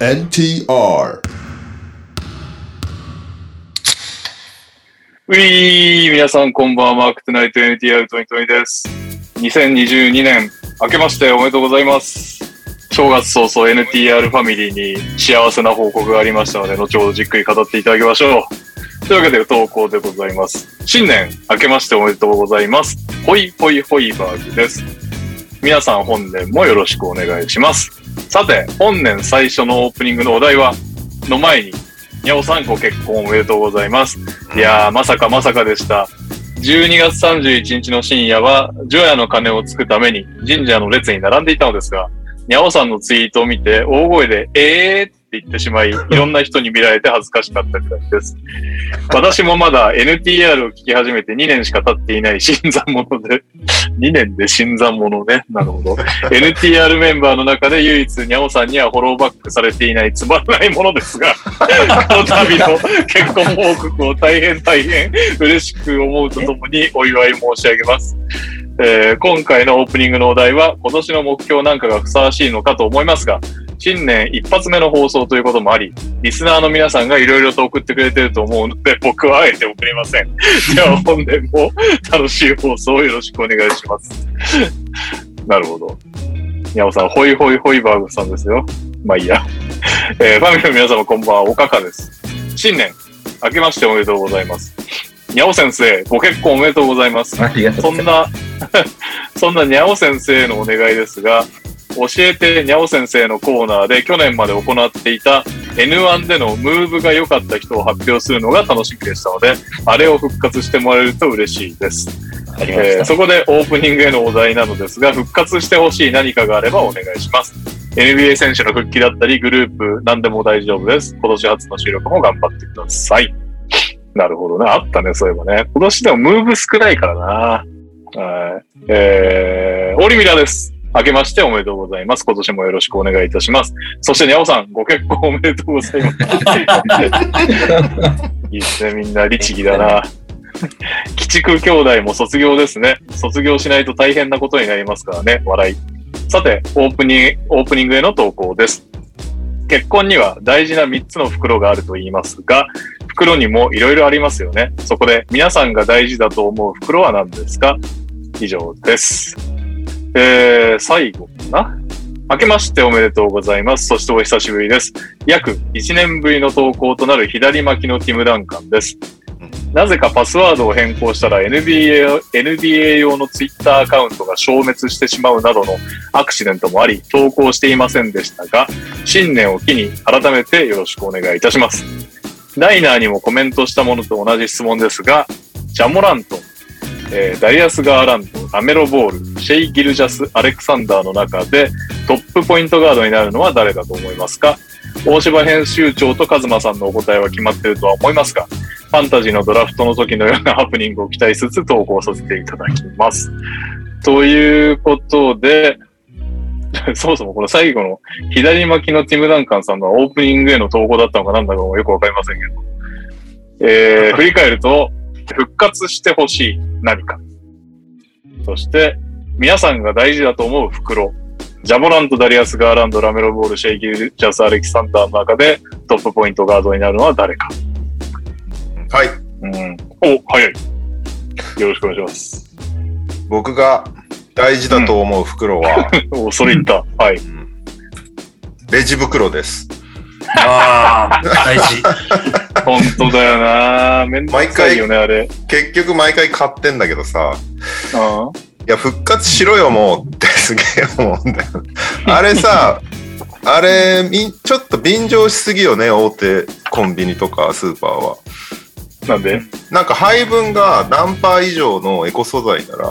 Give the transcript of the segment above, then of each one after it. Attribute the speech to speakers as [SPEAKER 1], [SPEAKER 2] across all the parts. [SPEAKER 1] NTR
[SPEAKER 2] ういー皆さんこんばんは。マークトゥナイト NTR トニトニです。2022年、明けましておめでとうございます。正月早々 NTR ファミリーに幸せな報告がありましたので、後ほどじっくり語っていただきましょう。というわけで、投稿でございます。新年、明けましておめでとうございます。ホイホイホイバーグです。皆さん本年もよろしくお願いします。さて、本年最初のオープニングのお題は、の前に、にゃおさんご結婚おめでとうございます。いやー、まさかまさかでした。12月31日の深夜は、除夜の鐘をつくために神社の列に並んでいたのですが、にゃおさんのツイートを見て、大声で、えーって言ってしまい、いろんな人に見られて恥ずかしかったみたいです。私もまだ NTR を聞き始めて2年しか経っていない新参者で、2年で新参者ね。なるほど。NTR メンバーの中で唯一、にゃおさんにはフォローバックされていないつまらないものですが、この度の結婚報告を大変大変嬉しく思うとともにお祝い申し上げます。えー今回のオープニングのお題は、今年の目標なんかがふさわしいのかと思いますが、新年一発目の放送ということもあり、リスナーの皆さんがいろいろと送ってくれてると思うので、僕はあえて送りません。では本年も楽しい放送をよろしくお願いします。 なるほど。にゃおさん、ホイホイホイバーグさんですよ。まあいいや。 えーファミリーの皆様こんばんは、おかかです。新年、明けましておめでとうございます。にゃお先生、ご結婚おめでとうございます。
[SPEAKER 3] ありがとう
[SPEAKER 2] そんな、 そんなにゃお先生のお願いですが、教えてにゃお先生のコーナーで去年まで行っていた N1 でのムーブが良かった人を発表するのが楽しみでしたので、あれを復活してもらえると嬉しいです。
[SPEAKER 3] あり
[SPEAKER 2] えーそこでオープニングへのお題なのですが、復活してほしい何かがあればお願いします。NBA 選手の復帰だったり、グループ、何でも大丈夫です。今年初の収録も頑張ってください。なるほどね。あったね、そういえばね。今年でもムーブ少ないからな。はい。えー、オリミラです。明けましておめでとうございます。今年もよろしくお願いいたします。そして、にゃおさん、ご結婚おめでとうございます。いいですね、みんな律儀だな。鬼畜兄弟も卒業ですね。卒業しないと大変なことになりますからね、笑い。さて、オープニングオープニングへの投稿です。結婚には大事な3つの袋があると言いますが、袋にもいろいろありますよね。そこで、皆さんが大事だと思う袋は何ですか以上です。えー、最後かな明けましておめでとうございます。そしてお久しぶりです。約1年ぶりの投稿となる左巻きのティム・ダンカンです。なぜかパスワードを変更したら NBA, NBA 用のツイッターアカウントが消滅してしまうなどのアクシデントもあり、投稿していませんでしたが、新年を機に改めてよろしくお願いいたします。ダイナーにもコメントしたものと同じ質問ですが、ジャモラント、えーダリアス・ガーランド、ラメロ・ボール、シェイ・ギルジャス・アレクサンダーの中でトップポイントガードになるのは誰だと思いますか大柴編集長とカズマさんのお答えは決まっているとは思いますが、ファンタジーのドラフトの時のような ハプニングを期待しつつ投稿させていただきます。ということで、 そもそもこの最後の左巻きのティム・ダンカンさんのオープニングへの投稿だったのか何だかもよくわかりませんけど、えー、振り返ると、復活してほしい何か。そして、皆さんが大事だと思う袋。ジャボラント、ダリアス、ガーランド、ラメロボール、シェイキー・ジャス、アレキサンダーの中でトップポイントガードになるのは誰か。
[SPEAKER 1] はい
[SPEAKER 2] うん。お、早い。よろしくお願いします。
[SPEAKER 1] 僕が大事だと思う袋は、
[SPEAKER 2] お、それいった。はい。
[SPEAKER 1] うんレジ袋です
[SPEAKER 3] ああ、大事。
[SPEAKER 2] 本当だよ なめんどくさいよね、あれ。
[SPEAKER 1] 結局毎回買ってんだけどさ
[SPEAKER 2] あ
[SPEAKER 1] いや復活しろよもうってすげえ思うんだよあれさあれみんちょっと便乗しすぎよね大手コンビニとかスーパーは
[SPEAKER 2] あなんで
[SPEAKER 1] なんか配分が何パー以上のエコ素材なら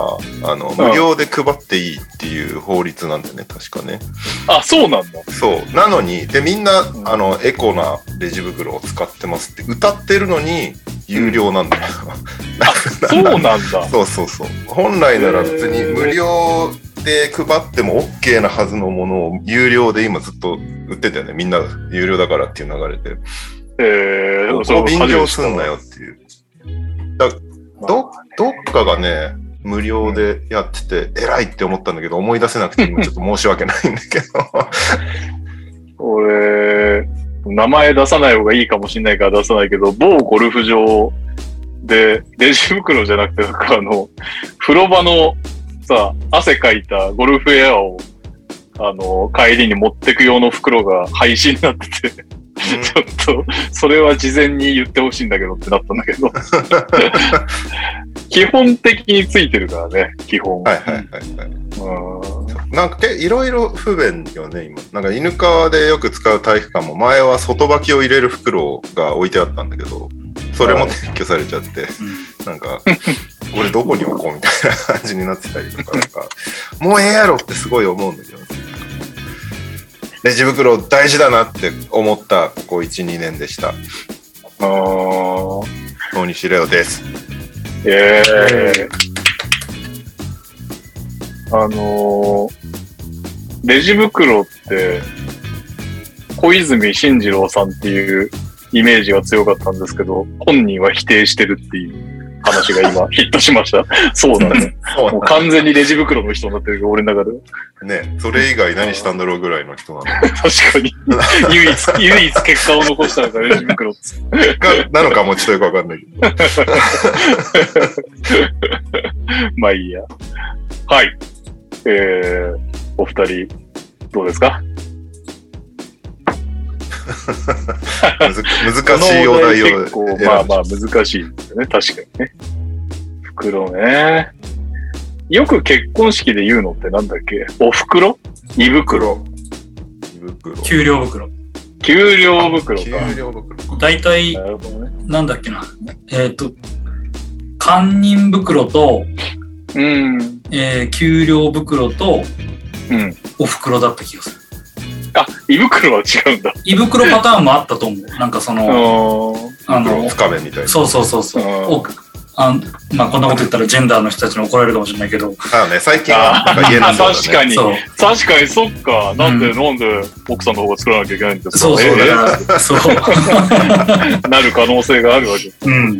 [SPEAKER 1] あの無料で配っていいっていう法律なんだよね確かね
[SPEAKER 2] あ、そうなんだ。
[SPEAKER 1] そう なのにでみんな
[SPEAKER 2] うん
[SPEAKER 1] あのエコなレジ袋を使ってますって歌ってるのに有料なんだよ、
[SPEAKER 2] そうなんだ。
[SPEAKER 1] そうそうそう本来なら別に無料で配っても OK なはずのものを有料で今ずっと売ってたよねみんな有料だからっていう流れで
[SPEAKER 2] えー、
[SPEAKER 1] そこを便乗すんなよっていう。だどどっかがね、無料でやって て、偉いって思ったんだけど、思い出せなくて、今ちょっと申し訳ないんだけど。
[SPEAKER 2] 俺、名前出さない方がいいかもしれないから出さないけど、某ゴルフ場で、レジ袋じゃなくて、なんかあの、風呂場のさ、汗かいたゴルフエアを、あの、帰りに持ってく用の袋が廃止になって て、ちょっと、それは事前に言ってほしいんだけどってなったんだけ ど、基本的についてるからね、基本。
[SPEAKER 1] はいはいはいはい。
[SPEAKER 2] うん
[SPEAKER 1] なんかけいろいろ不便よね、今。なんか犬川でよく使う体育館も、前は外履きを入れる袋が置いてあったんだけど、それも撤去されちゃって、なんか、俺どこに置こうみたいな感じになってたりとか、なんか、 もうええやろってすごい思うんだけどね。レジ袋大事だなって思った、ここ1、2年でした。
[SPEAKER 2] あー
[SPEAKER 1] 大西レオです。
[SPEAKER 2] ええあのーレジ袋って、小泉進次郎さんっていうイメージが強かったんですけど、本人は否定してるっていう話が今 ヒットしました。そうだね。
[SPEAKER 1] そ
[SPEAKER 2] もう完全にレジ袋の人になってるけど、俺の中で。
[SPEAKER 1] ね、それ以外何したんだろうぐらいの人なの
[SPEAKER 2] 確かに。唯一、唯一結果を残したのがレジ袋っつう
[SPEAKER 1] か、なのかもちょっとよくわかんないけど。
[SPEAKER 2] まあいいや。はい。えー、お二人、どうですか
[SPEAKER 1] むず難しいお題を
[SPEAKER 2] このお
[SPEAKER 1] 選ん
[SPEAKER 2] 題結構、
[SPEAKER 1] で
[SPEAKER 2] まあまあ難しいんですよね。確かにね。袋ね。よく結婚式で言うのってなんだっけお袋胃袋
[SPEAKER 1] 胃袋
[SPEAKER 3] 給料袋。
[SPEAKER 2] 給料袋か。
[SPEAKER 1] 給料袋か
[SPEAKER 3] 大体、
[SPEAKER 2] なるほどね。
[SPEAKER 3] なんだっけな。えっ、と、堪忍袋と、
[SPEAKER 2] うん。
[SPEAKER 3] えー給料袋と、
[SPEAKER 2] うん。
[SPEAKER 3] お袋だった気がする。
[SPEAKER 2] あ、胃袋は違うんだ。
[SPEAKER 3] 胃袋パターンもあったと思う。なんかそ
[SPEAKER 2] あ
[SPEAKER 3] の、
[SPEAKER 2] ー
[SPEAKER 3] あの、
[SPEAKER 1] 深めみたいな
[SPEAKER 3] そうそうそうそう。
[SPEAKER 2] うん
[SPEAKER 3] おあんまあ、こんなこと言ったらジェンダーの人たちに怒られるかもしれないけど、
[SPEAKER 1] ああね最近はなんか言えな
[SPEAKER 2] あ
[SPEAKER 1] いそうだね
[SPEAKER 2] 確かに。
[SPEAKER 3] そう。
[SPEAKER 2] 確かに、そっか。なんで、
[SPEAKER 3] う
[SPEAKER 2] なんで、奥さんの方が作らなきゃいけないんですか
[SPEAKER 3] そうそう、
[SPEAKER 2] え
[SPEAKER 3] だ
[SPEAKER 2] ー
[SPEAKER 3] から、 そう。
[SPEAKER 2] なる可能性があるわけ。
[SPEAKER 3] うん。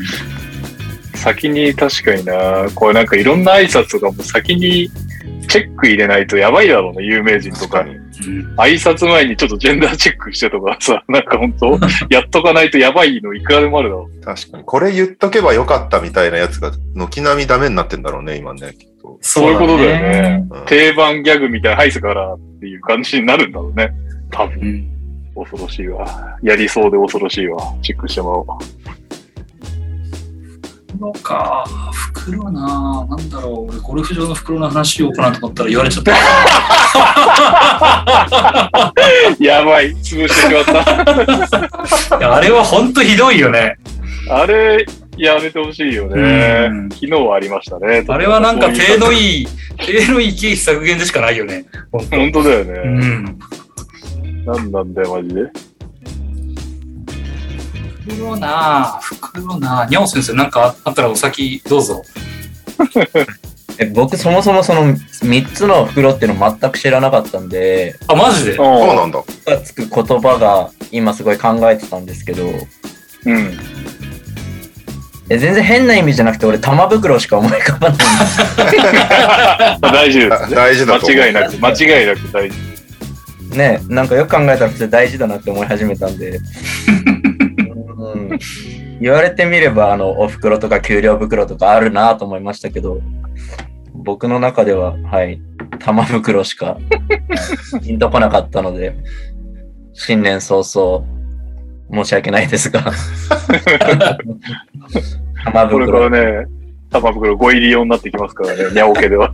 [SPEAKER 2] 先に確かになこれなんかいろんな挨拶とかも先にチェック入れないとやばいだろうね有名人とかに
[SPEAKER 3] うん
[SPEAKER 2] 挨拶前にちょっとジェンダーチェックしてとかさなんか本当やっとかないとやばいのいくらでもある だろ
[SPEAKER 1] 確かにこれ言っとけばよかったみたいなやつが軒並みダメになってんだろうね今ねきっと、
[SPEAKER 2] そういうことだよ
[SPEAKER 3] ね。
[SPEAKER 1] う
[SPEAKER 2] うん定番ギャグみたいな「はいすから」っていう感じになるんだろうね多分
[SPEAKER 3] うん
[SPEAKER 2] 恐ろしいわやりそうで恐ろしいわチェックしてもらおう
[SPEAKER 3] 袋か。袋なぁ。なんだろう。俺、ゴルフ場の袋の話しようかなと思ったら言われちゃった。
[SPEAKER 2] やばい潰してしまっ
[SPEAKER 3] いやあれは本当ひどいよね。
[SPEAKER 2] たあれやめてほしいよね
[SPEAKER 3] うん
[SPEAKER 2] 昨日はありましたね
[SPEAKER 3] あれはなんか
[SPEAKER 2] そうい
[SPEAKER 3] 手
[SPEAKER 2] う
[SPEAKER 3] のいい、手のいい経費削減でしかないよね。本当
[SPEAKER 2] 本当だよね、
[SPEAKER 3] うん。
[SPEAKER 2] なんなんだよ、マジで。
[SPEAKER 3] 袋なぁ。袋なぁ。にゃお先生、なんかあったらお先どうぞ。
[SPEAKER 4] え僕そもそもその3つの袋っていうの全く知らなかったんで
[SPEAKER 3] あ、マジで
[SPEAKER 1] そう
[SPEAKER 2] そ
[SPEAKER 1] なんだ
[SPEAKER 4] がつく言葉が今すごい考えてたんですけど
[SPEAKER 2] うなんうん。
[SPEAKER 4] え全然変な意味じゃなくて俺玉袋しか思い浮かばないんです
[SPEAKER 2] 大事で
[SPEAKER 1] あ
[SPEAKER 2] すね。
[SPEAKER 1] 大事だと思う
[SPEAKER 2] 間違いなく、間違いなく大事。
[SPEAKER 4] ねなんかよく考えたら普通大事だなって思い始めたんでうん言われてみればあのお袋とか給料袋とかあるなと思いましたけど僕の中でははい玉袋しかピンとこなかったので新年早々申し訳ないですが玉
[SPEAKER 2] これか
[SPEAKER 4] 袋
[SPEAKER 2] らね、玉袋5入り用になってきますからね、ニャオケでは。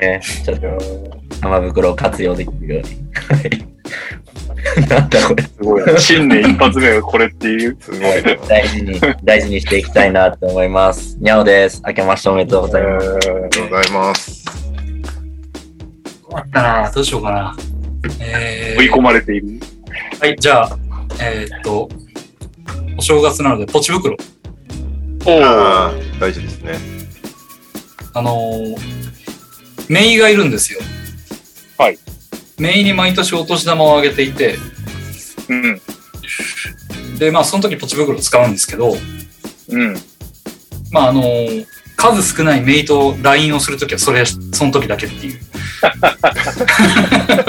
[SPEAKER 4] ねちょっと玉袋を活用できるように なんだこれ
[SPEAKER 2] すごい。新年一発目がこれっていう。
[SPEAKER 1] すごいな
[SPEAKER 4] はい、大事に、大事にしていきたいなと思います。にゃおです。明けましておめでとうございます。
[SPEAKER 1] ありがとうございます
[SPEAKER 3] 困ったなぁ。どうしようかな。え
[SPEAKER 2] 追い込まれている。
[SPEAKER 3] はい、じゃあ、えーっと、お正月なので、ポチ袋。
[SPEAKER 2] お
[SPEAKER 1] あ
[SPEAKER 2] ー
[SPEAKER 1] ー大事ですね
[SPEAKER 3] あのー、メイがいるんですよ。
[SPEAKER 2] はい。
[SPEAKER 3] メイに毎年お年玉をあげていて、
[SPEAKER 2] うん。
[SPEAKER 3] で、まあ、その時ポチ袋使うんですけど、
[SPEAKER 2] うん。
[SPEAKER 3] まあ、あのー、数少ないメイと LINE をするときは、それ、その時だけっていう。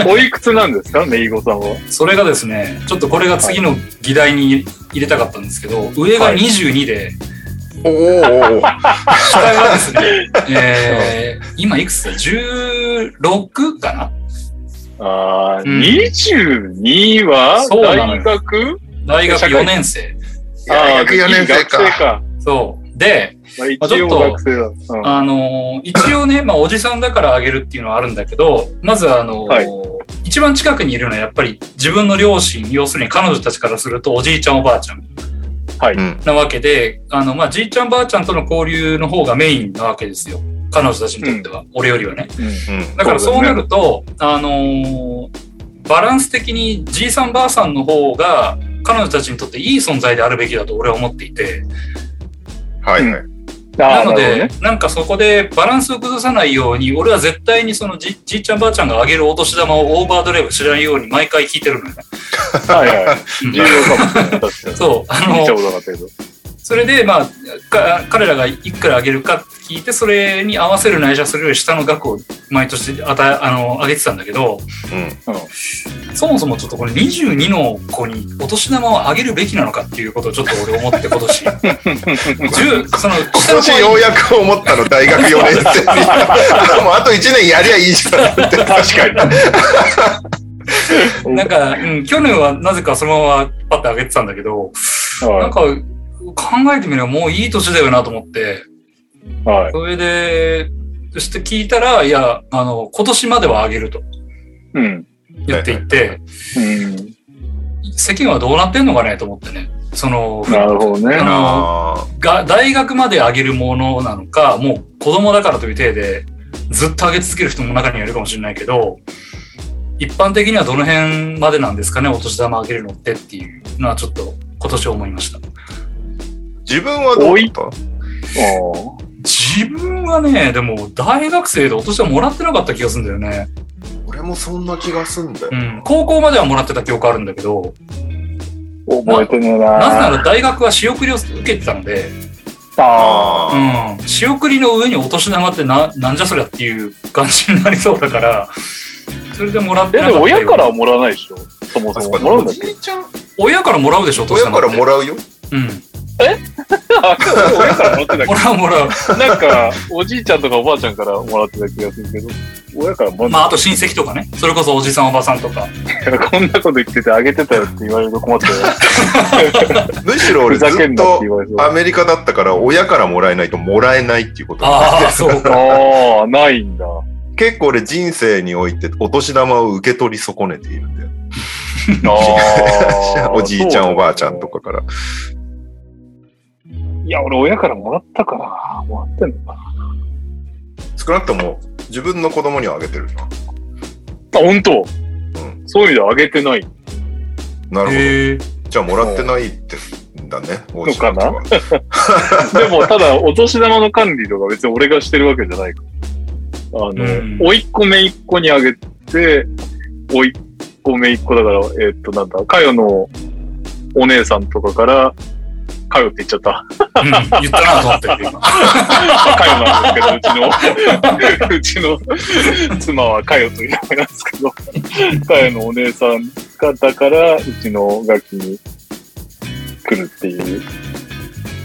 [SPEAKER 2] おいくつなんですかねいごさんは。
[SPEAKER 3] それがですね、ちょっとこれが次の議題に入れたかったんですけど、上が22で、
[SPEAKER 1] お おおー
[SPEAKER 3] 下がです ね、えー今いくつだ ?16 かな
[SPEAKER 2] ああ、
[SPEAKER 3] うん
[SPEAKER 2] 22は
[SPEAKER 3] そうなの
[SPEAKER 2] 大
[SPEAKER 3] よ
[SPEAKER 2] 学
[SPEAKER 3] 大学4年生。
[SPEAKER 2] あ
[SPEAKER 1] 大学4年生か
[SPEAKER 2] いい学生か。
[SPEAKER 3] そう。で、
[SPEAKER 2] まあ、一
[SPEAKER 3] まあちょ
[SPEAKER 2] 応
[SPEAKER 3] っと
[SPEAKER 2] 学生だ。うん
[SPEAKER 3] あのー一応ね、まあ、おじさんだからあげるっていうのはあるんだけど、まず、あのー
[SPEAKER 2] はい
[SPEAKER 3] 一番近くにいるのはやっぱり自分の両親、要するに彼女たちからするとおじいちゃんおばあちゃん
[SPEAKER 1] うん。
[SPEAKER 3] なわけで、あの、まあ、じいちゃんばあちゃんとの交流の方がメインなわけですよ。彼女たちにとっては、俺よりはね。
[SPEAKER 1] うん。
[SPEAKER 3] だから
[SPEAKER 2] そう
[SPEAKER 3] そ
[SPEAKER 2] だね
[SPEAKER 3] うなると、あのーバランス的にじいさんばあさんの方が彼女たちにとっていい存在であるべきだと俺は思っていて、
[SPEAKER 1] はいはい。
[SPEAKER 2] あ
[SPEAKER 3] な
[SPEAKER 2] あなるほ
[SPEAKER 3] の
[SPEAKER 2] ど
[SPEAKER 3] で、
[SPEAKER 2] ね
[SPEAKER 3] なんかそこでバランスを崩さないように、俺は絶対にそのじじいちゃんばあちゃんがあげるお年玉をオーバードライブしないように毎回聞いてるのよね。
[SPEAKER 2] はいはい。
[SPEAKER 3] うん
[SPEAKER 2] 重要かもしれない。確かに。
[SPEAKER 3] そう。あ
[SPEAKER 2] 見たこ
[SPEAKER 3] の、
[SPEAKER 2] となかったけど。
[SPEAKER 3] それで、まあ、か彼らがいくらあげるか聞いて、それに合わせる内緒するより下の額を毎年あた、あの、あげてたんだけど、そもそもちょっとこれ22の子にお年玉をあげるべきなのかっていうことをちょっと俺思って今年。10、その、
[SPEAKER 1] 今年ようやく思ったの、大学4年生に。 もうあと1年やりゃいいじゃんって。確かに。
[SPEAKER 3] なんか、うん、去年はなぜかそのままパッて上げてたんだけど、なん
[SPEAKER 2] は
[SPEAKER 3] か考えてみればもういい年だよなと思って、
[SPEAKER 2] い。はい。
[SPEAKER 3] それで、そして聞いたら、いや、あの、今年までは上げると
[SPEAKER 2] うん。
[SPEAKER 3] 言っていて、
[SPEAKER 2] うん。
[SPEAKER 3] 世間はどうなってんのかねと思ってね。その、
[SPEAKER 2] なるほどね
[SPEAKER 3] あ。の
[SPEAKER 1] あ
[SPEAKER 3] が、大学まで上げるものなのか、もう子供だからという体で、ずっと上げ続ける人も中にはいるかもしれないけど、一般的にはどの辺までなんですかね、お年玉上げるのってっていうのはちょっと今年思いました。
[SPEAKER 1] ー自分はどうだった
[SPEAKER 2] お
[SPEAKER 3] 自分はね、でも大学生でお年玉もらってなかった気がするんだよね。
[SPEAKER 1] 俺もそんな気がすんだよ
[SPEAKER 3] う。ん。高校まではもらってた記憶あるんだけど、
[SPEAKER 2] ー覚えてねえな。
[SPEAKER 3] なぜなら大学は仕送りを受けてたので、
[SPEAKER 2] あ
[SPEAKER 1] ああ。
[SPEAKER 3] うん。仕送りの上にお年玉ってな、なんじゃそりゃっていう感じになりそうだから、それでもらっ
[SPEAKER 2] ー。
[SPEAKER 3] て
[SPEAKER 2] え、
[SPEAKER 3] な
[SPEAKER 2] で
[SPEAKER 3] かっ
[SPEAKER 2] も
[SPEAKER 3] たよ
[SPEAKER 2] 親からはもらわないでしょ。そも
[SPEAKER 1] あ
[SPEAKER 2] そ
[SPEAKER 1] そ
[SPEAKER 2] も。
[SPEAKER 1] こ
[SPEAKER 2] もらう
[SPEAKER 1] お
[SPEAKER 2] ん だっけ
[SPEAKER 1] じいちゃん
[SPEAKER 3] 親からもらうでしょ、お年
[SPEAKER 1] 親
[SPEAKER 3] 玉っ
[SPEAKER 1] か
[SPEAKER 3] て。
[SPEAKER 1] らもらうよ。
[SPEAKER 3] うん。
[SPEAKER 2] あそう親からもらってたっ
[SPEAKER 3] もらうもらう。
[SPEAKER 2] け なんか、おじいちゃんとかおばあちゃんからもらってた気がするけど、親からもら
[SPEAKER 3] まあ、あと親戚とかね。それこそおじさんおばさんとか。
[SPEAKER 2] からこんなこと言っててあげてたよって言われると困って、
[SPEAKER 1] むしろ
[SPEAKER 2] ふ
[SPEAKER 1] 俺ず
[SPEAKER 2] ざけん
[SPEAKER 1] っ
[SPEAKER 2] なって
[SPEAKER 1] と
[SPEAKER 2] 言われそう。
[SPEAKER 1] アメリカだったから親からもらえないともらえないっていうこと。
[SPEAKER 3] ああ、そうか。
[SPEAKER 2] あ あ、ないんだ。
[SPEAKER 1] 結構俺人生においてお年玉を受け取り損ねているんだよ。
[SPEAKER 2] ああ。
[SPEAKER 1] おじいちゃん、おばあちゃんとかから。
[SPEAKER 2] いや、俺親からもらったかな。もらってんのかな。
[SPEAKER 1] 少なくとも自分の子供にはあげてるな。
[SPEAKER 2] あ、本当、
[SPEAKER 1] ん
[SPEAKER 2] そういう意味ではあげてない
[SPEAKER 1] なるほど。
[SPEAKER 3] へえ。
[SPEAKER 1] じゃあもらってないですんだね。お仕事は
[SPEAKER 2] のでも、ただ、お年玉の管理とか別に俺がしてるわけじゃないから。あの、
[SPEAKER 3] うん
[SPEAKER 2] 甥っ子姪っ子にあげて、甥っ子姪っ子だから、えっと、なんだ、かよのお姉さんとかから、かよって言っちゃった。
[SPEAKER 3] うん。言ったなと思ったけど、今。
[SPEAKER 2] かよなんですけど、うちの、うちの妻はかよという名前なんですけど、かよのお姉さん方から、うちのガキに来るっていう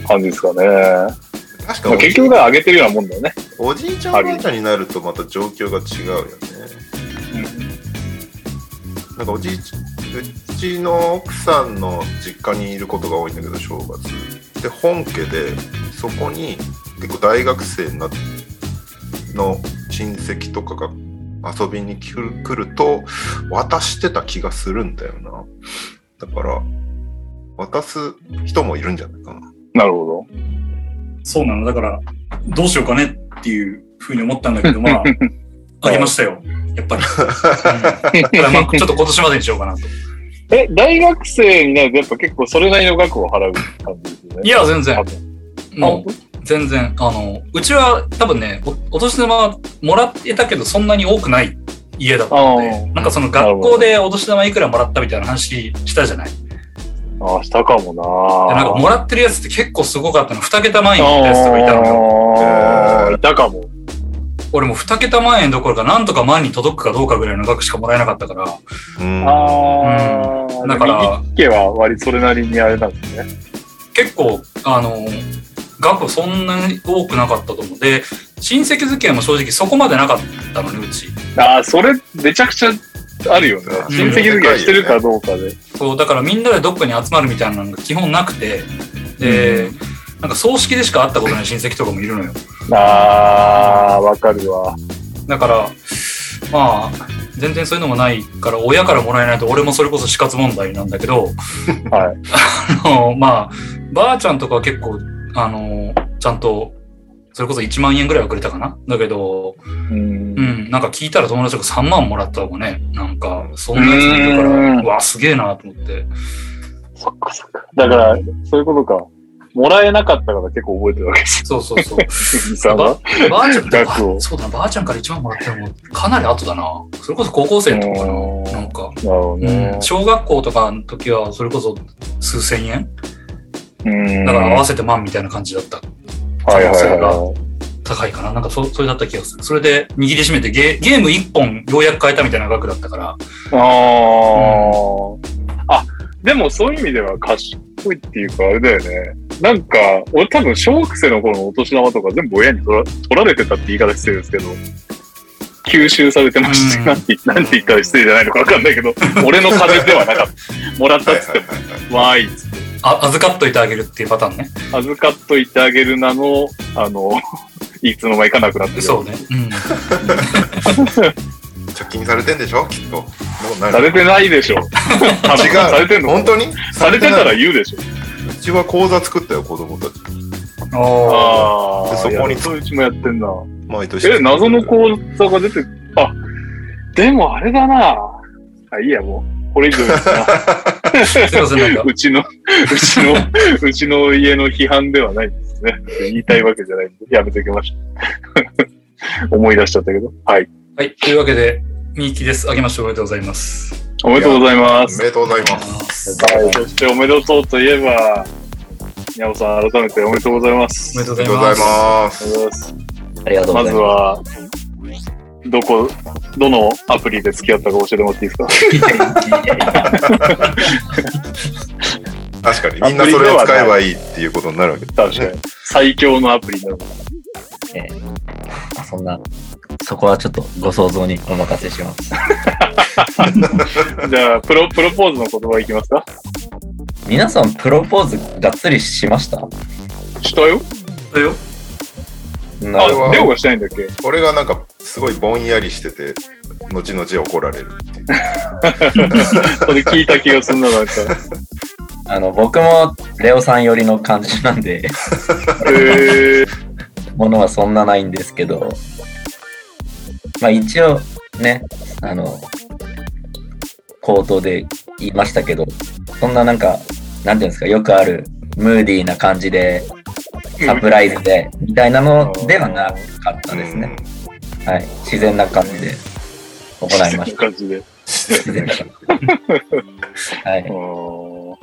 [SPEAKER 2] 感じですかね。
[SPEAKER 1] 確
[SPEAKER 2] まあ、
[SPEAKER 1] か
[SPEAKER 2] 結
[SPEAKER 1] に
[SPEAKER 2] 局があげてるようなもんだよね。
[SPEAKER 1] おじいちゃんおばあちゃんになるとまた状況が違うよね。なんかおじいちうちの奥さんの実家にいることが多いんだけど正月で本家でそこに結構大学生になの親戚とかが遊びに来る来ると渡してた気がするんだよなだから渡す人もいるんじゃないかな
[SPEAKER 2] なるほ
[SPEAKER 3] そうなの。だから、どうしようかねっていうふうに思ったんだけど、ま あ、あげましたよ。やっぱり。うんだからまあ、ちょっと今年までにしようかなと。
[SPEAKER 2] ど。 え、大学生になるとやっぱ結構それなりの額を払う感じですよね。
[SPEAKER 3] いや、全然
[SPEAKER 2] 多。分、
[SPEAKER 3] もう全然。あの、うちは多分ね、おお年玉もらってたけど、そんなに多くない家だったの
[SPEAKER 2] あ
[SPEAKER 3] で、
[SPEAKER 2] ー
[SPEAKER 3] なんかその学校でお年玉いくらもらったみたいな話したじゃない。で、
[SPEAKER 2] ああ、したかもな
[SPEAKER 3] なんかもらってるやつって結構すごかったの。二桁前にいったやつとかいたのよ。
[SPEAKER 2] あーいたかも。
[SPEAKER 3] 俺も2桁万円どころか、なんとか万に届くかどうかぐらいの額しかもらえなかったから、
[SPEAKER 1] うん
[SPEAKER 2] ああ、
[SPEAKER 3] うんだから
[SPEAKER 2] 右利き家は割とそれなりにあれなんですね。
[SPEAKER 3] 結構、あの、額そんなに多くなかったと思う。で、親戚付き合いも正直そこまでなかったのね、うち。
[SPEAKER 2] ああ、それめちゃくちゃあるよね。
[SPEAKER 1] うん
[SPEAKER 2] 親戚付き合いしてるかどうかで。
[SPEAKER 3] そう、だからみんなでどっかに集まるみたいなのが基本なくて、で、なんか葬式でしか会ったことない親戚とかもいるのよ。
[SPEAKER 2] ああ、わかるわ。
[SPEAKER 3] だから、まあ、全然そういうのもないから、親からもらえないと、俺もそれこそ死活問題なんだけど、
[SPEAKER 2] はい
[SPEAKER 3] あの、まあ、ばあちゃんとかは結構、あの、ちゃんと、それこそ1万円ぐらいはくれたかなだけど、
[SPEAKER 2] うん
[SPEAKER 3] うん、なんか聞いたら友達が3万もらったとかね、なんか、そんなやついるから、
[SPEAKER 2] うん
[SPEAKER 3] うわ、すげえなと思って。
[SPEAKER 2] そっかそっか。だから、そういうことか。もらえなかったから結構覚えてるわけです。
[SPEAKER 3] そうそうそう。
[SPEAKER 2] 藤井さんは
[SPEAKER 3] ばばあちゃんって
[SPEAKER 2] 額を
[SPEAKER 3] そうだな、ばあちゃんから1万もらったのも、かなり後だな。それこそ高校生の時
[SPEAKER 2] う
[SPEAKER 3] か
[SPEAKER 2] ん
[SPEAKER 3] な。なんか、
[SPEAKER 2] なるほど
[SPEAKER 3] う
[SPEAKER 2] ね
[SPEAKER 3] ん、。小学校とかの時はそれこそ数千円
[SPEAKER 2] うん
[SPEAKER 3] だから合わせて万みたいな感じだった
[SPEAKER 2] はいはいはい
[SPEAKER 3] 可能
[SPEAKER 2] は
[SPEAKER 3] 性高いかななんかそそれだった気がするそれで握りしめてゲゲーム1本ようやく買えたみたいな額だったから
[SPEAKER 2] い。ああ。あ、でもそういう意味では賢いっていうか、あれだよね。なんか、俺多分小学生の頃のお年玉とか全部親に取ら取られてたって言い方してるんですけど、吸収されてまして、
[SPEAKER 3] うん
[SPEAKER 2] なんてなんて言ったら失礼じゃないのかわか んないけど、俺の金ではなかった。もらった
[SPEAKER 1] は
[SPEAKER 2] っ
[SPEAKER 1] い
[SPEAKER 2] つっ
[SPEAKER 1] はい
[SPEAKER 2] て
[SPEAKER 1] はいはい
[SPEAKER 2] も、わーいっつって
[SPEAKER 3] あ預かっといてあげるっていうパターンね
[SPEAKER 2] 預かっといてあげるなの、あの、 いつの間にかなくなってる。
[SPEAKER 3] そうねうん
[SPEAKER 1] 貯金されてんでしょきっと。もうない
[SPEAKER 2] されてない でしょ。多分されて
[SPEAKER 1] 違
[SPEAKER 2] ん
[SPEAKER 1] う。
[SPEAKER 2] の
[SPEAKER 1] 本当に
[SPEAKER 2] されてたら
[SPEAKER 1] う
[SPEAKER 2] 言うでしょ。
[SPEAKER 1] ちは口座作ったよ、子供たち。
[SPEAKER 3] あ
[SPEAKER 2] ああ。
[SPEAKER 1] でそこに
[SPEAKER 2] いやそういううちもやってんな。
[SPEAKER 1] 毎年。
[SPEAKER 2] え、謎の口座が出て、あ、でもあれだな。あ、いいや、もう。これ以上言ったら
[SPEAKER 3] あすいませんなんか
[SPEAKER 2] うちの、うちの、うちの家の批判ではないですね。言いたいわけじゃないんで、やめておきました。 思い出しちゃったけど。はい。
[SPEAKER 3] はいというわけでみーきですあげましておめでとうございます
[SPEAKER 2] おめでとうございま
[SPEAKER 1] お
[SPEAKER 2] す
[SPEAKER 1] め。でとうございます。
[SPEAKER 2] そしておめでとうといえば、宮尾さん、改めておめでとうございます。
[SPEAKER 3] おめでと
[SPEAKER 1] あ
[SPEAKER 3] う
[SPEAKER 1] り
[SPEAKER 3] ご
[SPEAKER 1] が
[SPEAKER 3] ざ
[SPEAKER 1] と
[SPEAKER 3] いう
[SPEAKER 1] ござ
[SPEAKER 3] ま
[SPEAKER 1] い
[SPEAKER 3] す
[SPEAKER 1] ます。
[SPEAKER 2] ます。
[SPEAKER 4] ありがとうご
[SPEAKER 2] ま
[SPEAKER 4] ざ
[SPEAKER 2] ず
[SPEAKER 4] いま
[SPEAKER 2] は、どこ、どのアプリで付き合ったか教えてもらっていいです か
[SPEAKER 1] 確かに、みんなそれを使えばいいっていうことになるわけ
[SPEAKER 2] 確かに。最強のアプリなのかな。
[SPEAKER 4] す。そんな、そこはちょっとご想像にお任せします。
[SPEAKER 2] じゃあ、プロ、プロポーズの言葉いきますか
[SPEAKER 4] 皆さん、プロポーズがっつりしました
[SPEAKER 2] したよ
[SPEAKER 3] だよ
[SPEAKER 4] な
[SPEAKER 2] あ
[SPEAKER 1] るほど、
[SPEAKER 2] レオがしないんだっけ
[SPEAKER 1] 俺がなんか、すごいぼんやりしてて、後々怒られるっていう。
[SPEAKER 2] それ聞いた気がするな、なんか。
[SPEAKER 4] あの、僕もレオさん寄りの感じなんで、
[SPEAKER 2] えー、
[SPEAKER 4] ものはそんなないんですけど、まあ一応ね、あの、口頭で言いましたけど、そんななんか、なんていうんですか、よくあるムーディーな感じで、サプライズで、みたいなのではなかったですね。はい。自然な感じで行いまし
[SPEAKER 2] した。感じで。
[SPEAKER 4] た。自然な感じで。は
[SPEAKER 2] う
[SPEAKER 4] い。
[SPEAKER 2] ーん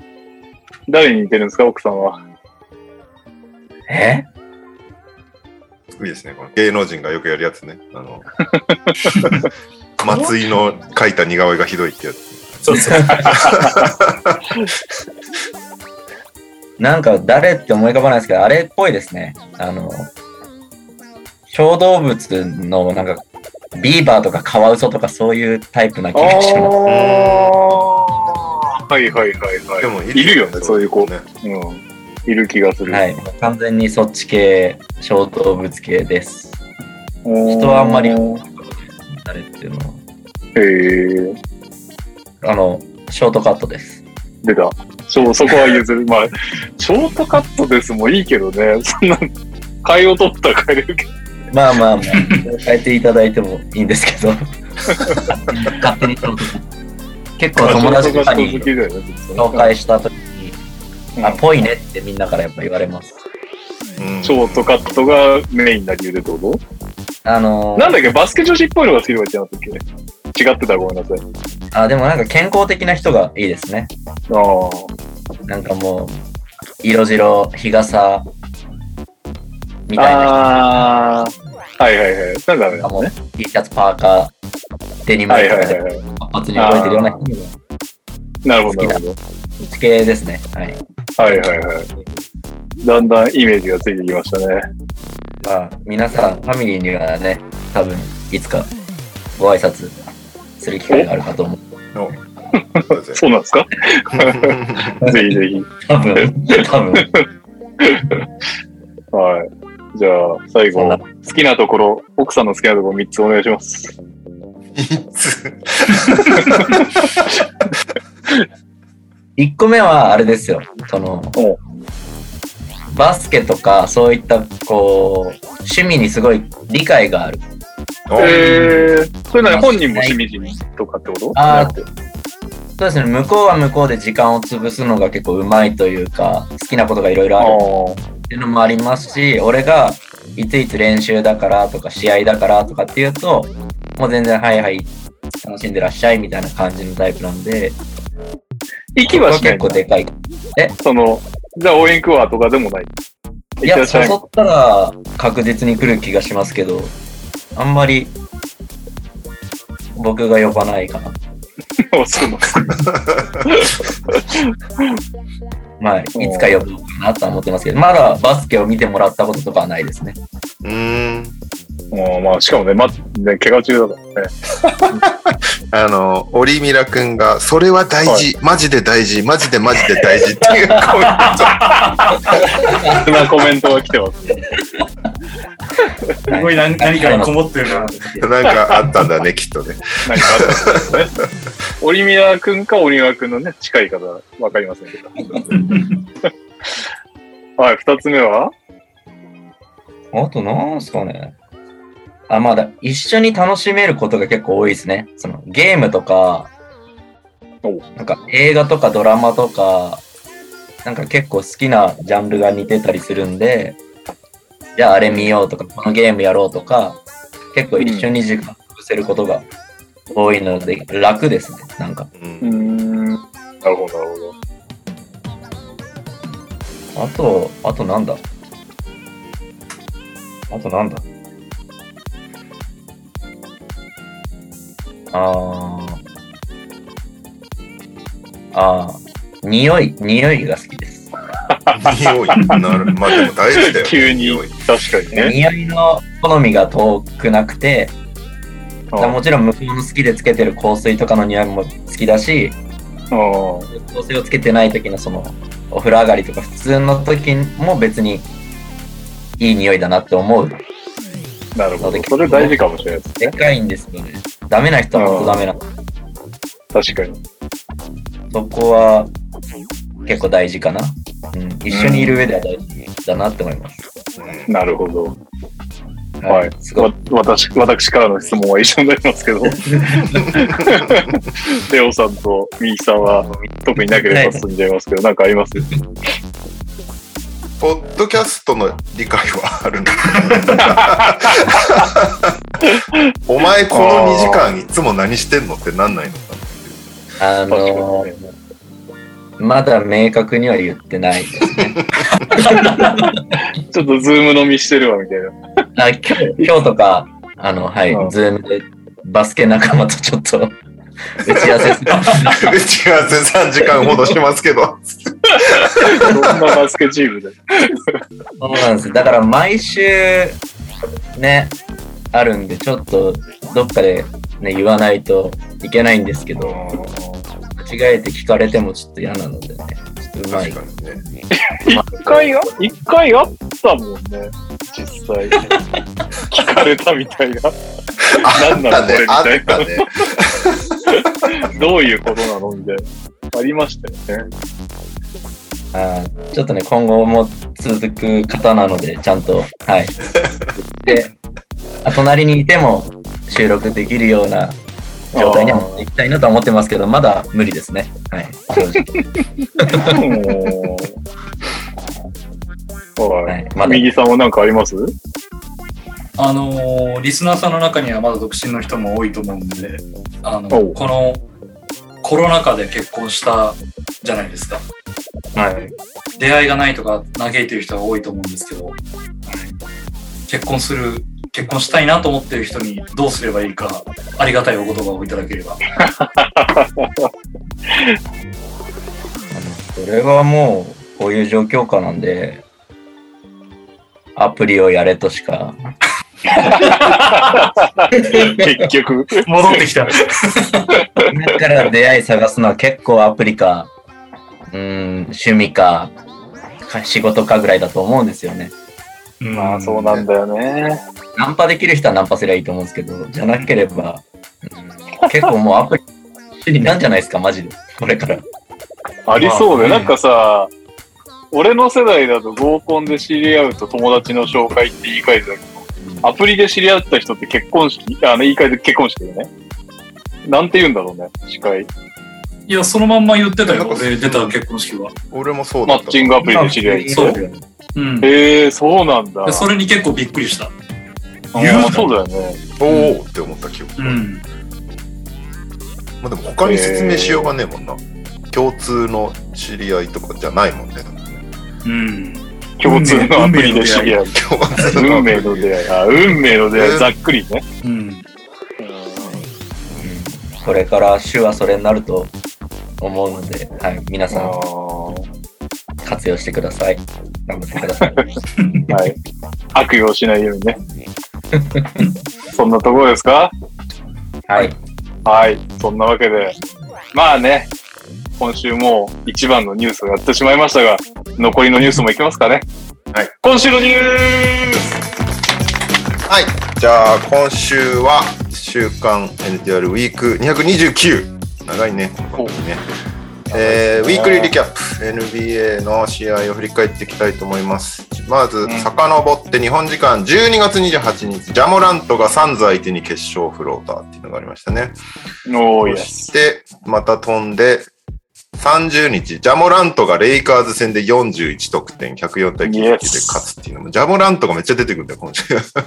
[SPEAKER 2] 誰に似てるんですか、奥さんは。
[SPEAKER 4] え
[SPEAKER 1] うん。いいですね。この芸能人がよくやるやつね。あ の、松井の書いた似顔絵がひどいってやつ。
[SPEAKER 3] そうそう
[SPEAKER 4] なんか誰って思い浮かばないですけど、あれっぽいですね。あの、小動物のなんか、ビーバーとかカワウソとかそういうタイプな気がします。
[SPEAKER 2] はいはいはいはい。
[SPEAKER 1] でも
[SPEAKER 2] いるよね、そういう子。
[SPEAKER 1] ね。
[SPEAKER 2] うん。いる気がする。
[SPEAKER 4] はい。完全にそっち系、小動物系です。
[SPEAKER 2] 人
[SPEAKER 4] 人はあんまり
[SPEAKER 2] へ
[SPEAKER 4] 誰っていうのは。
[SPEAKER 2] え、
[SPEAKER 4] あの、ショートカットです。
[SPEAKER 2] 出た。そう、そこは譲る。まあ、ショートカットですもいいけどね、そんな、買いを取ったら買えるけど。
[SPEAKER 4] まあまあまあ、変えていただいてもいいんですけど。勝手にショートカット結構友達と
[SPEAKER 2] ショート
[SPEAKER 4] か
[SPEAKER 2] カット好
[SPEAKER 4] に
[SPEAKER 2] きだよね、ずっと
[SPEAKER 4] 紹
[SPEAKER 2] ね
[SPEAKER 4] 介した時に、あ、ぽいねってみんなからやっぱ言われます。
[SPEAKER 1] うん
[SPEAKER 2] ショートカットがメインな理由でどうぞ。
[SPEAKER 4] あのー
[SPEAKER 2] なんだっけ、バスケ女子っぽいのが好きとか言ってなかったっけ違ってたらごめんなさい。
[SPEAKER 4] あ、でもなんか健康的な人がいいですね。
[SPEAKER 2] ああ
[SPEAKER 4] なんかもう、色白、日傘、みたいな
[SPEAKER 2] ああはいはいはい。それはダメだもんね。
[SPEAKER 4] T シャツ、パーカー、デニム
[SPEAKER 2] はい
[SPEAKER 4] と
[SPEAKER 2] は
[SPEAKER 4] か
[SPEAKER 2] いはいは
[SPEAKER 4] で
[SPEAKER 2] い。
[SPEAKER 4] 活発に動いてるような人が
[SPEAKER 2] なるほどなるほど。
[SPEAKER 4] そっち系ですね。はい。
[SPEAKER 2] はいはいはい。だんだんイメージがついてきましたね。
[SPEAKER 4] まあ、皆さん、ファミリーにはね、多分、いつかご挨拶する機会があるかと思う。
[SPEAKER 1] そうですね
[SPEAKER 2] そうなん ですか ぜひぜひ。
[SPEAKER 4] 多分、多分。
[SPEAKER 2] はい。じゃあ、最
[SPEAKER 4] そん
[SPEAKER 2] 後、
[SPEAKER 4] な
[SPEAKER 2] 好きなところ、奥さんの好きなところ3つお願いします。
[SPEAKER 4] 1個目は、あれですよ。その
[SPEAKER 2] お、
[SPEAKER 4] バスケとか、そういった、こう、趣味にすごい理解がある。
[SPEAKER 2] えー、それなら本人もしみじみとかってこと
[SPEAKER 4] あーそうですね、向こうは向こうで時間を潰すのが結構うまいというか、好きなことがいろいろ
[SPEAKER 2] あ
[SPEAKER 4] ある
[SPEAKER 2] ー
[SPEAKER 4] っていうのもありますし、俺がいついつ練習だからとか試合だからとかっていうと、もう全然はいはい、楽しんでらっしゃいみたいな感じのタイプなんで、
[SPEAKER 2] 息はしない
[SPEAKER 4] 結構でかい。
[SPEAKER 2] その、じゃあ応援行くわとかでもない。
[SPEAKER 4] い
[SPEAKER 2] い
[SPEAKER 4] や、
[SPEAKER 2] ら
[SPEAKER 4] 誘
[SPEAKER 2] っ
[SPEAKER 4] っ
[SPEAKER 2] しゃい。
[SPEAKER 4] たら確実に来る気がしますけど、あんまり僕が呼ばないかな。
[SPEAKER 2] そうなんです
[SPEAKER 4] まあ、いつか呼ぶのかなとは思ってますけど、まだバスケを見てもらったこととかはないですね。
[SPEAKER 1] うーん
[SPEAKER 2] もうま あ、しかもね、ま、ね、怪我中だからね。
[SPEAKER 1] あの、オリミラくんが、それは大事、マジで大事、マジでマジで大事っていう コメント。
[SPEAKER 2] そんなコメントが来てます。
[SPEAKER 3] すごい何何かにこもってるな。
[SPEAKER 1] なんかあったんだね、きっとね。
[SPEAKER 2] 何かあったんですね。オリミラ君かオリミラ君のね、近い方、わかりませんけ ど。はい、二つ目は
[SPEAKER 4] あとなんすかね。あ、まあだ、一緒に楽しめることが結構多いですね。そのゲームとか
[SPEAKER 2] お、
[SPEAKER 4] なんか映画とかドラマとか、なんか結構好きなジャンルが似てたりするんで、じゃああれ見ようとか、このゲームやろうとか、結構一緒に時間を潰せることが多いので、楽ですね。なんか。
[SPEAKER 1] うん
[SPEAKER 2] ん。なるほど、なるほど。
[SPEAKER 4] あと、あとなんだあとなんだあー。あー。匂い、匂いが好きです。
[SPEAKER 1] 匂い。なるまあでも大事だよ。
[SPEAKER 2] 急に
[SPEAKER 1] 匂い、
[SPEAKER 2] 確かにね。
[SPEAKER 4] 匂いの好みが遠くなくて、
[SPEAKER 2] あ
[SPEAKER 4] もちろん向こうの好きでつけてる香水とかの匂いも好きだし、
[SPEAKER 2] あ
[SPEAKER 4] 香水をつけてない時のその、お風呂上がりとか普通の時も別にいい匂いだなって思う
[SPEAKER 2] なるほど。それ大事かもしれないです
[SPEAKER 4] で
[SPEAKER 2] ね。
[SPEAKER 4] かいんですよね。ダメな人は本当ダメな。
[SPEAKER 2] 確かに。
[SPEAKER 4] そこは結構大事かな。うん、一緒にいる上では大事だなって思います。
[SPEAKER 2] なるほど。
[SPEAKER 4] は。
[SPEAKER 2] はいい。
[SPEAKER 4] すごい。
[SPEAKER 2] わ私、私からの質問は以上になりますけ ど。レオさんとミキさんは特になければ進んじゃいますけど、なんかあります
[SPEAKER 1] ポッドキャストの理解はあるの お前この2時間いつも何してんのってなんないのか
[SPEAKER 4] あ
[SPEAKER 2] 確かに
[SPEAKER 4] の
[SPEAKER 2] ね
[SPEAKER 4] まだ明確には言っ てないですね。
[SPEAKER 2] ちょっとズーム飲みしてるわ、みたいな。
[SPEAKER 4] あ今日、今日とか、あの、はい
[SPEAKER 2] うん、
[SPEAKER 4] ズームでバスケ仲間とちょっと打ち合わせする。
[SPEAKER 1] な。打ち合わせ3時間ほどしますけど。
[SPEAKER 2] どんなバスケチームで。
[SPEAKER 4] そうなんです。だから毎週、ね、あるんで、ちょっとどっかでね、言わないといけないんですけど、間違えて聞かれてもちょっと嫌なのでね、ちょっとうまい
[SPEAKER 1] 確。かにね。
[SPEAKER 2] 一回あ、一回あったもんね、実 際。聞かれたみたいな。何な
[SPEAKER 1] あ
[SPEAKER 2] の
[SPEAKER 1] っ
[SPEAKER 2] これみ
[SPEAKER 1] た
[SPEAKER 2] た
[SPEAKER 1] ね
[SPEAKER 2] い、
[SPEAKER 1] あったね。
[SPEAKER 2] な。どういうことなのみたいな。ありましたよね。
[SPEAKER 4] あーちょっとね、今後も続く方なので、ちゃんと、はい。 で、あ隣にいても収録できるような状態には持っていきたいなとは思ってますけど、まだ無理ですね。 はい。正直
[SPEAKER 2] もうは
[SPEAKER 4] はい
[SPEAKER 2] い。
[SPEAKER 4] まだ
[SPEAKER 2] 右さんは何かあります
[SPEAKER 3] あのーリスナーさんの中にはまだ独身の人も多いと思うんで、あの
[SPEAKER 2] おう
[SPEAKER 3] このコロナ禍で結婚したじゃないですか。
[SPEAKER 4] はい。
[SPEAKER 3] 出会いがないとか嘆いてる人が多いと思うんですけど、結婚する結婚したいなと思ってる人にどうすればいいか、ありがたいお言葉をいただければ。
[SPEAKER 4] それはもう、こういう状況下なんで、アプリをやれとしか。
[SPEAKER 2] 結局。
[SPEAKER 3] 戻ってきた。
[SPEAKER 4] だから出会い探すのは結構アプリか、うーん、趣味か、か仕事かぐらいだと思うんですよね。
[SPEAKER 2] まあそうなんだよね。
[SPEAKER 4] ナンパできる人はナンパすりゃいいと思うんですけど、じゃなければ、うん結構もうアプリなんじゃないですか、マジで。これから。
[SPEAKER 2] ありそうで、
[SPEAKER 3] まあ
[SPEAKER 2] なんかさ、俺の世代だと合コンで知り合うと友達の紹介って言い換えてたけど、アプリで知り合った人って結婚式、あの言い換えて結婚式でね。なんて言うんだろうね、司会。
[SPEAKER 3] いや、そのまんま言ってたよ、
[SPEAKER 1] なんか
[SPEAKER 3] 俺出た結婚式は。
[SPEAKER 1] 俺もそうだ
[SPEAKER 2] マ
[SPEAKER 1] っ
[SPEAKER 2] ッ
[SPEAKER 1] た。
[SPEAKER 2] チングアプリで知り合い。
[SPEAKER 3] そううん。で
[SPEAKER 2] へえー、そうなんだ。
[SPEAKER 3] それに結構びっくりした。
[SPEAKER 2] 言うそうだよね。
[SPEAKER 1] おおって思った記憶。
[SPEAKER 3] うん。
[SPEAKER 1] まあでも他に説明しようがねえもんな。共通の知り合いとかじゃないもんね。
[SPEAKER 3] うん。
[SPEAKER 2] 共通のアプリで知り合う。
[SPEAKER 1] 共通の
[SPEAKER 2] 運命の出会い。あ、運命の出会い、ざっくりね。
[SPEAKER 3] うん。
[SPEAKER 4] うんこれから週はそれになると思うので、はい、皆
[SPEAKER 2] あ
[SPEAKER 4] さん
[SPEAKER 2] ー
[SPEAKER 4] 活用してください。頑張ってください。
[SPEAKER 2] はい。悪用しないよう にね。そんなところですか
[SPEAKER 4] はい。
[SPEAKER 2] はい。そんなわけで。まあね、今週もう一番のニュースをやってしまいましたが、残りのニュースもいきますかね。
[SPEAKER 1] はい。
[SPEAKER 2] 今週のニュース
[SPEAKER 1] はい。じゃあ、今週は、週刊 NTR ウィーク229。長いね、この番組ね。えーウィークリーリキャップ、NBA の試合を振り返っていきたいと思います。まず、
[SPEAKER 2] ん
[SPEAKER 1] 遡って日本時間12月28日、ジャモラントがサンズ相手に決勝フローターっていうのがありましたね。
[SPEAKER 2] おー、
[SPEAKER 1] そして、また飛んで、30日、ジャモラントがレイカーズ戦で41得点、104対99で
[SPEAKER 2] Yes
[SPEAKER 1] 勝つっていうのも、ジャモラントがめっちゃ出てくるんだよ、今週。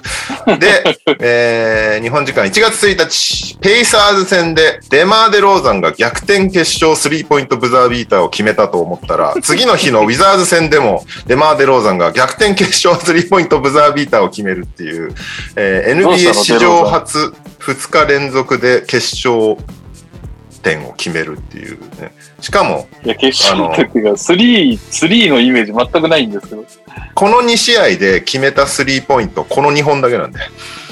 [SPEAKER 1] で、えー日本時間1月1日、ペイサーズ戦でデマーデローザンが逆転決勝スリーポイントブザービーターを決めたと思ったら、次の日のウィザーズ戦でもデマーデローザンが逆転決勝スリーポイントブザービーターを決めるっていう、えー
[SPEAKER 2] どうした
[SPEAKER 1] NBA
[SPEAKER 2] の
[SPEAKER 1] 史上初2日連続で決勝点を決めるっていうね。しかも、
[SPEAKER 2] いや、決勝の時が、スリー、スリーのイメージ全くないんですけど。
[SPEAKER 1] この2試合で決めたスリーポイント、この2本だけなんで。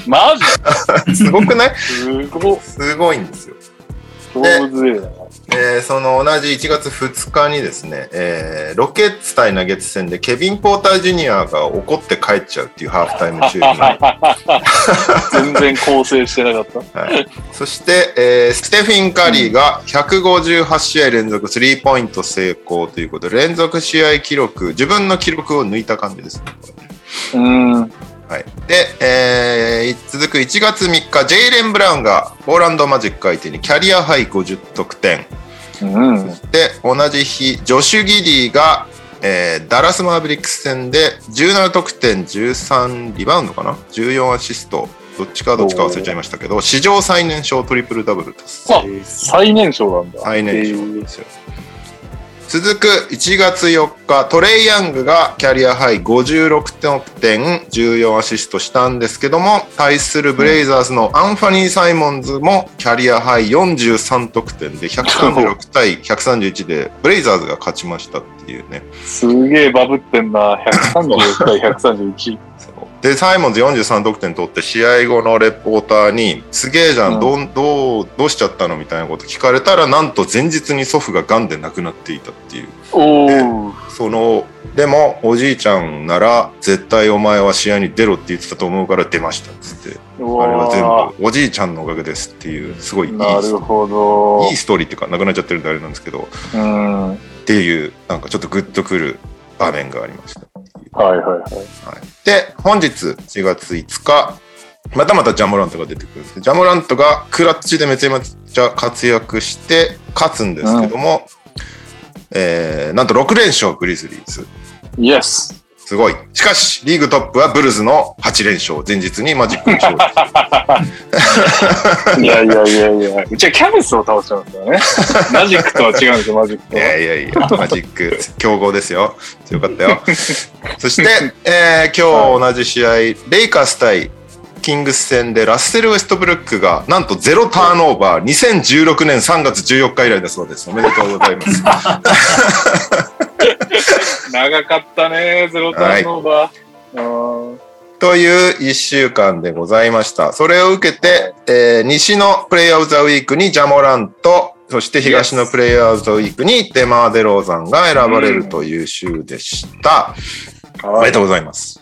[SPEAKER 2] マジ
[SPEAKER 1] すごくない
[SPEAKER 2] すごっ。
[SPEAKER 1] すごいんですよ。
[SPEAKER 2] 上手だな。
[SPEAKER 1] えーその同じ1月2日にですね、えーロケッツ対ナゲッツ戦でケビン・ポーター・ジュニアが怒って帰っちゃうっていうハーフタイム中 に、は
[SPEAKER 2] 全然構成してなかった。
[SPEAKER 1] い、そして、えーステフィン・カリーが158試合連続スリーポイント成功ということで連続試合記録自分の記録を抜いた感じですね。これ
[SPEAKER 2] うん。
[SPEAKER 1] はい、で、えー続く1月3日ジェイレン・ブラウンがポーランド・マジック相手にキャリアハイ50得点
[SPEAKER 2] うん。
[SPEAKER 1] で同じ日ジョシュ・ギディが、えーダラス・マーブリックス戦で17得点13リバウンドかな14アシストどっちかどっちか忘れちゃいましたけど史上最年少トリプルダブルです
[SPEAKER 2] あ、最年少なんだ。
[SPEAKER 1] 最年少
[SPEAKER 2] え
[SPEAKER 1] ですよ、続く1月4日トレイ・ヤングがキャリアハイ56得点14アシストしたんですけども対するブレイザーズのアンファニー・サイモンズもキャリアハイ43得点で136対131でブレイザーズが勝ちましたっていうね
[SPEAKER 2] ーすげえバブってんな。130対131。
[SPEAKER 1] でサイモンズ43得点取って試合後のレポーターに「すげえじゃん、
[SPEAKER 2] うん
[SPEAKER 1] どんどうどうしちゃったの?」みたいなこと聞かれたらなんと前日に祖父が癌で亡くなっていたっていう。
[SPEAKER 2] おー。
[SPEAKER 1] そのでもおじいちゃんなら絶対お前は試合に出ろって言ってたと思うから出ましたっつって
[SPEAKER 2] う
[SPEAKER 1] あれ
[SPEAKER 2] わ
[SPEAKER 1] は全部おじいちゃんのおかげですっていうすごいいい
[SPEAKER 2] なるほど。
[SPEAKER 1] いいストーリーっていうかなくなっちゃってるんであれなんですけどっ
[SPEAKER 2] うん。はい
[SPEAKER 1] ていうなんかちょっとグッとくる場面がありました
[SPEAKER 2] はいはい。
[SPEAKER 1] で本日4月5日またまたジャモラントが出てくるんですけどジャモラントがクラッチでめちゃめちゃ活躍して勝つんですけども、えーなんと6連勝グリズリーズ
[SPEAKER 2] イエス。
[SPEAKER 1] すごい。しかし、リーグトップはブルズの8連勝。前日にマジックに勝利。
[SPEAKER 2] いやいやいやいや。うちはキャベツを倒しちゃうんだよ ね。マジックとは違うんですよ、マジック
[SPEAKER 1] い
[SPEAKER 2] は。
[SPEAKER 1] やいやいや、マジック、強豪ですよ。強かったよ。そして、えー今日同じ試合、レイカース対キングス戦でラッセル・ウェストブルックがなんとゼロターンオーバー2016年3月14日以来だそうですおめでとうございます
[SPEAKER 2] 長かったね、ゼロターンオーバー。
[SPEAKER 1] という1週間でございましたそれを受けて、えー西のプレイヤーオブザウィークにジャモランとそして東のプレイヤーオブザウィークにデマーデローザンが選ばれるという週でした、
[SPEAKER 2] あー
[SPEAKER 1] お
[SPEAKER 2] は
[SPEAKER 1] め
[SPEAKER 2] い
[SPEAKER 1] でとうございます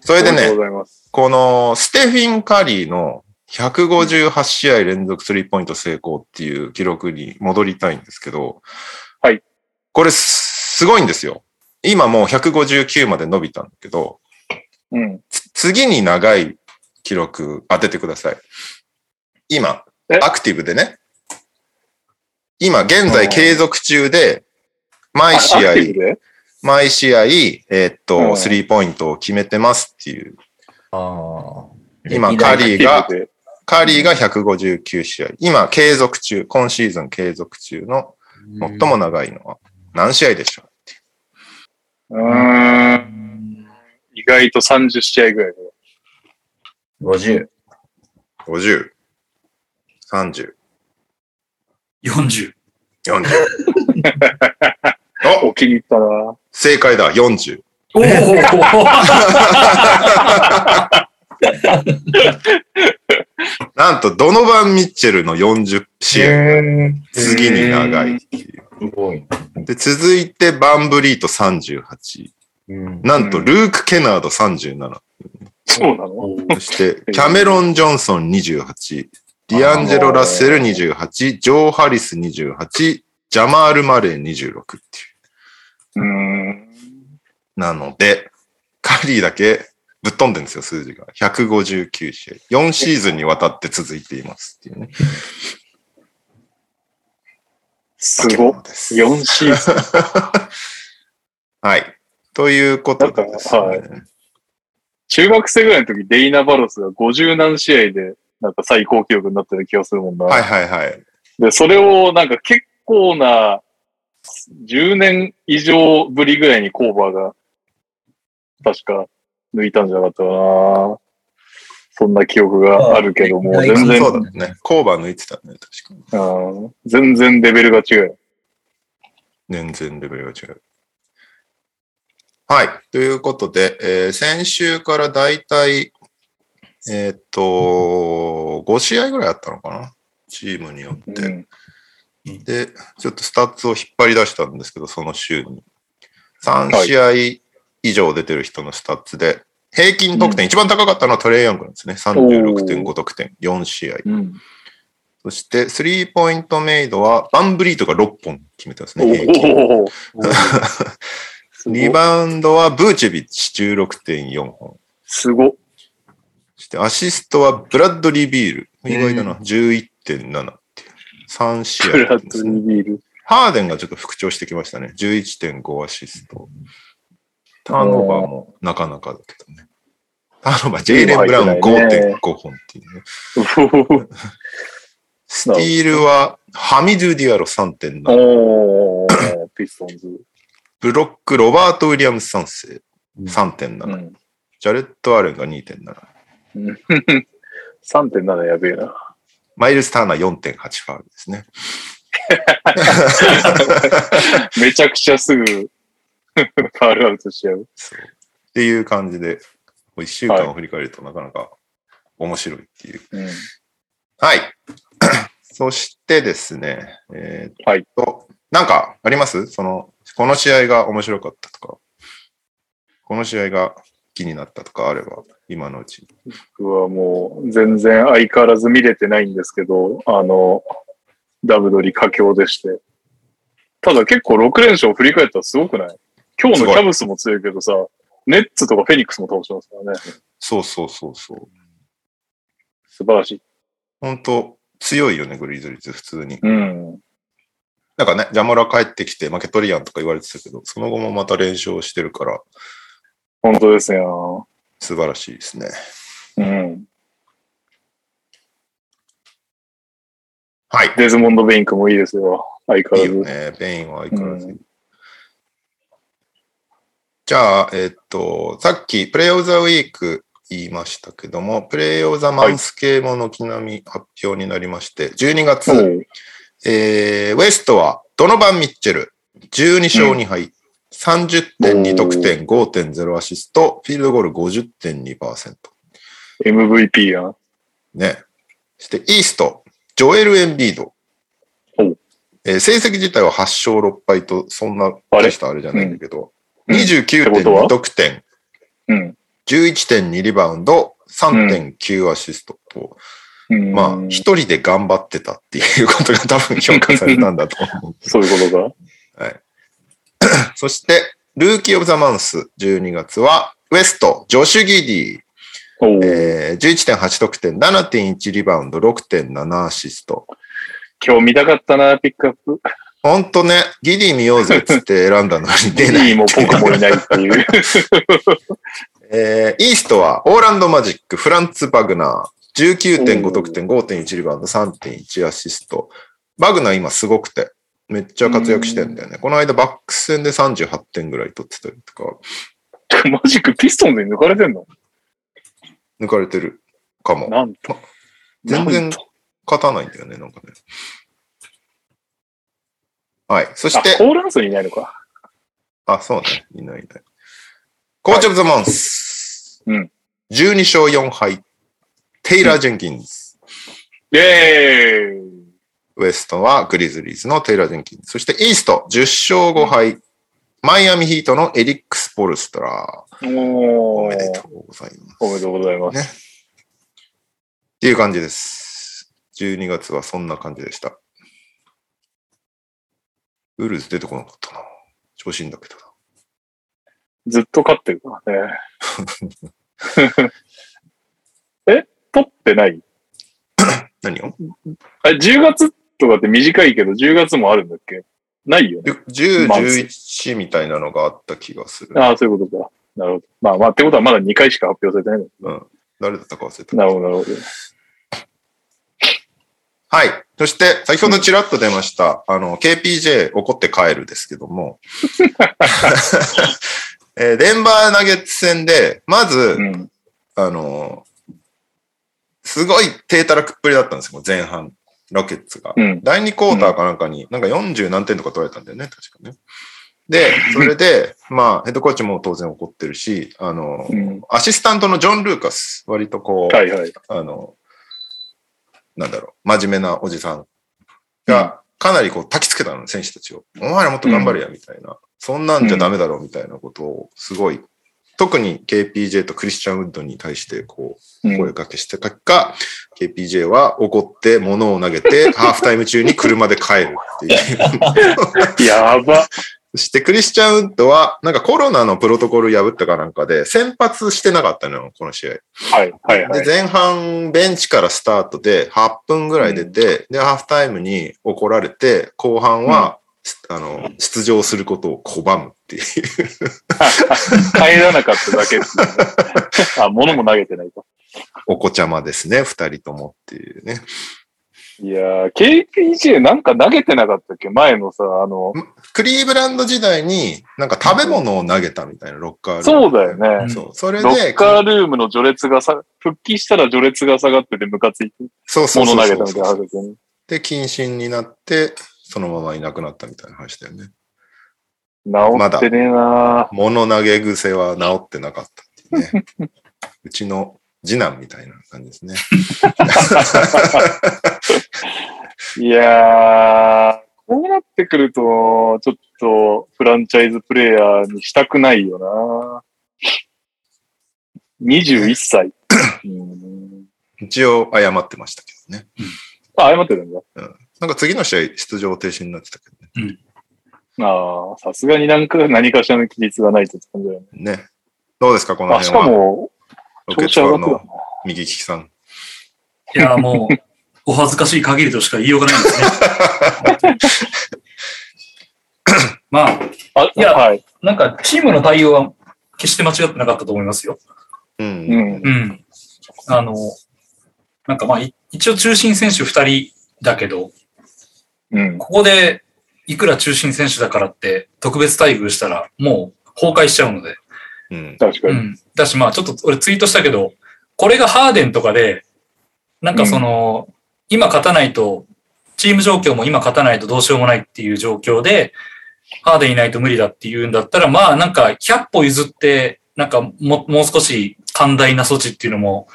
[SPEAKER 1] それで
[SPEAKER 2] ありがとう
[SPEAKER 1] ね
[SPEAKER 2] ございます。
[SPEAKER 1] このステフィン・カリーの158試合連続スリーポイント成功っていう記録に戻りたいんですけど、
[SPEAKER 2] はい。
[SPEAKER 1] これすすごいんですよ。今もう159まで伸びたんだけど、
[SPEAKER 2] うん。
[SPEAKER 1] つ次に長い記録当ててください。今
[SPEAKER 2] え、
[SPEAKER 1] アクティブでね。今、現在継続中で、毎試
[SPEAKER 2] あ
[SPEAKER 1] 合
[SPEAKER 2] アク、ティブで
[SPEAKER 1] 毎試合、えーっ
[SPEAKER 2] う
[SPEAKER 1] と、
[SPEAKER 2] ん
[SPEAKER 1] スリーポイントを決めてますっていう。
[SPEAKER 4] ああ。
[SPEAKER 1] 今、
[SPEAKER 4] 歴
[SPEAKER 1] カ
[SPEAKER 4] 代
[SPEAKER 1] リー
[SPEAKER 2] ア
[SPEAKER 1] が
[SPEAKER 2] クティブで
[SPEAKER 1] カーリーが159試合。今、継続中、今シーズン継続中の最も長いのは何試合でしょう
[SPEAKER 2] うーん。意外と30試合ぐらいだよ。
[SPEAKER 4] 50。
[SPEAKER 1] ?50、30、
[SPEAKER 3] 40。
[SPEAKER 1] 40。お
[SPEAKER 2] お、気に入ったな。
[SPEAKER 1] 正解だ、40。
[SPEAKER 3] おお
[SPEAKER 1] なんと、ドノバン・ミッチェルの40試合。
[SPEAKER 4] ー、
[SPEAKER 1] 次に長いっていう。
[SPEAKER 4] すごい。
[SPEAKER 1] で、続いて、バンブリート38。
[SPEAKER 4] うん。
[SPEAKER 1] なんと、ルーク・ケナード37。
[SPEAKER 2] そうなの
[SPEAKER 1] そして、キャメロン・ジョンソン28、ディアンジェロ・ラッセル28、ジョー・ハリス28、ジャマール・マレー26っていう
[SPEAKER 2] ーん。
[SPEAKER 1] う。なので、カリーだけぶっ飛んでるんですよ、数字が。159試合。4シーズンにわたって続いていますっていうね。
[SPEAKER 2] すごっ。
[SPEAKER 1] 化け物です。
[SPEAKER 2] 4シーズン。
[SPEAKER 1] はい。ということでですね。
[SPEAKER 2] なん中学生ぐらいの時、デイナ・バロスが50何試合で、なんか最高記録になってる気がするもんな。
[SPEAKER 1] はいはいはい。
[SPEAKER 2] で、それをなんか結構な、10年以上ぶりぐらいにコーバーが、確か抜いたんじゃなかったかな。そんな記憶があるけども、
[SPEAKER 4] ああ
[SPEAKER 2] 全然
[SPEAKER 1] そう、だね。コーバー抜いてたね、確かに。
[SPEAKER 2] うん全然レベルが違う。
[SPEAKER 1] 全然レベルが違う。はい。ということで、えー先週からだいたい、えーっと、5試合ぐらいあったのかなチームによっ
[SPEAKER 2] うん
[SPEAKER 1] て。で、ちょっとスタッツを引っ張り出したんですけど、その週に。3試合以上出てる人のスタッツで、平均得点、一番高かったのはトレイヤングなんですね。36.5得点、4試合。
[SPEAKER 2] うん
[SPEAKER 1] そして、スリーポイントメイドは、バンブリートが6本決めてます
[SPEAKER 2] お
[SPEAKER 1] ね、平均。
[SPEAKER 2] おす
[SPEAKER 1] リ
[SPEAKER 2] ご
[SPEAKER 1] バウンドはブーチェビッチ16.4本。
[SPEAKER 2] すごっ
[SPEAKER 1] そしてアシストはブラッドリー・ビール。
[SPEAKER 4] ん
[SPEAKER 1] 意外だな。11.7っていう。3試
[SPEAKER 2] プ
[SPEAKER 1] 合
[SPEAKER 2] ラ
[SPEAKER 1] で
[SPEAKER 2] ト
[SPEAKER 1] す
[SPEAKER 2] リ
[SPEAKER 1] ね。
[SPEAKER 2] ービール。
[SPEAKER 1] ハーデンがちょっと復調してきましたね。11.5アシスト。ターンオーバーもなかなかだけどね。ターンオーバー、ジェイレン・ブラウン5.5本っていうね。スティールはハミドゥ・ディアロ3.7。
[SPEAKER 2] おおピストンズ。
[SPEAKER 1] ブロック、ロバート・ウィリアムス3世
[SPEAKER 2] う
[SPEAKER 1] 3.7。
[SPEAKER 2] ん
[SPEAKER 1] ジャレット・アレンが2.7。
[SPEAKER 2] 3.7やべえな。
[SPEAKER 1] マイルス・ターナー4.8ファウルですね。
[SPEAKER 2] めちゃくちゃすぐ ファールアウトしちゃう。
[SPEAKER 1] そうっていう感じで、1週間を振り返るとなかなか面白いっていう。
[SPEAKER 2] うん
[SPEAKER 1] はい。 そしてですね、えー
[SPEAKER 2] はい
[SPEAKER 1] っと、なんかありますその、この試合が面白かったとか、この試合が気になったとかあれば、今のうち。
[SPEAKER 2] 僕はもう全然相変わらず見れてないんですけど、あの、ダブドリ佳境でして。ただ結構6連勝振り返ったらすごくない今日のキャブスも強いけどさ、ネッツとかフェニックスも倒してますからね。
[SPEAKER 1] そうそうそうそう。
[SPEAKER 2] 素晴らしい。
[SPEAKER 1] 本当強いよね、グリズリーズ、普通に。
[SPEAKER 2] うん。
[SPEAKER 1] なんかね、ジャモラ帰ってきて、負け取りやんとか言われてたけど、その後もまた連勝してるから、
[SPEAKER 2] 本当ですよ。
[SPEAKER 1] 素晴らしいですね。
[SPEAKER 2] うん。
[SPEAKER 1] はい。
[SPEAKER 2] デズモンド・ベインクもいいですよ。相
[SPEAKER 1] いい
[SPEAKER 2] 変
[SPEAKER 1] よ
[SPEAKER 2] わらず。
[SPEAKER 1] ね。ペインは相変わらずいい。
[SPEAKER 2] う
[SPEAKER 1] じゃあ、えっと、さっき、プレイオブザウィーク言いましたけども、プレイオーザマンス系も軒並み発表になりまして、12月、えーウエストはドノバン・ミッチェル、12勝2敗、30.2得点、5.0アシスト、フィールドゴール50.2%。
[SPEAKER 2] MVP やん。
[SPEAKER 1] ね。そして、イースト、ジョエル・エンビード
[SPEAKER 2] お。
[SPEAKER 1] えー成績自体は8勝6敗と、そんな
[SPEAKER 2] あれ
[SPEAKER 1] 大したあれじゃないんだけど、
[SPEAKER 2] うんってこ
[SPEAKER 1] 29.2
[SPEAKER 2] とは
[SPEAKER 1] 得点、
[SPEAKER 2] うん。
[SPEAKER 1] 11.2リバウンド、3.9アシストと、
[SPEAKER 2] うん
[SPEAKER 1] まあ、一人で頑張ってたっていうことが多分評価されたんだと思 う。
[SPEAKER 2] そういうことか。
[SPEAKER 1] そして、ルーキー・オブ・ザ・マンス、12月は、ウエスト、ジョシュ・ギディ、
[SPEAKER 2] おう
[SPEAKER 1] えー、11.8得点、7.1リバウンド、6.7アシスト。
[SPEAKER 2] 今日見たかったな、ピックアップ。
[SPEAKER 1] ほんとね、ギディ見ようぜっつって選んだのに出ない
[SPEAKER 2] いいも僕もいないっていう。
[SPEAKER 1] えーイーストはオーランドマジック、フランツ・バグナー、19.5得点、5.1リバウンド、3.1アシスト。バグナー今すごくて、めっちゃ活躍してんだよね。この間バックス戦で38点ぐらい取ってたりとか、
[SPEAKER 2] マジックピストンで抜かれてんの
[SPEAKER 1] 抜かれてるかも。
[SPEAKER 2] なんと。
[SPEAKER 1] 全
[SPEAKER 2] なん
[SPEAKER 1] 然
[SPEAKER 2] と
[SPEAKER 1] 勝たないんだよね、なんかね。はい。そし
[SPEAKER 2] あ、
[SPEAKER 1] て、
[SPEAKER 2] コーランスにいないのか。
[SPEAKER 1] あ、そうね。いないいない。コーチ・オブ・ザ・マンス。
[SPEAKER 2] うん
[SPEAKER 1] 12勝4敗。テイラー・ジェンキンズ。
[SPEAKER 2] イェーイ
[SPEAKER 1] ウエストはグリズリーズのテイラー・ジェンキンズ。そしてイースト、10勝5敗。マイアミヒートのエリックス・ポルストラ。
[SPEAKER 2] お
[SPEAKER 1] おめで
[SPEAKER 2] ー
[SPEAKER 1] とうございます。
[SPEAKER 2] おめでとうございます。
[SPEAKER 1] っていう感じです。12月はそんな感じでした。ウルズ出てこなかったな。調子いいんだけどな。
[SPEAKER 2] ずっと勝ってるからね。 え取ってない
[SPEAKER 1] 何を
[SPEAKER 2] あ ?10 月とかって短いけど、10月もあるんだっけないよね。
[SPEAKER 1] ?10、
[SPEAKER 2] マンス
[SPEAKER 1] 11みたいなのがあった気がする。
[SPEAKER 2] ああ、そういうことか。なるほど。まあまあ、ってことはまだ2回しか発表されてないの
[SPEAKER 1] 誰だったか忘れた。
[SPEAKER 2] なるほど、なるほど。
[SPEAKER 1] はい。そして、先ほどちらっと出ました、あの、KPJ 怒って帰るですけど も、えーデンバーナゲッツ戦で、まず、
[SPEAKER 2] うん。
[SPEAKER 1] あの、すごい低たらくっぷりだったんですよ、前半、ロケッツが。
[SPEAKER 2] うん。
[SPEAKER 1] 第2クォーターかなんかに、なんか40何点とか取られたんだよね、確かね。で、それで、まあ、ヘッドコーチも当然怒ってるし、あの、
[SPEAKER 2] うん
[SPEAKER 1] アシスタントのジョン・ルーカス、割とこう、
[SPEAKER 2] はいはい。
[SPEAKER 1] あの、なんだろう、真面目なおじさんが、かなりこう、焚きつけたの、選手たちを。お前らもっと頑張れや、みたいな。そんなんじゃダメだろ、みたいなことを、すごい、特に KPJ とクリスチャン・ウッドに対して、こ
[SPEAKER 2] う
[SPEAKER 1] う、
[SPEAKER 2] ん
[SPEAKER 1] 声かけしてた結果、KPJ は怒って、物を投げて、ハーフタイム中に車で帰るっていう。
[SPEAKER 2] やば。
[SPEAKER 1] そして、クリスチャン・ウッドは、なんかコロナのプロトコル破ったかなんかで、先発してなかったのよ、この試合。
[SPEAKER 2] はいはいは
[SPEAKER 1] で
[SPEAKER 2] い。
[SPEAKER 1] 前半、ベンチからスタートで8分ぐらい出て、で、ハーフタイムに怒られて、後半は、すあの、出場することを拒むっていう。
[SPEAKER 2] 帰らなかっただけですね、あ、物も投げてないと。
[SPEAKER 1] お子ちゃまですね、二人ともっていうね。
[SPEAKER 2] いやー、KPJ なんか投げてなかったっけ前のさ、あの、
[SPEAKER 1] クリーブランド時代に、なんか食べ物を投げたみたいな、ロッカールー
[SPEAKER 2] そ
[SPEAKER 1] ム
[SPEAKER 2] うだよね。
[SPEAKER 1] そう。それ
[SPEAKER 2] ロッ
[SPEAKER 1] で、
[SPEAKER 2] カールームの序列がさ、復帰したら序列が下がっててムカついて、
[SPEAKER 1] そうそう
[SPEAKER 2] 物
[SPEAKER 1] そ
[SPEAKER 2] 投
[SPEAKER 1] う
[SPEAKER 2] げた
[SPEAKER 1] そう
[SPEAKER 2] みたいな話ですよね。
[SPEAKER 1] で、謹慎になって、そのままいなくなったみたいな話だよね。
[SPEAKER 2] 治ってねえな
[SPEAKER 1] 物投げ癖は治ってなかったっていうね。 うちの次男みたいな感じですね。
[SPEAKER 2] いやー、こうなってくると、ちょっとフランチャイズプレイヤーにしたくないよな21歳。うん
[SPEAKER 1] 一応謝ってましたけどね。
[SPEAKER 2] あ、謝ってるんだ。
[SPEAKER 1] なんか次の試合出場停止になってたけどね。
[SPEAKER 2] ああ、さすがになんか何かしらの規律がないとって感じだよね。
[SPEAKER 1] ね。どうですかこの
[SPEAKER 2] あ、し
[SPEAKER 1] 辺
[SPEAKER 2] か
[SPEAKER 1] は。
[SPEAKER 2] も、
[SPEAKER 1] ロケ
[SPEAKER 2] 調
[SPEAKER 1] ッ
[SPEAKER 2] 子
[SPEAKER 1] ト
[SPEAKER 2] 上がって
[SPEAKER 1] の右利きさん。
[SPEAKER 3] いや、もう、お恥ずかしい限りとしか言いようがないんですね。 まあ、
[SPEAKER 2] たな。あ、
[SPEAKER 3] いや
[SPEAKER 2] はい。
[SPEAKER 3] なんかチームの対応は決して間違ってなかったと思いますよ。
[SPEAKER 1] うん。
[SPEAKER 2] うん
[SPEAKER 3] うん。あの、なんかまあ、い一応中心選手2人だけど、
[SPEAKER 2] うん。
[SPEAKER 3] ここでいくら中心選手だからって特別待遇したらもう崩壊しちゃうので、
[SPEAKER 1] うん。
[SPEAKER 2] 確か
[SPEAKER 3] う
[SPEAKER 2] に。
[SPEAKER 3] ん。だし、まあちょっと俺ツイートしたけど、これがハーデンとかで、なんかその、今勝たないと、チーム状況も今勝たないとどうしようもないっていう状況で、ハーデンいないと無理だっていうんだったら、まあなんか100歩譲って、なんかももう少し寛大な措置っていうのも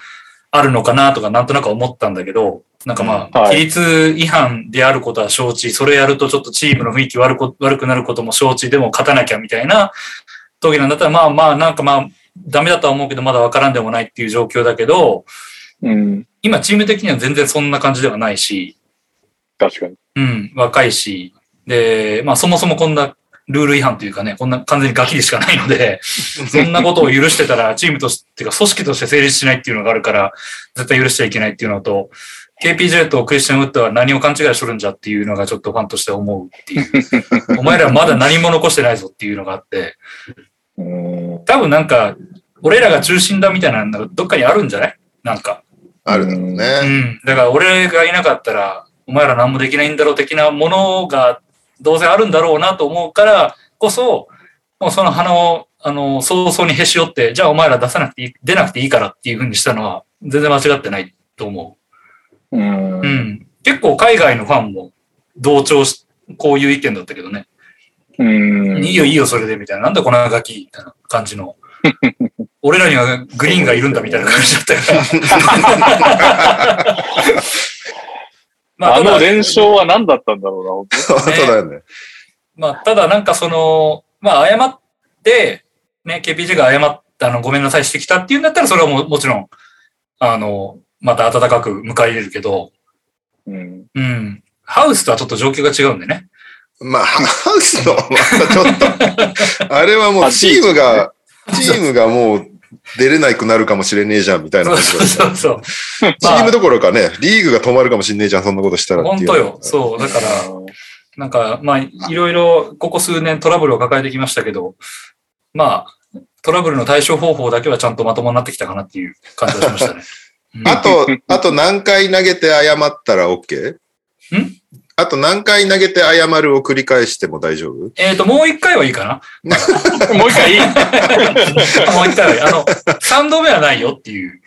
[SPEAKER 3] あるのかなとかなんとなく思ったんだけど、なんかまあ、
[SPEAKER 2] はい
[SPEAKER 3] 規律違反であることは承知、それやるとちょっとチームの雰囲気悪こ悪くなることも承知でも勝たなきゃみたいな時なんだったら、まあまあ、なんかまあ、ダメだとは思うけど、まだわからんでもないっていう状況だけど、
[SPEAKER 2] うん。
[SPEAKER 3] 今チーム的には全然そんな感じではないし、
[SPEAKER 2] 確かに。
[SPEAKER 3] うん、若いし、で、まあそもそもこんなルール違反というかね、こんな完全にガキでしかないので、そんなことを許してたらチームとして、てか組織として成立しないっていうのがあるから、絶対許しちゃいけないっていうのと、KPJ とクリスチャン・ウッドは何を勘違いしとるんじゃっていうのがちょっとファンとして思うっていう。お前らまだ何も残してないぞっていうのがあって、
[SPEAKER 2] うん。
[SPEAKER 3] 多分なんか、俺らが中心だみたいなのがどっかにあるんじゃないなんか。
[SPEAKER 1] あるだろう
[SPEAKER 3] う
[SPEAKER 1] ね。
[SPEAKER 3] ん。だから俺がいなかったら、お前ら何もできないんだろう的なものが、どうせあるんだろうなと思うからこそ、もうその鼻を、あの、早々にへし折って、じゃあお前ら出さなくていい、出なくていいからっていうふうにしたのは、全然間違ってないと思
[SPEAKER 2] う。
[SPEAKER 3] う。うんん。結構海外のファンも同調し、こういう意見だったけどね。
[SPEAKER 2] うん。
[SPEAKER 3] いいよいいよそれでみたいな。なんだこのガキみたいな感 じの。俺らにはグリーンがいるんだみたいな感じだったから。 まあ、
[SPEAKER 2] あ
[SPEAKER 3] ただ
[SPEAKER 2] の連勝は何だったんだろうな、本当に
[SPEAKER 1] そうだよね。
[SPEAKER 3] まあ、ただなんかその、まあ、謝って、ね、KPJ が謝ったあの、ごめんなさいしてきたっていうんだったら、それはもうもちろん、あの、また温かく迎え入れるけど、
[SPEAKER 2] うん。
[SPEAKER 3] うん。ハウスとはちょっと状況が違うんでね。
[SPEAKER 1] まあ、ハウスの、またちょっと、あれはもうチームが、チームがもう出れなくなるかもしれねえじゃんみたいな
[SPEAKER 3] そう
[SPEAKER 1] 話
[SPEAKER 3] そう
[SPEAKER 1] だ
[SPEAKER 3] そ
[SPEAKER 1] よ
[SPEAKER 3] う
[SPEAKER 1] ね。
[SPEAKER 3] そう。
[SPEAKER 1] チームどころかね、リーグが止まるかもしれねえじゃん、そんなことしたらっていう。
[SPEAKER 3] 本当よ。そう。だから、なんか、まあ、いろいろ、ここ数年トラブルを抱えてきましたけど、まあ、トラブルの対処方法だけはちゃんとまともになってきたかなっていう感じがしました ね。うん
[SPEAKER 1] あ と、あと何回投げて謝ったら OK?
[SPEAKER 3] ん
[SPEAKER 1] あと何回投げて謝るを繰り返しても大丈夫
[SPEAKER 3] えっ、と、もう一回はいいかな
[SPEAKER 2] もう一 回いい
[SPEAKER 3] もう一回はいい。あの、三度目はないよっていう。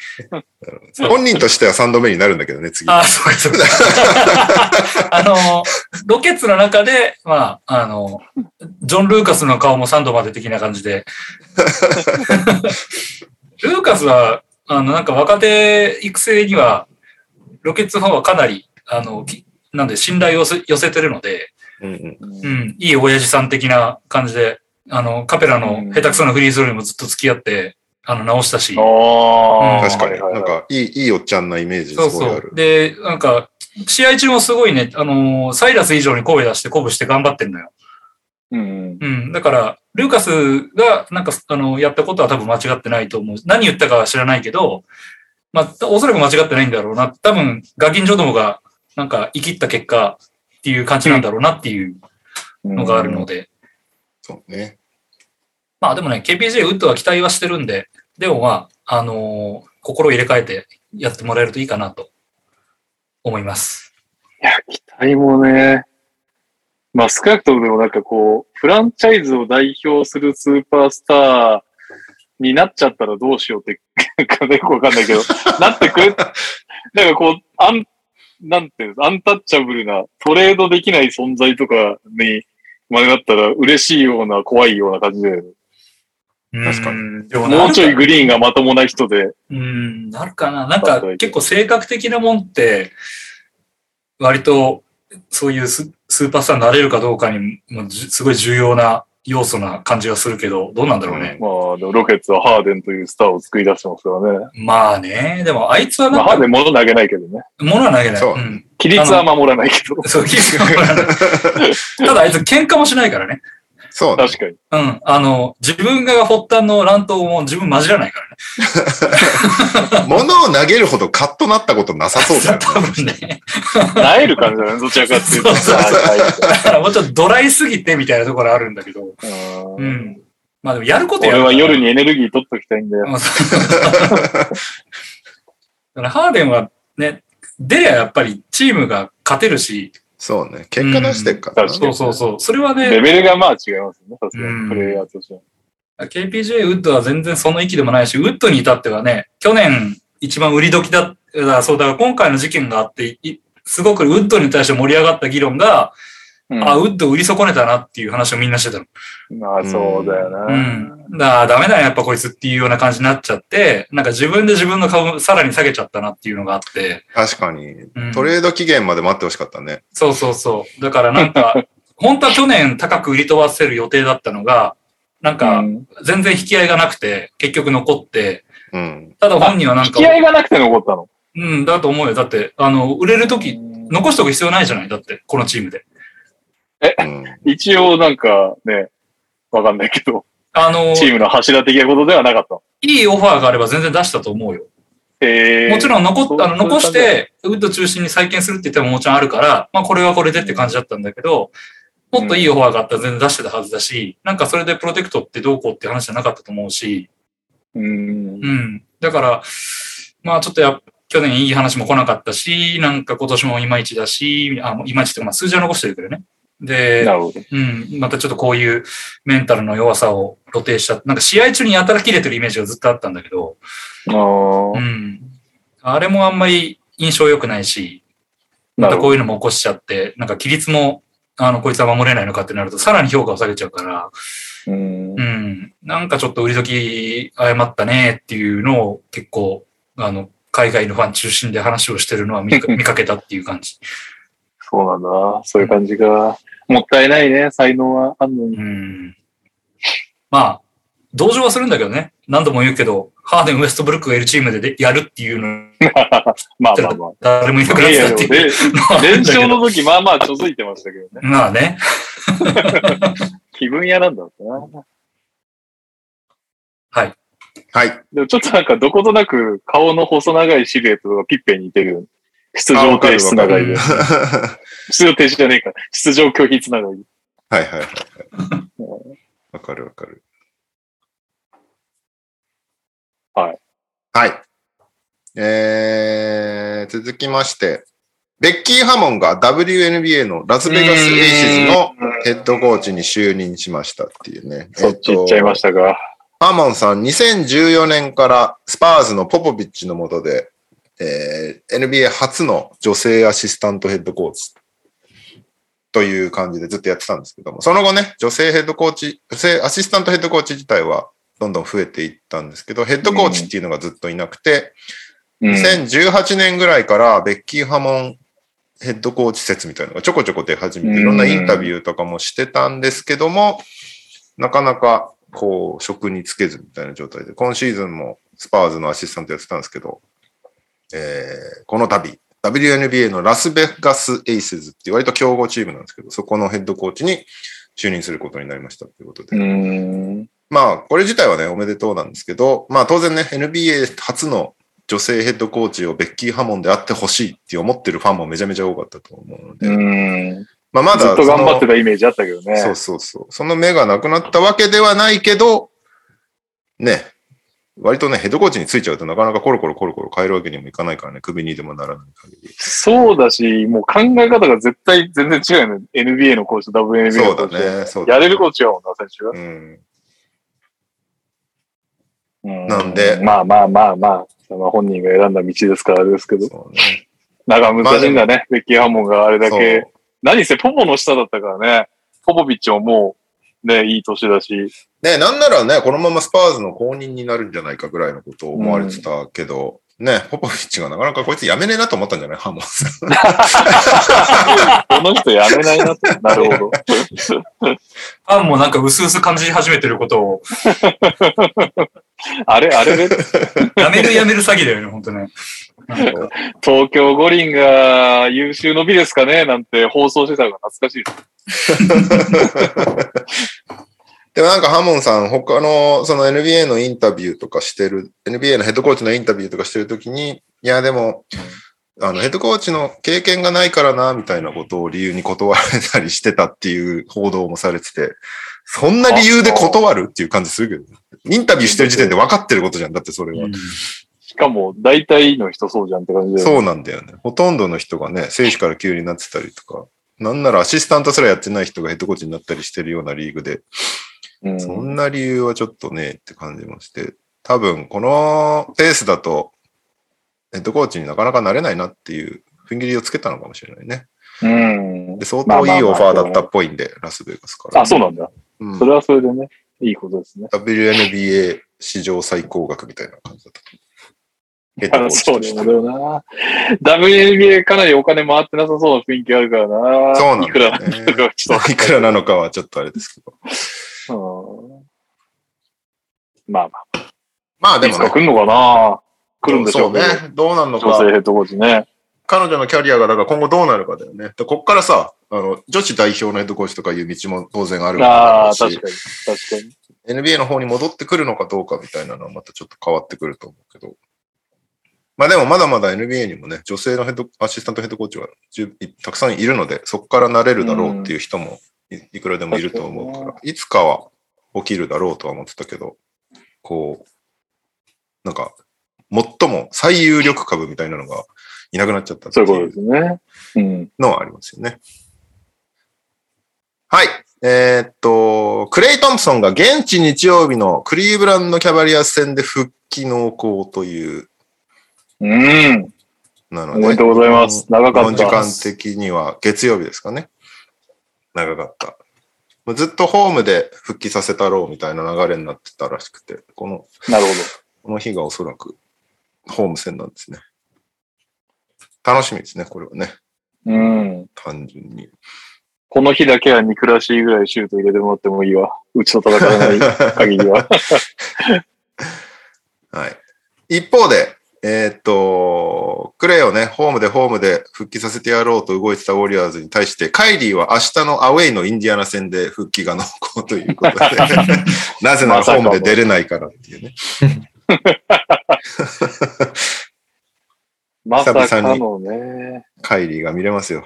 [SPEAKER 3] そう
[SPEAKER 1] 本人としては3度目になるんだけどね、次。
[SPEAKER 3] ああ、そうか、そうか。 あの、ロケッツの中で、まあ、あの、ジョン・ルーカスの顔も3度まで的な感じ で。ルーカスは、あの、なんか若手育成には、ロケッツファンはかなり、あの、きなんで信頼をせ寄せてるので、
[SPEAKER 1] うんうん
[SPEAKER 3] うん、いい親父さん的な感じで、あの、カペラの下手くそなフリースローにもずっと付き合って、あの、直したし。
[SPEAKER 2] ああ。
[SPEAKER 1] 確かに。
[SPEAKER 2] はいは
[SPEAKER 1] ないん
[SPEAKER 2] はい
[SPEAKER 1] か、いい、いいおっちゃんなイメージ
[SPEAKER 3] そう
[SPEAKER 1] すごい
[SPEAKER 3] そ
[SPEAKER 1] あ
[SPEAKER 3] う
[SPEAKER 1] る。。
[SPEAKER 3] で、なんか、試合中もすごいね、あのーサイラス以上に声出して鼓舞して頑張ってんのよ。
[SPEAKER 2] うん。
[SPEAKER 3] うん。だから、ルーカスが、なんか、あの、やったことは多分間違ってないと思う。何言ったかは知らないけど、まあ、おそらく間違ってないんだろうな。多分、ガキンジョどもが、なんか、生きった結果っていう感じなんだろうなっていうのがあるので。
[SPEAKER 1] そうね。
[SPEAKER 3] まあ、でもね、KPJ ウッドは期待はしてるんで、でもまあ、あのー心を入れ替えてやってもらえるといいかなと思います。
[SPEAKER 2] いや、期待もね、まあ少なくともでもなんかこう、フランチャイズを代表するスーパースターになっちゃったらどうしようって、なんかよくわかんな いけど、なってくれ、なんかこう、アン、なんていうんですアンタッチャブルな、トレードできない存在とかに、まあなったら嬉しいような、怖いような感じで、
[SPEAKER 1] 確か
[SPEAKER 3] に。でも
[SPEAKER 2] も
[SPEAKER 3] な
[SPEAKER 2] うんち
[SPEAKER 3] か
[SPEAKER 2] ょいグリーンがまともな人で、
[SPEAKER 3] うん、なるかな。なんか結構性格的なもんって、割とそういうススーパースターになれるかどうかにもじすごい重要な要素な感じがするけど、どうなんだろうね。
[SPEAKER 2] まあ、でもロケッツはハーデンというスターを作り出してますからね。
[SPEAKER 3] まあね、でもあいつは
[SPEAKER 2] ま
[SPEAKER 3] な
[SPEAKER 2] あ、ハー
[SPEAKER 3] ん
[SPEAKER 2] デ
[SPEAKER 3] か
[SPEAKER 2] ン物投げないけどね。
[SPEAKER 3] 物は投げない。
[SPEAKER 1] そうん
[SPEAKER 2] 規律は守らないけど。
[SPEAKER 3] そう、気づかない ただあいつ喧嘩もしないからね。
[SPEAKER 1] そうね。
[SPEAKER 2] 確かに。
[SPEAKER 3] うん。あの、自分が発端の乱闘も自分混じらないからね。
[SPEAKER 1] 物を投げるほどカッとなったことなさそう だよね。
[SPEAKER 3] 多分ね。
[SPEAKER 2] なえる感じだね、どちらかっていうと。
[SPEAKER 3] そうそう
[SPEAKER 2] はい
[SPEAKER 3] だからもうちょっとドライすぎてみたいなところあるんだけど。
[SPEAKER 2] は
[SPEAKER 3] う
[SPEAKER 2] いうん
[SPEAKER 3] ん。まあでもやることや
[SPEAKER 2] 俺
[SPEAKER 3] るから。
[SPEAKER 2] は夜にエネルギー取っときたいんだよ。
[SPEAKER 3] うんそう だからハーデンはね、出りゃやっぱりチームが勝てるし、
[SPEAKER 1] そうね。結果出してるからな。
[SPEAKER 2] うん確か
[SPEAKER 3] そうそうそう、それは
[SPEAKER 2] レ
[SPEAKER 3] ね、
[SPEAKER 2] ベルがまあ違いますよね、さすが
[SPEAKER 3] うん
[SPEAKER 2] に。プレイヤーとしては。
[SPEAKER 3] KPJ ウッドは全然その域でもないし、ウッドに至ってはね、去年一番売り時だった、そうだから今回の事件があって、いすごくウッドに対して盛り上がった議論が、
[SPEAKER 2] うん
[SPEAKER 3] あ、ウッド売り損ねたなっていう話をみんなしてたの。
[SPEAKER 2] まあ、そうだよな。
[SPEAKER 3] うん。だからダメだよ、やっぱこいつっていうような感じになっちゃって、なんか自分で自分の株さらに下げちゃったなっていうのがあって、
[SPEAKER 1] 確かに。
[SPEAKER 3] うん
[SPEAKER 1] トレード期限まで待ってほしかったね。
[SPEAKER 3] そうそうそう。だからな んか、本当は去年高く売り飛ばせる予定だったのが、なん
[SPEAKER 2] う
[SPEAKER 3] か
[SPEAKER 2] ん
[SPEAKER 3] 全然引き合いがなくて、結局残って、
[SPEAKER 1] うん。
[SPEAKER 3] ただ本人はなん
[SPEAKER 2] 引
[SPEAKER 3] か
[SPEAKER 2] き、合いがなくて残ったの。
[SPEAKER 3] うん、だと思うよ。だって、あの、売れるとき、残しとく必要ないじゃないだって、このチームで。
[SPEAKER 1] うん、
[SPEAKER 2] 一応なんかね、わかんないけど、
[SPEAKER 3] あの、
[SPEAKER 2] チームの柱的なことではなかった。
[SPEAKER 3] いいオファーがあれば全然出したと思うよ。
[SPEAKER 2] えー、
[SPEAKER 3] もちろん残っ
[SPEAKER 2] そう
[SPEAKER 3] た、あの、
[SPEAKER 2] そういう
[SPEAKER 3] 残し
[SPEAKER 2] 感じ
[SPEAKER 3] て、ウッド中心に再建するって言ってももちろんあるから、まあこれはこれでって感じだったんだけど、もっといいオファーがあったら全然出してたはずだし、なんかそれでプロテクトってどうこうって話じゃなかったと思うし、
[SPEAKER 2] うん
[SPEAKER 3] う。ん。だから、まあちょっとやっ去年いい話も来なかったし、なんか今年もいまいちだし、あ、いまいちっていうかまあ数字は残してるけどね。で、
[SPEAKER 2] なるほど。
[SPEAKER 3] うん、またちょっとこういうメンタルの弱さを露呈した。なんか試合中にやたら切れてるイメージがずっとあったんだけど、
[SPEAKER 2] あ
[SPEAKER 3] う
[SPEAKER 2] ー
[SPEAKER 3] ん。あれもあんまり印象良くないし、ま
[SPEAKER 2] なる
[SPEAKER 3] た
[SPEAKER 2] ほ
[SPEAKER 3] こ
[SPEAKER 2] ど。
[SPEAKER 3] ういうのも起こしちゃって、なんか規律も、あの、こいつは守れないのかってなると、さらに評価を下げちゃうから、
[SPEAKER 2] うん
[SPEAKER 3] う。ん。なんかちょっと売り時誤ったねっていうのを結構、あの、海外のファン中心で話をしてるのは見か見かけたっていう感じ。
[SPEAKER 2] そうなんだ。そういう感じが。もったいないね、才能はあんのに。
[SPEAKER 3] うんまあ、同情はするんだけどね。何度も言うけど、ハーデン、ウエストブルックがいるチームででやるっていうの
[SPEAKER 2] まあまあまあ。
[SPEAKER 3] 誰もいなくなっ
[SPEAKER 2] い
[SPEAKER 3] て
[SPEAKER 2] やい
[SPEAKER 3] た
[SPEAKER 2] や、で
[SPEAKER 3] って いうのはある
[SPEAKER 2] 連
[SPEAKER 3] んだけど
[SPEAKER 2] 勝の時、まあまあ、ちょづいてましたけどね。
[SPEAKER 3] まあね。
[SPEAKER 2] 気分屋なんだろうな。
[SPEAKER 1] はい。
[SPEAKER 2] でもちょっとなんか、どことなく、顔の細長いシルエットがピッペに似てるよね。出
[SPEAKER 1] あ
[SPEAKER 2] 場
[SPEAKER 1] わか
[SPEAKER 2] 停
[SPEAKER 1] る
[SPEAKER 2] 止つながりで。出場停止じゃねえか。出場拒否つながり。
[SPEAKER 1] はいはいはいはい。わかるわかる。
[SPEAKER 2] はい。
[SPEAKER 1] はい。えー、続きまして、ベッキー・ハモンが WNBA のラスベガス・エイシズのヘッドコーチに就任しましたっていうね。
[SPEAKER 2] そっち行っちゃいましたが。
[SPEAKER 1] ハーモンさん、2014年からスパーズのポポビッチの下で、えー NBA 初の女性アシスタントヘッドコーチという感じでずっとやってたんですけども、その後ね、女性ヘッドコーチ、女性アシスタントヘッドコーチ自体はどんどん増えていったんですけど、ヘッドコーチっていうのがずっといなくて、
[SPEAKER 2] うん
[SPEAKER 1] 2018年ぐらいからベッキー・ハモンヘッドコーチ説みたいなのがちょこちょこ出始め
[SPEAKER 2] うん
[SPEAKER 1] て、いろんなインタビューとかもしてたんですけども、なかなかこう、職につけずみたいな状態で、今シーズンもスパーズのアシスタントやってたんですけど、えーこの度、WNBA のラスベガス・エイセズっていう割と強豪チームなんですけど、そこのヘッドコーチに就任することになりましたということで
[SPEAKER 2] う、ん。
[SPEAKER 1] まあ、これ自体はね、おめでとうなんですけど、まあ当然ね、NBA 初の女性ヘッドコーチをベッキー・ハモンであってほしいって思ってるファンもめちゃめちゃ多かったと思うので、
[SPEAKER 2] うん。
[SPEAKER 1] まあまだ
[SPEAKER 2] ずっと頑張って
[SPEAKER 1] た
[SPEAKER 2] たイメージあったけどね。
[SPEAKER 1] そうそうそう。その目がなくなったわけではないけど、ね、割とね、ヘッドコーチについちゃうとなかなかコロコロコロコロ変えるわけにもいかないからね、首にでもならない限り。
[SPEAKER 2] そうだし、もう考え方が絶対全然違うよね。NBA のコーチと WNBA
[SPEAKER 1] そ
[SPEAKER 2] のコー
[SPEAKER 1] う
[SPEAKER 2] チで。
[SPEAKER 1] だね、そうだ
[SPEAKER 2] や
[SPEAKER 1] ね。
[SPEAKER 2] れること違うもんな、選手が。
[SPEAKER 1] うん。
[SPEAKER 2] う
[SPEAKER 1] なんで
[SPEAKER 2] まあまあまあまあ、その本人が選んだ道ですからあれですけど。
[SPEAKER 1] そうね。
[SPEAKER 2] なんか難しいんだね、ベッキー・ハモンがあれだけ
[SPEAKER 1] そ。
[SPEAKER 2] 何せポポの下だったからね。ポポビッチももう、ね、いい年だし。
[SPEAKER 1] ね、なんならね、このままスパーズの公認になるんじゃないかぐらいのことを思われてたけど、ね、ポポビッチがなかなかこいつやめねえなと思ったんじゃないハモンさん。
[SPEAKER 2] この人やめないな って。なるほど。
[SPEAKER 3] ファンもなんか薄々感じ始めてることを、
[SPEAKER 2] あれ、あれで、
[SPEAKER 3] やめるやめる詐欺だよね、本当ね。
[SPEAKER 2] 東京五輪が優秀の美ですかねなんて放送してたのが懐かしいです。
[SPEAKER 1] でもなんかハモンさん、他のその NBA のインタビューとかしてる、NBA のヘッドコーチのインタビューとかしてるときに、いや、でも、あの、ヘッドコーチの経験がないからな、みたいなことを理由に断られたりしてたっていう報道もされてて、そんな理由で断るっていう感じするけどね、インタビューしてる時点で分かってることじゃん。だってそれは。
[SPEAKER 2] しかも、大体の人そうじゃんって感じで。
[SPEAKER 1] そうなんだよね。ほとんどの人がね、選手から急になってたりとか、なんならアシスタントすらやってない人がヘッドコーチになったりしてるようなリーグで、
[SPEAKER 2] うん
[SPEAKER 1] そんな理由はちょっとねって感じもして、多分このペースだと、ヘッドコーチになかなかなれないなっていう踏ん切りをつけたのかもしれないね。
[SPEAKER 2] うん
[SPEAKER 1] で、。相当いいオファーだったっぽいんで、ラスベガスから。
[SPEAKER 2] あ、そうなんだ。
[SPEAKER 1] うん
[SPEAKER 2] それはそれでね、いいことですね。
[SPEAKER 1] WNBA 史上最高額みたいな感じだった。ヘッドコ
[SPEAKER 2] あ
[SPEAKER 1] ーチ
[SPEAKER 2] そう
[SPEAKER 1] と
[SPEAKER 2] だ
[SPEAKER 1] して
[SPEAKER 2] よな。WNBA かなりお金回ってなさそうな雰囲気あるからな。
[SPEAKER 1] そうなんだ
[SPEAKER 2] いくら、
[SPEAKER 1] ね
[SPEAKER 2] いくらちょっと。
[SPEAKER 1] いくらなのかはちょっとあれですけど。
[SPEAKER 2] うんまあま
[SPEAKER 1] まあ
[SPEAKER 2] あ、
[SPEAKER 1] で
[SPEAKER 2] い
[SPEAKER 1] も
[SPEAKER 2] つか
[SPEAKER 1] ね
[SPEAKER 2] 来、るのかな来るんでしょ
[SPEAKER 1] そうう
[SPEAKER 2] ね。
[SPEAKER 1] ね。どうなるの
[SPEAKER 2] 女
[SPEAKER 1] か。
[SPEAKER 2] 性ヘッドコーチね。
[SPEAKER 1] 彼女のキャリアがだから今後どうなるかだよね。でこっからさ、あの、女子代表のヘッドコーチとかいう道も当然ある
[SPEAKER 2] あ
[SPEAKER 1] わ
[SPEAKER 2] あ、
[SPEAKER 1] けだろ
[SPEAKER 2] 確
[SPEAKER 1] うし
[SPEAKER 2] かに。確かに。
[SPEAKER 1] NBA の方に戻ってくるのかどうかみたいなのはまたちょっと変わってくると思うけど。まあでもまだまだ NBA にもね、女性のヘッド、アシスタントヘッドコーチは十いたくさんいるので、そこからなれるだろうっていう人もいいくらでもいると思うから、いつかは起きるだろうとは思ってたけど、こう、なんか、最も最有力株みたいなのがいなくなっちゃったって
[SPEAKER 2] そう
[SPEAKER 1] い
[SPEAKER 2] いうことですね。うん。
[SPEAKER 1] のはありますよね。はい。えーっと、クレイ・トンプソンが現地日曜日のクリーブランドキャバリアス戦で復帰濃厚という、
[SPEAKER 2] うん。
[SPEAKER 1] なの
[SPEAKER 2] お
[SPEAKER 1] で、
[SPEAKER 2] めでとうございます。長かっ
[SPEAKER 1] 日本
[SPEAKER 2] た。
[SPEAKER 1] 時間的には月曜日ですかね。長かった。もうずっとホームで復帰させたろうみたいな流れになってたらしくて、この、
[SPEAKER 2] なるほど。
[SPEAKER 1] この日がおそらくホーム戦なんですね。楽しみですね、これはね。
[SPEAKER 2] うん。
[SPEAKER 1] 単純に。
[SPEAKER 2] この日だけは憎らしいぐらいシュート入れてもらってもいいわ。うちと戦わない限 りは。
[SPEAKER 1] はい。一方で、えーっと、クレイをね、ホームでホームで復帰させてやろうと動いてたウォリアーズに対して、カイリーは明日のアウェイのインディアナ戦で復帰が濃厚ということで、なぜならホームで出れないからっていうね。
[SPEAKER 2] まさか
[SPEAKER 1] 久
[SPEAKER 2] のね。
[SPEAKER 1] カイリーが見れますよ。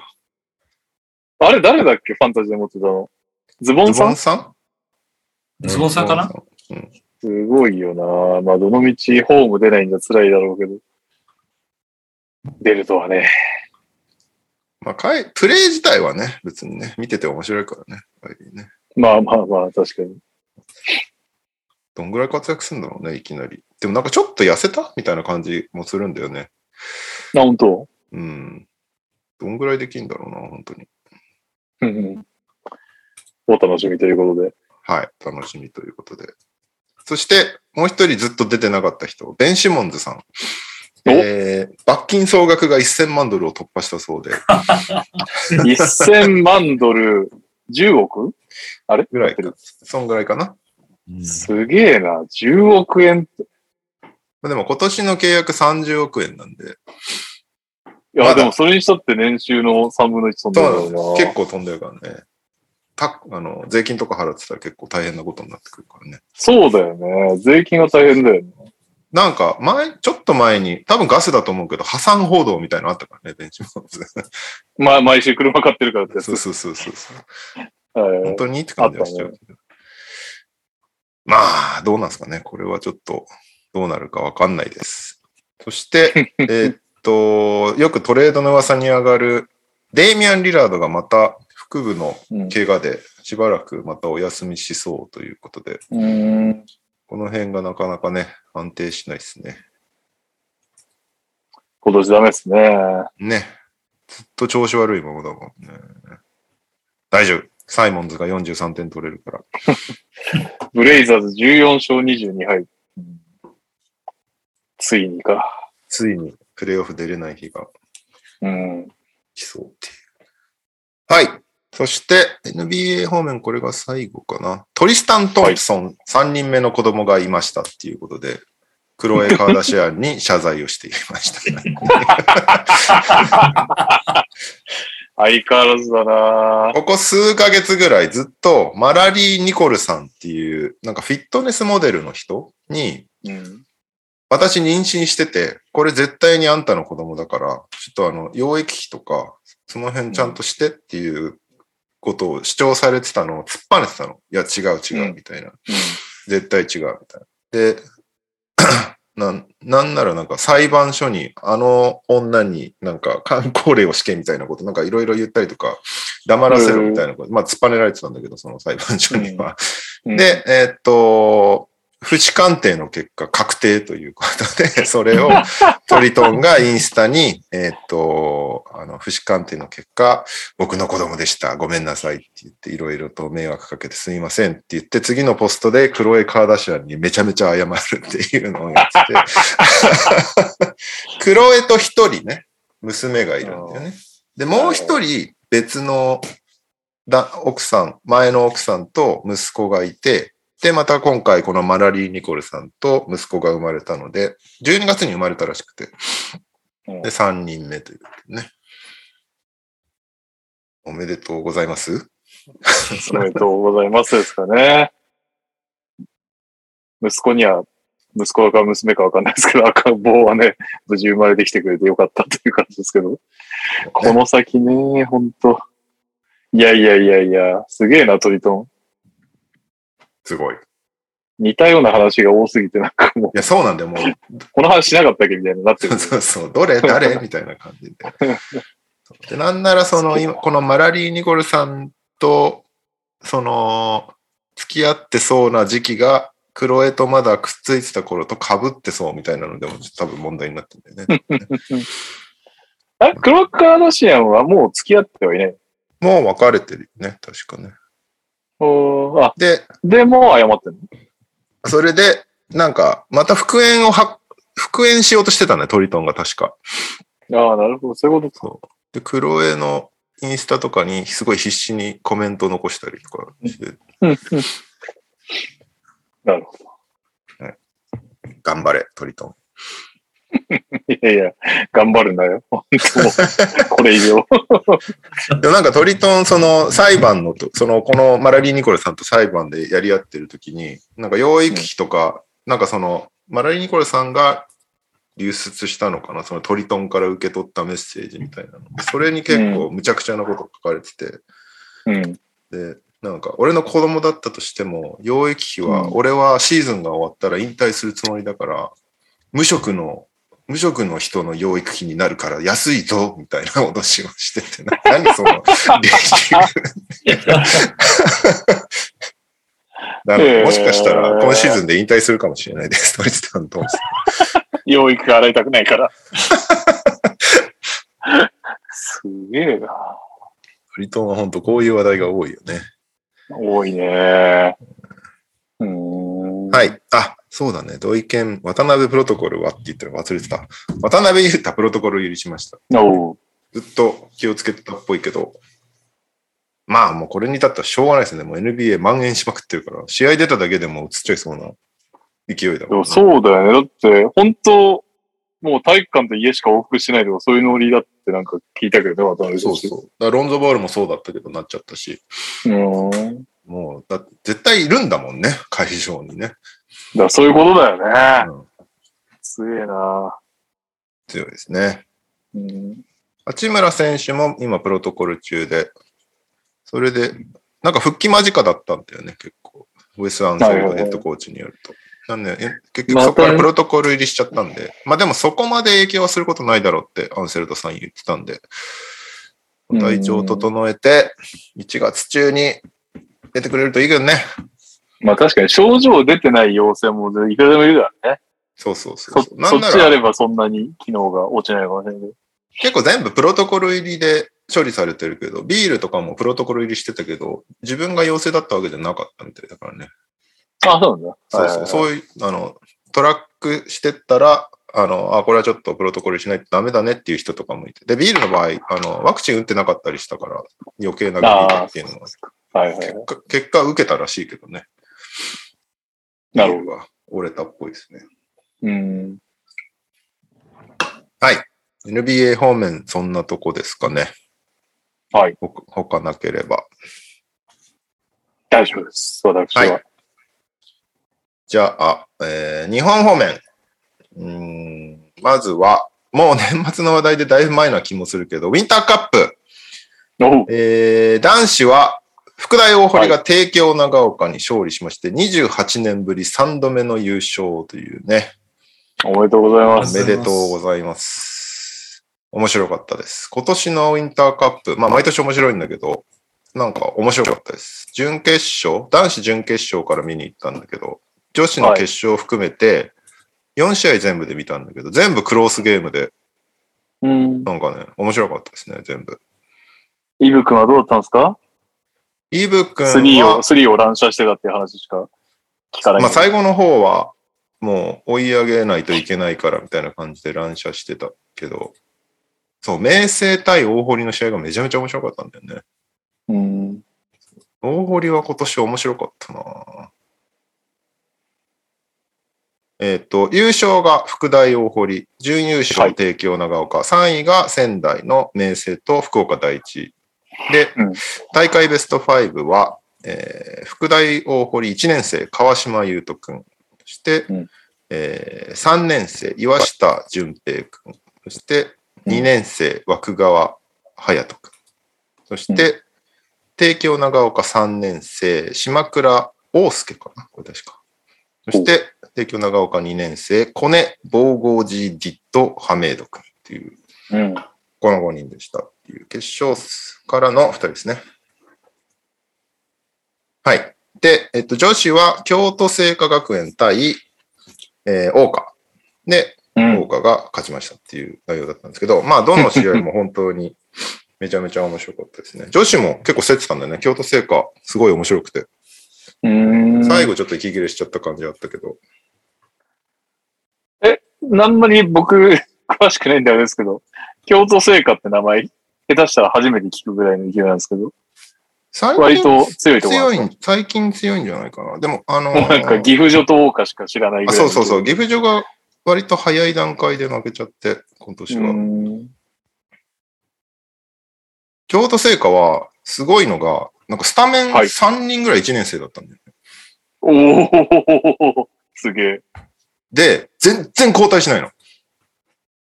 [SPEAKER 2] あれ誰だっけファンタジーで持ってたの。ズボ
[SPEAKER 1] ズ
[SPEAKER 2] ンさ
[SPEAKER 1] ボ
[SPEAKER 2] ん
[SPEAKER 1] ンさん
[SPEAKER 3] ズボンさんかな
[SPEAKER 1] ズボン
[SPEAKER 2] すごいよなまあ、どの道ホーム出ないんじゃ辛いだろうけど。出るとはね。
[SPEAKER 1] まあ、カイプレイ自体はね、別にね、見てて面白いからね、カイリーね。
[SPEAKER 2] まあまあまあ、確かに。
[SPEAKER 1] どんぐらい活躍するんだろうね、いきなり。でもなんかちょっと痩せたみたいな感じもするんだよね。
[SPEAKER 2] あ、本当
[SPEAKER 1] うん。どんぐらいできるんだろうな、本当に。
[SPEAKER 2] うんうん。お楽しみということで。
[SPEAKER 1] はい、楽しみということで。そして、もう一人ずっと出てなかった人、ベン・シモンズさん。
[SPEAKER 2] お
[SPEAKER 1] えー、罰金総額が1000万ドルを突破したそうで、
[SPEAKER 2] 1000万ドル、10億あれ
[SPEAKER 1] ぐらい か、そんぐらいかな。
[SPEAKER 2] すげえな。10億円って。
[SPEAKER 1] まあでも今年の契約30億円なんで、
[SPEAKER 2] いや、
[SPEAKER 1] まだ
[SPEAKER 2] でもそれにしたって年収の3分の1そんな
[SPEAKER 1] そ
[SPEAKER 2] ん
[SPEAKER 1] うな
[SPEAKER 2] だ
[SPEAKER 1] ん
[SPEAKER 2] ろ
[SPEAKER 1] です
[SPEAKER 2] う
[SPEAKER 1] 結構飛んでるからね。たあの税金とか払ってたら結構大変なことになってくるからね。
[SPEAKER 2] な。そうだよね。税金が大変だよね。
[SPEAKER 1] なんか前、ちょっと前に、多分ガスだと思うけど、破産報道みたいなのあったからね、ベンチモンズ。
[SPEAKER 2] まあ、毎週車買ってるからってやつ
[SPEAKER 1] そう。そうそうそうそう。
[SPEAKER 2] はい
[SPEAKER 1] 本当にって感じはしちゃうけど。まあ、どうなんですかね。これはちょっと、どうなるかわかんないです。そ して、えーっと、よくトレードの噂に上がる、デイミアン・リラードがまた腹部の
[SPEAKER 2] うん
[SPEAKER 1] 怪我で、しばらくまたお休みしそうということで、
[SPEAKER 2] うーん。
[SPEAKER 1] この辺がなかなかね、安定しないですね。
[SPEAKER 2] 今年ダメですね。
[SPEAKER 1] ね。ずっと調子悪いままだもんね。大丈夫。サイモンズが43点取れるから。
[SPEAKER 2] ブレイザーズ14勝22敗。ついにか。
[SPEAKER 1] ついにプレイオフ出れない日が
[SPEAKER 2] うん。
[SPEAKER 1] 来そうっていう。はい。そして、NBA 方面、これが最後かな。トリスタン・トンプソン、3人目の子供がいましたっていうことで、クロエ・カーダシアンに謝罪をしていました、
[SPEAKER 2] 相変わらずだな
[SPEAKER 1] ここ数ヶ月ぐらいずっと、マラリー・ニコルさんっていう、なんかフィットネスモデルの人に、
[SPEAKER 2] うん。
[SPEAKER 1] 私妊娠してて、これ絶対にあんたの子供だから、ちょっとあの、養育費とか、その辺ちゃんとしてっていうことを主張されてたのを突っぱねてたの。いや、違う違
[SPEAKER 2] う
[SPEAKER 1] う、
[SPEAKER 2] ん
[SPEAKER 1] みたいな。絶対違う、みたいな。で、なんなんならなんか裁判所にあの女になんか観光令を試験みたいなことなんかいろいろ言ったりとか黙らせるみたいなこと、まあ突っぱねられてたんだけどその裁判所には。
[SPEAKER 2] うん
[SPEAKER 1] で、えーっと、不死鑑定の結果確定ということで、 それをトリトンがインスタに、えーっと、あの、不死鑑定の結果、僕の子供でした。ごめんなさいって言って、いろいろと迷惑かけてすみませんって言って、次のポストでクロエ・カーダシアンにめちゃめちゃ謝るっていうのをやってて。 クロエと一人ね、娘がいるんだよね。で、もう一人別のだ奥さん、前の奥さんと息子がいて、で、また今回このマラリー・ニコルさんと息子が生まれたので、12月に生まれたらしくて、
[SPEAKER 2] うん
[SPEAKER 1] で、3人目ということでね。おめでとうございます。
[SPEAKER 2] おめでとうございますですかね。息子には、息子か娘かわかんないですけど、赤ん坊はね、無事生まれてきてくれてよかったという感じですけど、この先ね、ほんと。いやいやいやいや、すげえな、トリト
[SPEAKER 1] すごい。い
[SPEAKER 2] ン。似たような話が多すぎて、なんかもう、
[SPEAKER 1] や、そうなんだよ。もう、
[SPEAKER 2] この話しなかったっけみたいになってる
[SPEAKER 1] そう。 そうそう、どれ誰みたいな感じで。でなんならその今、このマラリー・ニコルさんと、その、付き合ってそうな時期が、クロエとまだくっついてた頃と被ってそうみたいなのでも、多分問題になってんだよね。
[SPEAKER 2] あ、クロッカーダシアンはもう付き合ってはいない。
[SPEAKER 1] もう別れてるよね、確かね。
[SPEAKER 2] おーあ、
[SPEAKER 1] で、
[SPEAKER 2] でも謝ってんの
[SPEAKER 1] それで、なんか、また復縁をは、復縁しようとしてたね、トリトンが確か。
[SPEAKER 2] ああ、なるほど、そういうことですか。
[SPEAKER 1] で、クロエのインスタとかに、すごい必死にコメント残したりとかして、
[SPEAKER 2] なるほど。
[SPEAKER 1] 頑張れ、トリトン。
[SPEAKER 2] いやいや、頑張るんだよ。本当もう これ以上。
[SPEAKER 1] でもなんかトリトン、その裁判のと、そのこのマラリー・ニコルさんと裁判でやり合ってる時に、なんか養育費とか、なんかそのマラリー・ニコルさんが流出したのかな、そのトリトンから受け取ったメッセージみたいなの。それに結構むちゃくちゃなこと書かれてて、
[SPEAKER 2] うん。
[SPEAKER 1] で、なんか俺の子供だったとしても、養育費は俺はシーズンが終わったら引退するつもりだから、無職の無職の人の養育費になるから安いぞみたいな脅しをしてて、な何その、利益なので、
[SPEAKER 2] えー
[SPEAKER 1] もしかしたら今シーズンで引退するかもしれないです、トリスタントンさん。
[SPEAKER 2] 養育が洗いたくないから。すげえな。
[SPEAKER 1] トリトンは本当こういう話題が多いよね。
[SPEAKER 2] 多いね。うーん。。
[SPEAKER 1] はいい。あ、そうだね。同意見、渡辺プロトコルはって言ったら忘れてた。渡辺裕太プロトコルを許しました。
[SPEAKER 2] おう
[SPEAKER 1] ずっと気をつけてたっぽいけど、まあもうこれに至ったらしょうがないですね。もう NBA 蔓延しまくってるから、試合出ただけでもう映っちゃいそうな勢いだ
[SPEAKER 2] で
[SPEAKER 1] もん
[SPEAKER 2] も
[SPEAKER 1] ね
[SPEAKER 2] そうだよね。だって、本当もう体育館と家しか往復してないとか、そういうノリだってなんか聞いたけどね、渡辺
[SPEAKER 1] そ
[SPEAKER 2] 選
[SPEAKER 1] う
[SPEAKER 2] 手。
[SPEAKER 1] そう。だからロンゾボールもそうだったけどなっちゃったし、
[SPEAKER 2] うーん。だ
[SPEAKER 1] もうだって絶対いるんだもんね、会場にね。
[SPEAKER 2] からそういうことだよね。
[SPEAKER 1] うん
[SPEAKER 2] すげえな。
[SPEAKER 1] 強いですね。
[SPEAKER 2] うん。
[SPEAKER 1] 八村選手も今プロトコル中で、それで、なんか復帰間近だったんだよね、結構。ウェス・アンソ
[SPEAKER 2] な
[SPEAKER 1] ル
[SPEAKER 2] るほ
[SPEAKER 1] ド
[SPEAKER 2] ど
[SPEAKER 1] ヘッドコーチによると。なんで、え結局そこからプロトコル入りしちゃったんで、まあでもそこまで影響はすることないだろうってアンセルドさん言ってたんで、
[SPEAKER 2] うん
[SPEAKER 1] 体調を整えて、1月中に出てくれるといいけどね。
[SPEAKER 2] まあ確かに症状出てない陽性もいくらでもいるからね。
[SPEAKER 1] そうそうそ
[SPEAKER 2] そう
[SPEAKER 1] そう。な
[SPEAKER 2] そ
[SPEAKER 1] ん
[SPEAKER 2] っ
[SPEAKER 1] な
[SPEAKER 2] ちや
[SPEAKER 1] ら
[SPEAKER 2] ればそんなに機能が落ちないかもしれないけど。
[SPEAKER 1] 結構全部プロトコル入りで処理されてるけど、ビールとかもプロトコル入りしてたけど、自分が陽性だったわけじゃなかったみたいだからね。
[SPEAKER 2] あ、そうなんだ。
[SPEAKER 1] そう
[SPEAKER 2] はい
[SPEAKER 1] そ
[SPEAKER 2] は
[SPEAKER 1] う、
[SPEAKER 2] い
[SPEAKER 1] そういう、あの、トラックしてったら、あの、あ、これはちょっとプロトコルしないとダメだねっていう人とかもいて。で、ビールの場合、あの、ワクチン打ってなかったりしたから、余計な疑義っていうのは、
[SPEAKER 2] はいはい。
[SPEAKER 1] 結果、結果受けたらしいけどね。
[SPEAKER 2] なるほ
[SPEAKER 1] ど。折れたっぽいですね。
[SPEAKER 2] うん。
[SPEAKER 1] NBA 方面、そんなとこですかね。
[SPEAKER 2] はい。
[SPEAKER 1] ほ他なければ。
[SPEAKER 2] 大丈夫です。私は。
[SPEAKER 1] はいじゃあ、えー日本方面。うーん、まずは、もう年末の話題でだいぶ前な気もするけど、ウィンターカップ。
[SPEAKER 2] おう
[SPEAKER 1] えー男子は、福大大堀が帝京長岡に勝利しまして、28年ぶり3度目の優勝というね。
[SPEAKER 2] おめでとうございます。
[SPEAKER 1] おめでとうございます。面白かったです。今年のウィンターカップ、まあ毎年面白いんだけど、なんか面白かったです。準決勝、男子準決勝から見に行ったんだけど、女子の決勝を含めて、4試合全部で見たんだけど、全部クロースゲームで、
[SPEAKER 2] うん。
[SPEAKER 1] なんかね、面白かったですね、全部。
[SPEAKER 2] イブ君はどうだったんですか
[SPEAKER 1] イーブ君
[SPEAKER 2] ?3 を、
[SPEAKER 1] は、
[SPEAKER 2] 3を乱射してたっていう話しか聞かない。
[SPEAKER 1] まあ最後の方は、もう追い上げないといけないからみたいな感じで乱射してたけど、そう、明星対大堀の試合がめちゃめちゃ面白かったんだよね。
[SPEAKER 2] うん。
[SPEAKER 1] 大堀は今年面白かったなえっ、と、優勝が福大大堀、準優
[SPEAKER 2] は
[SPEAKER 1] 勝
[SPEAKER 2] い
[SPEAKER 1] 帝京長岡、3位が仙台の明星と福岡第一。で、
[SPEAKER 2] うん
[SPEAKER 1] 大会ベスト5は、えー福大大堀1年生、川島優斗くん、そして、
[SPEAKER 2] うん
[SPEAKER 1] え3年生、岩下淳平くん、そして2年生、枠川隼人くん、そして、帝京長岡3年生、島倉大介かな、これ確か。そして、帝京長岡2年生、コネ、ボーゴージー・ディット・ハメイド君っていう、
[SPEAKER 2] うん。
[SPEAKER 1] この5人でしたっていう、決勝からの2人ですね。はい。で、えっと、女子は京都精華学園対、えー、大岡。で、
[SPEAKER 2] うん。
[SPEAKER 1] 効果が勝ちましたっていう内容だったんですけど、まあ、どの試合も本当 にめちゃめちゃ面白かったですね。女子も結構競ってたんだよね。京都聖火、すごい面白くて。
[SPEAKER 2] うん
[SPEAKER 1] 最後ちょっと息切れしちゃった感じだったけど。
[SPEAKER 2] あんまり僕、詳しくないんであれですけど、京都聖火って名前、下手したら初めて聞くぐらいの勢いなんですけど、
[SPEAKER 1] 最
[SPEAKER 2] 割
[SPEAKER 1] 近
[SPEAKER 2] と強いと思いま
[SPEAKER 1] 強
[SPEAKER 2] す
[SPEAKER 1] いん、最近強いんじゃないかな。でも、あのー
[SPEAKER 2] もう なんか岐阜城と大岡しか知らないぐ
[SPEAKER 1] あ
[SPEAKER 2] らい
[SPEAKER 1] そ
[SPEAKER 2] の。
[SPEAKER 1] うそうそう、岐阜城が割と早い段階で負けちゃって、今年は。
[SPEAKER 2] うん。
[SPEAKER 1] 京都聖火は、すごいのが、なんかスタメン
[SPEAKER 2] はい
[SPEAKER 1] 3人ぐらい1年生だったんだよね。
[SPEAKER 2] おおすげえ。
[SPEAKER 1] で、全然交代しないの。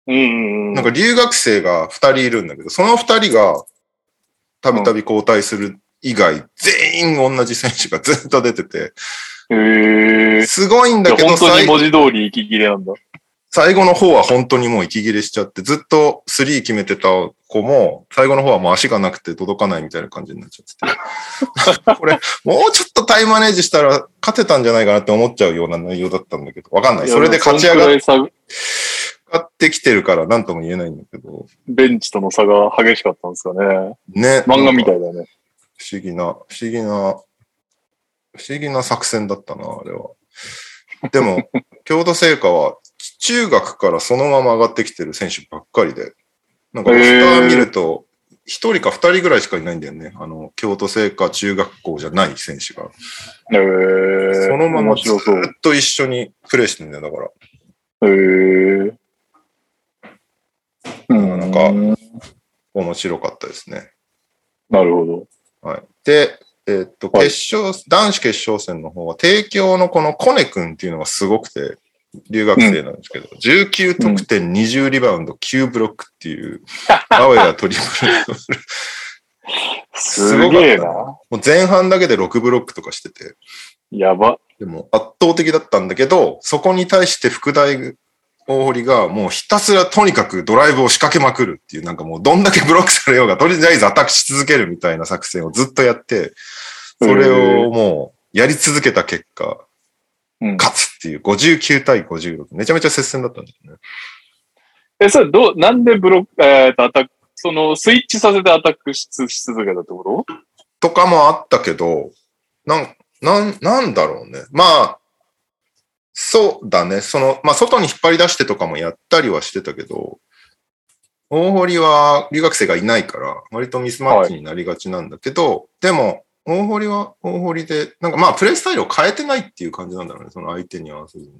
[SPEAKER 2] うんうんうん。
[SPEAKER 1] なんか留学生が2人いるんだけど、その2人がたびたび交代する以外、全員同じ選手がずっと出てて、
[SPEAKER 2] へえ。
[SPEAKER 1] すごいんだけど
[SPEAKER 2] 本当
[SPEAKER 1] 最
[SPEAKER 2] に文字通り息切れなんだ。
[SPEAKER 1] 最後の方は本当にもう息切れしちゃって、ずっと3決めてた子も、最後の方はもう足がなくて届かないみたいな感じになっちゃってて。 これ、もうちょっとタイムマネージしたら勝てたんじゃないかなって思っちゃうような内容だったんだけど、わかんない。それで勝ち上
[SPEAKER 2] い
[SPEAKER 1] が
[SPEAKER 2] やそのくらい差
[SPEAKER 1] ってきてるから何とも言えないんだけど、
[SPEAKER 2] ベンチとの差が激しかったんですかね。
[SPEAKER 1] ね。
[SPEAKER 2] 漫画みたいだね。
[SPEAKER 1] 不思議な、不思議な、不思議な作戦だったな、あれは。で も、京都聖火は中学からそのまま上がってきてる選手ばっかりで、なんか
[SPEAKER 2] へー
[SPEAKER 1] ロスター見ると、1人か2人ぐらいしかいないんだよね。あの、京都聖火中学校じゃない選手が。
[SPEAKER 2] へえ。
[SPEAKER 1] そのまま
[SPEAKER 2] 面
[SPEAKER 1] ずっ
[SPEAKER 2] 白そう。へ
[SPEAKER 1] と一緒にプレーしてるんだよ、だから。
[SPEAKER 2] え。うん
[SPEAKER 1] なんか面白かったですね。
[SPEAKER 2] なるほど。
[SPEAKER 1] はい。で、えーっと、
[SPEAKER 2] はい
[SPEAKER 1] 決勝、男子決勝戦の方は、帝京のこのコネ君っていうのがすごくて、留学生なんですけど、19得点、20リバウンド、9ブロックっていう、アウェアトリプル。
[SPEAKER 2] すげ
[SPEAKER 1] す
[SPEAKER 2] え
[SPEAKER 1] ごか
[SPEAKER 2] な。
[SPEAKER 1] もう前半だけで6ブロックとかしてて、
[SPEAKER 2] やば。
[SPEAKER 1] でも圧倒的だったんだけど、そこに対して副大大堀がもうひたすらとにかくドライブを仕掛けまくるっていう、なんかもうどんだけブロックされようが、とりあえずアタックし続けるみたいな作戦をずっとやって、それをもうやり続けた結果、
[SPEAKER 2] うん
[SPEAKER 1] 勝つっていう59対56。めちゃめちゃ接戦だったんだよね。
[SPEAKER 2] え、それどう、なんでブロック、えーっと、アタック、その、スイッチさせてアタックしし続けたってこと
[SPEAKER 1] とかもあったけど、なん、なん、なんだろうね。まあ、そうだね。その、まあ、外に引っ張り出してとかもやったりはしてたけど、大堀は留学生がいないから、割とミスマッチになりがちなんだけど、でも、大堀は大堀で、なんかまあ、プレイスタイルを変えてないっていう感じなんだろうね。その相手に合わせずに。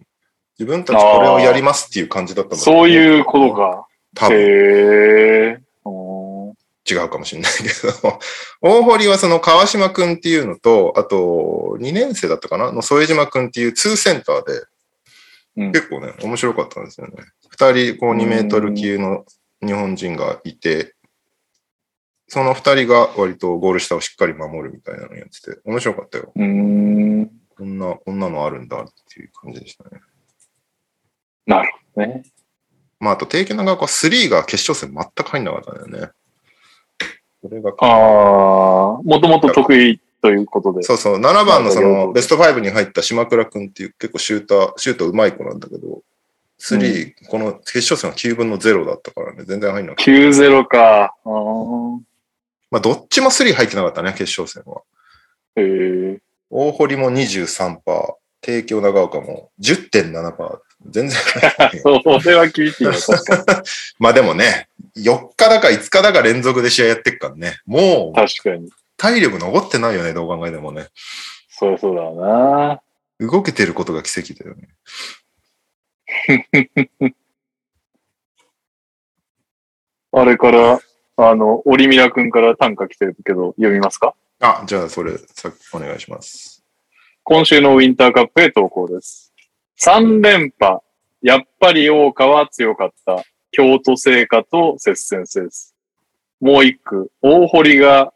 [SPEAKER 1] 自分たちこれをやりますっていう感じだったんだろね
[SPEAKER 2] そういうこと。か。
[SPEAKER 1] 多分。
[SPEAKER 2] へえ。おー
[SPEAKER 1] 違うかもしれないけど、 大堀はその川島くんっていうのと、あと2年生だったかなの添島くんっていう2センターで、
[SPEAKER 2] うん
[SPEAKER 1] 結構ね、面白かったんですよね。2人、こう
[SPEAKER 2] うん
[SPEAKER 1] 2メートル級の日本人がいて、その2人が割とゴール下をしっかり守るみたいなのやってて、面白かったよ。
[SPEAKER 2] うーん。
[SPEAKER 1] こんな、こんなのあるんだっていう感じでしたね。
[SPEAKER 2] なるほどね。
[SPEAKER 1] まあ、あと、帝京の学校は3が決勝戦全く入んなかったんだよね。それが
[SPEAKER 2] ああ、もともと得意ということで。
[SPEAKER 1] そうそう、7番のそのベスト5に入った島倉くんっていう結構シューター、シュート上手い子なんだけど、3、この決勝戦は9分の0だったからね、全然入んなかった。
[SPEAKER 2] 9-0か。あー
[SPEAKER 1] まあ、どっちも3入ってなかったね、決勝戦は。
[SPEAKER 2] へえ。
[SPEAKER 1] 大堀も23%、帝京長岡も10.7%。全然 入んないよ。
[SPEAKER 2] そう、それは 厳しいよ、確かに。
[SPEAKER 1] まあでもね、4日だか5日だか連続で試合やってっからね。もう、
[SPEAKER 2] 確かに。
[SPEAKER 1] 体力残ってないよね、どう考えてもね。
[SPEAKER 2] そうそうだよな。
[SPEAKER 1] 動けてることが奇跡だよね。
[SPEAKER 2] あれから、あの、オリミラ君から短歌来てるけど、読みますか
[SPEAKER 1] あ、じゃあそれ、さお願いします。
[SPEAKER 2] 今週のウィンターカップへ投稿です。3連覇。やっぱり大岡は強かった。京都聖火と接戦制です。もう一句。大堀が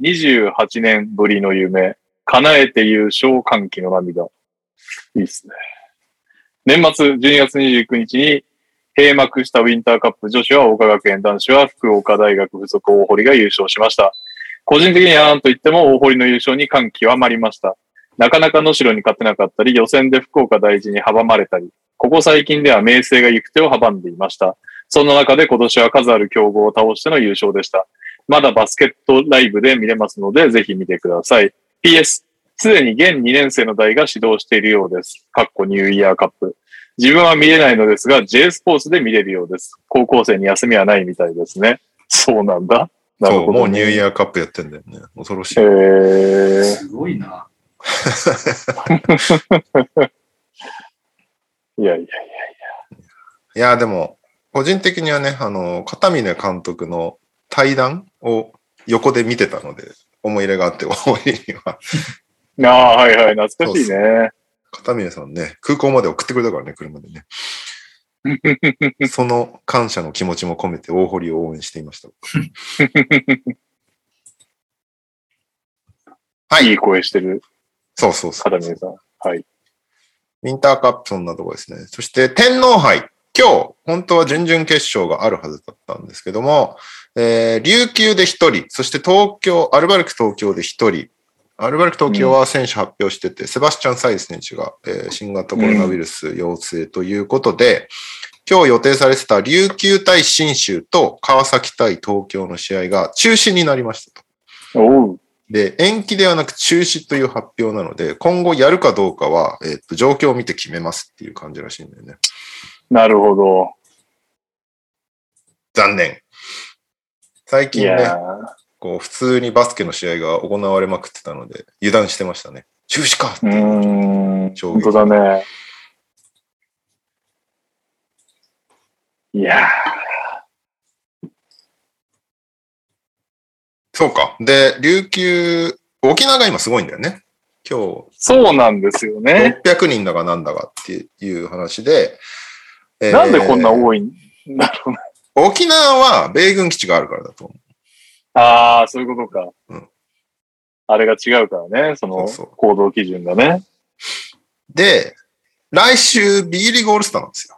[SPEAKER 2] 28年ぶりの夢。叶えて優勝歓喜の涙。いいですね。年末12月29日に閉幕したウィンターカップ女子は大岡学園男子は福岡大学附属大堀が優勝しました。個人的には何と言っても大堀の優勝に感極まりました。なかなか能代に勝てなかったり、予選で福岡大事に阻まれたり、ここ最近では明星が行く手を阻んでいました。そんな中で今年は数ある強豪を倒しての優勝でした。まだバスケットライブで見れますので、ぜひ見てください。PS、すでに現2年生の代が指導しているようです。かっこニューイヤーカップ。自分は見れないのですが、J スポーツで見れるようです。高校生に休みはないみたいですね。そうなんだ。なる
[SPEAKER 1] そ
[SPEAKER 2] ほ
[SPEAKER 1] う、
[SPEAKER 2] ど、
[SPEAKER 1] もうニューイ
[SPEAKER 2] ー。
[SPEAKER 1] ヤーカップやってんだよね。恐ろしい。
[SPEAKER 2] えー、
[SPEAKER 3] すごいな。
[SPEAKER 2] いやいやいや。
[SPEAKER 1] いや、でも、個人的にはね、あの、片峰監督の対談を横で見てたので、思い入れがあって、大堀には。
[SPEAKER 2] ああ、はいはい、懐かしいね。
[SPEAKER 1] 片峰さんね、空港まで送ってくれたからね、車でね。その感謝の気持ちも込めて大堀を応援していました。はいい
[SPEAKER 2] い、声してる、
[SPEAKER 1] そうそうそう。
[SPEAKER 2] 片峰さん。はい。
[SPEAKER 1] ウィンターカップ、そんなとこですね。そして天皇杯。今日、本当は準々決勝があるはずだったんですけども、えー琉球で1人、そして東京、アルバルク東京で1人、アルバルク東京は選手発表してて、セバスチャン・サイズ選手が、えー新型コロナウイルス陽性ということで、今日予定されてた琉球対新州と川崎対東京の試合が中止になりましたと。
[SPEAKER 2] おう。
[SPEAKER 1] で、延期ではなく中止という発表なので、今後やるかどうかは、えっと、状況を見て決めますっていう感じらしいんだよね。
[SPEAKER 2] なるほど。
[SPEAKER 1] 残念。最
[SPEAKER 2] い
[SPEAKER 1] 近
[SPEAKER 2] や
[SPEAKER 1] ね、
[SPEAKER 2] ー
[SPEAKER 1] こう、普通にバスケの試合が行われまくってたので、油断してましたね。中止か
[SPEAKER 2] うーん。
[SPEAKER 1] 衝
[SPEAKER 2] 本
[SPEAKER 1] 撃
[SPEAKER 2] 当だね。いや
[SPEAKER 1] そうか。で、琉球、沖縄が今すごいんだよね。今日、
[SPEAKER 2] ーそうなんですよね。
[SPEAKER 1] 600人だかなんだかっていう話で、えー
[SPEAKER 2] なんでこんな多いんだろうな。
[SPEAKER 1] 沖縄は米軍基地があるからだと思う。
[SPEAKER 2] ああ、そういうことか。
[SPEAKER 1] うん
[SPEAKER 2] あれが違うからね、そ
[SPEAKER 1] そ
[SPEAKER 2] の
[SPEAKER 1] うそう
[SPEAKER 2] 行動基準がね。
[SPEAKER 1] で、来週 B リーグオールスターなんですよ。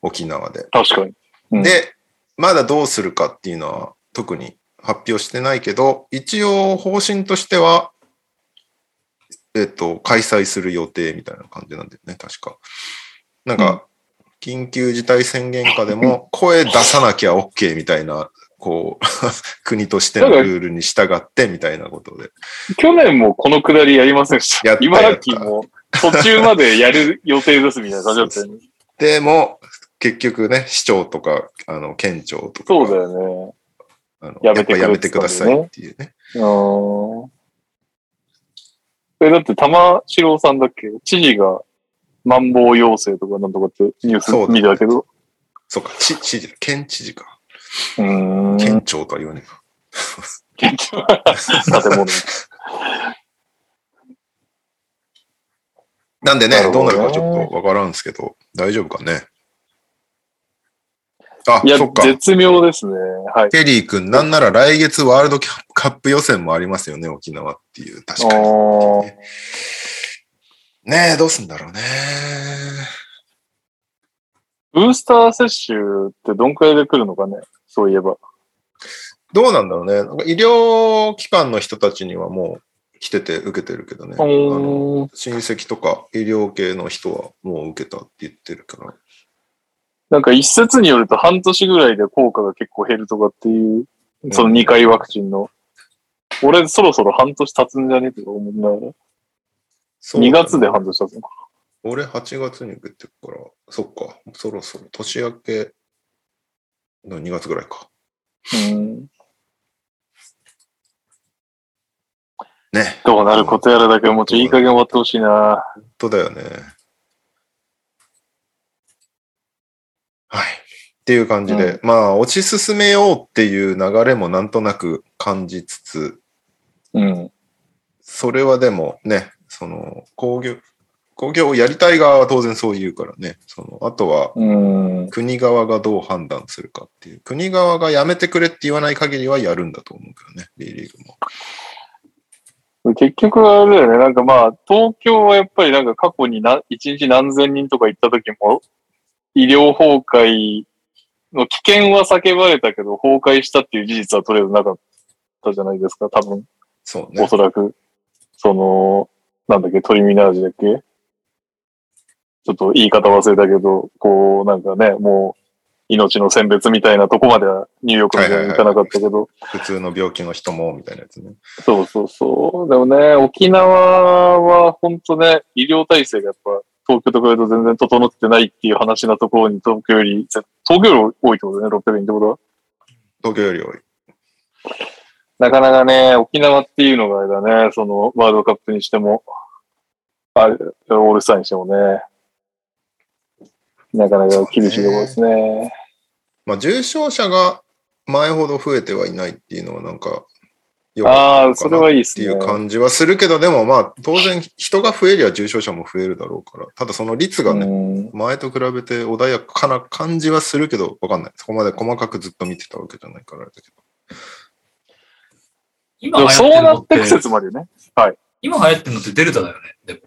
[SPEAKER 1] 沖縄で。
[SPEAKER 2] 確かに。うん
[SPEAKER 1] で、まだどうするかっていうのは特に発表してないけど、一応方針としては、えっと、開催する予定みたいな感じなんだよね、確か。なんか、緊急事態宣言下でも、声出さなきゃ OK みたいな、こう、 国としてのルールに従ってみたいなことで。
[SPEAKER 2] 去年もこのくだりやりませんでし
[SPEAKER 1] や
[SPEAKER 2] た
[SPEAKER 1] っ。たや
[SPEAKER 2] 茨
[SPEAKER 1] った
[SPEAKER 2] 城も途中までやる予定ですみたいな感じだったよね。
[SPEAKER 1] でも、結局ね、市長とか、あの、県庁とか
[SPEAKER 2] そう
[SPEAKER 1] が、
[SPEAKER 2] だよね。
[SPEAKER 1] あの
[SPEAKER 2] や
[SPEAKER 1] や
[SPEAKER 2] め
[SPEAKER 1] め
[SPEAKER 2] て
[SPEAKER 1] て
[SPEAKER 2] くれ
[SPEAKER 1] やめてくださいっていうね。
[SPEAKER 2] うーん。え、だって玉城さんだっけ知事が、マンボウ要請とかなんとかってニュー
[SPEAKER 1] そう
[SPEAKER 2] ス
[SPEAKER 1] だね
[SPEAKER 2] 見たけど。
[SPEAKER 1] そうか、知知事だ、県知事か。
[SPEAKER 2] うーん。
[SPEAKER 1] 県庁とは言わねえか。
[SPEAKER 2] 建築建物。
[SPEAKER 1] なんで
[SPEAKER 2] な
[SPEAKER 1] ね、
[SPEAKER 2] る
[SPEAKER 1] どう
[SPEAKER 2] ほど
[SPEAKER 1] な
[SPEAKER 2] ね
[SPEAKER 1] るかちょっとわからんすけど、大丈夫かね。あ
[SPEAKER 2] い、や
[SPEAKER 1] そっ、か。
[SPEAKER 2] 絶妙ですね。はい。
[SPEAKER 1] ケリー君、なんなら来月ワールドカップ予選もありますよね、沖縄っていう。確かに。
[SPEAKER 2] ああ。
[SPEAKER 1] ねえ、どうすんだろうね。
[SPEAKER 2] ブースター接種ってどんくらいで来るのかね、そういえば。
[SPEAKER 1] どうなんだろうね。なんか医療機関の人たちにはもう来てて受けてるけどね。あの
[SPEAKER 2] おー
[SPEAKER 1] 親戚とか医療系の人はもう受けたって言ってるから。
[SPEAKER 2] なんか一説によると半年ぐらいで効果が結構減るとかっていう、その2回ワクチンの。俺そろそろ半年経つんじゃねえとか思いながら。
[SPEAKER 1] そう
[SPEAKER 2] 2月で半年経つのか。
[SPEAKER 1] 俺8月に受けてるから、そっか、そろそろ年明けの2月ぐらいか。
[SPEAKER 2] うん。
[SPEAKER 1] ね。
[SPEAKER 2] どうなることやらだけどもうちょいい加減終わってほしいな。
[SPEAKER 1] 本当だよね。はい。っていう感じで、まあ、落ち進めようっていう流れもなんとなく感じつつ、
[SPEAKER 2] うん。
[SPEAKER 1] それはでもね、その、工業、工業をやりたい側は当然そう言うからね、その、あとは
[SPEAKER 2] うん。
[SPEAKER 1] 国側がどう判断するかっていう、国側がやめてくれって言わない限りはやるんだと思うけどね、B リーグも。
[SPEAKER 2] 結局あれだよね。なんかまあ、東京はやっぱりなんか過去にな、1日何千人とか行った時も、医療崩壊の危険は叫ばれたけど、崩壊したっていう事実はとりあえずなかったじゃないですか、多分。
[SPEAKER 1] そう
[SPEAKER 2] お
[SPEAKER 1] ね。
[SPEAKER 2] そらく、その、なんだっけ、トリミナージだっけちょっと言い方忘れたけど、こう、なんかね、もう、命の選別みたいなとこまではニューヨークの時代に行かなかったけど、
[SPEAKER 1] 普通の病気の人も、みたいなやつね。
[SPEAKER 2] そうそうそう。でもね、沖縄は本当ね、医療体制がやっぱ東京と比べると全然整ってないっていう話なところに東京より、ぜ東京より多いってことだね、600人ってことは。
[SPEAKER 1] 東京より多い。
[SPEAKER 2] なかなかね、沖縄っていうのがあれだね、そのワールドカップにしても、あオールスターにしてもね、なかなか厳しいところですね。
[SPEAKER 1] まあ、重症者が前ほど増えてはいないっていうのは、なんか、よかった
[SPEAKER 2] ああ、それはいいで
[SPEAKER 1] っ
[SPEAKER 2] す
[SPEAKER 1] て
[SPEAKER 2] ね。
[SPEAKER 1] いう感じはするけど、でもまあ、当然、人が増えりゃ重症者も増えるだろうから、ただその率がね、
[SPEAKER 2] うん
[SPEAKER 1] 前と比べて穏やかな感じはするけど、わかんない。そこまで細かくずっと見てたわけじゃないからあれだけど。
[SPEAKER 2] で
[SPEAKER 3] 今流
[SPEAKER 2] も
[SPEAKER 3] 行っ
[SPEAKER 2] そう
[SPEAKER 3] てる
[SPEAKER 2] な
[SPEAKER 3] の
[SPEAKER 2] っ
[SPEAKER 3] ってて
[SPEAKER 2] く説もあるよね。
[SPEAKER 3] 今流行ってるのってデルタだよね。でも、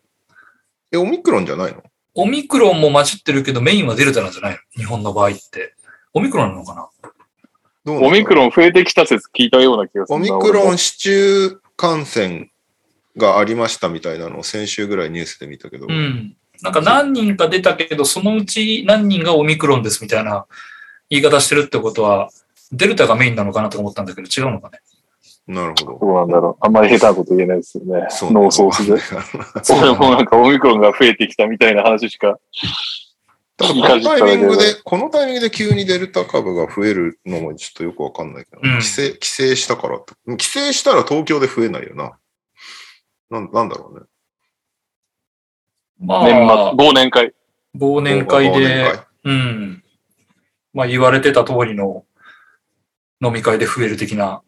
[SPEAKER 1] え、オミクロンじゃないの
[SPEAKER 3] オミクロンも混じってるけど、メインはデルタなんじゃないの日本の場合って。オミクロンなのかな
[SPEAKER 1] どうなんだろ
[SPEAKER 2] オ
[SPEAKER 1] う
[SPEAKER 2] ミクロン増えてきた説聞いたような気がする
[SPEAKER 1] オ
[SPEAKER 2] な。
[SPEAKER 1] ミクロ
[SPEAKER 2] 俺も
[SPEAKER 1] ン市中感染がありましたみたいなのを先週ぐらいニュースで見たけど、
[SPEAKER 3] うん。なんか何人か出たけど、そのうち何人がオミクロンですみたいな言い方してるってことは、デルタがメインなのかなとか思ったんだけど、違うのかね。
[SPEAKER 1] なるほど。
[SPEAKER 2] どうなんだろう。あんまり下手なこと言えないですよね。
[SPEAKER 1] そう
[SPEAKER 2] ノーソー スで。俺もなんかオミクロンが増えてきたみたいな話しか。
[SPEAKER 1] ただこのタイミングで、このタイミングで急にデルタ株が増えるのもちょっとよくわかんないけど、
[SPEAKER 3] うん
[SPEAKER 1] 規制、規制したからって。規制したら東京で増えないよな。なんなんだろうね。
[SPEAKER 3] ま
[SPEAKER 2] 年末、
[SPEAKER 3] あ、
[SPEAKER 2] 忘年会。。
[SPEAKER 3] 忘年会
[SPEAKER 1] 忘
[SPEAKER 3] で
[SPEAKER 1] 年、会
[SPEAKER 3] うん。まあ言われてた通りの飲み会で増える的な、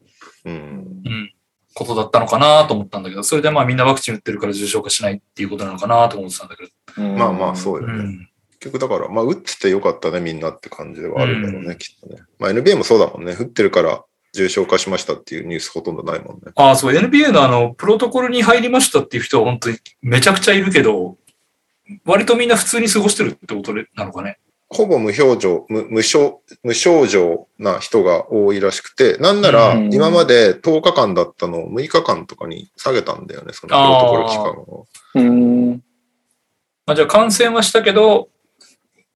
[SPEAKER 1] うん。
[SPEAKER 3] うん、ことだったのかなと思ったんだけど、それでまあみんなワクチン打ってるから重症化しないっていうことなのかなと思ってたんだけど、
[SPEAKER 1] まあまあ、そううよ
[SPEAKER 3] う
[SPEAKER 1] ね。
[SPEAKER 3] ん。
[SPEAKER 1] 結局だから、まあ、打っててよかったね、みんなって感じではあるんだろうね、
[SPEAKER 3] う
[SPEAKER 1] きっとね。まあ、NBA もそうだもんね。打ってるから重症化しましたっていうニュースほとんどないもんね。
[SPEAKER 3] ああ、そう、NBA のあの、プロトコルに入りましたっていう人は本当にめちゃくちゃいるけど、割とみんな普通に過ごしてるってことでなのかね。
[SPEAKER 1] ほぼ無表情、無無症無症状な人が多いらしくて、なんなら
[SPEAKER 2] うん
[SPEAKER 1] 今まで10日間だったのを6日間とかに下げたんだよね、そのプロトコル期間を。
[SPEAKER 2] うん。
[SPEAKER 3] まあ、じゃあ感染はしたけど、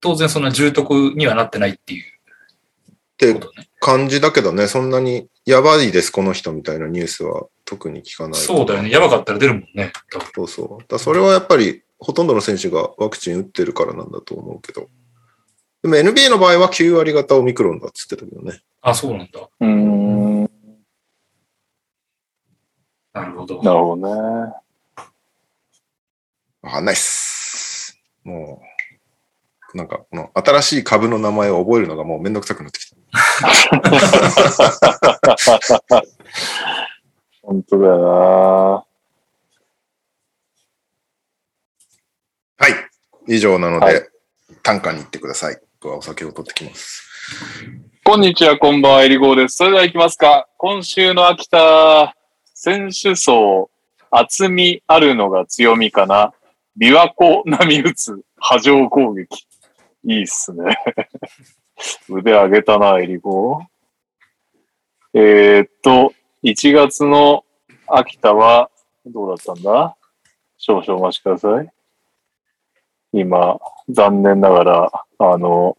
[SPEAKER 3] 当然そんな重篤にはなってないっていう
[SPEAKER 1] って
[SPEAKER 3] ことね。
[SPEAKER 1] 感じだけどね、そんなにやばいです、この人みたいなニュースは特に聞かない。
[SPEAKER 3] そうだよね。。やばかったら出るもんね。多分
[SPEAKER 1] そうそう。だからそれはやっぱりほとんどの選手がワクチン打ってるからなんだと思うけど。でも NBA の場合は9割型オミクロンだっつってたけどね。
[SPEAKER 3] あ、そうなんだ。
[SPEAKER 2] うん。な
[SPEAKER 3] なるほど。
[SPEAKER 2] るほどね。
[SPEAKER 1] わかんないっす。もう、なんかこの新しい株の名前を覚えるのがもうめんどくさくなってきた。
[SPEAKER 2] 本当だよ
[SPEAKER 1] はい。以上なので、
[SPEAKER 2] はい
[SPEAKER 1] 短歌に行ってください。僕はお酒を取ってきます。
[SPEAKER 2] な。こんにちは、こんばんは、えりごーです。それでは行きますか。今週の秋田選手層、厚みあるのが強みかな。琵琶湖波打つ波状攻撃。いいっすね。 腕上げたな、エリゴ。えーっと、1月の秋田はどうだったんだ少々お待ちください。今、残念ながら、あの、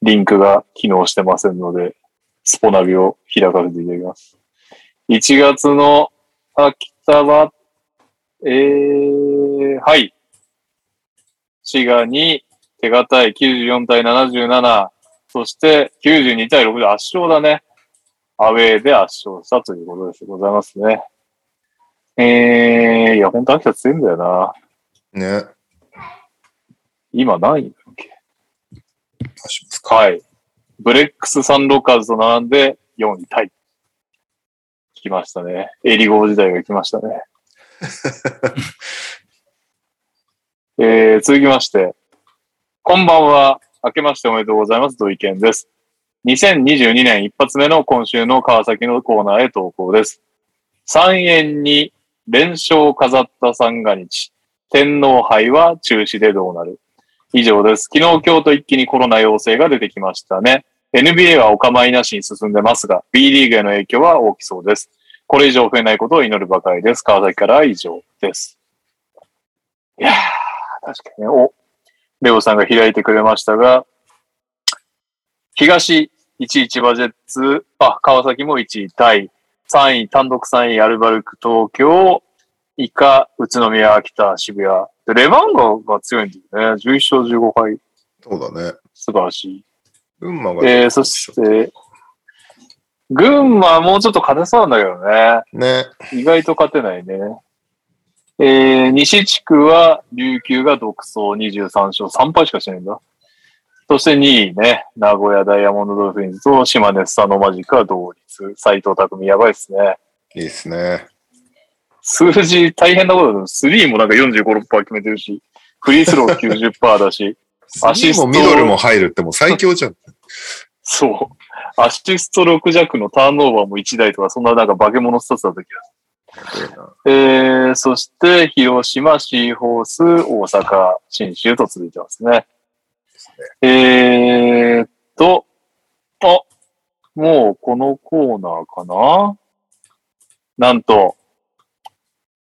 [SPEAKER 2] リンクが機能してませんので、スポナビを開かせていただきます。1月の秋田は、えー、はい。滋賀に手堅い94対77、そして92対6で圧勝だね。アウェーで圧勝したということでございますね。えー、いや、ほんと秋田強いんだよな。
[SPEAKER 1] ね。
[SPEAKER 2] 今何位だっけ
[SPEAKER 1] 出しますか。
[SPEAKER 2] はい。ブレックス・サンロッカーズと並んで4位タイ。来ましたね。エリゴー時代が来ましたね。えー、続きまして。こんばんは。明けましておめでとうございます。土井健です。2022年一発目の今週の川崎のコーナーへ投稿です。3円に連勝を飾った三が日。天皇杯は中止でどうなる以上です。昨日、今日と一気にコロナ陽性が出てきましたね。NBA はお構いなしに進んでますが、B リーグへの影響は大きそうです。これ以上増えないことを祈るばかりです。川崎からは以上です。いやー、確かにね。お、レオさんが開いてくれましたが、東11バジェッツ、あ、川崎も1位タイ、3位、単独3位、アルバルク東京、以下、宇都宮、秋田、渋谷。で、レバンガが強いんだよね。11勝15敗。
[SPEAKER 1] そうだね。
[SPEAKER 2] 素晴らしい。
[SPEAKER 1] 群馬が。
[SPEAKER 2] えー、そして、群馬はもうちょっと勝てそうなんだけどね。
[SPEAKER 1] ね。
[SPEAKER 2] 意外と勝てないね。えー、西地区は琉球が独走23勝3敗しかしてないんだ。そして2位ね、名古屋ダイヤモンドドルフィンズと島根スサノマジックは同率。斎藤匠やばいですね。
[SPEAKER 1] いいっすね。
[SPEAKER 2] 数字大変なことだけど、スリーもなんか45、6%決めてるし、フリースロー90%だし、アシス
[SPEAKER 1] スリーも
[SPEAKER 2] ト
[SPEAKER 1] ミドルも入るってもう最強じゃん。
[SPEAKER 2] そう、アシスト6弱のターンオーバーも1台とか、そんななんか化け物一つだった気がするえー、そして、広島、シーホース、大阪、新州と続いてますね。えーっと、あ、もうこのコーナーかななんと、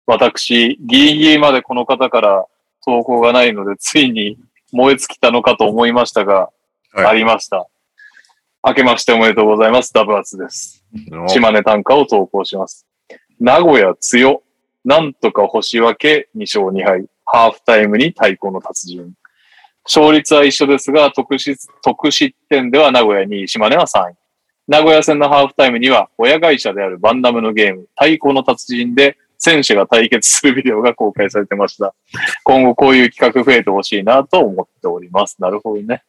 [SPEAKER 2] 私、ギリギリまでこの方から投稿がないので、ついに燃え尽きたのかと思いましたが、
[SPEAKER 1] はい
[SPEAKER 2] ありました。明けましておめでとうございます。ダブアツです。島根短歌を投稿します。名古屋強、なんとか星分け2勝2敗、ハーフタイムに太鼓の達人。勝率は一緒ですが、得失得失点では名古屋2位、島根は3位。名古屋戦のハーフタイムには、親会社であるバンダムのゲーム、太鼓の達人で、選手が対決するビデオが公開されてました。今後こういう企画増えてほしいなと思っております。なるほどね。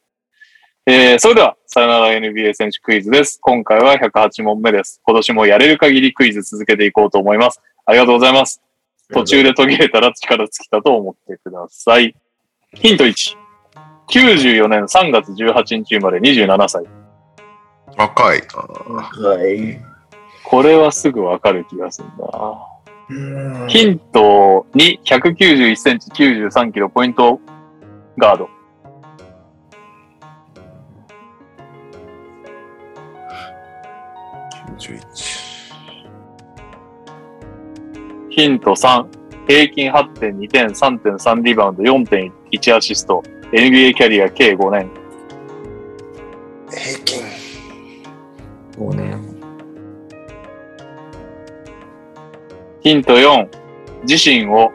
[SPEAKER 2] えー、それでは、さよなら NBA 選手クイズです。今回は108問目です。今年もやれる限りクイズ続けていこうと思います。ありがとうございます。途中で途切れたら力尽きたと思ってください。ヒント1。94年3月18日生まれ27歳。
[SPEAKER 1] 若いな。
[SPEAKER 4] はい。
[SPEAKER 2] これはすぐわかる気がするな。ヒント2、191センチ93キロポイントガード。
[SPEAKER 1] 91。
[SPEAKER 2] ヒント3、平均8.2点、3.3リバウンド、4.1アシスト、NBA キャリア計5年。
[SPEAKER 1] 平均。
[SPEAKER 4] 5年。
[SPEAKER 2] ヒント4、自身を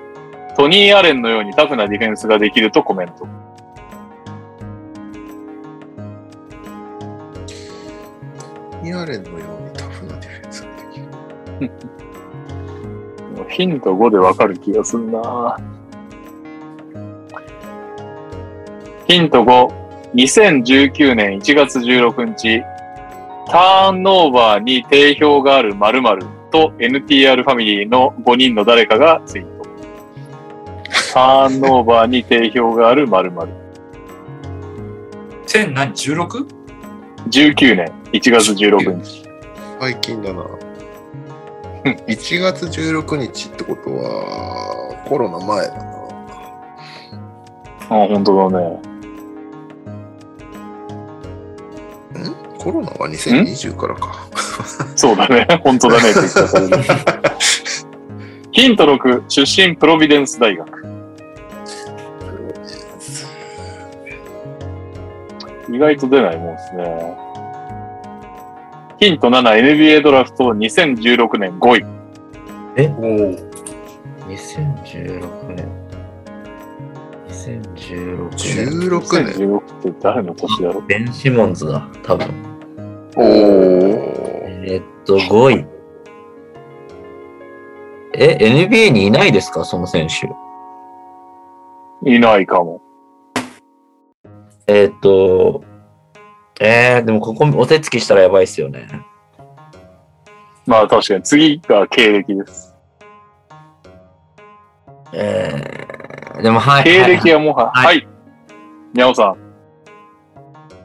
[SPEAKER 2] トニー・アレンのようにタフなディフェンスができるとコメント。
[SPEAKER 1] ニアレンのようにタフなディフェンスができる。
[SPEAKER 2] ヒント5でわかる気がするなヒント5、2019年1月16日、ターンオーバーに定評がある〇〇と NTR ファミリーの5人の誰かがツイート。ターンオーバーに定評がある〇〇。
[SPEAKER 3] 千何 ?16?
[SPEAKER 2] 19年1月16日。
[SPEAKER 1] 最近だな。1月16日ってことは、コロナ前だな。
[SPEAKER 2] あ、本当だね。
[SPEAKER 1] コロナは2020からか。
[SPEAKER 2] そうだね。 本当だ ね。結果されるヒント6、出身プロビデンス大学。意外と出ないもんですね。ヒント7、NBA ドラフト2016年5位。
[SPEAKER 3] おお。
[SPEAKER 4] 2016年。2016年。
[SPEAKER 1] 16年。
[SPEAKER 2] 2016って誰の年だろう
[SPEAKER 4] ベン・シモンズだ、多分。
[SPEAKER 1] おー。
[SPEAKER 4] えーっと、5位。え、NBA にいないですかその選手。
[SPEAKER 2] いないかも。
[SPEAKER 4] えーっと、えー、でもここお手つきしたらやばいっすよね。
[SPEAKER 2] まあ確かに次が経歴です。
[SPEAKER 4] えー、でもはい。
[SPEAKER 2] 経
[SPEAKER 4] はい
[SPEAKER 2] 歴はもは、
[SPEAKER 4] はい
[SPEAKER 2] はい。にゃおさん。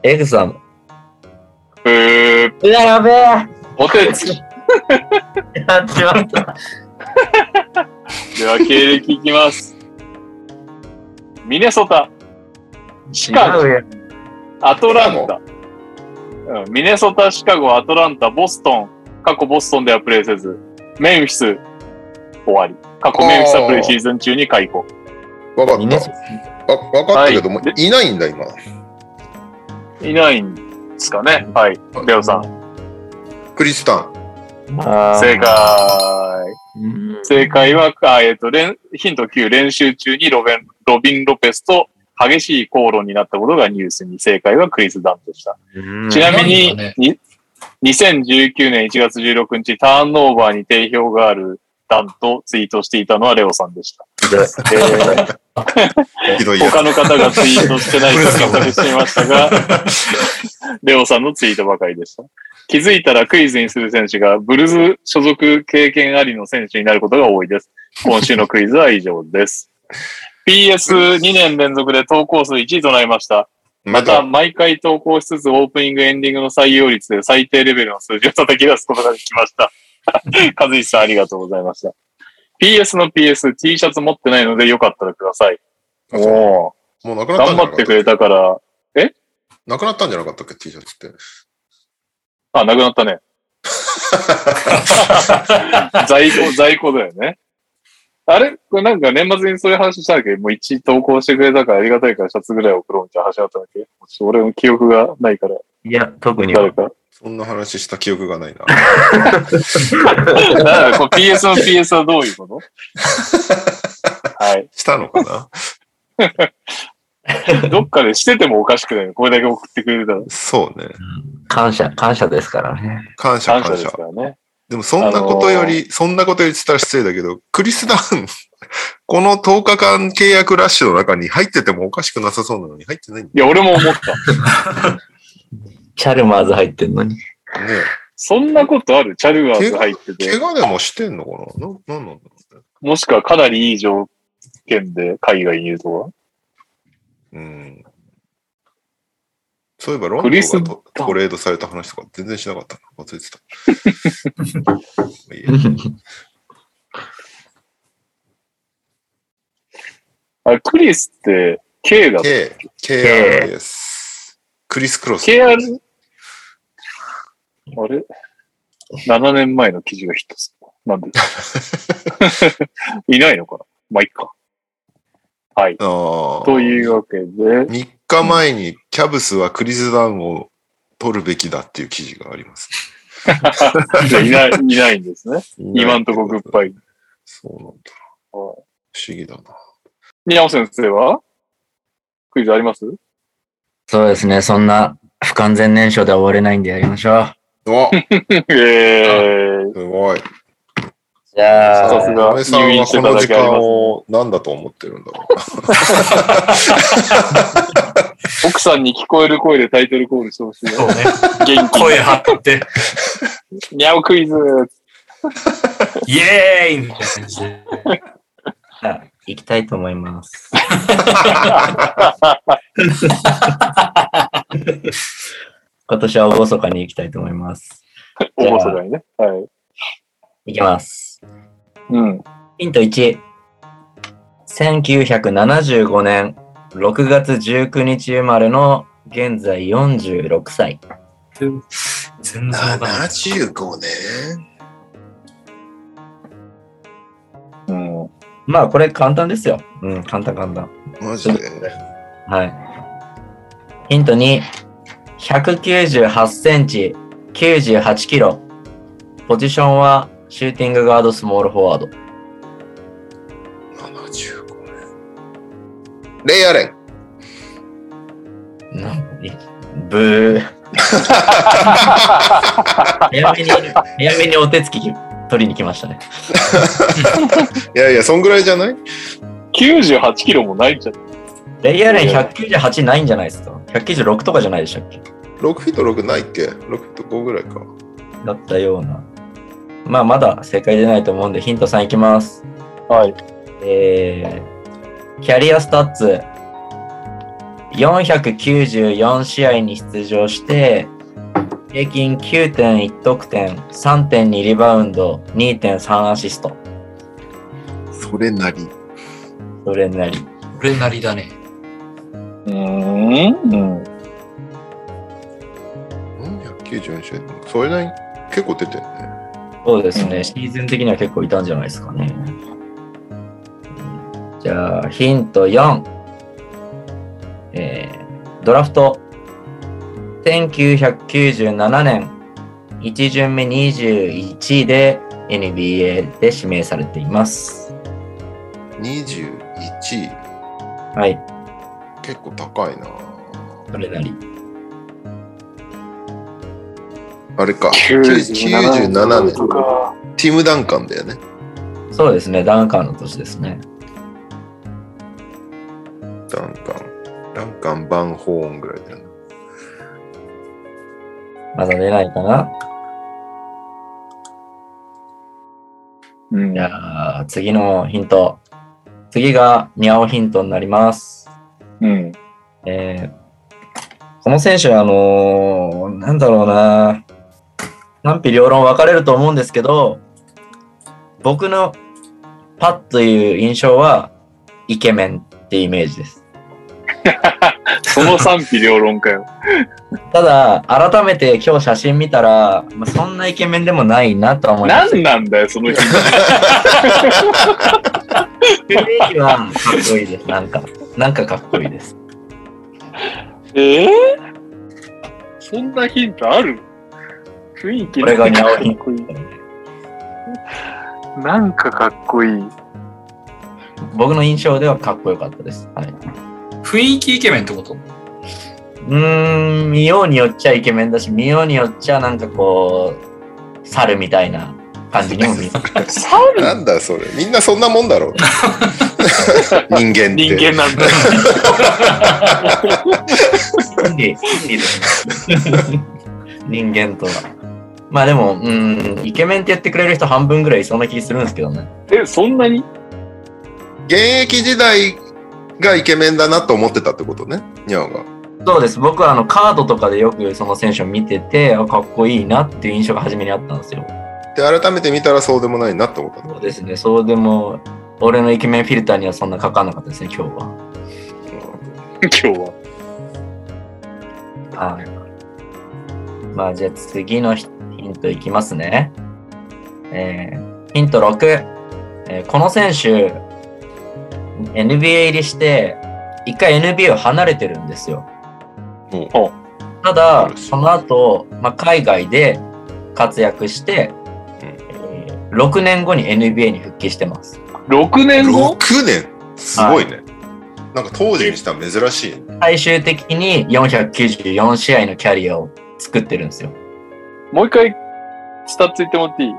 [SPEAKER 4] エグさん。
[SPEAKER 2] えー、
[SPEAKER 4] うわ、やべえ
[SPEAKER 2] お手つき。
[SPEAKER 4] やっちまった。
[SPEAKER 2] では経歴いきます。ミネソタ、シカゴ
[SPEAKER 4] 違うよ
[SPEAKER 2] アトランタ。うんミネソタ、シカゴ、アトランタ、ボストン。過去ボストンではプレーせず、メンフィス、終わり。過去メンフィスはプレーシーズン中に解雇。
[SPEAKER 1] わか
[SPEAKER 4] ミ
[SPEAKER 1] っ
[SPEAKER 4] ネソ
[SPEAKER 1] た。わわかったけども、
[SPEAKER 2] はい
[SPEAKER 1] い、ないんだ、今。
[SPEAKER 2] いないんですかね。はい。レオさん。
[SPEAKER 1] クリスタン。
[SPEAKER 4] あー
[SPEAKER 2] 正解。
[SPEAKER 4] うん
[SPEAKER 2] 正解は、あえっ、と、練ヒント9、練習中にロベン、ロビン・ロペスと激しい口論になったことがニュースに、正解はクリス・ダンでした。
[SPEAKER 4] うん
[SPEAKER 2] ちなみ
[SPEAKER 3] な
[SPEAKER 2] に
[SPEAKER 3] んだね
[SPEAKER 2] に、2019年1月16日、ターンオーバーに定評があるダンとツイートしていたのはレオさんでした。
[SPEAKER 4] ひどい
[SPEAKER 2] えー
[SPEAKER 1] ひどいやつ
[SPEAKER 2] 他。の方がツイートしてないか確認していましたが、レオさんのツイートばかりでした。気づいたらクイズにする選手がブルーズ所属経験ありの選手になることが多いです。今週のクイズは以上です。PS2 年連続で投稿数1位となりました。
[SPEAKER 1] ま
[SPEAKER 2] また、
[SPEAKER 1] た、
[SPEAKER 2] 毎回投稿しつつ、オープニング、エンディングの採用率で最低レベルの数字を叩き出すことができました。 和一さん、ありがとうございました。PS の PS、T シャツ持ってないので、よかったらください。
[SPEAKER 1] あ
[SPEAKER 2] お
[SPEAKER 1] そう
[SPEAKER 2] お
[SPEAKER 1] もうなく
[SPEAKER 2] ー、
[SPEAKER 1] なったん
[SPEAKER 2] 頑
[SPEAKER 1] じゃな
[SPEAKER 2] 張
[SPEAKER 1] かっ
[SPEAKER 2] っ
[SPEAKER 1] た
[SPEAKER 2] て
[SPEAKER 1] っ
[SPEAKER 2] く
[SPEAKER 1] け
[SPEAKER 2] れたから、
[SPEAKER 1] なくなったんじゃなかったっけ、T シャツって。
[SPEAKER 2] あ、なくなったね。在庫、在庫だよね。あれこれなんか年末にそういう話したんだっけど、もう1投稿してくれたからありがたいからシャツぐらい送ろうみたいな話だったんだっけちょ俺の記憶がないから、
[SPEAKER 4] いや、特には
[SPEAKER 2] 誰か。
[SPEAKER 1] そんな話した記憶がないな。
[SPEAKER 2] なんだこの PS の PS はどういうことはい。
[SPEAKER 1] したのかな
[SPEAKER 2] どっかでしててもおかしくないの。これだけ送ってくれたら。
[SPEAKER 1] そうね。
[SPEAKER 4] 感謝、感謝ですからね。
[SPEAKER 1] 感謝
[SPEAKER 2] 感謝
[SPEAKER 1] 感
[SPEAKER 2] で
[SPEAKER 1] 謝
[SPEAKER 2] す。からね。
[SPEAKER 1] でもそんなことより、そんなこと言ってたら失礼だけど、クリスダン、 この10日間契約ラッシュの中に入っててもおかしくなさそうなのに入ってないん
[SPEAKER 2] いや、俺も思った。
[SPEAKER 4] チャルマーズ入ってんのに。
[SPEAKER 1] だね。
[SPEAKER 2] そんなことあるチャルワーズ入って
[SPEAKER 1] 怪
[SPEAKER 2] て。
[SPEAKER 1] 我でもしてんのかなな、なんなんだろうね。
[SPEAKER 2] もしくはかなりいい条件で海外にいると
[SPEAKER 1] うん。そういえば、ロンド
[SPEAKER 2] ク
[SPEAKER 1] ン
[SPEAKER 2] リス
[SPEAKER 1] がト
[SPEAKER 2] ダン
[SPEAKER 1] トレードされた話とか全然しなかったな。忘れてた。 まあいいや
[SPEAKER 2] か。あ、クリスって、K だ。
[SPEAKER 1] K、KR です。クリスクロス。
[SPEAKER 2] KR? あれ ?7 年前の記事がヒットする。なん でいないのかなまあ、いっか。は
[SPEAKER 1] あ
[SPEAKER 2] い。
[SPEAKER 1] あ。
[SPEAKER 2] というわけで、
[SPEAKER 1] 3日前にキャブスはクリスダウンを取るべきだっていう記事があります。
[SPEAKER 2] じゃあいない、いないんですね。 今んとこグッバイ。
[SPEAKER 1] そうなんだ。不
[SPEAKER 2] は
[SPEAKER 1] 思議だな。
[SPEAKER 2] 宮尾先生はクイズあります
[SPEAKER 4] そうですね、そんな不完全燃焼では終われないんでやりましょう。
[SPEAKER 1] わ、
[SPEAKER 2] えー、
[SPEAKER 1] すごい。
[SPEAKER 4] じゃ
[SPEAKER 2] さす
[SPEAKER 4] あ、
[SPEAKER 2] が
[SPEAKER 1] 嫁さんはこの時
[SPEAKER 2] 入院してただけあり
[SPEAKER 1] 間
[SPEAKER 2] ます
[SPEAKER 1] を何だと思ってるんだろうな。
[SPEAKER 2] 奥さんに聞こえる声でタイトルコールしてほしい
[SPEAKER 3] そう
[SPEAKER 2] よ。
[SPEAKER 3] ね。
[SPEAKER 2] 元
[SPEAKER 3] 声張って、
[SPEAKER 2] 気。にゃおクイズ
[SPEAKER 3] イエーイみたいな感じで。
[SPEAKER 4] 行きたいと思います。今年はおごそかに行きたいと思います。
[SPEAKER 2] おもそかにね。はい。
[SPEAKER 4] いきます。
[SPEAKER 2] うん。
[SPEAKER 4] ヒント1。1975年6月19日生まれの現在46歳。
[SPEAKER 3] 全然わかんない。
[SPEAKER 1] 75年
[SPEAKER 2] うん。
[SPEAKER 4] まあこれ簡単ですよ。うん、簡単簡単。
[SPEAKER 1] マジで
[SPEAKER 4] はい。ヒント2、198センチ、98キロ。ポジションはシューティングガード、スモールフォワード。
[SPEAKER 1] 75年。レイアレン。
[SPEAKER 4] なんいブー。 早めに、早めにお手つき取りに来ましたね。
[SPEAKER 1] いやいや、そんぐらいじゃない
[SPEAKER 2] 98キロもないんじゃない
[SPEAKER 4] レイアレン198ないんじゃないですか ?196 とかじゃないでしたっけ
[SPEAKER 1] ?6 フィート6ないっけ ?6 フィート5ぐらいか。
[SPEAKER 4] だったような。まあまだ正解出ないと思うんでヒント3いきます。
[SPEAKER 2] はい。
[SPEAKER 4] えー、キャリアスタッツ494試合に出場して平均9.1得点3.2リバウンド2.3アシスト
[SPEAKER 1] それなり。
[SPEAKER 4] それなり
[SPEAKER 3] 俺なりだね。
[SPEAKER 2] うーん。うん
[SPEAKER 1] 494試合。それなり、結構出てるね。
[SPEAKER 4] そうですね、
[SPEAKER 2] うん
[SPEAKER 4] シーズン的には結構いたんじゃないですかね。じゃあ、ヒント4。えードラフト。1997年、1巡目21位で NBA で指名されています。
[SPEAKER 1] 21位。
[SPEAKER 4] はい、
[SPEAKER 1] 結構高いな。
[SPEAKER 4] それなり。
[SPEAKER 1] あれか。
[SPEAKER 2] 97
[SPEAKER 1] 97
[SPEAKER 2] と
[SPEAKER 1] 年。
[SPEAKER 2] か。
[SPEAKER 1] ティム・ダンカンだよね。
[SPEAKER 4] そうですね、ダンカーの年ですね。
[SPEAKER 1] ダンカン。ダンカン・バン・ホーンぐらいだよね。
[SPEAKER 4] まだ出ないかな
[SPEAKER 2] うん
[SPEAKER 4] いやー次のヒント。次がニャオヒントになります。
[SPEAKER 2] うん。
[SPEAKER 4] えーこの選手は、あのーなんだろうな、賛否両論分かれると思うんですけど、僕のパッという印象は、イケメンってイメージです。
[SPEAKER 2] その賛否両論 かよ。
[SPEAKER 4] ただ、改めて今日写真見たら、まあ、そんなイケメンでもないなとは思いま
[SPEAKER 2] な
[SPEAKER 4] す。
[SPEAKER 2] んなんだよ、その人。
[SPEAKER 4] イメージはかっこいいです。なんか、なんかかっこいいです。
[SPEAKER 2] ええそんなヒントある雰囲気
[SPEAKER 4] これが
[SPEAKER 2] なんか
[SPEAKER 4] ニャオ
[SPEAKER 2] か
[SPEAKER 4] ヒ
[SPEAKER 2] っ
[SPEAKER 4] ン
[SPEAKER 2] こ
[SPEAKER 4] ト
[SPEAKER 2] いい。なんかかっこいい。
[SPEAKER 4] 僕の印象ではかっこよかったです。はい、
[SPEAKER 3] 雰囲気イケメンってこと
[SPEAKER 4] うーん、見ようによっちゃイケメンだし、見ようによっちゃなんかこう、猿みたいな感じにも見える。
[SPEAKER 1] なんだそれ。みんなそんなもんだろう。人間って。
[SPEAKER 2] 人間なんだよ。
[SPEAKER 4] 人間ですね人間とは。まあでも、うーん、イケメンって言ってくれる人半分ぐらいいそうな気するんですけどね。
[SPEAKER 2] え、そんなに
[SPEAKER 1] 現役時代がイケメンだなと思ってたってことね。ニャオが。
[SPEAKER 4] そうです。僕はあのカードとかでよくその選手を見てて、あかっこいいなっていう印象が初めにあったんですよ。
[SPEAKER 1] で、改めて見たらそうでもないなって思ったの。
[SPEAKER 4] そうですね。そうでも、俺のイケメンフィルターにはそんなかかんなかったですね、今日は。
[SPEAKER 2] 今日は。
[SPEAKER 4] はい。まあじゃあ次のヒントいきますね。えーヒント6。えーこの選手、NBA 入りして、一回 NBA を離れてるんですよ。
[SPEAKER 1] うん
[SPEAKER 4] ただ、その後、まあ、海外で活躍して、
[SPEAKER 1] うん
[SPEAKER 4] えー6年後に NBA に復帰してます。
[SPEAKER 2] 6年後
[SPEAKER 1] 6年すごいね。なんか当時にしたら珍しいね。
[SPEAKER 4] 最終的に494試合のキャリアを作ってるんですよ。
[SPEAKER 2] もう一回、スタッツ言ってもらっていい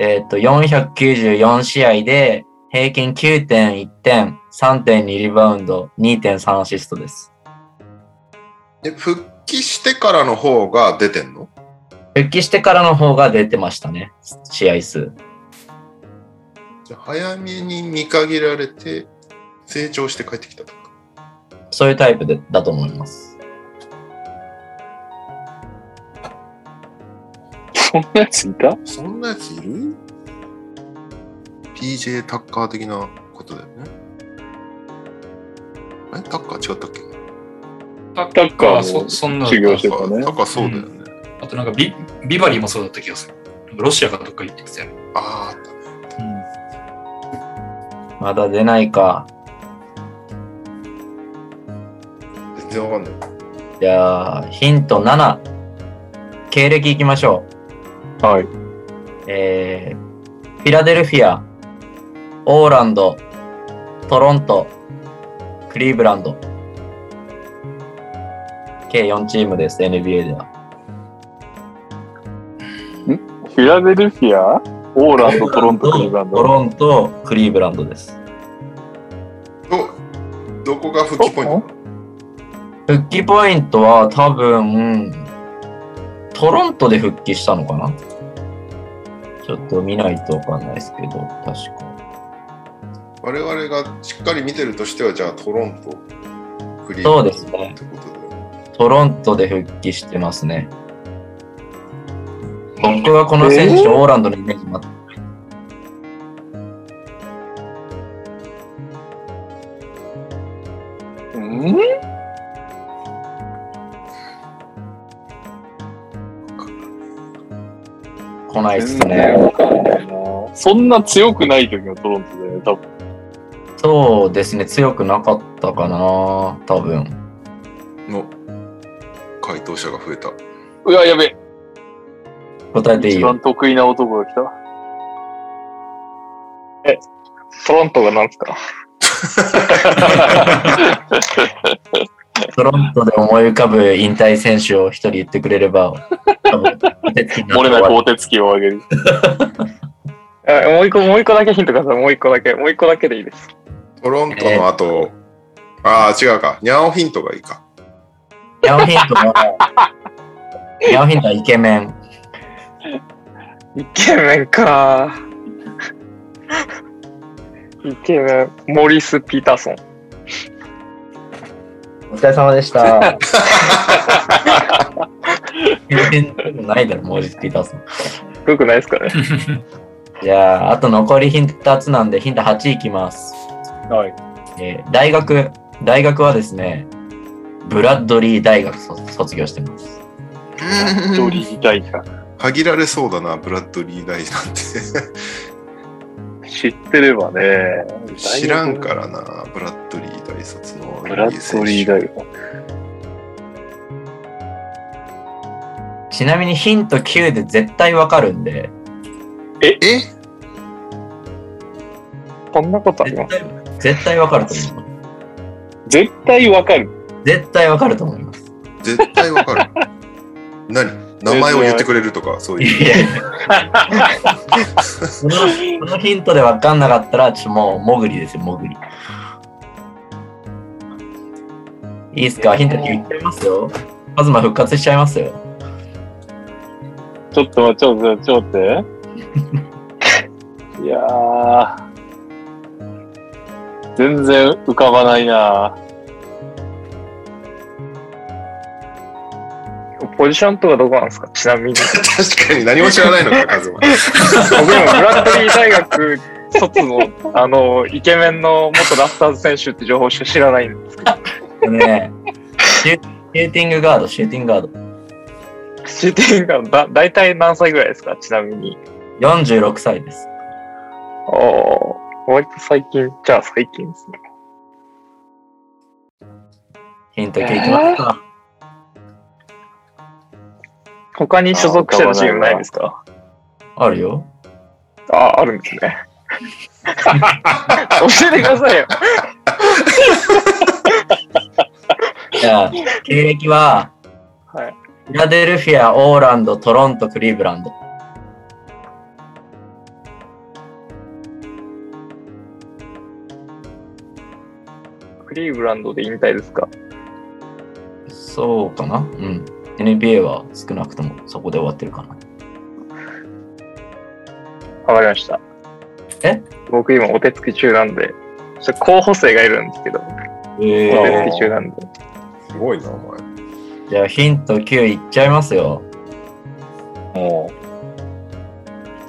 [SPEAKER 4] えっ、と、494試合で、平均9.1点、3.2リバウンド、2.3アシストです。
[SPEAKER 1] で、復帰してからの方が出てんの
[SPEAKER 4] 復帰してからの方が出てましたね、試合数。
[SPEAKER 1] じゃあ早めに見限られて、成長して帰ってきたとか。
[SPEAKER 4] そういうタイプでだと思います。
[SPEAKER 2] そんなやついた
[SPEAKER 1] そんなやついる ?PJ タッカー的なことだよね。えタッカー違ったっけ
[SPEAKER 3] タッ
[SPEAKER 2] カーも
[SPEAKER 3] そそんな
[SPEAKER 2] 修行し
[SPEAKER 1] タ
[SPEAKER 2] て
[SPEAKER 1] ッ
[SPEAKER 2] る
[SPEAKER 1] カ
[SPEAKER 2] か
[SPEAKER 1] ータッカ
[SPEAKER 2] らね
[SPEAKER 1] ーそうだよね。
[SPEAKER 3] あとなんかビビバリーもそうだった気がする。なんかロシアかどっか行ってきたよ。
[SPEAKER 1] あ
[SPEAKER 4] まだ出ないか。
[SPEAKER 1] あ、全然わかんない。
[SPEAKER 4] じゃあ、ヒント7。経歴いきましょ
[SPEAKER 2] はい。
[SPEAKER 4] う。えー、フィラデルフィア、オーランド、トロント、クリーブランド。計4チームです、NBA では。
[SPEAKER 2] フィラデルフィア、オーランド、トロント、クリーブラン
[SPEAKER 4] ト
[SPEAKER 2] ド。
[SPEAKER 4] ロント、クリーブランドです。
[SPEAKER 1] ど、どこが復帰ポイント
[SPEAKER 4] 復帰ポイントは多分、トロントで復帰したのかなちょっと見ないとわかんないですけど、確か。
[SPEAKER 1] 我々がしっかり見てるとしては、じゃあトロント、クリー
[SPEAKER 4] そうですね
[SPEAKER 1] ってことだよね。
[SPEAKER 4] トロントで復帰してますね。僕はこの選手、オーランドのイメージもあっ
[SPEAKER 2] うん
[SPEAKER 4] 来ないです
[SPEAKER 2] 全然
[SPEAKER 4] ね。
[SPEAKER 2] わかんないなそんな強くない時のトロントで、多分。
[SPEAKER 4] そうですね、強くなかったかな、多分。
[SPEAKER 1] の回答者が増えた。
[SPEAKER 2] うわ、やべえ。
[SPEAKER 4] 答えていい
[SPEAKER 2] 一
[SPEAKER 4] よ。
[SPEAKER 2] 番得意な男が来た。
[SPEAKER 5] トロントがなんで すか
[SPEAKER 4] トロントで思い浮かぶ引退選手を一人言ってくれれば、多分、
[SPEAKER 2] 漏れなく大手つきをあげる。
[SPEAKER 5] あもう一個、もう一個だけヒントください。もう一個だけ。もう一個だけでいいです。
[SPEAKER 1] トロントの後、ああ、違うか。ニャオヒントがいいか。
[SPEAKER 4] ヤオヒントは、ヤオヒントはイケメン。
[SPEAKER 5] イケメンか。 イケメン、モリス・ピーターソン。
[SPEAKER 4] お疲れ様でした。イケメンないだろ、モーリス・ピーターソン。
[SPEAKER 5] よくないですかね。
[SPEAKER 4] じゃあ、あと残りヒント2つなんで、ヒント8いきます。
[SPEAKER 2] はい。
[SPEAKER 4] えー大学、大学はですね、ブラッドリー大学卒卒業してます。
[SPEAKER 2] ジョリー大か。
[SPEAKER 1] 限られそうだな、ブラッドリー大なんて。
[SPEAKER 2] 知ってればね。
[SPEAKER 1] 知らんからな、ブラッドリー大卒の。
[SPEAKER 2] ブラッドリー大学。
[SPEAKER 4] ちなみにヒント9で絶対わかるんで、
[SPEAKER 1] え
[SPEAKER 5] こんなことあり
[SPEAKER 4] 絶
[SPEAKER 5] ます。
[SPEAKER 4] 対絶対わかると思いま
[SPEAKER 2] 絶対わかる。
[SPEAKER 4] す。絶対わかると思います。
[SPEAKER 1] 絶対わかる。何名前を言ってくれるとか、そう
[SPEAKER 4] い
[SPEAKER 1] いう。
[SPEAKER 4] やいやこのこのヒントでわかんなかったら、ちょっともう、もぐりですよ、もぐり。いいっすかヒント9いっちゃいますよ。カズマ復活しちゃいますよ。
[SPEAKER 2] ちょっと待って、ちょっと待って、ちょっと待 って。いやー。全然浮かばないな
[SPEAKER 5] ポジションとかどこなんですかちなみに。
[SPEAKER 1] 確かに何も知らないのか、カズマ。
[SPEAKER 5] 僕もブラッドリー大学卒 の、あの、イケメンの元ラフターズ選手って情報しか知らないんで
[SPEAKER 4] ねシュシューティングガード、シューティングガード。
[SPEAKER 5] シーティングがだ大体何歳ぐらいですかちなみに。
[SPEAKER 4] 46歳です。
[SPEAKER 5] おー、割と最近、じゃあ最近ですね。
[SPEAKER 4] ヒント聞いてますか、
[SPEAKER 5] 他に所属してたチームないですか
[SPEAKER 4] あるよ。
[SPEAKER 5] ああ、るんです ね。教えてくださいよ。
[SPEAKER 4] じゃあ、経歴は、
[SPEAKER 5] はい
[SPEAKER 4] フィラデルフィア、オーランド、トロント、クリーブランド。
[SPEAKER 5] クリーブランドで引退ですか
[SPEAKER 4] そうかなうん。NBA は少なくともそこで終わってるかな。
[SPEAKER 5] わかりました。
[SPEAKER 4] え
[SPEAKER 5] 僕今お手つき中なんで、ちょっと候補生がいるんですけど、
[SPEAKER 4] え
[SPEAKER 5] お
[SPEAKER 1] ー
[SPEAKER 5] 手つき中なんで。
[SPEAKER 1] すごいな、お前。
[SPEAKER 4] じゃあヒント9いっちゃいますよ。
[SPEAKER 2] も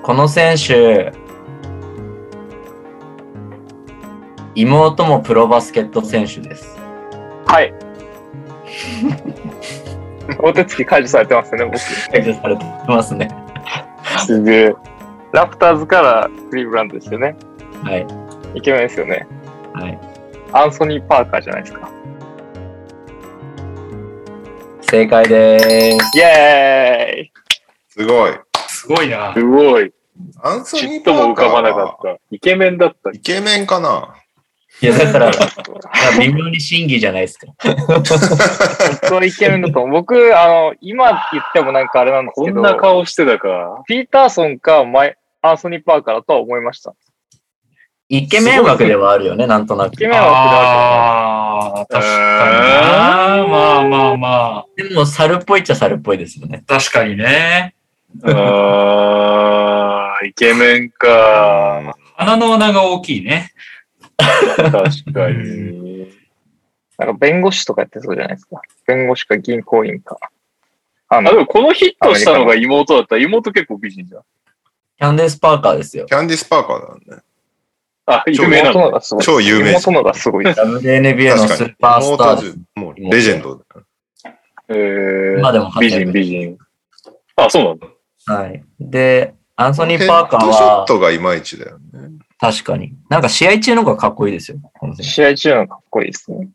[SPEAKER 4] この選手、妹もプロバスケット選手です。
[SPEAKER 5] はい。大手つき解除されてますよね、
[SPEAKER 4] 解除されてますね。
[SPEAKER 5] 僕。すげえ。ラプターズからクリーブランドですよね。
[SPEAKER 4] はい。
[SPEAKER 5] イケメンですよね。
[SPEAKER 4] はい。
[SPEAKER 5] アンソニー・パーカーじゃないですか。
[SPEAKER 4] 正解でーす。
[SPEAKER 5] イェーイ
[SPEAKER 1] すごい。
[SPEAKER 3] すごい な。
[SPEAKER 2] すごい。
[SPEAKER 1] アンソ
[SPEAKER 2] ち
[SPEAKER 1] ニ
[SPEAKER 2] っ
[SPEAKER 1] ー・パ
[SPEAKER 2] と
[SPEAKER 1] ーカー
[SPEAKER 2] も浮かばなか
[SPEAKER 1] は
[SPEAKER 2] った。イケメンだった。
[SPEAKER 1] イケメンかない
[SPEAKER 4] や、だ から、いや微妙に審議じゃないですか。
[SPEAKER 5] 本当イケメンだ と思う。僕、あの、今言ってもなんかあれなんです
[SPEAKER 2] こ
[SPEAKER 5] け
[SPEAKER 2] ん
[SPEAKER 5] ど、
[SPEAKER 2] な顔してたか。
[SPEAKER 5] ピーターソンかマイアンソニー・パーカーだとは思いました。
[SPEAKER 4] イケメン枠ではあるよね、なんとなく
[SPEAKER 5] イ。ケメンは
[SPEAKER 3] ああ、確かにな。まあまあまあ。
[SPEAKER 4] でも、猿っぽいっちゃ猿っぽいですよね。
[SPEAKER 3] 確かにね。
[SPEAKER 2] あー、イケメンか。
[SPEAKER 3] 鼻の穴が大きいね。
[SPEAKER 2] 確かに。
[SPEAKER 5] なんか弁護士とかやってそうじゃないですか。弁護士か銀行員か。あ
[SPEAKER 2] あ、で
[SPEAKER 5] の、
[SPEAKER 2] もこのヒットしたのが妹だった。妹結構美人じゃん。
[SPEAKER 4] キャンディス・パーカーですよ。
[SPEAKER 1] キャンディス・パーカーだね。
[SPEAKER 2] あ、有名な
[SPEAKER 5] 妹
[SPEAKER 2] の。
[SPEAKER 5] のがすごい。
[SPEAKER 1] 超有名です
[SPEAKER 5] 妹のがすご い。
[SPEAKER 4] WNBA の
[SPEAKER 1] 確
[SPEAKER 4] ス
[SPEAKER 1] かに
[SPEAKER 4] ー。パースターです。
[SPEAKER 1] 妹はもうレジェンドだよ
[SPEAKER 2] えー
[SPEAKER 4] まあでも
[SPEAKER 2] 美人、美人。あ、そうなんだ。
[SPEAKER 4] はい。で、アンソニ
[SPEAKER 1] ヘ
[SPEAKER 4] ー・パー
[SPEAKER 1] ッ
[SPEAKER 4] カー
[SPEAKER 1] ドショッ
[SPEAKER 4] は、
[SPEAKER 1] トがいまいちだよね。
[SPEAKER 4] 確かに。なんか試合中の方がかっこいいですよ。この選手
[SPEAKER 5] 試合中のかっこいいですね。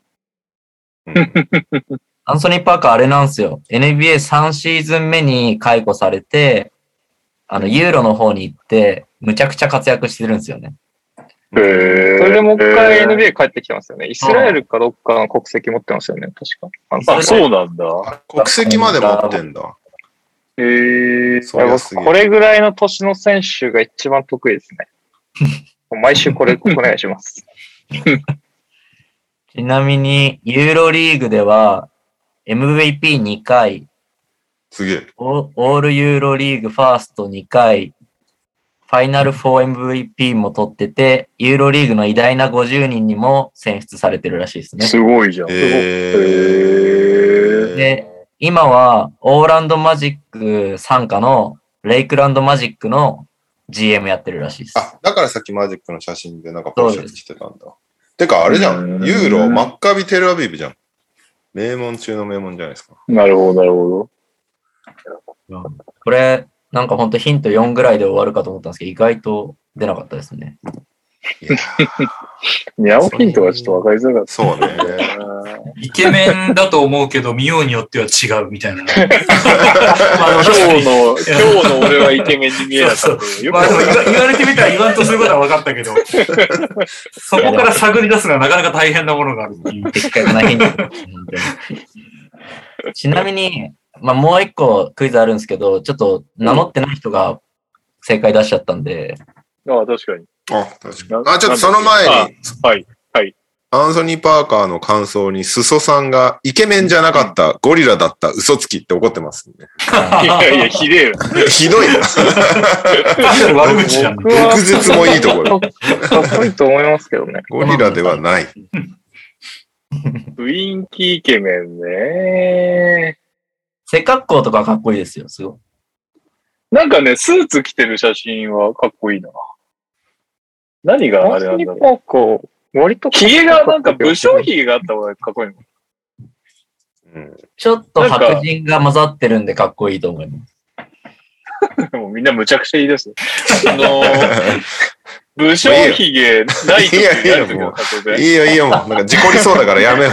[SPEAKER 4] アンソニー・パーカーあれなんですよ。NBA3 シーズン目に解雇されて、あの、ユーロの方に行って、むちゃくちゃ活躍してるんですよね。
[SPEAKER 2] えー、
[SPEAKER 5] それでもう一回
[SPEAKER 2] えー
[SPEAKER 5] NBA 帰ってきてますよね。イスラエルかどっかの国籍持ってますよね、確か。あ
[SPEAKER 2] あ、そうなんだ。
[SPEAKER 1] あ国籍まで持ってんだ。
[SPEAKER 2] えー、
[SPEAKER 1] そりゃすげ
[SPEAKER 5] 僕こ
[SPEAKER 1] え。
[SPEAKER 5] れぐらいの年の選手が一番得意です ね。毎週これお願いします。
[SPEAKER 4] ちなみに、ユーロリーグでは、MVP2 回、
[SPEAKER 1] すげえ。
[SPEAKER 4] オオールユーロリーグファースト2回、ファイナル 4MVP も取ってて、ユーロリーグの偉大な50人にも選出されてるらしいですね。
[SPEAKER 2] すごいじゃん。
[SPEAKER 1] えー
[SPEAKER 4] で、今は、オーランドマジック傘下の、レイクランドマジックの GM やってるらしいです。
[SPEAKER 1] あ、だからさっきマジックの写真でなんかポロシャツ着てたんだ。てか、あれじゃ
[SPEAKER 2] うん
[SPEAKER 1] ん。ユーロ、マッカビテルアビブじゃん。名門中の名門じゃないですか。
[SPEAKER 2] なるほど、なるほど。
[SPEAKER 4] これ、なんかほんとヒント4ぐらいで終わるかと思ったんですけど、意外と出なかったですね。
[SPEAKER 1] いや
[SPEAKER 2] ニャオヒントがちょっとわかりづらかっ
[SPEAKER 1] そうね。
[SPEAKER 2] たな。
[SPEAKER 3] イケメンだと思うけど、見ようによっては違うみたいな。まあでも
[SPEAKER 2] 今
[SPEAKER 3] 確かに
[SPEAKER 2] 日の、今日の俺はイケメンに見えなかったけど。よく
[SPEAKER 3] ま
[SPEAKER 2] わ
[SPEAKER 3] あでも
[SPEAKER 2] か
[SPEAKER 3] 言
[SPEAKER 2] る
[SPEAKER 3] わ言われてみたら言わんとすることは分かったけど、そこから探り出すのはなかなか大変なものがあるっていう。
[SPEAKER 4] 的確なヒントです本当にちなみに、まあ、もう一個クイズあるんですけど、ちょっと名乗ってない人が正解出しちゃったんで、
[SPEAKER 2] あ、確かに。
[SPEAKER 1] あ、確かに。あ、ちょっとその前に、
[SPEAKER 2] あ。はい。
[SPEAKER 1] アンソニー・パーカーの感想に、裾さんが、イケメンじゃなかった、ゴリラだった、嘘つきって怒ってますね。
[SPEAKER 2] いやいや、ひでえよ。
[SPEAKER 1] ひどいな。
[SPEAKER 3] 悪口なんで。
[SPEAKER 5] 僕は
[SPEAKER 1] 毒舌もいいところ。
[SPEAKER 5] かっこいいと思いますけどね。
[SPEAKER 1] ゴリラではない。
[SPEAKER 2] 雰囲気イケメンね。
[SPEAKER 4] 背格好とかかっこいいですよ、すごい。
[SPEAKER 2] なんかね、スーツ着てる写真はかっこいいな。何が
[SPEAKER 5] ア
[SPEAKER 2] あれ
[SPEAKER 5] ンソ
[SPEAKER 2] なん
[SPEAKER 5] ニ
[SPEAKER 2] だ
[SPEAKER 5] ー・
[SPEAKER 2] ろう。
[SPEAKER 5] パーカー、割と
[SPEAKER 2] ヒゲがなんか武将髭があった方がかっこいいもん。
[SPEAKER 1] うん
[SPEAKER 4] ちょっと白人が混ざってるんでかっこいいと思います。
[SPEAKER 2] もうみんなむちゃくちゃいいです。あのー、武将髭ない時ない時のかっこよくない
[SPEAKER 1] いいよいいよ、もう。なんか事故りそうだからやめよ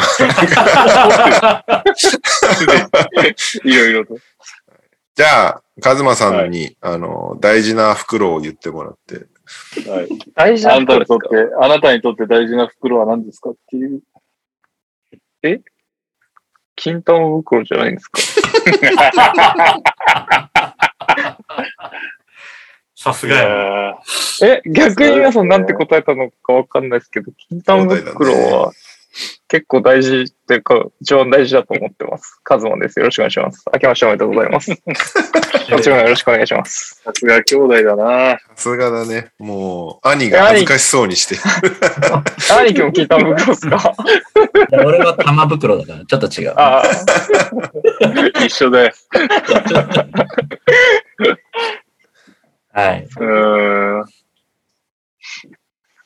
[SPEAKER 1] う。
[SPEAKER 2] いろいろと。
[SPEAKER 1] じゃあ、カズマさんに、あの、大事な袋を言ってもらって。
[SPEAKER 2] はい
[SPEAKER 5] 大事な
[SPEAKER 2] あなたに
[SPEAKER 5] 人です
[SPEAKER 2] とっ
[SPEAKER 5] か
[SPEAKER 2] て、あなたにとって大事な袋は何ですかっていう。
[SPEAKER 5] 金玉袋じゃないんですか。
[SPEAKER 3] さす
[SPEAKER 2] い
[SPEAKER 3] がや。
[SPEAKER 2] やー
[SPEAKER 5] え、逆に皆さんなんて答えたのかわかんないですけど、金玉袋は結構大事っていうか、一番大事だと思ってます。カズマです。よろしくお願いします。明けましておめでとうございます。もちろんよろしくお願いします。
[SPEAKER 2] さすが兄弟だな。
[SPEAKER 1] さすがだね。もう、兄が恥ずかしそうにして。
[SPEAKER 5] 兄貴も金玉袋ですか
[SPEAKER 4] 俺は玉袋だから、ちょっと違う。
[SPEAKER 5] ああ。
[SPEAKER 2] 一緒だよ。
[SPEAKER 4] はい。
[SPEAKER 2] うーん。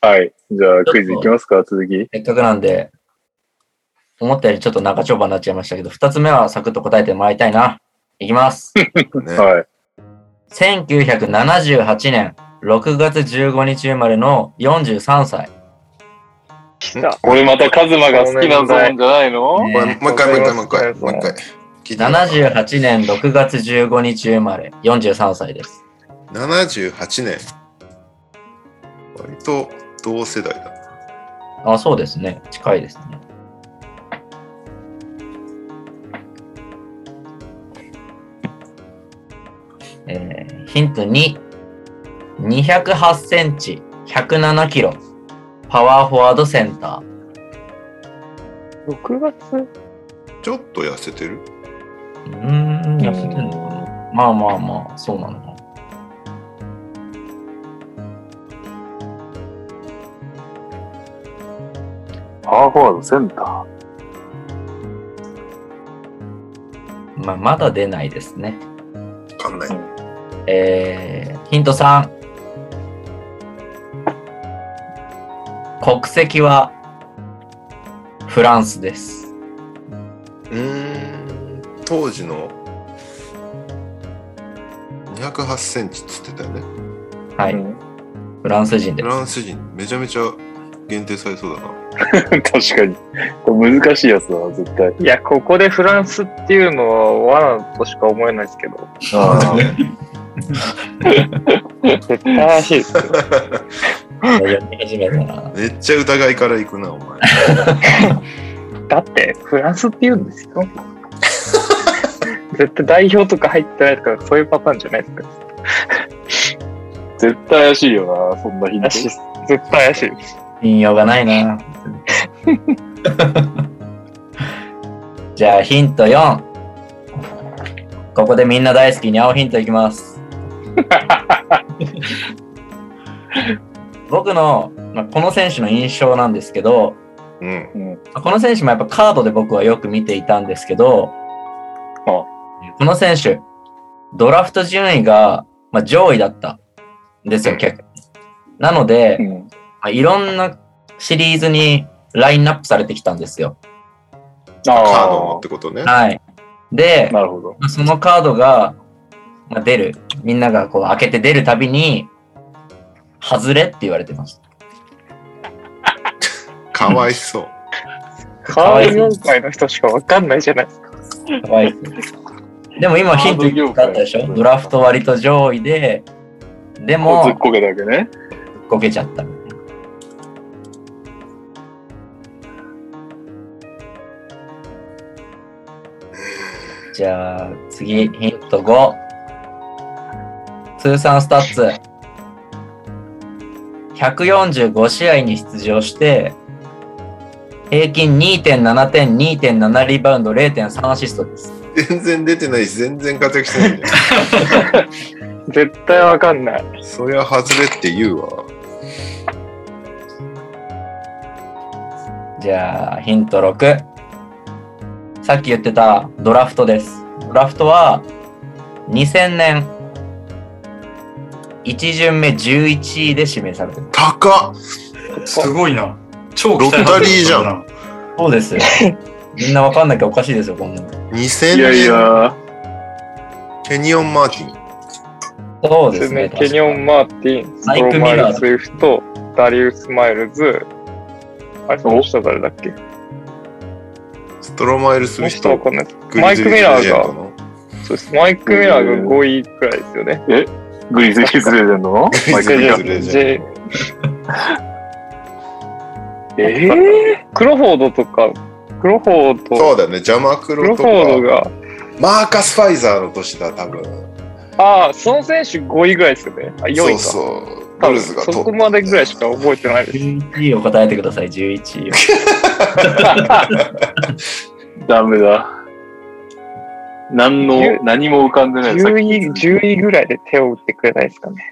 [SPEAKER 2] はい。じゃあ、クイズいきますか、続き。
[SPEAKER 4] せっかくなんで、思ったよりちょっと長丁場になっちゃいましたけど、二つ目はサクッと答えてもらいたいな。いきます。
[SPEAKER 1] ね
[SPEAKER 2] はい。
[SPEAKER 4] 1978年6月15日生まれの43歳。
[SPEAKER 5] 来た。
[SPEAKER 2] これまたカズマが好きなゾーンじゃないの
[SPEAKER 4] ね
[SPEAKER 1] これもう一回、もう一回、もう一回、もう一回。聞いてみよ
[SPEAKER 4] 78年6月15日生まれ、43歳です。
[SPEAKER 1] う78年。割と同世代だ。
[SPEAKER 4] あ、そうですね。近いですね。えーヒント2。208センチ、107キロ。パワーフォワードセンタ
[SPEAKER 5] 6月
[SPEAKER 1] ちょっと痩せてる
[SPEAKER 4] ー。うーん、痩せてんのかなまあまあまあ、そうなのかな。
[SPEAKER 2] パワーフォワードセンター。
[SPEAKER 4] まあ、まだ出ないですね。
[SPEAKER 1] わかんない。
[SPEAKER 4] えー、ヒント3。国籍はフランスです。
[SPEAKER 1] うーん当時の208センチっつってたよね。
[SPEAKER 4] はい。
[SPEAKER 2] うん
[SPEAKER 4] フランス人で
[SPEAKER 1] フ
[SPEAKER 4] す。
[SPEAKER 1] ランス人、めちゃめちゃ限定されそうだな。
[SPEAKER 2] 確かに。これ難しいやつだな、絶対。
[SPEAKER 5] いや、ここでフランスっていうのは罠としか思えないですけど、
[SPEAKER 2] あ
[SPEAKER 5] 絶対怪しいですよ。
[SPEAKER 4] 読み始めたな。
[SPEAKER 1] めっちゃ疑いから行くな、お前。
[SPEAKER 5] だって、フランスって言うんです よ。絶対代表とか入ってないとか、そういうパターンじゃないですか。
[SPEAKER 2] 絶対怪しいよな、そんなヒント
[SPEAKER 5] 怪。しいです。絶対怪しいです。
[SPEAKER 4] 引用がないな。じゃあヒント4。ここでみんな大好きに青ヒントいきます。僕の、まあ、この選手の印象なんですけど、
[SPEAKER 1] うん。
[SPEAKER 4] この選手もやっぱカードで僕はよく見ていたんですけど、この選手、ドラフト順位が、まあ、上位だったんですよ、結構。なので、
[SPEAKER 2] うん
[SPEAKER 4] まあ、いろんなシリーズにラインナップされてきたんですよ。
[SPEAKER 1] カ
[SPEAKER 2] あ
[SPEAKER 1] ードも
[SPEAKER 2] あ
[SPEAKER 1] ってことね。
[SPEAKER 4] はい。で、
[SPEAKER 2] なるほど。
[SPEAKER 4] まあそのカードが、まあ、出る。みんながこう開けて出るたびに、外れって言われてました。
[SPEAKER 1] かわいそう。
[SPEAKER 5] カード業界の人しかわかんないじゃないですか。
[SPEAKER 4] かわいそうでも今ヒントいくつかあったでし
[SPEAKER 2] カード業界
[SPEAKER 4] ょドラフト割と上位で、で
[SPEAKER 2] こうずっ
[SPEAKER 4] も、
[SPEAKER 2] こけたわけね。
[SPEAKER 4] こけちゃった。じゃあ、次、ヒント5。通算スタッツ。145試合に出場して、平均2.7点、2.7リバウンド、0.3アシストです。
[SPEAKER 1] 全然出てないし、全然活躍してないんだよ。
[SPEAKER 5] 絶対わかんない。
[SPEAKER 1] そりゃ外れって言うわ。
[SPEAKER 4] じゃあ、ヒント6。さっき言ってたドラフトです。ドラフトは2000年1巡目11位で指名されてます。
[SPEAKER 1] 高っ
[SPEAKER 3] すごいな。超期待
[SPEAKER 1] ロッタリーじゃん
[SPEAKER 3] ん。
[SPEAKER 4] そうです よ。みんなわかんなきゃおかしいですよ、こんなの。
[SPEAKER 1] !2000
[SPEAKER 2] いやい
[SPEAKER 1] 年、
[SPEAKER 2] や、
[SPEAKER 1] ケニオン・マーティン。
[SPEAKER 4] そうで
[SPEAKER 5] です
[SPEAKER 4] すね。
[SPEAKER 5] ね、ケニオン・マーティン、スト
[SPEAKER 4] マイク
[SPEAKER 5] ロマ
[SPEAKER 4] ミ
[SPEAKER 5] イ
[SPEAKER 4] ラ
[SPEAKER 5] ル・
[SPEAKER 4] ー
[SPEAKER 5] スウィフト、ダリウス・マイルズ、あれ、その人誰だっけ
[SPEAKER 1] ストロマイル・ス
[SPEAKER 5] そ
[SPEAKER 1] ウィ
[SPEAKER 5] の
[SPEAKER 1] フ
[SPEAKER 5] 人わ
[SPEAKER 1] ト。
[SPEAKER 5] かんない。
[SPEAKER 1] グリズリー
[SPEAKER 5] マイクミラーが
[SPEAKER 1] レジェンドの
[SPEAKER 5] そうです。マイク・ミラーが5位くらいですよね。
[SPEAKER 2] グリズリーズレジェンドの
[SPEAKER 1] グリ
[SPEAKER 2] 毎
[SPEAKER 1] ズ
[SPEAKER 2] 回
[SPEAKER 1] リ
[SPEAKER 2] いや
[SPEAKER 1] ーズレジェンドの
[SPEAKER 2] え
[SPEAKER 5] クロフォードとか、クロフォー
[SPEAKER 1] そ
[SPEAKER 5] ド、
[SPEAKER 1] うだよね、ジャマク
[SPEAKER 5] ク
[SPEAKER 1] ロ
[SPEAKER 5] ロ
[SPEAKER 1] と
[SPEAKER 5] フォード
[SPEAKER 1] か。
[SPEAKER 5] が、
[SPEAKER 1] マーカス・ファイザーの年だ、多分。
[SPEAKER 5] ああ、その選手5位ぐらいですよね。あ、4位か。
[SPEAKER 1] そうそ
[SPEAKER 5] う
[SPEAKER 1] う。ドルズが
[SPEAKER 5] そ
[SPEAKER 1] 取った
[SPEAKER 5] こまでぐらいしか覚えてないです。
[SPEAKER 4] 11位を答えてください、11位を。
[SPEAKER 2] ーダメだ。何の
[SPEAKER 5] ゆ、
[SPEAKER 2] 何も浮かんでない。さっ
[SPEAKER 5] 10位、10位ぐらいで手を打ってくれないですかね。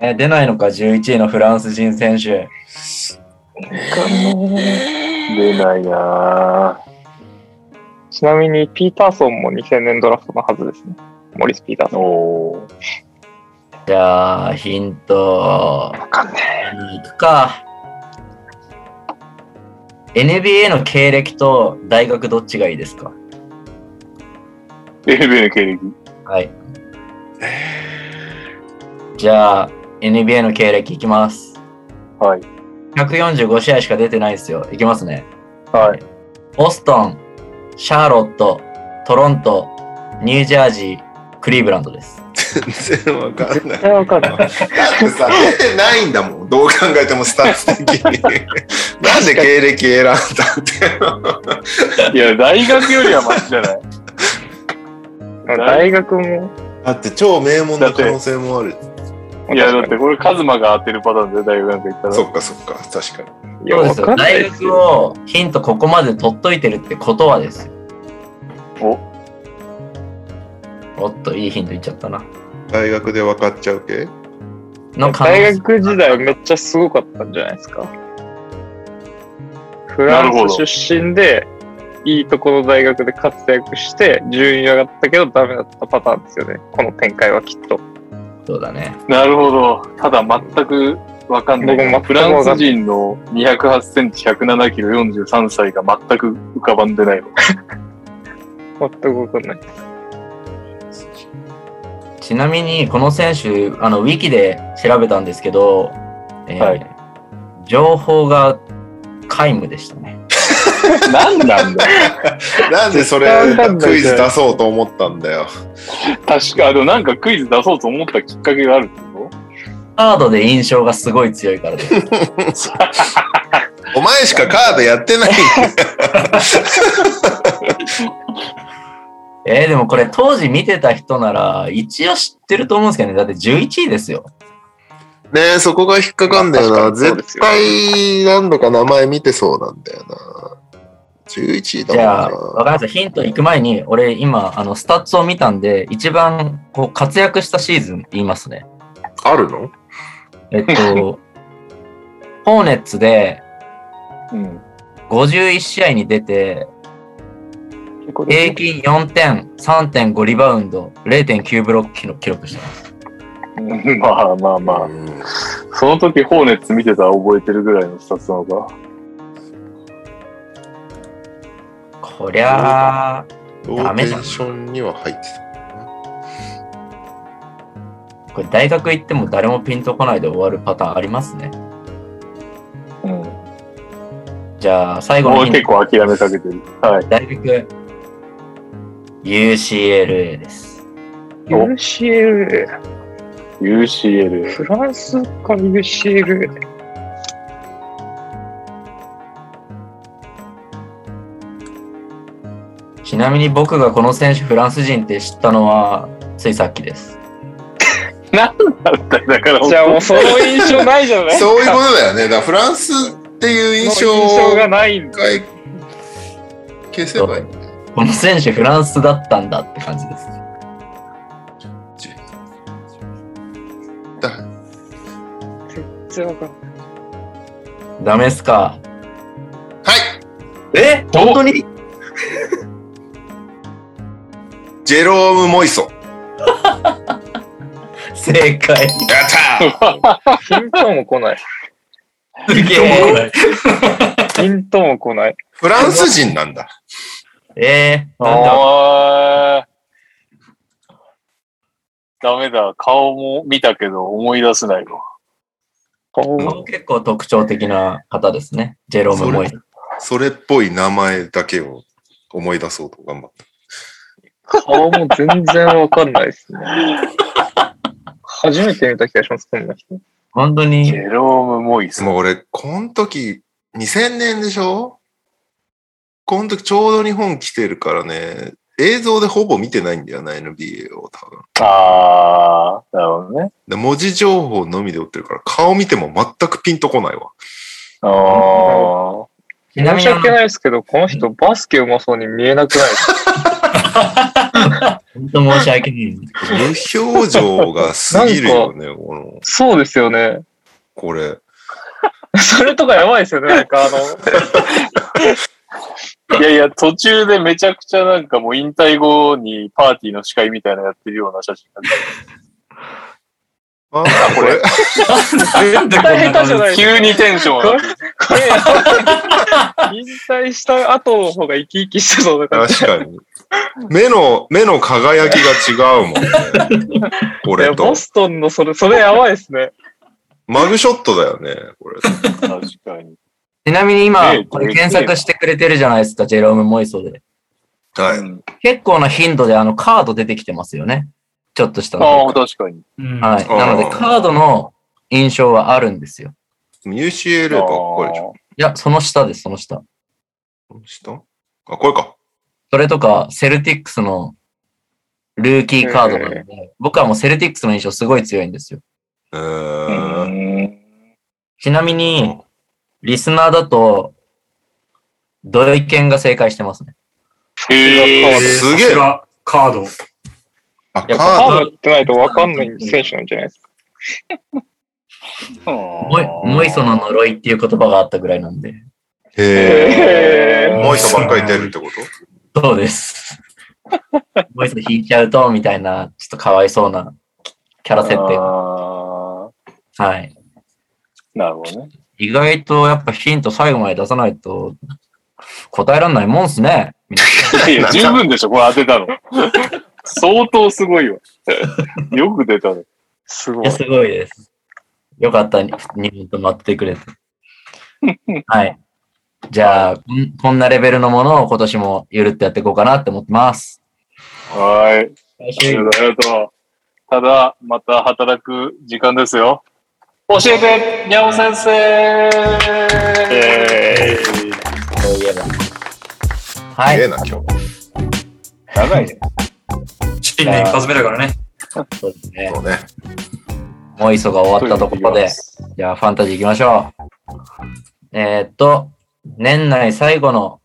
[SPEAKER 4] えー出ないのか、11位のフランス人選手。
[SPEAKER 2] き出ないな
[SPEAKER 5] ちなみに、ピーターソンも2000年ドラフトのはずですね。モリス・ピーターソン。
[SPEAKER 2] おー
[SPEAKER 4] じゃあ、ヒント
[SPEAKER 5] わかんない。
[SPEAKER 4] いくか。 NBA の経歴と大学どっちがいいですか
[SPEAKER 2] NBA の経歴。
[SPEAKER 4] はい。じゃあ、NBA の経歴いきます。
[SPEAKER 2] はい。
[SPEAKER 4] 145試合しか出てないですよ。いきますね。
[SPEAKER 5] はい。
[SPEAKER 4] ボストン、シャーロット、トロント、ニュージャージー、クリーブランドです。
[SPEAKER 1] 全然わかんない。
[SPEAKER 5] 然わかんない
[SPEAKER 1] だってさ、出てないんだ もん。どう考えてもスタッツ的に。なんで経歴選んだって。
[SPEAKER 2] いや、大学よりはマシじゃ ない。
[SPEAKER 5] 大学も、
[SPEAKER 1] だって超名門の可能性もある。
[SPEAKER 2] いや、だってこれ、カズマが当てるパターンで大学なんて言ったら。
[SPEAKER 1] そっかそっか、確かに。
[SPEAKER 5] いや、
[SPEAKER 4] そうで
[SPEAKER 5] わ
[SPEAKER 4] す
[SPEAKER 5] か
[SPEAKER 4] よ。
[SPEAKER 5] んない
[SPEAKER 4] 大
[SPEAKER 5] です
[SPEAKER 4] 学
[SPEAKER 5] よ。
[SPEAKER 4] をヒントここまで取っといてるってことはですよ。
[SPEAKER 2] お
[SPEAKER 4] おっと、いいヒント言っちゃったな。
[SPEAKER 1] 大学で分かっちゃう系
[SPEAKER 4] の可能性
[SPEAKER 5] 大学時代めっちゃすごかったんじゃないですか。フ
[SPEAKER 2] な
[SPEAKER 5] ラ
[SPEAKER 2] るほ
[SPEAKER 5] ン
[SPEAKER 2] ど
[SPEAKER 5] ス出身で、いいとこの大学で活躍して、順位上がったけどダメだったパターンですよね。この展開はきっと。
[SPEAKER 4] そうだね。
[SPEAKER 2] なるほど。ただ、全くわかんない。
[SPEAKER 5] 僕も全
[SPEAKER 2] フ
[SPEAKER 5] く
[SPEAKER 2] ラ
[SPEAKER 5] わかんない
[SPEAKER 2] ンス人の208センチ、107キロ、43歳が全く浮かばんでないわ。
[SPEAKER 5] 全くわかんない。
[SPEAKER 4] ちなみに、この選手、あの、ウィキで調べたんですけど、えー
[SPEAKER 2] は
[SPEAKER 4] 情報が皆無でしたね。
[SPEAKER 2] なんなんだよ
[SPEAKER 1] なんでそれ
[SPEAKER 5] 絶対分かんない
[SPEAKER 1] クイズ出そうと思ったんだよ。
[SPEAKER 2] 確か、あの、なんかクイズ出そうと思ったきっかけがあるってこ
[SPEAKER 4] カードで印象がすごい強いからです。
[SPEAKER 1] お前しかカードや ってない。
[SPEAKER 4] えー、でもこれ当時見てた人なら、一応知ってると思うんですけどね。だって11位ですよ。
[SPEAKER 1] ねえ、そこが引っかかんだよな。
[SPEAKER 5] まあ確かにそうです
[SPEAKER 1] 絶
[SPEAKER 5] よ
[SPEAKER 1] 対何度か名前見てそうなんだよな。11位だ
[SPEAKER 4] じ
[SPEAKER 1] もん
[SPEAKER 4] ゃ
[SPEAKER 1] な。
[SPEAKER 4] あ、わかりました。ヒント行く前に、俺今、あの、スタッツを見たんで、一番、こう、活躍したシーズン言いますね。
[SPEAKER 1] あるの
[SPEAKER 4] えっと、ホーネッツで
[SPEAKER 2] とうん。
[SPEAKER 4] 51試合に出て、
[SPEAKER 5] 結構
[SPEAKER 4] 平均4点、3.5リバウンド、0.9ブロック記録記録してます。
[SPEAKER 2] まあまあまあ。
[SPEAKER 1] うん
[SPEAKER 2] その時、ホーネッツ見てたら覚えてるぐらいのスタッツなの か。
[SPEAKER 4] こりゃあ、
[SPEAKER 1] ロ
[SPEAKER 4] ダ
[SPEAKER 1] ー
[SPEAKER 4] メ
[SPEAKER 1] テ
[SPEAKER 4] じゃん
[SPEAKER 1] ーションには入ってた。
[SPEAKER 4] これ大学行っても誰もピンとこないで終わるパターンありますね。
[SPEAKER 2] うん。
[SPEAKER 4] じゃあ、最後
[SPEAKER 2] も
[SPEAKER 4] の
[SPEAKER 2] う
[SPEAKER 4] ヒン
[SPEAKER 2] 結
[SPEAKER 4] ト。
[SPEAKER 2] 構諦めかけてる。はい。
[SPEAKER 4] 大学、UCLA です。
[SPEAKER 5] UCLA。
[SPEAKER 2] UCL。
[SPEAKER 5] フランスか UCLA。
[SPEAKER 4] ちなみに僕がこの選手フランス人って知ったのは、ついさっきです。
[SPEAKER 2] なんなんだよだから、
[SPEAKER 5] じゃあもうその印象ないじゃない
[SPEAKER 1] そういうことだよね。だからフランスっていう印象
[SPEAKER 5] その印
[SPEAKER 1] を
[SPEAKER 5] 象が
[SPEAKER 1] 一
[SPEAKER 5] ないんだ。
[SPEAKER 1] 回消せばいい。
[SPEAKER 4] この選手フランスだったんだって感じです。
[SPEAKER 1] だ
[SPEAKER 5] 全然わかんない。
[SPEAKER 4] ダメっすか
[SPEAKER 1] はい
[SPEAKER 4] え
[SPEAKER 2] 本当
[SPEAKER 4] に
[SPEAKER 1] ジェローム・モイソ。
[SPEAKER 4] 正
[SPEAKER 1] や
[SPEAKER 4] 解。
[SPEAKER 1] った ー
[SPEAKER 5] ヒントも来ない。
[SPEAKER 4] すげえ。
[SPEAKER 5] ヒントも来ない。
[SPEAKER 1] フランス人なんだ。
[SPEAKER 4] えー、なんだ
[SPEAKER 2] あーダメだ。顔も見たけど思い出せないわ。
[SPEAKER 5] 顔
[SPEAKER 4] もう結構特徴的な方ですね。ジェローム・モイス。
[SPEAKER 1] それっぽい名前だけを思い出そうと頑張った。
[SPEAKER 5] 顔も全然わかんないですね。初めて見た気がします、こんな人。
[SPEAKER 4] 本当に
[SPEAKER 2] ジ、ェローム・モイス。
[SPEAKER 1] もう俺、この時、2000年でしょこの時ちょうど日本来てるからね、映像でほぼ見てないんだよな、NBA を多分。
[SPEAKER 2] ああ、なるほどね。
[SPEAKER 1] で文字情報のみで追ってるから、顔見ても全くピンとこないわ。
[SPEAKER 2] ああ。
[SPEAKER 4] ちな
[SPEAKER 5] 申
[SPEAKER 4] み
[SPEAKER 5] し
[SPEAKER 4] にあ
[SPEAKER 5] 訳
[SPEAKER 4] の
[SPEAKER 5] ないですけど、この人バスケうまそうに見えなくないですか
[SPEAKER 4] 本当申し訳ない。
[SPEAKER 1] 無表情が過ぎるよ ね、この、
[SPEAKER 5] そうですよね。
[SPEAKER 1] これ。
[SPEAKER 5] それとかやばいですよね。なんかあ の、
[SPEAKER 2] いやいや、途中でめちゃくちゃなんかもう引退後にパーティーの司会みたいなのやってるような写真が
[SPEAKER 1] あーこ れ、
[SPEAKER 3] なんでこんな
[SPEAKER 5] 下手じゃ
[SPEAKER 3] 感
[SPEAKER 5] な
[SPEAKER 3] じ
[SPEAKER 5] い
[SPEAKER 2] 急にテンション上がる。
[SPEAKER 5] これ、引退した後の方が生き生きしてそうだから。
[SPEAKER 1] 確かに。目の、目の輝きが違うもんね。 こ
[SPEAKER 5] いや
[SPEAKER 1] れと
[SPEAKER 5] ボ。ストンのそれ、それやばいですね。
[SPEAKER 1] マグショットだよね、これ。
[SPEAKER 2] 確かに。
[SPEAKER 4] ちなみに今
[SPEAKER 2] ええ、
[SPEAKER 4] これ検索してくれてるじゃないですか、ジェローム・モイソで。
[SPEAKER 1] はい。
[SPEAKER 4] 結構な頻度であのカード出てきてますよね。ちょっとした
[SPEAKER 2] あ
[SPEAKER 4] の
[SPEAKER 2] あ、確かに。
[SPEAKER 3] うん
[SPEAKER 4] はい。なので、カードの印象はあるんですよ。
[SPEAKER 1] UCL ばっかりでしょ。
[SPEAKER 4] いや、その下です、その下。
[SPEAKER 1] この下あ、これか。
[SPEAKER 4] それとか、セルティックスのルーキーカードなので、僕はもうセルティックスの印象すごい強いんですよ。
[SPEAKER 1] え
[SPEAKER 2] あー
[SPEAKER 1] ー、
[SPEAKER 4] ちなみに、リスナーだと、ドイケンが正解してますね。
[SPEAKER 2] へえ。
[SPEAKER 1] すげえ
[SPEAKER 3] さがカード。
[SPEAKER 1] あ、カ
[SPEAKER 4] やっ
[SPEAKER 5] カ
[SPEAKER 1] ー
[SPEAKER 5] ードやってないと分かんない選手なんじゃないですか。
[SPEAKER 4] モイモイソの呪いっていう言葉があったぐらいなんで。
[SPEAKER 1] ド。へ
[SPEAKER 5] へ
[SPEAKER 1] ー。
[SPEAKER 5] ー
[SPEAKER 1] モイソばっかり出るってこと
[SPEAKER 4] そうです。モイソ引いちゃうと、みたいな、ちょっとかわいそうなキャラ設定。
[SPEAKER 2] あ
[SPEAKER 4] は
[SPEAKER 2] ー
[SPEAKER 4] い。
[SPEAKER 2] なるほどね。
[SPEAKER 4] 意外とやっぱヒント最後まで出さないと答えられないもんっすね。みんない
[SPEAKER 2] やいや、十分でしょ、これ当てたの。相当すごいわ。 よく出たね。
[SPEAKER 5] すご
[SPEAKER 4] い
[SPEAKER 5] い
[SPEAKER 4] や、。すごいです。よかった、日本と待ってく れて。はい。じゃあ、こんこんなレベルのものを今年もゆるってやっていこうかなって思ってます。
[SPEAKER 2] はい。ありがとうありがとう。ただ、また働く時間ですよ。教えて、にゃお先生
[SPEAKER 5] え
[SPEAKER 4] そういえば。は
[SPEAKER 1] すげえ
[SPEAKER 4] い。
[SPEAKER 1] な、今日。
[SPEAKER 2] 長いね。
[SPEAKER 3] 新年一発目だからね。
[SPEAKER 4] そうですね。
[SPEAKER 1] そうね。
[SPEAKER 4] もういそが終わったところで。じゃあ、ファンタジー行きましょう。えーっと、年内最後の、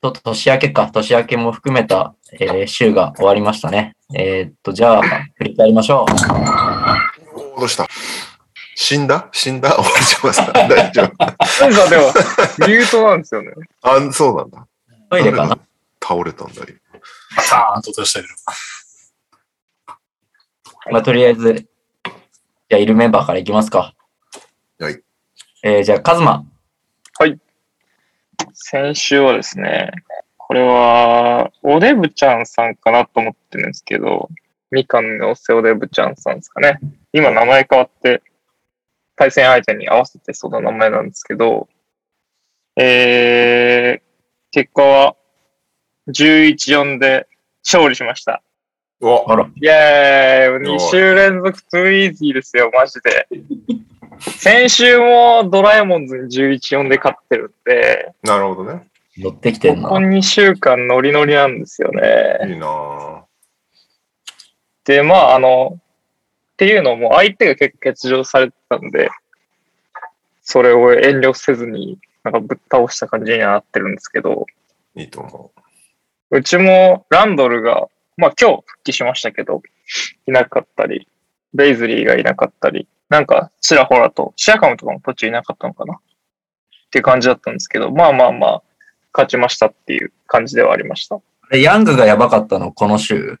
[SPEAKER 4] と年明けか、年明けも含めた、えー週が終わりましたね。えーっと、じゃあ、振り返りましょう。
[SPEAKER 1] おーどうした死んだ死んだ 終わっちゃいました。 大丈夫。
[SPEAKER 5] ー、なんかでも、ミュートなんですよね。
[SPEAKER 1] あ、そうなんだ。
[SPEAKER 4] トイレかな
[SPEAKER 1] 倒れたんだよ。
[SPEAKER 3] パターンと落としたけど。
[SPEAKER 4] まあ、とりあえず、じゃあ、いるメンバーからいきますか。
[SPEAKER 1] はい。
[SPEAKER 4] えーじゃあ、カズマ。
[SPEAKER 5] 先週はですね、これは、おデブちゃんさんかなと思ってるんですけど、みかんのせおデブちゃんさんですかね。今名前変わって、対戦相手に合わせてその名前なんですけど、えー、結果は、11-4で勝利しました。
[SPEAKER 1] うわ、
[SPEAKER 4] あら。
[SPEAKER 5] イェーイ
[SPEAKER 1] おい
[SPEAKER 5] !2 週連続トゥイージーですよ、マジで。先週もドラえもんズに11-4で勝ってるんで、
[SPEAKER 1] なるほどね。
[SPEAKER 4] 乗ってきてん
[SPEAKER 5] ここ
[SPEAKER 4] な。
[SPEAKER 5] 2週間ノリノリなんですよね。
[SPEAKER 1] いいなぁ。
[SPEAKER 5] で、まあ、あの、っていうのも相手が結構欠場されてたんで、それを遠慮せずに、なんかぶっ倒した感じにはなってるんですけど、
[SPEAKER 1] いいと思
[SPEAKER 5] うちもランドルが、まあ今日復帰しましたけど、いなかったり、ベイズリーがいなかったり、なんかちらほらと、シアカムとかも途中いなかったのかなっていう感じだったんですけど、まあまあまあ、勝ちましたっていう感じではありました。
[SPEAKER 4] えヤングがやばかったの、この週。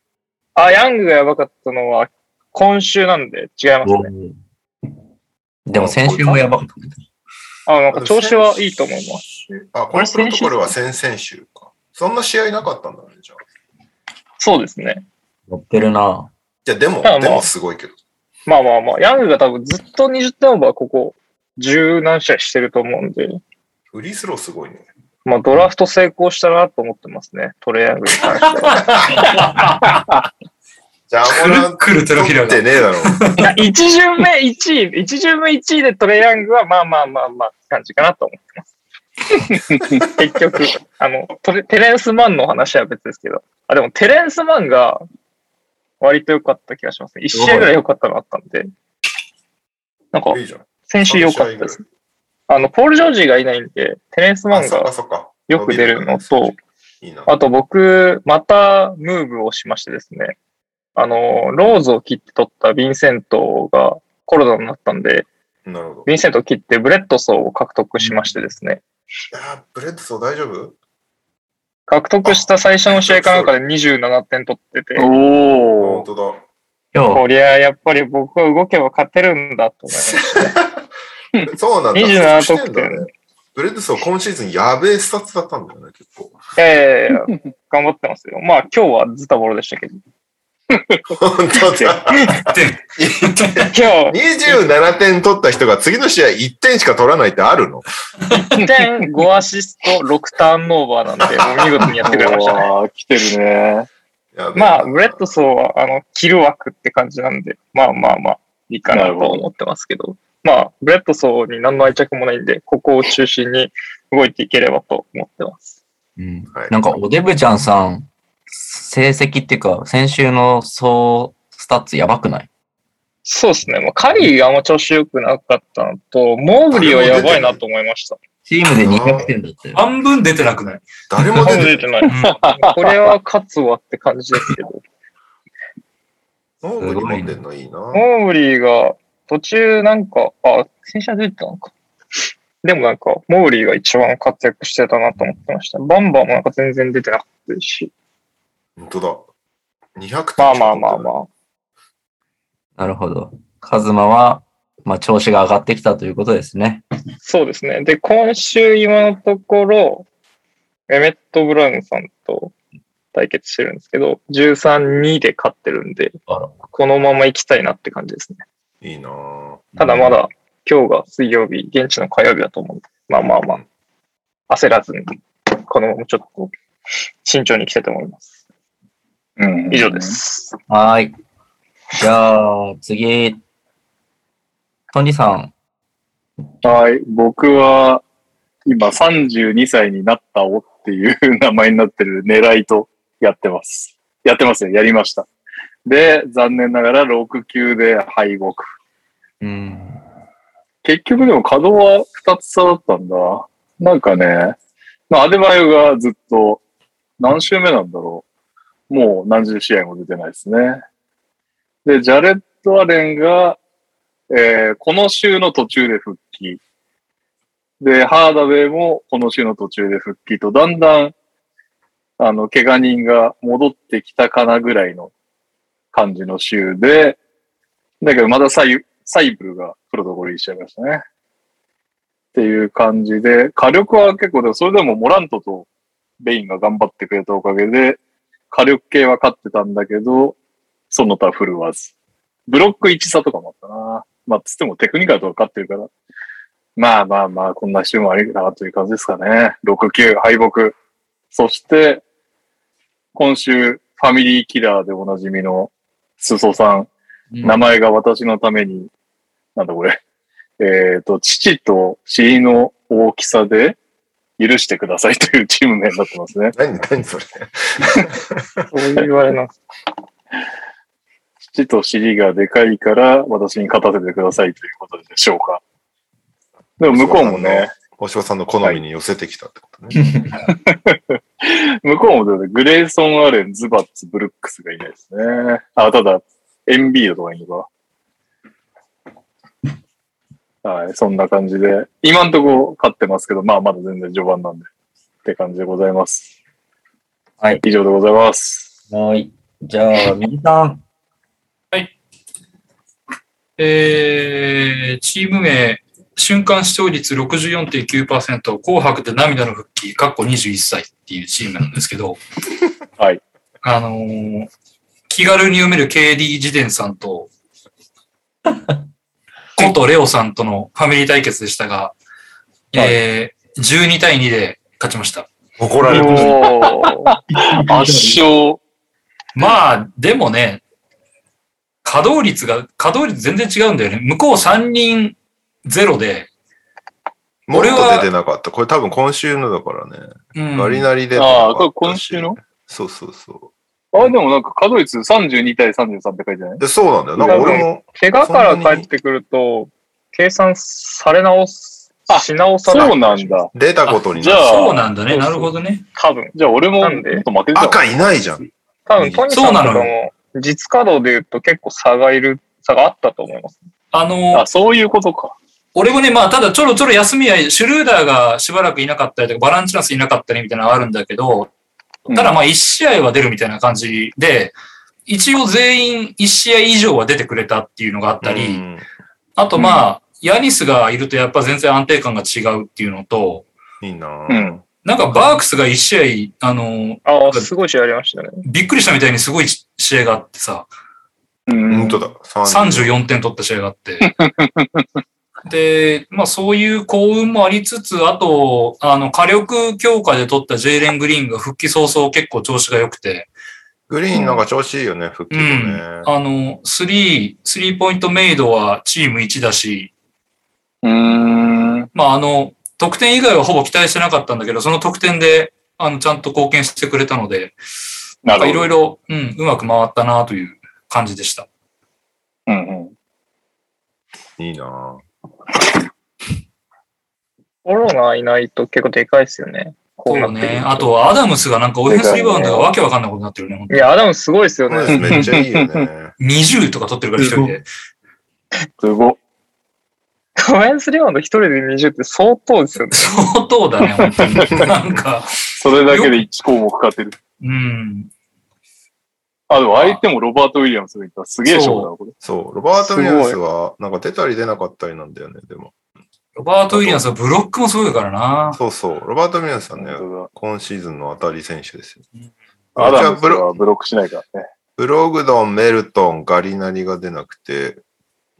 [SPEAKER 5] あ、ヤングがやばかったのは今週なんで違いますね。
[SPEAKER 4] でも、先週もやばかった。
[SPEAKER 5] あ、なん
[SPEAKER 1] う。
[SPEAKER 5] か調子はいいと思います。
[SPEAKER 1] す。あ、このプロトコルは先々週か。そんな試合なかったんだね、じゃあ。
[SPEAKER 5] そうですね。
[SPEAKER 4] 乗ってるな。
[SPEAKER 1] いや、でも、
[SPEAKER 5] あ
[SPEAKER 1] で
[SPEAKER 5] ま
[SPEAKER 1] も
[SPEAKER 5] あ
[SPEAKER 1] すごいけど。
[SPEAKER 5] まあまあまあ、ヤングが多分ずっと20点オーバーここ十何試合してると思うんで、
[SPEAKER 1] フリースローすごいね。
[SPEAKER 5] まあドラフト成功したなと思ってますね。トレイヤングに関しては。
[SPEAKER 1] じ ゃあ、ア
[SPEAKER 3] く
[SPEAKER 1] モラン
[SPEAKER 3] るくるテロヒラ
[SPEAKER 1] 取って。
[SPEAKER 3] が
[SPEAKER 1] ねえだろう。
[SPEAKER 5] いや一巡目1位、一巡目1位でトレイヤングはまあまあまあまあって感じかなと思ってます。結局、あのトレ、テレンスマンの話は別ですけど、あ、でもテレンスマンが割と良かった気がしますね。1試合ぐらい良かったのあったんで、なんか
[SPEAKER 1] いいじゃん。
[SPEAKER 5] 先週良かったです。あの、ポール・ジョージがいないんで、テレンスマ
[SPEAKER 1] あ、
[SPEAKER 5] ン
[SPEAKER 1] そっか
[SPEAKER 5] が
[SPEAKER 1] そっか。
[SPEAKER 5] よく出る
[SPEAKER 1] 伸
[SPEAKER 5] の
[SPEAKER 1] び
[SPEAKER 5] と
[SPEAKER 1] る、ね。いいな。
[SPEAKER 5] あと僕、またムーブをしましてですね、あの、ローズを切って取ったヴィンセントがコロナになったんで、
[SPEAKER 1] なるほど。
[SPEAKER 5] ヴィンセントを切ってブレッドソーを獲得しましてですね、
[SPEAKER 1] あ、ブレッドソー大丈夫
[SPEAKER 5] 獲得した最初の試合かなんかで27点取ってて、
[SPEAKER 2] お
[SPEAKER 1] 本
[SPEAKER 2] お。
[SPEAKER 1] 当だ。
[SPEAKER 4] よ
[SPEAKER 5] こりゃ、やっぱり僕は動けば勝てるんだと思います。
[SPEAKER 1] そうなんだ。
[SPEAKER 5] 27
[SPEAKER 1] そうしてんだね
[SPEAKER 5] 得
[SPEAKER 1] ブレッドソー今シーズンやべえスタッツだったんだよね、結構。
[SPEAKER 5] いやいやいや、頑張ってますよ。まあ、今日はズタボロでしたけど。
[SPEAKER 1] 本当だ。
[SPEAKER 5] 今 日、
[SPEAKER 1] 27点取った人が次の試合1点しか取らないってあるの
[SPEAKER 5] 1.5アシスト、6ターンオーバーなんで、もう見事にやってくれましたね。
[SPEAKER 2] ああ、来てるね。
[SPEAKER 1] やべえ
[SPEAKER 5] まあ、ブレッドソーは、あの、切る枠って感じなんで、まあまあまあ、いいかなとは思ってますけど、まあ、ブレッドソーに何の愛着もないんで、ここを中心に動いていければと思ってます。
[SPEAKER 4] うん
[SPEAKER 1] はい
[SPEAKER 4] なんか、おデブちゃんさん、成績っていうか、先週の総スタッツやばくない
[SPEAKER 5] そうですね。まあ、カリーがあんま調子良くなかったのと、モーブリーはやばいなと思いま した。
[SPEAKER 4] チームで200点だったよ。
[SPEAKER 3] 半分出てなくない
[SPEAKER 1] 誰も出
[SPEAKER 5] あんま
[SPEAKER 1] て
[SPEAKER 5] 出
[SPEAKER 1] ない。
[SPEAKER 5] てない。これは勝つわって感じですけ ど。
[SPEAKER 1] ノーブに持ってんのいいな。
[SPEAKER 5] モーブリーが途中なんか、あ、先週は出てたのか。でもなんか、モーブリーが一番活躍してたなと思ってました。バンバンもなんか全然出てなかったですし。
[SPEAKER 1] 本当だ。200点。
[SPEAKER 5] まあまあまあまあ。
[SPEAKER 4] なるほど。カズマは、まあ、調子が上がってきたということですね。
[SPEAKER 5] そうですね。で、今週今のところ、エメット・ブラウンさんと対決してるんですけど、13-2で勝ってるんで、
[SPEAKER 4] あら
[SPEAKER 5] このまま行きたいなって感じですね。
[SPEAKER 1] いいなぁ
[SPEAKER 5] ただまだ今日が水曜日、現地の火曜日だと思うんで、まあまあまあ、焦らずに、このままちょっと慎重に行きたいと思います。
[SPEAKER 2] うん
[SPEAKER 5] 以上で。す。
[SPEAKER 4] はーい。じゃあ、次。トニーさん。
[SPEAKER 2] はい。僕は、今32歳になったおっていう名前になってる狙いとやってます。やってますね。やりました。で、残念ながら6級で敗北。
[SPEAKER 4] うん。
[SPEAKER 2] 結局でも稼働は2つ差だったんだ。なんかね、まあ、アデバイオがずっと何週目なんだろう。もう何十試合も出てないですね。で、ジャレット・アレンが、えーこの週の途中で復帰。で、ハーダウェイもこの週の途中で復帰と、だんだん、あの、怪我人が戻ってきたかなぐらいの感じの週で、だけどまだサイサイブルがプロトコル入りしちゃいましたね。っていう感じで、火力は結構でも、それでもモラントとベインが頑張ってくれたおかげで、火力系は勝ってたんだけど、その他振るわず。ブロック1差とかもあったな。まあ、つってもテクニカルとか勝ってるから。まあまあまあ、こんな週もありだなという感じですかね。6、9、敗北。そして、今週、ファミリーキラーでおなじみの、すそさん、名前が私のために、なんだこれ。 えっ、と、父と尻の大きさで許してくださいというチーム名になってますね。
[SPEAKER 1] 何何それ。
[SPEAKER 5] そういうあれなんです。
[SPEAKER 2] 父と尻がでかいから私に勝たせてくださいということでしょうか。でも向こうもね、
[SPEAKER 1] 大島さんの好みに寄せてきたってことね。
[SPEAKER 2] 向こうもだってグレイソン・アレン、ズバッツ、ブルックスがいないですね。あ、ただ、エンビードとかいるのか。はい、そんな感じで、今んとこ勝ってますけど、まあまだ全然序盤なんで、って感じでございます。
[SPEAKER 4] はい。
[SPEAKER 2] 以上でございます。
[SPEAKER 4] はい。じゃあ、右さん。
[SPEAKER 3] えー、チーム名、瞬間視聴率64.9%、紅白で涙の復帰、かっこ21歳っていうチームなんですけど、
[SPEAKER 2] はい。
[SPEAKER 3] あのー気軽に読める KD 自伝さ んと、ことレオさんとのファミリー対決でしたが、えー、12対2で勝ちました。
[SPEAKER 1] 怒られる。
[SPEAKER 5] おー
[SPEAKER 2] 圧勝。
[SPEAKER 3] まあ、でもね、稼働率が、稼働率全然違うんだよね。向こう3人ゼロで、
[SPEAKER 1] もっ
[SPEAKER 3] 俺は
[SPEAKER 1] と出てなかった。これ多分今週のだからね。
[SPEAKER 3] うん
[SPEAKER 1] ガリナリで。
[SPEAKER 2] ああ、これ今週の
[SPEAKER 1] そうそうそ。
[SPEAKER 2] あ、でもなんか、稼働率32対33って書いてないう
[SPEAKER 1] で、そうなんだよ。なんか俺も、
[SPEAKER 5] 怪我から帰ってくると、計算され直す、し直さない。
[SPEAKER 2] そうなんだ。
[SPEAKER 1] 出たことに
[SPEAKER 2] じゃ
[SPEAKER 1] なる。
[SPEAKER 2] あ、
[SPEAKER 3] そうなんだね。なるほどね。
[SPEAKER 5] 多分。
[SPEAKER 2] じゃあ俺も、
[SPEAKER 5] な
[SPEAKER 2] も
[SPEAKER 5] んで
[SPEAKER 2] っと負けてたわ。
[SPEAKER 1] 赤いないじゃん。
[SPEAKER 5] 多分、トニーさんとか
[SPEAKER 3] そうなの
[SPEAKER 5] も、実稼働で言うと結構差がいる、差があったと思います。
[SPEAKER 3] あの
[SPEAKER 2] あ、、そういうことか。
[SPEAKER 3] 俺もね、まあ、ただちょろちょろ休み合い、シュルーダーがしばらくいなかったりとか、バランチュナスいなかったりみたいなのがあるんだけど、ただまあ、1試合は出るみたいな感じで、一応全員1試合以上は出てくれたっていうのがあったり、
[SPEAKER 1] うん
[SPEAKER 3] あとまあ、ヤニスがいるとやっぱ全然安定感が違うっていうのと、
[SPEAKER 1] いいなぁ
[SPEAKER 2] うん。
[SPEAKER 3] なんかバークスが1試合、あの、
[SPEAKER 5] ああ、すごい試合ありましたね。
[SPEAKER 3] びっくりしたみたいにすごい試合があってさ、
[SPEAKER 2] うん
[SPEAKER 1] 本。当だ。30
[SPEAKER 3] 34点取った試合があって。で、まあそういう幸運もありつつ、あと、あの、火力強化で取ったジェイレン・グリーンが復帰早々結構調子が良くて、
[SPEAKER 1] グリーンなんか調子いいよね、復帰もね。
[SPEAKER 3] あの、スリー、スリーポイントメイドはチーム1だし、
[SPEAKER 2] うん。
[SPEAKER 3] まああの、得点以外はほぼ期待してなかったんだけど、その得点で、あの、ちゃんと貢献してくれたので、
[SPEAKER 2] な
[SPEAKER 3] なんかい
[SPEAKER 2] る
[SPEAKER 3] ろ
[SPEAKER 2] ほ
[SPEAKER 3] い
[SPEAKER 2] ど。
[SPEAKER 3] ろ、うん、うまく回ったなという感じでした。
[SPEAKER 2] うんうん。
[SPEAKER 1] いいなぁ
[SPEAKER 5] コロナいないと結構でかいですよね。こ
[SPEAKER 3] そう
[SPEAKER 5] な
[SPEAKER 3] う
[SPEAKER 5] ってくる
[SPEAKER 3] ね。あと、アダムスがなんかオフェンスリバウンドがわけわかんないことになってるね、本当
[SPEAKER 5] いや、アダムすごいですよ
[SPEAKER 1] そう
[SPEAKER 5] ね。
[SPEAKER 1] ですめっちゃいいよ ね。
[SPEAKER 3] に20とか取ってるから一人で。
[SPEAKER 2] すごい。
[SPEAKER 5] カメンスリバウンド一人で20って相当ですよね。
[SPEAKER 3] 相当だね、本当に。なんか、
[SPEAKER 2] それだけで1項目勝てる。
[SPEAKER 3] うん。
[SPEAKER 2] あ、でも相手もロバート・ウィリアムスがいた。すげえ勝負だな、これ。
[SPEAKER 1] そう、ロバート・ウィリアムスは、なんか出たり出なかったりなんだよね、でも。
[SPEAKER 3] ロバート・ウィリアムスはブロックもすごいからな。
[SPEAKER 1] そうそう、ロバート・ウィリアムスはね、
[SPEAKER 2] 本
[SPEAKER 1] 今シーズンの当たり選手ですよ。
[SPEAKER 2] 当だアダ
[SPEAKER 1] あ
[SPEAKER 2] ムス
[SPEAKER 1] ブロ
[SPEAKER 2] はブロックしないからね。
[SPEAKER 1] ブログドン、メルトン、ガリナリが出なくて、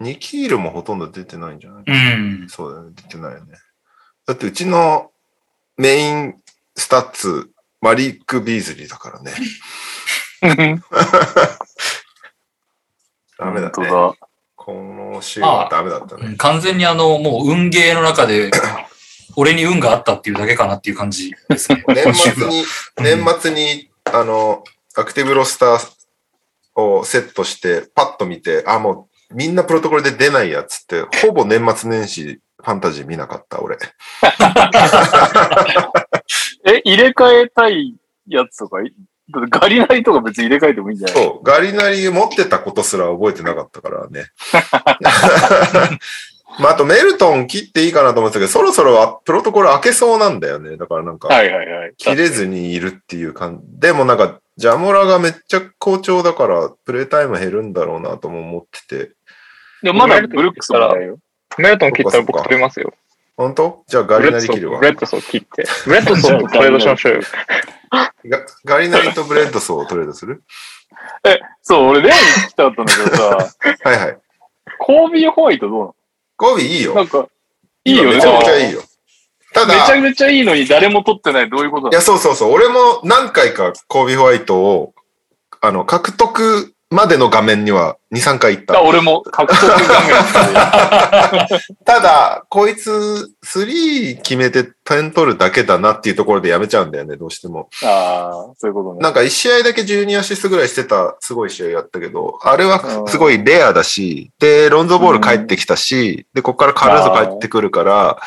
[SPEAKER 1] ニキールもほとんど出てないんじゃない
[SPEAKER 3] うん。
[SPEAKER 1] そうだよね、出てないよね。だってうちのメインスタッツ、マリック・ビーズリーだからね。 ダメだ
[SPEAKER 2] 本
[SPEAKER 1] ね。
[SPEAKER 2] 当だ。
[SPEAKER 1] この週はダメだった
[SPEAKER 3] うん
[SPEAKER 1] ね。
[SPEAKER 3] 完全にあの、もう運ゲーの中で、俺に運があったっていうだけかなっていう感じですね。
[SPEAKER 1] 年末に、
[SPEAKER 3] うん
[SPEAKER 1] 年末に、あの、アクティブロスターをセットして、パッと見て、あ、もうみんなプロトコルで出ないやつって、ほぼ年末年始ファンタジー見なかった、俺。
[SPEAKER 2] え、入れ替えたいやつとか、いだってガリナリとか別に入れ替えてもいいんじゃない
[SPEAKER 1] そう、ガリナリ持ってたことすら覚えてなかったからね。 まあ、あと、メルトン切っていいかなと思ってたけど、そろそろあプロトコル開けそうなんだよね。だからなんか、
[SPEAKER 2] はいはいはい。
[SPEAKER 1] 切れずにいるっていう感じ。でもなんか、ジャモラがめっちゃ好調だから、プレイタイム減るんだろうなとも思ってて。
[SPEAKER 2] でもまだブルックスもないよ。
[SPEAKER 5] メルトン切ったら僕取りますよ。
[SPEAKER 1] 本当じゃあガ
[SPEAKER 5] ブレ
[SPEAKER 1] リナリ
[SPEAKER 5] ッド
[SPEAKER 1] 切る
[SPEAKER 5] ソー、
[SPEAKER 1] わ
[SPEAKER 5] ブ。レッドソー切って。ブレッドソーとトレードしましょうよ。
[SPEAKER 1] ガガリナリとブレッドソーをトレードする
[SPEAKER 2] そう、俺レアに聞きたかったんだけどさ、
[SPEAKER 1] はいはい。
[SPEAKER 2] コービー・ホワイトどうなの
[SPEAKER 1] ゴビいいよ。
[SPEAKER 2] なんか、いいよね。
[SPEAKER 1] めちゃくちゃいい
[SPEAKER 2] よ。
[SPEAKER 1] よ。た
[SPEAKER 2] めちゃ
[SPEAKER 1] だ、い
[SPEAKER 2] めちゃいいのに誰も取ってない。どういうことな
[SPEAKER 1] や、そうそうそう。俺も何回かコービー・ホワイトを、あの、獲得までの画面には2、3回行っ
[SPEAKER 2] のあ
[SPEAKER 1] た。
[SPEAKER 2] 俺も獲得 画
[SPEAKER 1] ただ、こいつ、3決めて点取るだけだなっていうところでやめちゃうんだよね、どうしても。
[SPEAKER 2] 面。ああ、そういうことね。
[SPEAKER 1] なんか1試合だけ12アシストぐらいしてたすごい試合やったけど、あれはすごいレアだし、で、ロンゾボール帰ってきたし、で、こっからカラーズ帰ってくるから、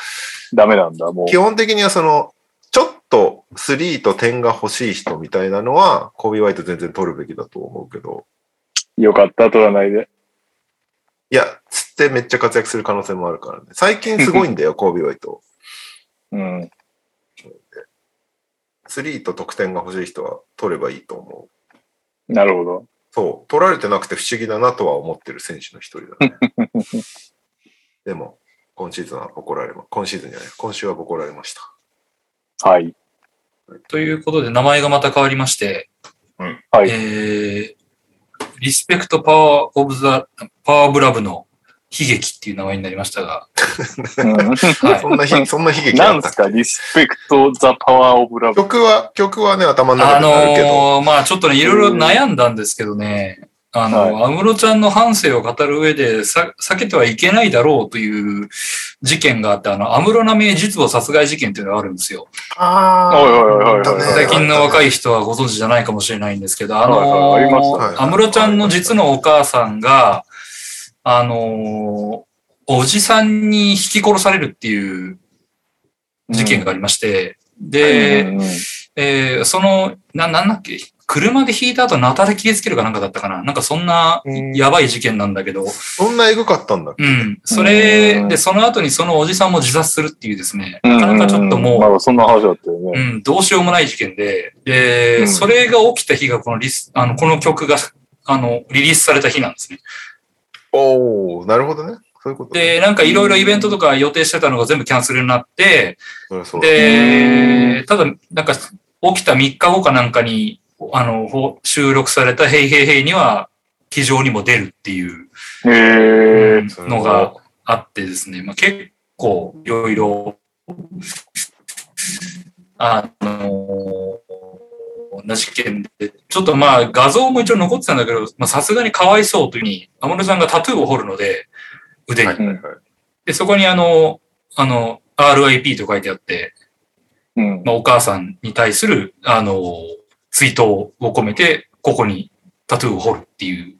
[SPEAKER 2] ダメなんだ、もう。
[SPEAKER 1] 基本的にはその、ちょっとスリーと点が欲しい人みたいなのは、コービー・ホワイト全然取るべきだと思うけど、
[SPEAKER 2] よかった、取らないで。
[SPEAKER 1] いや、つってめっちゃ活躍する可能性もあるからね。最近すごいんだよ、コービー・ホワイト。
[SPEAKER 2] うん。
[SPEAKER 1] スリーと得点が欲しい人は取ればいいと思う。
[SPEAKER 2] なるほど。
[SPEAKER 1] そう、取られてなくて不思議だなとは思ってる選手の一人だね。 でも、今シーズンは怒られま、今シーズンじゃない、今週は怒られました。
[SPEAKER 2] はい。
[SPEAKER 3] ということで、名前がまた変わりまして、
[SPEAKER 1] うん
[SPEAKER 2] はい
[SPEAKER 3] えー、リスペクトパワーオブザ、パワーオブラブの悲劇っていう名前になりましたが、
[SPEAKER 2] うん
[SPEAKER 3] はい
[SPEAKER 1] そ。んなひ、そんな悲劇
[SPEAKER 2] な
[SPEAKER 1] あ
[SPEAKER 2] ん
[SPEAKER 1] っ
[SPEAKER 2] す
[SPEAKER 1] た
[SPEAKER 2] か、リスペクト・ザ・パワー・オブ・ラブ。
[SPEAKER 1] 曲は、曲はね、頭の中
[SPEAKER 3] あ
[SPEAKER 1] にあるけど、
[SPEAKER 3] のーまあちょっとね、いろいろ悩んだんですけどね、あの、安室ちゃんの半生を語る上でさ、避けてはいけないだろうという事件があって、あの、安室奈美恵実母殺害事件というのがあるんですよ。
[SPEAKER 1] あー
[SPEAKER 2] おいおいおいおい
[SPEAKER 1] あったね
[SPEAKER 3] 最近の若
[SPEAKER 1] あっ
[SPEAKER 3] い人はご存知じゃないかもしれないんですけど、あ
[SPEAKER 2] はいはいありました
[SPEAKER 3] の
[SPEAKER 1] ねはいはい
[SPEAKER 3] ー、安室ちゃんの実のお母さんが、あのー、おじさんに引き殺されるっていう事件がありまして、で、
[SPEAKER 2] うんうん
[SPEAKER 3] えーその、な、なんだっけ、車で引いた後、ナタで切りつけるかなんかだったかな。なんかそんな、や ばい事件なんだけど、
[SPEAKER 1] たそんなエグかったんだっけ
[SPEAKER 3] うん。そうれ
[SPEAKER 2] ん
[SPEAKER 3] で、その後にそのおじさんも自殺するっていうですね、
[SPEAKER 2] うん
[SPEAKER 3] なかなかちょっ
[SPEAKER 2] な
[SPEAKER 3] とも
[SPEAKER 2] んかそんな話だったよね。
[SPEAKER 3] う、うん、どうしようもない事件で、
[SPEAKER 2] う
[SPEAKER 3] で、
[SPEAKER 2] ん
[SPEAKER 3] それが起きた日がこのリス、あの、この曲があの、リリースされた日なんですね。
[SPEAKER 1] おおなるほどね。そういうこと。
[SPEAKER 3] で、なんかいろいろイベントとか予定してたのが全部キャンセルになって、
[SPEAKER 1] そりゃそうだ
[SPEAKER 3] で、ただ、なんか起きた3日後かなんかに、あの、ほ収録されたヘイヘイヘイには、機上にも出るっていう
[SPEAKER 2] へえ。
[SPEAKER 3] のがあってですね、まあ、結構いろいろ、あの、な事件で、ちょっとまあ画像も一応残ってたんだけど、まあさすがにかわいそうというふうに、安室さんがタトゥーを彫るので、腕に。
[SPEAKER 1] はいはいはい。
[SPEAKER 3] で、そこにあの、あの、RIP と書いてあって、
[SPEAKER 2] うん。
[SPEAKER 3] まあ、お母さんに対する、あの、追悼を込めて、ここにタトゥーを彫るっていう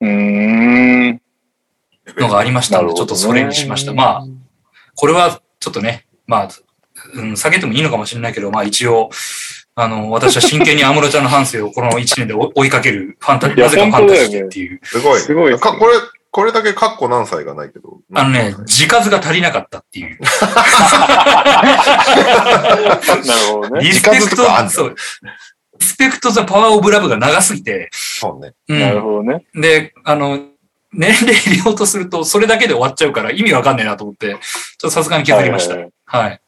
[SPEAKER 2] うーん。
[SPEAKER 3] のがありましたので、
[SPEAKER 2] なる
[SPEAKER 3] ちょ
[SPEAKER 2] ほ
[SPEAKER 3] っ
[SPEAKER 2] ど
[SPEAKER 3] と
[SPEAKER 2] ね
[SPEAKER 3] それにしました。まあ、これはちょっとね、まあ、うん、下げてもいいのかもしれないけど、まあ一応、あの、私は真剣に安室ちゃんの反省をこの1年で追追いかける、ファンタ、
[SPEAKER 2] いや
[SPEAKER 3] なぜかファンタジーっていう。
[SPEAKER 1] すごい。
[SPEAKER 5] すごいですね
[SPEAKER 1] かこれ、これだけカッコ何歳がないけど。
[SPEAKER 3] あのね、字数が足りなかったってい
[SPEAKER 2] な
[SPEAKER 3] う。
[SPEAKER 2] るほどね。
[SPEAKER 3] リスペ
[SPEAKER 1] 数
[SPEAKER 3] ク
[SPEAKER 1] と
[SPEAKER 3] ト
[SPEAKER 1] かあん、の
[SPEAKER 3] そう。リスペクト・ザ・パワー・オブ・ラブが長すぎて、
[SPEAKER 1] そうね。
[SPEAKER 3] うん
[SPEAKER 2] なるほどね。
[SPEAKER 3] で、あの、年齢入れようとすると、それだけで終わっちゃうから、意味わかんねえなと思って、ちょっとさすがに削りました。
[SPEAKER 2] は
[SPEAKER 3] はいい
[SPEAKER 2] はい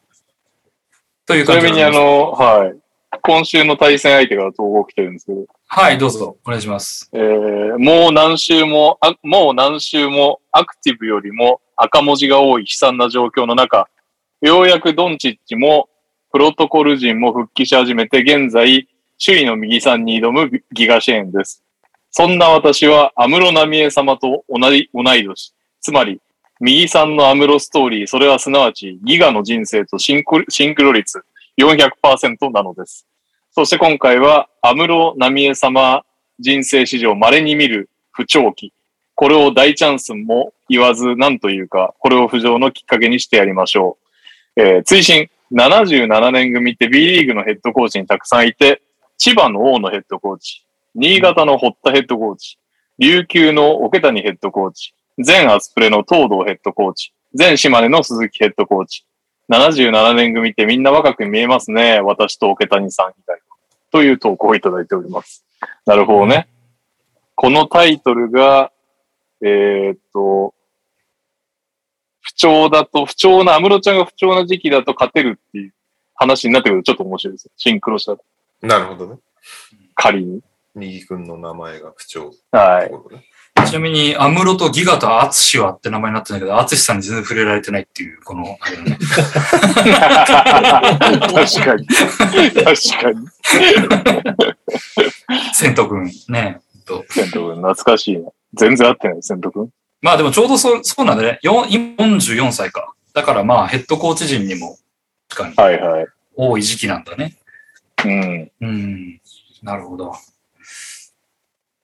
[SPEAKER 3] という
[SPEAKER 2] ち
[SPEAKER 3] 感
[SPEAKER 2] な
[SPEAKER 3] じで
[SPEAKER 2] みにあ、の、はい。今週の対戦相手が東郷来てるんですけど、
[SPEAKER 3] はい、どうぞ、お願いします。
[SPEAKER 2] えーもう何週も、あもう何週もアクティブよりも赤文字が多い悲惨な状況の中、ようやくドンチッチもプロトコル陣も復帰し始めて、現在、首位の右さんに挑むギガシェーンです。そんな私は安室奈美恵様と同じ、同い年。つまり、右さんの安室ストーリー、それはすなわちギガの人生とシンクロシンクロ率400%なのです。そして今回は安室奈美恵様人生史上稀に見る不調期。これを大チャンスも言わず、なんというか、これを浮上のきっかけにしてやりましょう。えー追伸、77年組って B リーグのヘッドコーチにたくさんいて、千葉の大野ヘッドコーチ、新潟の堀田ヘッドコーチ、琉球の桶谷ヘッドコーチ、全アスプレの東堂ヘッドコーチ、全島根の鈴木ヘッドコーチ。77年組ってみんな若く見えますね。私と桶谷さん以外は。という投稿をいただいております。なるほどね。このタイトルが、えーっと、不調だと、不調な、安室ちゃんが不調な時期だと勝てるっていう話になってくるとちょっと面白いですよ。シンクロした、
[SPEAKER 1] なるほどね。
[SPEAKER 2] 仮に。
[SPEAKER 1] 右君の名前が不調って
[SPEAKER 2] はい。
[SPEAKER 1] ことね。
[SPEAKER 3] ちなみに、安室とギガとアツシはって名前になってんだけど、アツシさんに全然触れられてないっていう、この、あれだね
[SPEAKER 2] 確かに。確かに。
[SPEAKER 3] 千斗くん。ね。
[SPEAKER 2] 千斗君、懐かしいな。全然合ってない、千斗君。
[SPEAKER 3] まあでもちょうどそう、そうなんだね。よん44歳か。だからまあ、ヘッドコーチ陣にも、確か
[SPEAKER 2] は
[SPEAKER 3] に、
[SPEAKER 2] いはい。
[SPEAKER 3] 多い時期なんだね。
[SPEAKER 2] うん。
[SPEAKER 3] うん、なるほど。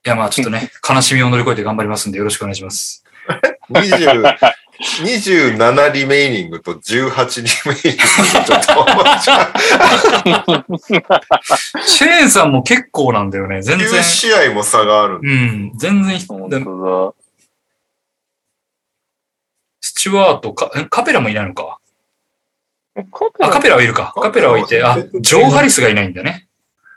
[SPEAKER 3] いや、まあちょっとね、悲しみを乗り越えて頑張りますんで、よろしくお願いします。
[SPEAKER 1] 20 27リメイニングと18リメイニングがちょっと
[SPEAKER 3] シェーンさんも結構なんだよね、全然。
[SPEAKER 1] 9試合も差があるんだ
[SPEAKER 3] うん、全然、
[SPEAKER 2] 本
[SPEAKER 3] で
[SPEAKER 2] 当
[SPEAKER 3] スチュワートか、えカペラもいないのか。
[SPEAKER 5] カペ
[SPEAKER 3] あ、カ
[SPEAKER 5] ラ、
[SPEAKER 3] ペラはいるか。カペラはいて、あ、ジョー・ハリスがいないんだね。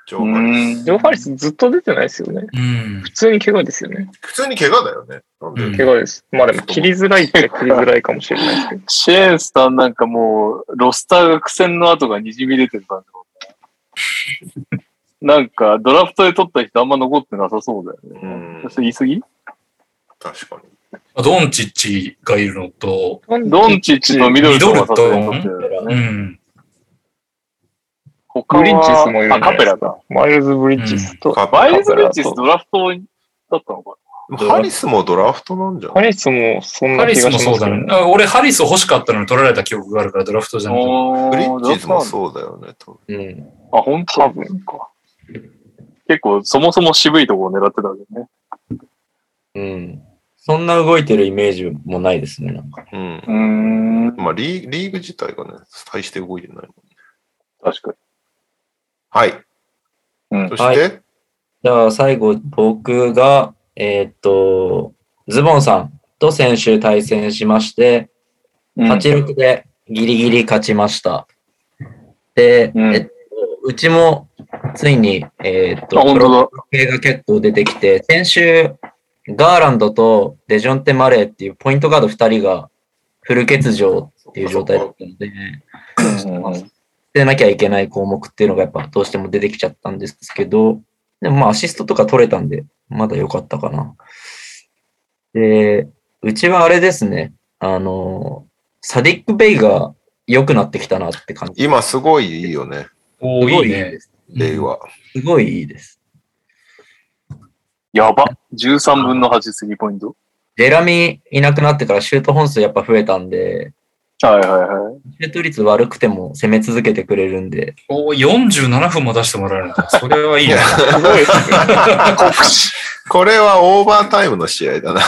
[SPEAKER 1] ジョ
[SPEAKER 2] だ。う
[SPEAKER 1] ーハリス
[SPEAKER 2] ん。
[SPEAKER 5] ジョー・ハリスずっと出てないですよね。
[SPEAKER 3] うん
[SPEAKER 5] 普。通に怪我ですよね。
[SPEAKER 1] 普通に怪我だよね。なんで、
[SPEAKER 3] うん
[SPEAKER 5] 怪我です。まあでも、切りづらいって切りづらいかもしれないですけど。
[SPEAKER 2] シェーンさんなんかもう、ロスターが苦戦の跡がにじみ出てる感じだもんねなんか、ドラフトで取った人あんま残ってなさそうだよね。
[SPEAKER 1] うん
[SPEAKER 2] それ言い過ぎ
[SPEAKER 1] 確かに。
[SPEAKER 3] ドンチッチがいるのと、
[SPEAKER 2] ドンチッチとミドルトンはさすがに取ってるよね。
[SPEAKER 3] うん。
[SPEAKER 2] 他は
[SPEAKER 5] ブリッジスもいるんじゃ
[SPEAKER 2] あ、
[SPEAKER 5] ない
[SPEAKER 2] カ
[SPEAKER 5] で
[SPEAKER 2] ペ
[SPEAKER 5] す
[SPEAKER 2] ラ
[SPEAKER 5] か
[SPEAKER 2] だ。。
[SPEAKER 5] マイルズ・ブリッジスと、
[SPEAKER 1] カ
[SPEAKER 2] バイルズ・ブ
[SPEAKER 5] カペ
[SPEAKER 2] リ
[SPEAKER 5] ラ
[SPEAKER 2] ッ
[SPEAKER 5] と
[SPEAKER 2] ジスドラフトだったのか
[SPEAKER 1] ハリスもドラフトなんじゃ
[SPEAKER 5] ハ
[SPEAKER 1] ない
[SPEAKER 5] リスもそん
[SPEAKER 3] ハ
[SPEAKER 5] な
[SPEAKER 3] リ
[SPEAKER 5] 気
[SPEAKER 3] ス
[SPEAKER 5] がし
[SPEAKER 3] も
[SPEAKER 5] ます
[SPEAKER 3] そうだ
[SPEAKER 5] け
[SPEAKER 3] ね
[SPEAKER 5] どね。。
[SPEAKER 3] あ俺、ハリス欲しかったのに取られた記憶があるから、ドラフトじゃ
[SPEAKER 2] な
[SPEAKER 3] なくて。
[SPEAKER 1] ブリ
[SPEAKER 2] お
[SPEAKER 1] ッジズも
[SPEAKER 2] う。
[SPEAKER 1] そうだよね。と
[SPEAKER 4] うん。
[SPEAKER 2] あ、本当
[SPEAKER 5] 多分
[SPEAKER 2] か。結構、そもそも渋いところを狙ってたわけね。
[SPEAKER 4] うん。そんな動いてるイメージもないですね、なんか。
[SPEAKER 1] うん。
[SPEAKER 2] うーん。
[SPEAKER 1] まあリー、リーグ自体がね、大して動いてないもんね。
[SPEAKER 2] 確か
[SPEAKER 1] はい。
[SPEAKER 2] うん
[SPEAKER 1] そして、
[SPEAKER 4] はいじゃあ最後、僕が、えーっと、ズボンさんと先週対戦しまして、
[SPEAKER 2] に。うん
[SPEAKER 4] 86でギリギリ勝ちました。で、
[SPEAKER 2] うん
[SPEAKER 4] えっと、うちもついに、えーっ
[SPEAKER 2] あ、
[SPEAKER 4] と、
[SPEAKER 2] 本
[SPEAKER 4] プロ
[SPEAKER 2] 当
[SPEAKER 4] 系が結構出てきて、先週、ガーランドとデジョンテ・マレーっていうポイントガード2人がフル欠場っていう状態だったので、
[SPEAKER 2] だ。
[SPEAKER 4] でなきゃいけない項目っていうのがやっぱどうしても出てきちゃったんですけど、でもまあアシストとか取れたんで、まだ良かったかな。で、うちはあれですね、あの、サディック・ベイが良くなってきたなって感じ。
[SPEAKER 1] 今すごいいいよね、
[SPEAKER 3] おーいいね。
[SPEAKER 1] レイは。
[SPEAKER 4] すごいいいです。
[SPEAKER 2] やば。13分の8スリーポイント。
[SPEAKER 4] デラミいなくなってからシュート本数やっぱ増えたんで、
[SPEAKER 2] はいはいはい。
[SPEAKER 4] シュート率悪くても攻め続けてくれるんで、
[SPEAKER 3] おー47分も出してもらえるんだ。それはいいね。
[SPEAKER 5] すごいですね。
[SPEAKER 1] これはオーバータイムの試合だな。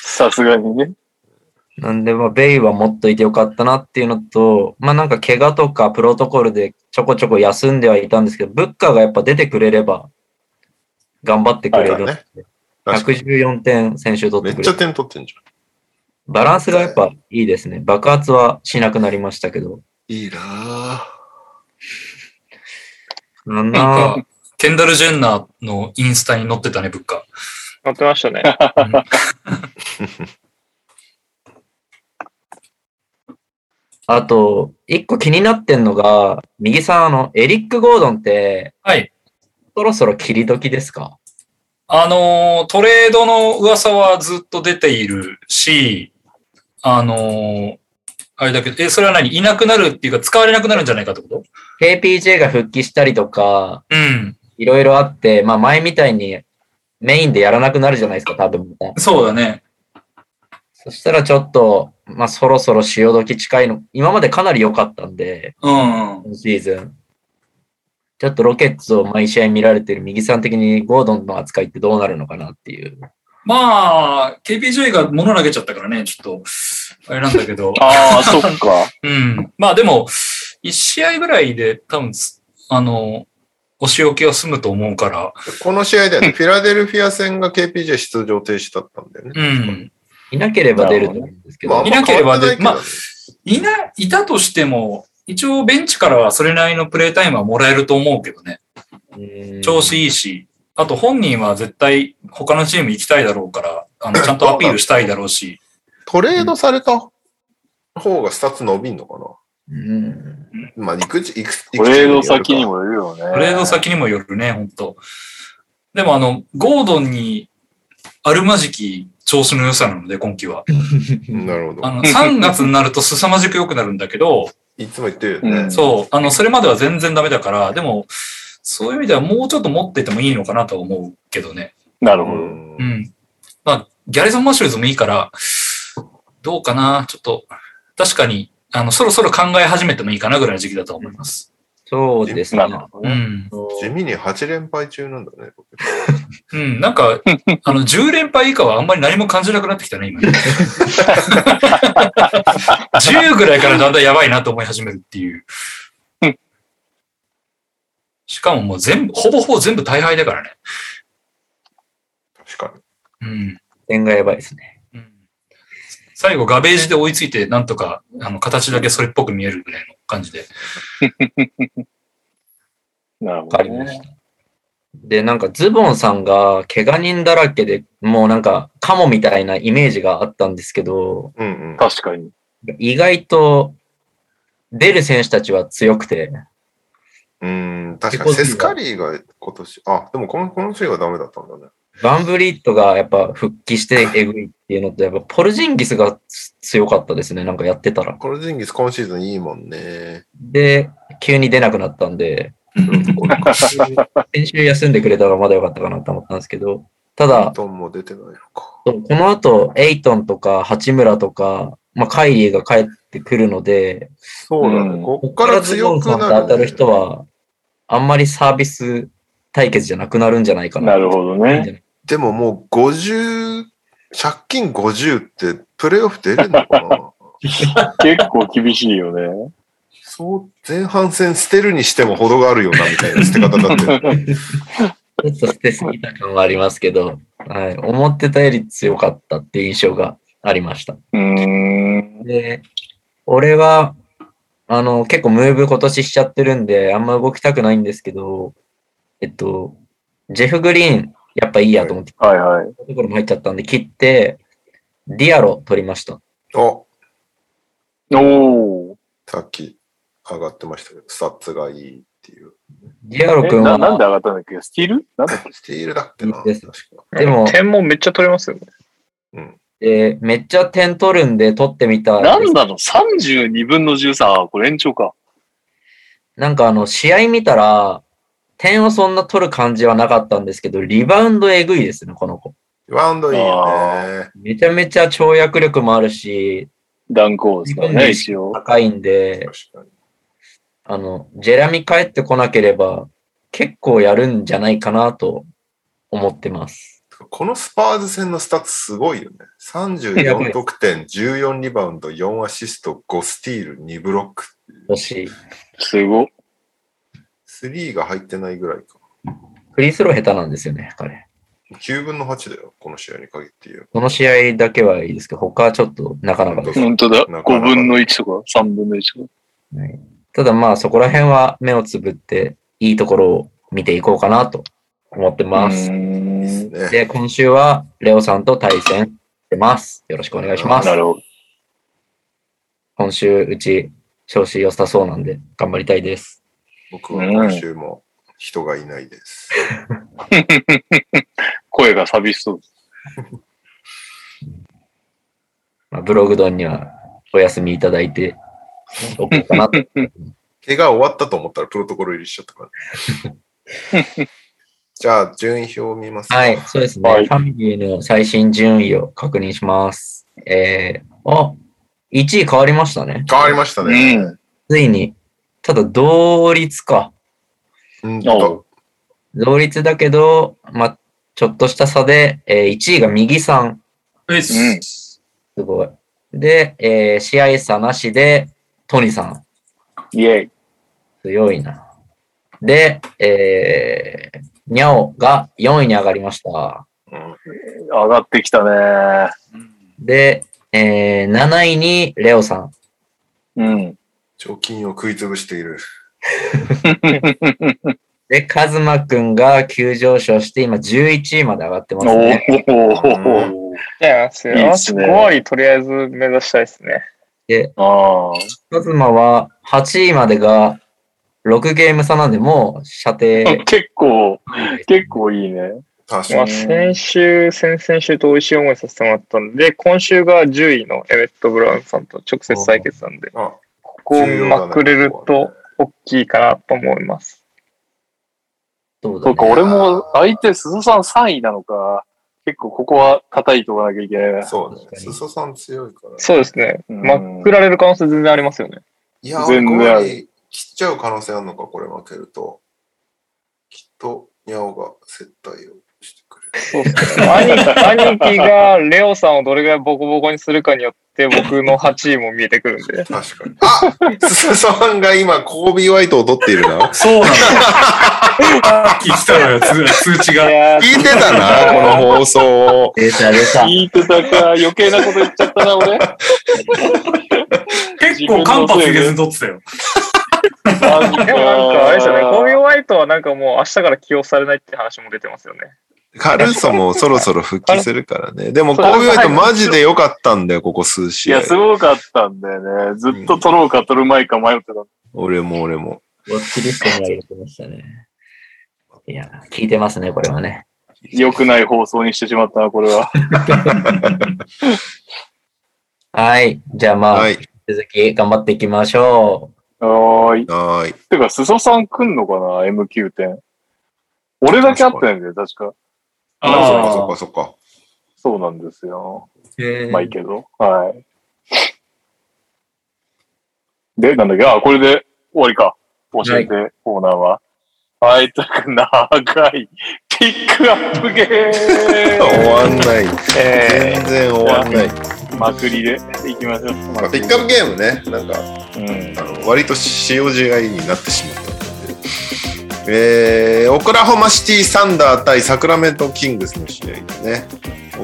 [SPEAKER 2] さすがにね。
[SPEAKER 4] なんで、まあ、ベイは持っといてよかったなっていうのと、まあなんか怪我とかプロトコルでちょこちょこ休んではいたんですけど、ブッカーがやっぱ出てくれれば、頑張ってくれるんで、
[SPEAKER 1] はい確かに
[SPEAKER 4] 114点先週取
[SPEAKER 1] め
[SPEAKER 4] っ
[SPEAKER 1] って
[SPEAKER 4] く
[SPEAKER 1] ちゃ
[SPEAKER 4] れる。
[SPEAKER 1] 点取ってんじ
[SPEAKER 4] バランスがやっぱいいですね。爆発はしなくなりましたけど。
[SPEAKER 1] ゃん。いいなぁ。
[SPEAKER 4] なんな
[SPEAKER 3] なんか、ケンダル・ジェンナーのインスタに載ってたね、物価。
[SPEAKER 5] 乗ってましたね。
[SPEAKER 4] あと、一個気になってんのが、右さん、あの、エリック・ゴードンって、
[SPEAKER 3] はい。
[SPEAKER 4] そろそろ切り時ですか
[SPEAKER 3] あのー、トレードの噂はずっと出ているし、あのー、あれだけど、え、それは何いなくなるっていうか、使われなくなるんじゃないかってこと
[SPEAKER 4] ?KPJ が復帰したりとか、
[SPEAKER 3] うん。
[SPEAKER 4] いろいろあって、まあ前みたいにメインでやらなくなるじゃないですか、多分。
[SPEAKER 3] そうだね。
[SPEAKER 4] そしたらちょっと、まあそろそろ潮時近いの。今までかなり良かったんで、
[SPEAKER 3] うん。
[SPEAKER 4] 今シーズン。ちょっとロケッツを毎試合見られてる右さん的にゴードンの扱いってどうなるのかなっていう。
[SPEAKER 3] まあ、KPJ が物投げちゃったからね、ちょっと、あれなんだけど。
[SPEAKER 2] あ あ、そっか。
[SPEAKER 3] うん。まあでも、1試合ぐらいで多分、あの、お仕置きは済むと思うから、
[SPEAKER 1] この試合だよね、フィラデルフィア戦が KPJ 出場停止だったんだよね。
[SPEAKER 3] うん。
[SPEAKER 4] いなければ出ると思うんですけど、
[SPEAKER 1] あんま
[SPEAKER 3] いなけれ
[SPEAKER 1] 変わ
[SPEAKER 3] ば
[SPEAKER 1] ってないけどね
[SPEAKER 3] まいな、いたとしても、一応ベンチからはそれなりのプレータイムはもらえると思うけどね。
[SPEAKER 4] うん
[SPEAKER 3] 調子いいし、あと本人は絶対他のチーム行きたいだろうから、あの、ちゃんとアピールしたいだろうし、
[SPEAKER 1] トレードされた方がスタッツ伸びんのか
[SPEAKER 4] うん
[SPEAKER 1] なまあ、いくじ、いく、い
[SPEAKER 2] ト
[SPEAKER 1] く
[SPEAKER 2] レード先に。もいるよね。
[SPEAKER 3] トレード先にもよるね、本当でもあの、ゴードンにあるまじき調子の良さなので、今季は。
[SPEAKER 1] なるほ
[SPEAKER 3] あ
[SPEAKER 1] ど。
[SPEAKER 3] の、3月になると凄まじく良くなるんだけど、
[SPEAKER 1] いつも言ってるよね。
[SPEAKER 2] うん
[SPEAKER 3] そう、あの、それまでは全然ダメだから、でも、そういう意味ではもうちょっと持っててもいいのかなとは思うけどね。
[SPEAKER 2] なる
[SPEAKER 1] う
[SPEAKER 2] ほど。
[SPEAKER 1] ん
[SPEAKER 3] う。ん。まあ、ギャリソン・マシューズもいいから、どうかな、ちょっと、確かに、あの、そろそろ考え始めてもいいかなぐらいの時期だと思います。
[SPEAKER 4] そうですね
[SPEAKER 2] な。るほど
[SPEAKER 3] う
[SPEAKER 2] ね。
[SPEAKER 3] ん。
[SPEAKER 1] 地味に8連敗中なんだね。僕
[SPEAKER 3] うん、なん か、あの、10連敗以下はあんまり何も感じなくなってきたね、今ね。10ぐらいからだんだんやばいなと思い始めるっていう
[SPEAKER 2] うん。
[SPEAKER 3] しかももう全部、ほぼほぼ全部大敗だからね。
[SPEAKER 1] 確か
[SPEAKER 3] うん。
[SPEAKER 4] 点がやばいですね。
[SPEAKER 3] うん最後、ガベージで追いついて、なんとか、あの、形だけそれっぽく見えるぐらいの感じで。
[SPEAKER 2] なるほ
[SPEAKER 4] わか
[SPEAKER 2] ど
[SPEAKER 4] りまし
[SPEAKER 2] ね。
[SPEAKER 4] た。で、なんかズボンさんが怪我人だらけで、もうなんかカモみたいなイメージがあったんですけど、
[SPEAKER 1] に。うん
[SPEAKER 2] 確かに。
[SPEAKER 4] 意外と出る選手たちは強くて、
[SPEAKER 1] うん。うん、確かに。セスカリーが今年、あ、でもこの、この試合はダメだったんだね。
[SPEAKER 4] バンブリットがやっぱ復帰してえぐいっていうのと、やっぱポルジンギスが強かったですね、なんかやってたら。
[SPEAKER 1] コルジンギス今シーズンいいもんね。
[SPEAKER 4] で、急に出なくなったんで、
[SPEAKER 1] これ
[SPEAKER 4] 先週休んでくれたらまだよかったかなと思ったんですけど、ただ、
[SPEAKER 1] トンも出てないのか。
[SPEAKER 4] この後、エイトンとか八村とか、まあ、カイリーが帰ってくるので、
[SPEAKER 1] そうだ
[SPEAKER 2] うん
[SPEAKER 1] ね。こっから強く
[SPEAKER 4] ここからズボン
[SPEAKER 1] な
[SPEAKER 4] さ
[SPEAKER 1] る。
[SPEAKER 4] んと当たる人は、あんまりサービス対決じゃなくなるんじゃないかな。
[SPEAKER 2] なるほどね。
[SPEAKER 1] でももう50、借金50ってプレイオフ出るのかな
[SPEAKER 2] 結構厳しいよね。
[SPEAKER 1] そう、前半戦捨てるにしても程があるよな、みたいな捨て方だって。
[SPEAKER 4] ちょっと捨てすぎた感はありますけど、はい、思ってたより強かったっていう印象がありました。
[SPEAKER 2] うーん。
[SPEAKER 4] で、俺は、あの、結構ムーブ今年しちゃってるんで、あんま動きたくないんですけど、えっと、ジェフ・グリーン、やっぱいいやと思って、
[SPEAKER 2] はいはい。
[SPEAKER 4] ところも入っちゃったんで、切って、ディアロ取りました。
[SPEAKER 1] お
[SPEAKER 2] おー。
[SPEAKER 1] さっき上がってましたけど、スタッツがいいって いう。
[SPEAKER 4] ディアロ
[SPEAKER 2] え
[SPEAKER 4] 君
[SPEAKER 2] ななんで
[SPEAKER 4] は、
[SPEAKER 2] 上がったんだっけスティールなんだっけ
[SPEAKER 1] スティールだっけな、
[SPEAKER 4] いいで
[SPEAKER 1] 確
[SPEAKER 4] す
[SPEAKER 1] か。
[SPEAKER 4] でも
[SPEAKER 5] 点もめっちゃ取れますよね。
[SPEAKER 4] えーめっちゃ点取るんで、取ってみたいです
[SPEAKER 2] なんだの ?32 分の13。あーこれ延長か。
[SPEAKER 4] なんかあの、試合見たら、点をそんな取る感じはなかったんですけど、リバウンドえぐいですね、この子。
[SPEAKER 1] リバウンドいいよね。
[SPEAKER 4] めちゃめちゃ跳躍力もあるし、
[SPEAKER 2] ダンク王ですから
[SPEAKER 4] うん
[SPEAKER 2] ね、一応。
[SPEAKER 4] 高いんで、
[SPEAKER 1] 確かに。
[SPEAKER 4] あの、ジェラミ帰ってこなければ、結構やるんじゃないかなと思ってます。
[SPEAKER 1] このスパーズ戦のスタッツすごいよね。
[SPEAKER 4] やばい
[SPEAKER 1] 34得点、14リバウンド、4アシスト、5スティール、2ブロック。
[SPEAKER 4] もし、
[SPEAKER 2] すごっ。
[SPEAKER 1] 3が入ってないぐらいか。
[SPEAKER 4] フリースロー下手なんですよね、彼。
[SPEAKER 1] 9分の8だよ、この試合に限って言う。
[SPEAKER 4] この試合だけはいいですけど、他はちょっとなかなかです。
[SPEAKER 2] 本当だ。
[SPEAKER 1] なかな
[SPEAKER 2] 5
[SPEAKER 1] か
[SPEAKER 2] 分の1とか3分の1とか。
[SPEAKER 4] はいただまあ、そこら辺は目をつぶって、いいところを見ていこうかなと思ってます。
[SPEAKER 2] う
[SPEAKER 1] いいです
[SPEAKER 2] ーん
[SPEAKER 1] ね。
[SPEAKER 4] で、今週はレオさんと対戦してます。よろしくお願いします
[SPEAKER 2] な。るほど。
[SPEAKER 4] 今週うち調子良さそうなんで頑張りたいです。
[SPEAKER 1] 僕は今週も人がいないです。
[SPEAKER 2] 声が寂しそうです。
[SPEAKER 4] まあ、ブログドンにはお休みいただいておこうか なと。
[SPEAKER 1] 怪我終わったと思ったらプロトコル入りしちゃったから。じゃあ、順位表を見ますか
[SPEAKER 4] はい、そうですね。
[SPEAKER 2] はい
[SPEAKER 4] ファミリーの最新順位を確認します。えー、あ、1位変わりましたね。
[SPEAKER 1] 変わりました
[SPEAKER 2] う
[SPEAKER 1] ね。
[SPEAKER 2] ん。
[SPEAKER 4] ついに。ただ同率か。
[SPEAKER 1] うん
[SPEAKER 2] お
[SPEAKER 1] と、
[SPEAKER 4] 同率だけど、まあ、ちょっとした差で、え1位が右さん。
[SPEAKER 3] うっ
[SPEAKER 2] うん
[SPEAKER 3] す。
[SPEAKER 4] すごい。で、えー試合差なしで、トニさん。
[SPEAKER 2] イェイ。
[SPEAKER 4] 強いな。で、えー、にゃおが4位に上がりました。
[SPEAKER 1] うん
[SPEAKER 2] 上がってきたね。
[SPEAKER 4] で、えー、7位にレオさん。
[SPEAKER 2] うん。
[SPEAKER 1] 貯金を食い潰している。
[SPEAKER 4] で、カズマくんが急上昇して、今11位まで上がってます
[SPEAKER 2] お
[SPEAKER 4] ね。
[SPEAKER 2] ー
[SPEAKER 5] いや、それ
[SPEAKER 2] いい
[SPEAKER 5] は
[SPEAKER 2] っすね
[SPEAKER 5] 5割とりあえず目指したいですね。
[SPEAKER 2] ああ。
[SPEAKER 4] カズマは8位までが6ゲーム差なんで、もう射程。
[SPEAKER 2] 結構、結構いいね。
[SPEAKER 1] 確
[SPEAKER 5] ま
[SPEAKER 1] か
[SPEAKER 5] あ、
[SPEAKER 1] に。
[SPEAKER 5] 先週、先々週と美味しい思いさせてもらったんで、今週が10位のエメット・ブラウンさんと直接対決なんで、
[SPEAKER 1] あ、
[SPEAKER 5] ここをまくれると大きいかなと思います。
[SPEAKER 4] どうだ
[SPEAKER 2] そうか、
[SPEAKER 4] ね
[SPEAKER 2] 俺も相手、鈴さん3位なのか。結構ここは叩いとかなきゃいけないな。
[SPEAKER 1] そうね
[SPEAKER 4] 確。かに
[SPEAKER 1] 裾さん強いから。
[SPEAKER 5] そうですね。
[SPEAKER 2] うん
[SPEAKER 5] まくられる可能性全然ありますよね。
[SPEAKER 1] いや、
[SPEAKER 2] 全然
[SPEAKER 1] 5割切っちゃう可能性あるのか、これ負けると。きっと、ニャオが接待をしてくれる。
[SPEAKER 5] そうですね。兄兄貴がレオさんをどれぐらいボコボコにするかによって、僕の8位も見えてくるんで。
[SPEAKER 1] 確かに。あ裾さんが今、コービー・ワイトを取っているな。
[SPEAKER 3] そうなの。さっき来たのよ、通通知
[SPEAKER 5] い
[SPEAKER 3] が。
[SPEAKER 5] やー
[SPEAKER 1] 聞いてたな、この放送を。
[SPEAKER 4] 出た出た。
[SPEAKER 2] 聞いてたか、余計なこと言っちゃったな、俺。
[SPEAKER 3] 結構間髪入れずに撮ってたよ。
[SPEAKER 5] でもなんか、あれですよね、コービー・ホワイトはなんかもう明日から起用されないって話も出てま すよね。
[SPEAKER 1] カルーソもそろそろ復帰するからね。でも、
[SPEAKER 2] そ
[SPEAKER 1] コ
[SPEAKER 2] う
[SPEAKER 1] ービー・ワイトマジで良かったんだよ、ここ数
[SPEAKER 2] い
[SPEAKER 1] 試合
[SPEAKER 2] や、。すごかったんだよね。ずっと取ろうか取るまいか迷ってた。
[SPEAKER 1] 俺も俺も。
[SPEAKER 4] ウォッチリストに上げてましたね。いや、聞いてますね、これはね。
[SPEAKER 2] 良くない放送にしてしまったな、これは。
[SPEAKER 4] はい。じゃあまあ、
[SPEAKER 1] はい。
[SPEAKER 4] 続き頑張っていきましょう。
[SPEAKER 2] はーい。
[SPEAKER 1] はーい。
[SPEAKER 2] てか、裾さん来んのかな ?MQ 点。俺だけあったんだよ、確か。
[SPEAKER 1] あ、そっ
[SPEAKER 3] あ
[SPEAKER 1] か
[SPEAKER 3] あ。
[SPEAKER 1] そっかそっか。
[SPEAKER 2] そうなんですよ。
[SPEAKER 3] え
[SPEAKER 2] まあいいけど。はい。で、なんだっけあ、これで終わりか。教えて、コーナーは。はい、とにかく長い。ピックアップゲ
[SPEAKER 1] 終
[SPEAKER 2] ー
[SPEAKER 1] わんない。
[SPEAKER 2] え
[SPEAKER 1] 全然終わんない。
[SPEAKER 2] ムまくりでいきましょう。
[SPEAKER 1] まあピックアップゲームね、なんか、
[SPEAKER 2] うん
[SPEAKER 1] あの割と塩試合になってしまったんで。えー、オクラホマシティサンダー対サクラメントキングスの試合ね。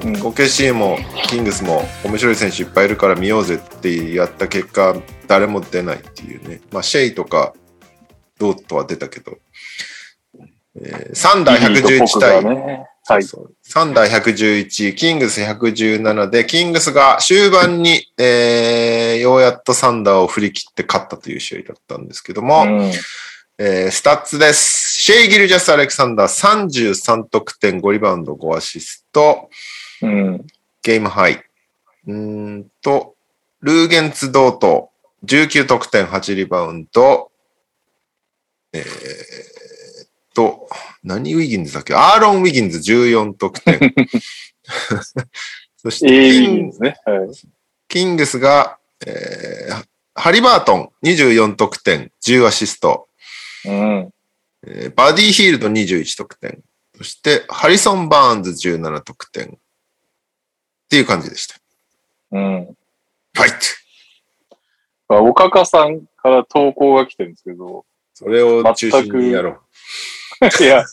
[SPEAKER 2] うん
[SPEAKER 1] オケシーもキングスも面白い選手いっぱいいるから見ようぜってやった結果、誰も出ないっていうね。まあ、シェイとかドートは出たけど。えーサンダー111対、
[SPEAKER 2] ね。はい。
[SPEAKER 1] そうサンダー111、キングス117で、キングスが終盤に、えー、ようやっとサンダーを振り切って勝ったという試合だったんですけども、
[SPEAKER 2] うん
[SPEAKER 1] えースタッツです。シェイ・ギルジャス・アレクサンダー33得点5リバウンド5アシスト、
[SPEAKER 2] うん。
[SPEAKER 1] ゲームハイ。うーんと、ルーゲンツ・ドート19得点8リバウンド、えーっと、何ウィギンズだっけアーロン・ウィギンズ14得点。 そして、
[SPEAKER 2] ええ
[SPEAKER 1] キ
[SPEAKER 2] いい
[SPEAKER 1] ン
[SPEAKER 2] ですね。はい。
[SPEAKER 1] キングスが、えーハリバートン24得点10アシスト、
[SPEAKER 2] うん。
[SPEAKER 1] えーバディヒールド21得点。そして、ハリソン・バーンズ17得点。っていう感じでした。
[SPEAKER 2] うん。
[SPEAKER 1] ファイト
[SPEAKER 2] まあおかかさんから投稿が来てるんですけど、
[SPEAKER 1] それを中心にやろう。
[SPEAKER 2] いや、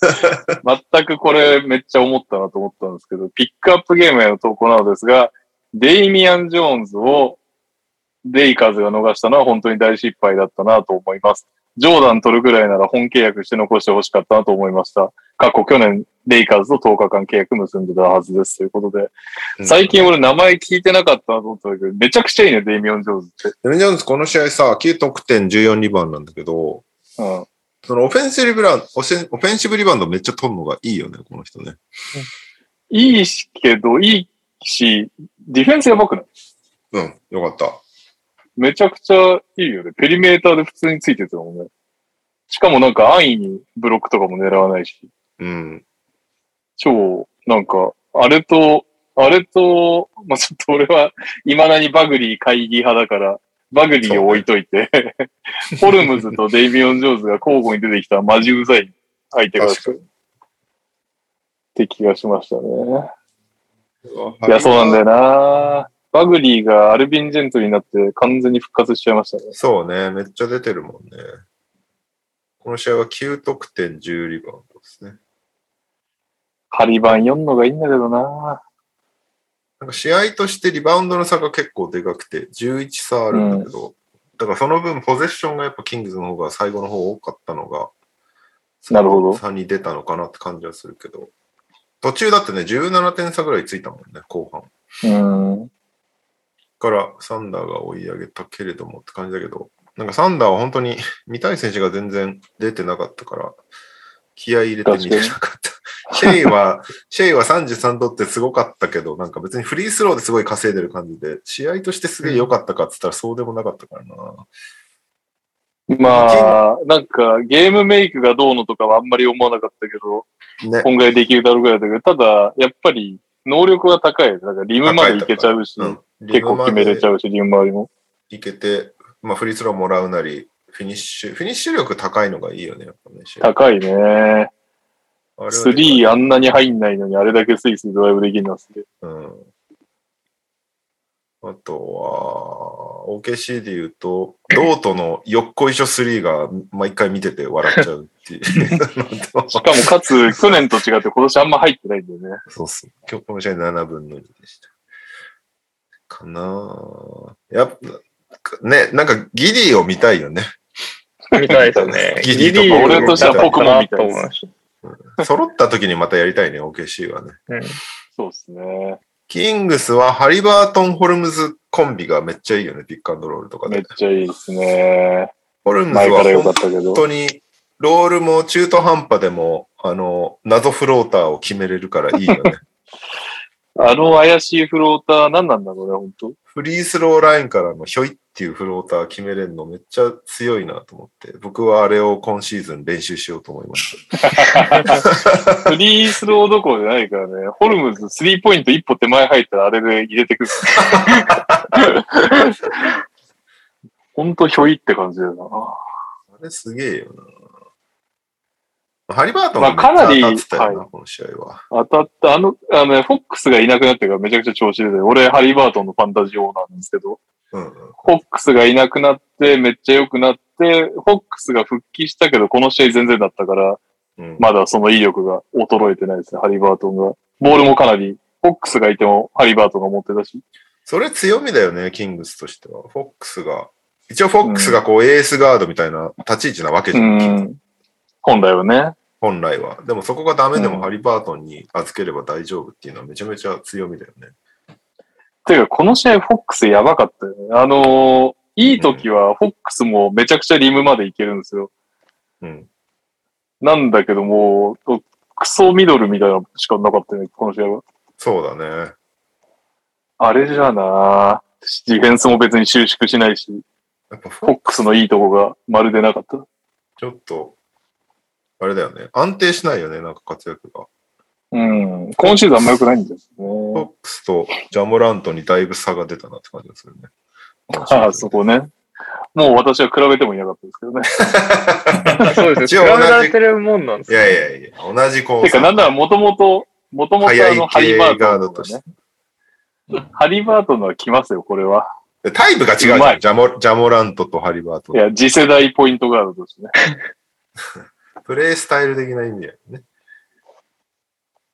[SPEAKER 2] 全くこれめっちゃ思ったなと思ったんですけど、ピックアップゲームへの投稿なのですが、デイミアン・ジョーンズをレイカーズが逃したのは本当に大失敗だったなと思います。ジョーダン取るぐらいなら本契約して残してほしかったなと思いました。過去去年、レイカーズと10日間契約結んでたはずですということで、
[SPEAKER 1] うん
[SPEAKER 2] 最近俺名前聞いてなかったなと思ったんだけど、めちゃくちゃいいね、デイミアン・ジョーンズっ
[SPEAKER 1] デミジョーンズ、この試合さ、9得点14リバウンドなんだけど、
[SPEAKER 2] て。うん。
[SPEAKER 1] そのオフェンシブリバウンド、オフェンオフェンシブリバウンドめっちゃ取るのがいいよね、この人ね。
[SPEAKER 2] いいしけど、いいし、ディフェンスやばくない
[SPEAKER 1] うん、よかった。
[SPEAKER 2] めちゃくちゃいいよね。ペリメーターで普通についてたもんね。しかもなんか安易にブロックとかも狙わないし、
[SPEAKER 1] うん。
[SPEAKER 2] 超、なんか、あれと、あれと、まあ、ちょっと俺は、未だにバグリー会議派だから、バグリーを置いといて、ホルムズとデイビオン・ジョーンズが交互に出てきたらマジうざい相手が
[SPEAKER 1] 確かに
[SPEAKER 2] って気がしましたね。いや、そうなんだよなバグリーがアルビン・ジェントになって完全に復活しちゃいましたね。
[SPEAKER 1] そうね、めっちゃ出てるもんね。この試合は9得点10リバウンドですね。
[SPEAKER 2] ハリバン読んのがいいんだけどな
[SPEAKER 1] なんか試合としてリバウンドの差が結構でかくて、11差あるんだけど、だからその分ポゼッションがやっぱキングスの方が最後の方多かったのが、
[SPEAKER 2] なるほど
[SPEAKER 1] 差に出たのかなって感じはするけど、途中だってね、17点差ぐらいついたもんね、後半。
[SPEAKER 2] うん。
[SPEAKER 1] からサンダーが追い上げたけれどもって感じだけど、なんかサンダーは本当に 見たい選手が全然出てなかったから、気合い入れて見れなかった。シェイは、シェイは33取ってすごかったけど、なんか別にフリースローですごい稼いでる感じで、試合としてすげえ良かったかって言ったらそうでもなかったからな。
[SPEAKER 2] まあ、なんか、ゲームメイクがどうのとかはあんまり思わなかったけど、
[SPEAKER 1] ね。
[SPEAKER 2] 今回できるだろうぐらいだけど、ただ、やっぱり、能力が高い。だから、リムまでいけちゃうし、
[SPEAKER 1] うん。
[SPEAKER 2] 結構決めれちゃうし、リム周りも。
[SPEAKER 1] いけて、まあフリースローもらうなり、フィニッシュ、フィニッシュ力高いのがいいよね、やっぱね。シェイ
[SPEAKER 2] 高いね。
[SPEAKER 1] あれはね
[SPEAKER 2] スリーあんなに入んないのに、あれだけスイスイドライブできるのはすげえ。
[SPEAKER 1] うんあとは、OKC で言うと、ドートのよっこいしょ3が毎回見てて笑っちゃうって いう。
[SPEAKER 2] しかも、かつ、去年と違って今年あんま入ってないんだよね。
[SPEAKER 1] そうっす。今日この試合7分の2でした。かなぁ。やっぱ、ね、なんかギディを見たいよね。
[SPEAKER 5] みたいですね。
[SPEAKER 1] ギリとか
[SPEAKER 2] 俺としては僕もみたいです
[SPEAKER 5] なと思いまし
[SPEAKER 1] 揃った時にまたやりたいね、OKC はね。
[SPEAKER 2] そうですね。
[SPEAKER 1] キングスはハリバートン・ホルムズコンビがめっちゃいいよね、ピックアンドロールとか
[SPEAKER 2] め
[SPEAKER 1] で
[SPEAKER 2] っ。ちゃいいですね。
[SPEAKER 1] ホルムズ
[SPEAKER 2] 前か
[SPEAKER 1] は
[SPEAKER 2] ら良かったけど
[SPEAKER 1] 本。当に、ロールも中途半端でも、あの、謎フローターを決めれるからいいよ ね。
[SPEAKER 2] あの怪しいフローター何なんだろうね、本当
[SPEAKER 1] フリースローラインからのひょいっていうフローター決めれるのめっちゃ強いなと思って、僕はあれを今シーズン練習しようと思いまし
[SPEAKER 2] フリースローどころじゃないからね。ホルムズ、スリーポイント一歩手前入ったらあれで入れてくる。 ほんとひょいって感じだよな。
[SPEAKER 1] た。あれすげえよな。ハリバートン
[SPEAKER 2] まあかなり
[SPEAKER 1] 当たってたよな、
[SPEAKER 2] は
[SPEAKER 1] この試合は。
[SPEAKER 2] 当たった、あの、あのね、フォックスがいなくなってからめちゃくちゃ調子出て、俺、ハリーバートンのファンタジーオーナーなんですけど、
[SPEAKER 1] うんうん
[SPEAKER 2] ホックスがいなくなって、めっちゃ良くなって、ホックスが復帰したけど、この試合全然だったから、
[SPEAKER 1] うん
[SPEAKER 2] まだその威力が衰えてないですね、ハリバートンが。ボールもかなり、ホックスがいてもハリバートンが持ってたし。
[SPEAKER 1] それ強みだよね、キングスとしては。フォックスが。一応フォックスがこうエースガードみたいな立ち位置なわけじ
[SPEAKER 2] う
[SPEAKER 1] ゃん、キング
[SPEAKER 2] ん。本来はね。
[SPEAKER 1] 本来は。でもそこがダメで
[SPEAKER 2] うん
[SPEAKER 1] もハリバートンに預ければ大丈夫っていうのはめちゃめちゃ強みだよね。
[SPEAKER 2] ていうか、この試合、フォックスやばかったよね。あのーいい時は、フォックスもめちゃくちゃリムまでいけるんですよ。
[SPEAKER 1] うん。
[SPEAKER 2] なんだけどもう、クソミドルみたいなのしかなかったよね、この試合は。
[SPEAKER 1] そうだね。
[SPEAKER 2] あれじゃあなディフェンスも別に収縮しないし、
[SPEAKER 1] やっぱフ
[SPEAKER 2] フ
[SPEAKER 1] ォ
[SPEAKER 2] ォ
[SPEAKER 1] ッ
[SPEAKER 2] ックスのいいとこがまるでなかった。
[SPEAKER 1] ちょっと、あれだよね。安定しないよね、なんか活躍が。
[SPEAKER 2] うん。今シーズンあんま良くないんです
[SPEAKER 1] フォ
[SPEAKER 2] ね。
[SPEAKER 1] ックスとジャモラントにだいぶ差が出たなって感じがするね。
[SPEAKER 2] ああ、そこね。もう私は比べてもいなかったですけどね。
[SPEAKER 5] そうです
[SPEAKER 1] 一応
[SPEAKER 5] ね。比
[SPEAKER 1] 同
[SPEAKER 5] べ
[SPEAKER 1] じ
[SPEAKER 5] られてるもんなんです
[SPEAKER 1] いやいやいや、同じこう。
[SPEAKER 2] てか、なんならもともと、もともと
[SPEAKER 1] 早
[SPEAKER 2] あ
[SPEAKER 1] い
[SPEAKER 2] の、ハリバ
[SPEAKER 1] 系
[SPEAKER 2] ート
[SPEAKER 1] ガー
[SPEAKER 2] ン
[SPEAKER 1] ド
[SPEAKER 2] のが
[SPEAKER 1] として
[SPEAKER 2] ね。。ハリバートンのは来ますよ、これは。
[SPEAKER 1] タイプが違うじゃ
[SPEAKER 2] うんまい
[SPEAKER 1] ジャモジャモラントとハリバート
[SPEAKER 2] い。や、次世代ポイントガードとしてね。
[SPEAKER 1] プレイスタイル的な意味だよね。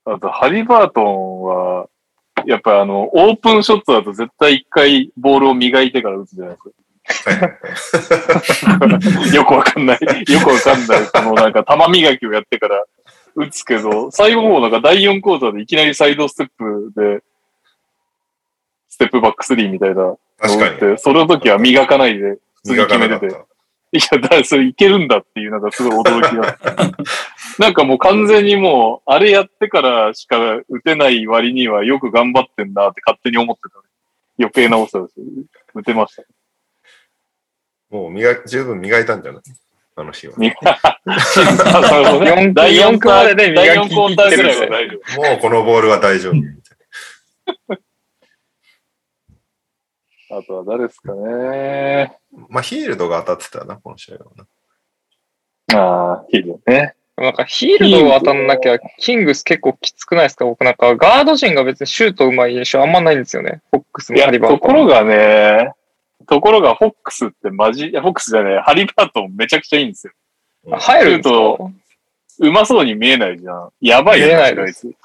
[SPEAKER 2] あと、ハリバートンは、やっぱりあの、オープンショットだと絶対一回ボールを磨いてから打つじゃないですか。 よくわかんない。よくわかんない。そのなんか球磨きをやってから打つけど、最後の方なんか第4クォーターでいきなりサイドステップで、ステップバックスリーみたいなのを
[SPEAKER 1] 確か
[SPEAKER 2] 打っ
[SPEAKER 1] に。
[SPEAKER 2] て、その時は磨かないで、普通に
[SPEAKER 1] 磨
[SPEAKER 2] 決
[SPEAKER 1] か
[SPEAKER 2] め
[SPEAKER 1] なか
[SPEAKER 2] て
[SPEAKER 1] ってた。。
[SPEAKER 2] いや、だからそれいけるんだっていう、なんかすごい驚きが。なんかもう完全にもう、あれやってからしか打てない割にはよく頑張ってんなって勝手に思ってた、ね。余計なお世話です。打てま した。
[SPEAKER 1] もう磨き十分磨いたんじゃないあの日は。も
[SPEAKER 2] 磨あ、なるほど
[SPEAKER 5] 四
[SPEAKER 2] 第四
[SPEAKER 5] 四クオーターで
[SPEAKER 2] 第
[SPEAKER 5] 磨
[SPEAKER 2] 4
[SPEAKER 5] き
[SPEAKER 2] クォー
[SPEAKER 5] 切っ
[SPEAKER 2] ター
[SPEAKER 5] て
[SPEAKER 2] ぐ
[SPEAKER 5] る
[SPEAKER 2] ら
[SPEAKER 5] み
[SPEAKER 2] いは
[SPEAKER 5] た
[SPEAKER 2] い
[SPEAKER 5] な。
[SPEAKER 2] 大丈夫。
[SPEAKER 1] うこのボールは大丈夫。
[SPEAKER 2] あとは誰ですかね。
[SPEAKER 1] まあ、ヒールドが当たってたな、この試合はな。
[SPEAKER 2] ああ、ヒールね。
[SPEAKER 5] なんかヒールドを当たんなきゃ、キングス結構きつくないですか僕なんかガード陣が別にシュートうまい印象あんまないんですよね。フォックス
[SPEAKER 2] い
[SPEAKER 5] もハ
[SPEAKER 2] や、
[SPEAKER 5] リバー
[SPEAKER 2] と
[SPEAKER 5] ト
[SPEAKER 2] こ
[SPEAKER 5] ン
[SPEAKER 2] ろ
[SPEAKER 5] も。
[SPEAKER 2] がね、ところがホックスってマジ、いやホックスじゃない、ハリバートンめちゃくちゃいいんですよ。
[SPEAKER 1] うん
[SPEAKER 5] 入るんです
[SPEAKER 2] シュー
[SPEAKER 5] か
[SPEAKER 2] うまそうに見えないじゃん。やばいよね
[SPEAKER 5] 見えないです
[SPEAKER 2] あいつ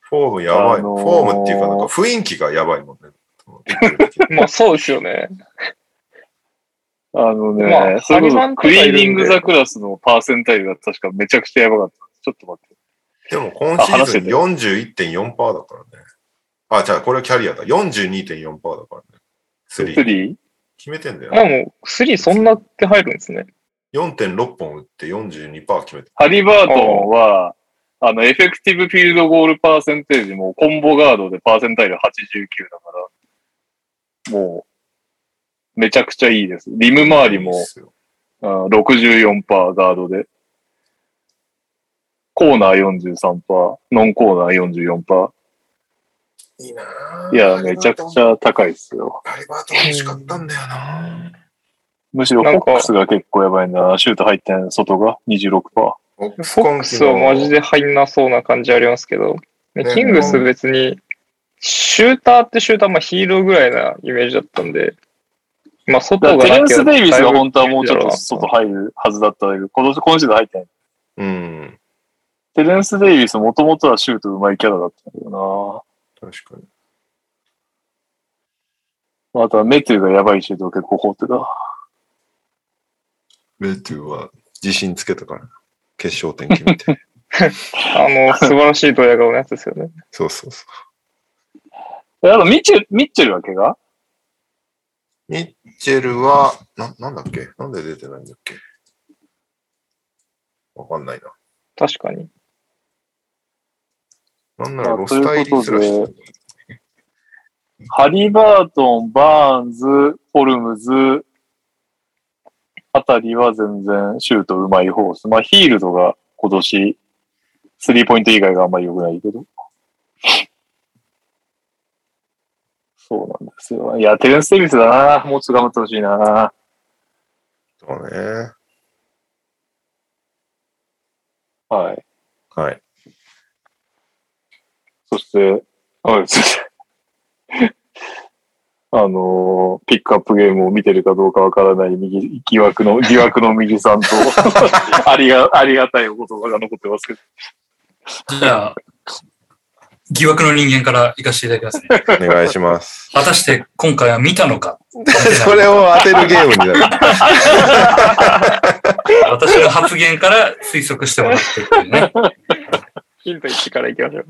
[SPEAKER 1] フォームやばい。
[SPEAKER 2] あのー
[SPEAKER 1] フォームっていうか、なんか雰囲気がやばいもんね。
[SPEAKER 5] まあそうです よね。
[SPEAKER 2] あのね、
[SPEAKER 5] まあ
[SPEAKER 2] それこ
[SPEAKER 5] ハリマ
[SPEAKER 2] そ
[SPEAKER 5] ンとか
[SPEAKER 2] クリー
[SPEAKER 5] いるんで
[SPEAKER 2] ニングザクラスのパーセンタイルが確かめちゃくちゃやばかった。ちょっと待って。
[SPEAKER 1] でも今シーズン
[SPEAKER 2] あ
[SPEAKER 1] 41.4%だからね。あ、じゃあこれはキャリアだ。42.4%だからね。スリ
[SPEAKER 2] ス
[SPEAKER 1] ー。
[SPEAKER 2] リー
[SPEAKER 1] 決めてんだよ
[SPEAKER 5] まあ
[SPEAKER 1] ね。
[SPEAKER 5] もう、スリーそんなって入るんですね。
[SPEAKER 1] 4.6本打って42%決めて
[SPEAKER 2] ハリバートンは、あの、エフェクティブフィールドゴールパーセンテージもコンボガードでパーセンタイル89だから、もう、めちゃくちゃいいです。リム周り
[SPEAKER 1] いい
[SPEAKER 2] も
[SPEAKER 1] っ、すよ
[SPEAKER 2] うん、64%ガードで。コーナー43%、ノンコーナー44%。
[SPEAKER 1] いいなぁ
[SPEAKER 2] いや、めちゃくちゃ高いですよ。
[SPEAKER 1] ハリバートン欲しかったんだよなぁ
[SPEAKER 2] むしろフ
[SPEAKER 5] な
[SPEAKER 2] ォ
[SPEAKER 5] んか
[SPEAKER 2] ックスが結構やばいんだな。シュート入ってん、外が26%。
[SPEAKER 1] フォックス
[SPEAKER 5] フォックスはマジで入んなそうな感じありますけど、ね
[SPEAKER 1] ね
[SPEAKER 5] キングス別に、シューターってシューター、まあヒーローぐらいなイメージだったんで、まあ
[SPEAKER 2] だ
[SPEAKER 5] 外
[SPEAKER 2] から
[SPEAKER 5] が
[SPEAKER 2] テレンス・
[SPEAKER 5] だ
[SPEAKER 2] デイ
[SPEAKER 5] い
[SPEAKER 2] ビ
[SPEAKER 5] ぶ
[SPEAKER 2] スが本当はもうちょっと外入るはずだったんだけど、今年、今シーズン入ってない。
[SPEAKER 1] うん。
[SPEAKER 2] テレンス・デイビスもともとはシュート上手いキャラだったんだけど
[SPEAKER 1] 確かに。
[SPEAKER 2] な。あとはメテューがやばいシュートを結構放ってた。
[SPEAKER 1] メトゥーは自信つけたから。決勝点決めて。
[SPEAKER 5] あの、素晴らしいドヤ顔のやつですよね。
[SPEAKER 1] そうそうそう。
[SPEAKER 2] であとミッチェル、ミッチェルは怪我
[SPEAKER 1] ミッチェルは、な、なんだっけなんで出てないんだっけわかんない
[SPEAKER 5] 確かに。
[SPEAKER 1] な。なんなら
[SPEAKER 2] あ
[SPEAKER 1] ロスタイリーすら
[SPEAKER 2] という
[SPEAKER 1] し
[SPEAKER 2] こハリバートン、バーンズ、ホルムズ、あたりは全然シュート上手い方です。まあヒールドが今年、スリーポイント以外があんまり良くないけど。そうなんですよ。いや、テレンス・デイビスだな。もうちょっと頑張ってほしいな。
[SPEAKER 1] そうね。
[SPEAKER 2] はい。
[SPEAKER 1] はい。
[SPEAKER 2] そして、はい、そして あのーピックアップゲームを見てるかどうかわからない右、疑惑の、疑惑の右さんと、 ありが、ありがたいお言葉が残ってますけど。
[SPEAKER 3] じゃあ、疑惑の人間から行かせていただきますね。
[SPEAKER 1] お願いし ます。
[SPEAKER 3] 果たして今回は見たのか
[SPEAKER 1] それを当てるゲームになる。
[SPEAKER 3] 私の発言から推測してもらってっていうね。
[SPEAKER 5] ヒント1からいきましょう。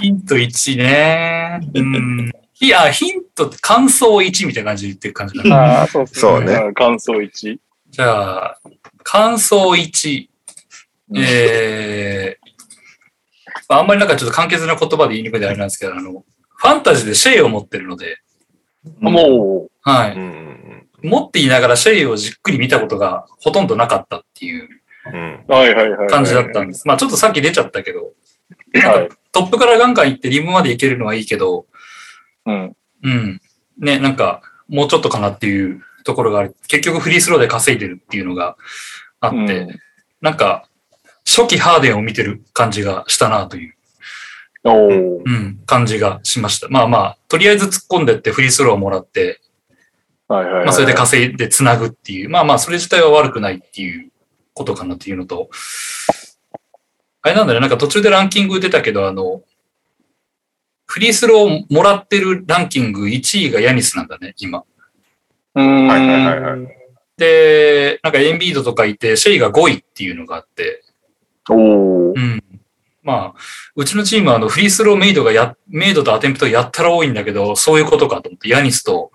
[SPEAKER 3] ヒント1ね。うん。いや、ヒントって感想1みたいな感じで言ってる感じかな。
[SPEAKER 5] ああ、そうで す
[SPEAKER 1] そうね。
[SPEAKER 2] うん感想1。
[SPEAKER 3] じゃあ、感想1。えー、まああんまりなんかちょっと簡潔な言葉で言いにくいであれなんですけど、あの、ファンタジーでシェイを持ってるので、
[SPEAKER 2] もう、
[SPEAKER 3] は
[SPEAKER 1] う
[SPEAKER 3] い。
[SPEAKER 1] ん
[SPEAKER 3] 持っていながらシェイをじっくり見たことがほとんどなかったっていう
[SPEAKER 1] うんうん
[SPEAKER 2] はいはいはいはい。
[SPEAKER 3] 感じだったんです。まあちょっとさっき出ちゃったけど、
[SPEAKER 2] はい。
[SPEAKER 3] トップからガンガン行ってリムまで行けるのはいいけど、
[SPEAKER 2] うん。
[SPEAKER 3] うん。ね、なんか、もうちょっとかなっていうところがある。結局フリースローで稼いでるっていうのがあって、
[SPEAKER 2] うん
[SPEAKER 3] なんか、初期ハーデンを見てる感じがしたなという、
[SPEAKER 2] おー
[SPEAKER 3] うん、感じがしました。まあまあ、とりあえず突っ込んでってフリースローをもらって、
[SPEAKER 2] はいはいはい。
[SPEAKER 3] まあそれで稼いで繋ぐっていう、まあまあ、それ自体は悪くないっていうことかなっていうのと、あれなんだね、なんか途中でランキング出たけど、あの、フリースローをもらってるランキング1位がヤニスなんだね、今。
[SPEAKER 2] うーん。
[SPEAKER 1] はいはいはいはい。
[SPEAKER 3] で、なんかエンビードとかいて、シェイが5位っていうのがあって、
[SPEAKER 2] おー
[SPEAKER 3] うん。まあ、うちのチームはあのフリースローメイドがや、メイドとアテンプトがやったら多いんだけど、そういうことかと思って、ヤニスと、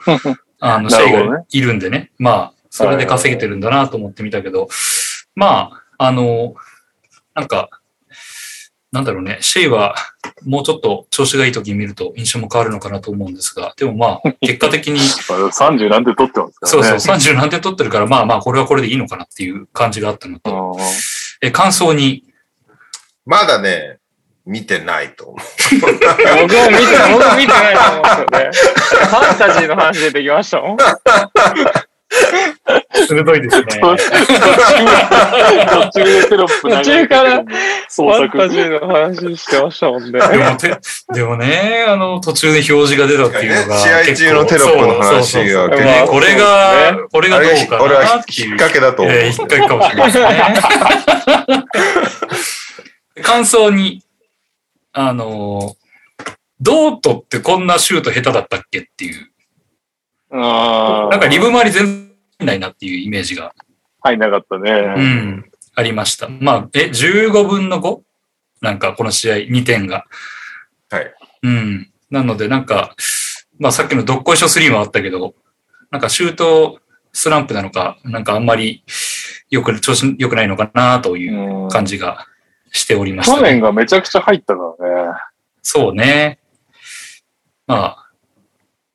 [SPEAKER 3] あの、シ
[SPEAKER 2] な
[SPEAKER 3] ェ
[SPEAKER 2] るほどね
[SPEAKER 3] イがいるんでね。まあ、それで稼げてるんだなと思ってみたけど、まあ、あの、なんか、なんだろうね、シェイはもうちょっと調子がいい時に見ると印象も変わるのかなと思うんですが、でもまあ、結果的に
[SPEAKER 2] まあ30なんて取ってますか
[SPEAKER 3] そう
[SPEAKER 2] ら
[SPEAKER 3] そう、
[SPEAKER 2] ね。
[SPEAKER 3] 30何点取ってるから、まあまあ、これはこれでいいのかなっていう感じがあったのと、
[SPEAKER 2] そう
[SPEAKER 3] え感想に、
[SPEAKER 1] まだね、見てないと思
[SPEAKER 5] 僕も見てない、僕も見てないと思うんですよね。ファンタジーの話出てきましたもん。
[SPEAKER 3] 鋭いです ね。
[SPEAKER 2] どっち が、どっちがテロップ流れてる
[SPEAKER 5] 途中から
[SPEAKER 2] 創
[SPEAKER 5] ファンタジ
[SPEAKER 2] 作。
[SPEAKER 5] ーの話してましたもんね。
[SPEAKER 3] でもて、でもね、あの、途中で表示が出たっていうのが
[SPEAKER 1] 試合
[SPEAKER 3] 結構。
[SPEAKER 1] 中のテロップの話
[SPEAKER 3] そうそうそう
[SPEAKER 1] が
[SPEAKER 5] 結構
[SPEAKER 3] ねこれ
[SPEAKER 5] そう
[SPEAKER 3] が、これ
[SPEAKER 1] う。
[SPEAKER 3] が
[SPEAKER 1] あ
[SPEAKER 3] ど
[SPEAKER 1] れ
[SPEAKER 3] う
[SPEAKER 1] が、
[SPEAKER 3] か
[SPEAKER 1] 俺
[SPEAKER 3] な
[SPEAKER 1] は
[SPEAKER 3] ってい
[SPEAKER 1] 引
[SPEAKER 3] う。
[SPEAKER 1] っ掛けだと思う。
[SPEAKER 3] えー引っ掛けかもしれないですね。感想に、あの、ドートってこんなシュート下手だったっけっていう。
[SPEAKER 2] あ
[SPEAKER 3] なんかリブ周り全然ないなっていうイメージが
[SPEAKER 2] 入んなかった
[SPEAKER 3] う
[SPEAKER 2] ね。
[SPEAKER 3] ん、ありました。まあ、え、15分の 5? なんか、この試合、2点が。
[SPEAKER 1] はい。
[SPEAKER 3] うん。なので、なんか、まあ、さっきのどっこいしょ3もあったけど、なんか、シュートスランプなのか、なんか、あんまり、よく、調子良くないのかな、という
[SPEAKER 2] うん
[SPEAKER 3] 感じがしておりました、
[SPEAKER 2] 去年がめちゃくちゃ入ったからね。
[SPEAKER 3] そうね。まあ、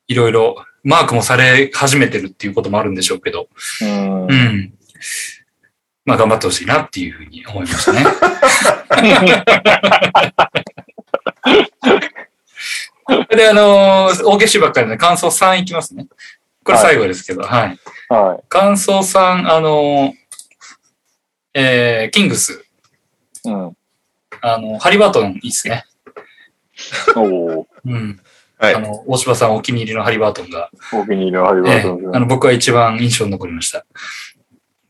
[SPEAKER 3] いろいろ、マークもされ始めてるっていうこともあるんでしょうけど、
[SPEAKER 2] うん
[SPEAKER 3] う。ん。まあ、頑張ってほしいなっていうふうに思いましたね。 で、あのー大消しばっかりなので、感想3いきますね。これ最後ですけど、はい。
[SPEAKER 2] は
[SPEAKER 3] 感想3、あのーえー、キングス、
[SPEAKER 2] い。うん。お
[SPEAKER 3] あの、ハリバートンいいっすね。
[SPEAKER 2] ー
[SPEAKER 3] うん。
[SPEAKER 1] はい
[SPEAKER 3] あの、大柴さんお気に入りのハリバートンが、
[SPEAKER 2] お気に入りのハリバ
[SPEAKER 3] え
[SPEAKER 2] ー
[SPEAKER 3] え
[SPEAKER 2] トン
[SPEAKER 3] あ
[SPEAKER 2] 君
[SPEAKER 3] の、僕は一番印象に残りました。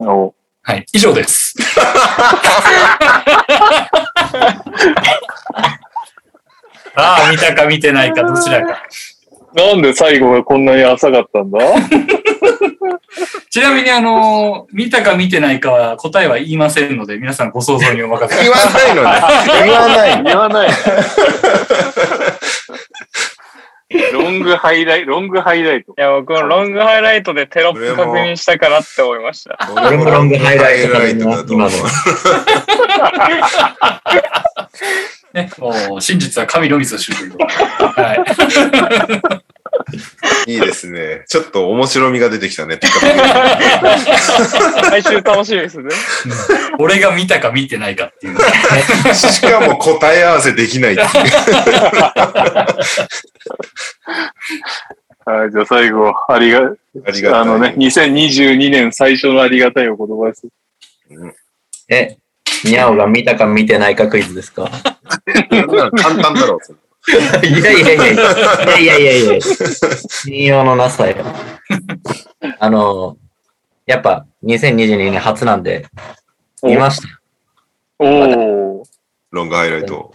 [SPEAKER 2] お
[SPEAKER 3] はい。以上 です。ああ、見たか見てないか、どちらか。
[SPEAKER 2] なんで最後がこんなに浅かったんだ
[SPEAKER 3] ちなみに、あのー見たか見てないかは答えは言いませんので、皆さんご想像にお任 せください
[SPEAKER 1] 言わないのね。言わないの。
[SPEAKER 2] 言わない。ロングハイライト、ロングハイライト。
[SPEAKER 5] いや、僕もロングハイライトでテロップ確認したかなって思いました。
[SPEAKER 4] 俺もロングハイライト
[SPEAKER 1] ハイライトだ
[SPEAKER 4] だ
[SPEAKER 1] と
[SPEAKER 4] と
[SPEAKER 1] 思
[SPEAKER 4] 思
[SPEAKER 1] う
[SPEAKER 4] う。
[SPEAKER 3] ね。もう、真実は神のみぞ知るということで。はい。
[SPEAKER 1] いいですね。ちょっと面白みが出てきたね。ピカピカ
[SPEAKER 5] 来週楽しみですね。
[SPEAKER 3] 俺が見たか見てないかっていう。
[SPEAKER 1] しかも答え合わせできないっていう。
[SPEAKER 2] はい、じゃあ最後、ありが、
[SPEAKER 1] ありがたい。
[SPEAKER 2] あのね、2022年最初のありがたいお言葉です。
[SPEAKER 4] え、ニャオが見たか見てないかクイズです
[SPEAKER 1] な
[SPEAKER 4] か
[SPEAKER 1] んなら簡単だろう。
[SPEAKER 4] いやいやいやいやいやいやいやいや信用のなさよ。あの、やっぱ2022年初なんで、見ました。
[SPEAKER 2] おお。
[SPEAKER 1] ロングハイライトを。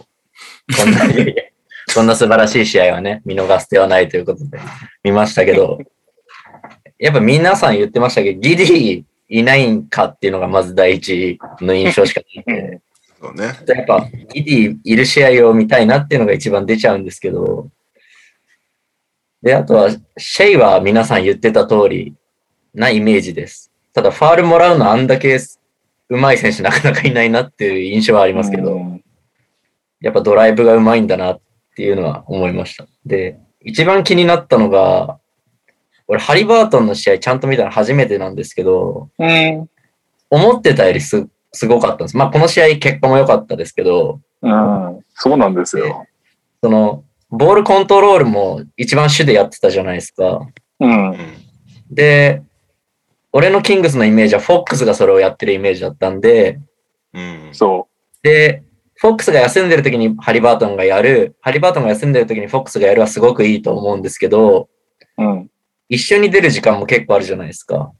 [SPEAKER 4] こんな、いやいやこんな素晴らしい試合はね、見逃す手はないということで、見ましたけど、やっぱ皆さん言ってましたけど、ギリいないんかっていうのがまず第一の印象しかなくて。
[SPEAKER 1] そうね。
[SPEAKER 4] やっぱ、ギリいる試合を見たいなっていうのが一番出ちゃうんですけど、で、あとは、シェイは皆さん言ってた通りなイメージです。ただ、ファールもらうのあんだけ上手い選手なかなかいないなっていう印象はありますけど、やっぱドライブが上手いんだなっていうのは思いました。で、一番気になったのが、俺、ハリバートンの試合ちゃんと見たの初めてなんですけど、
[SPEAKER 2] うん。
[SPEAKER 4] 思ってたよりすすごかったんです。まあ、この試合結果も良かったですけど、
[SPEAKER 2] うん。そうなんですよ。
[SPEAKER 4] その、ボールコントロールも一番主でやってたじゃないですか。
[SPEAKER 2] うん。
[SPEAKER 1] うん。
[SPEAKER 4] で、俺のキングスのイメージはフォックスがそれをやってるイメージだったんで、
[SPEAKER 1] うん。
[SPEAKER 2] そ
[SPEAKER 4] で、フォックスが休んでる時にハリバートンがやる、ハリバートンが休んでる時にフォックスがやるはすごくいいと思うんですけど、
[SPEAKER 2] う。うん。
[SPEAKER 4] 一緒に出る時間も結構あるじゃないですか。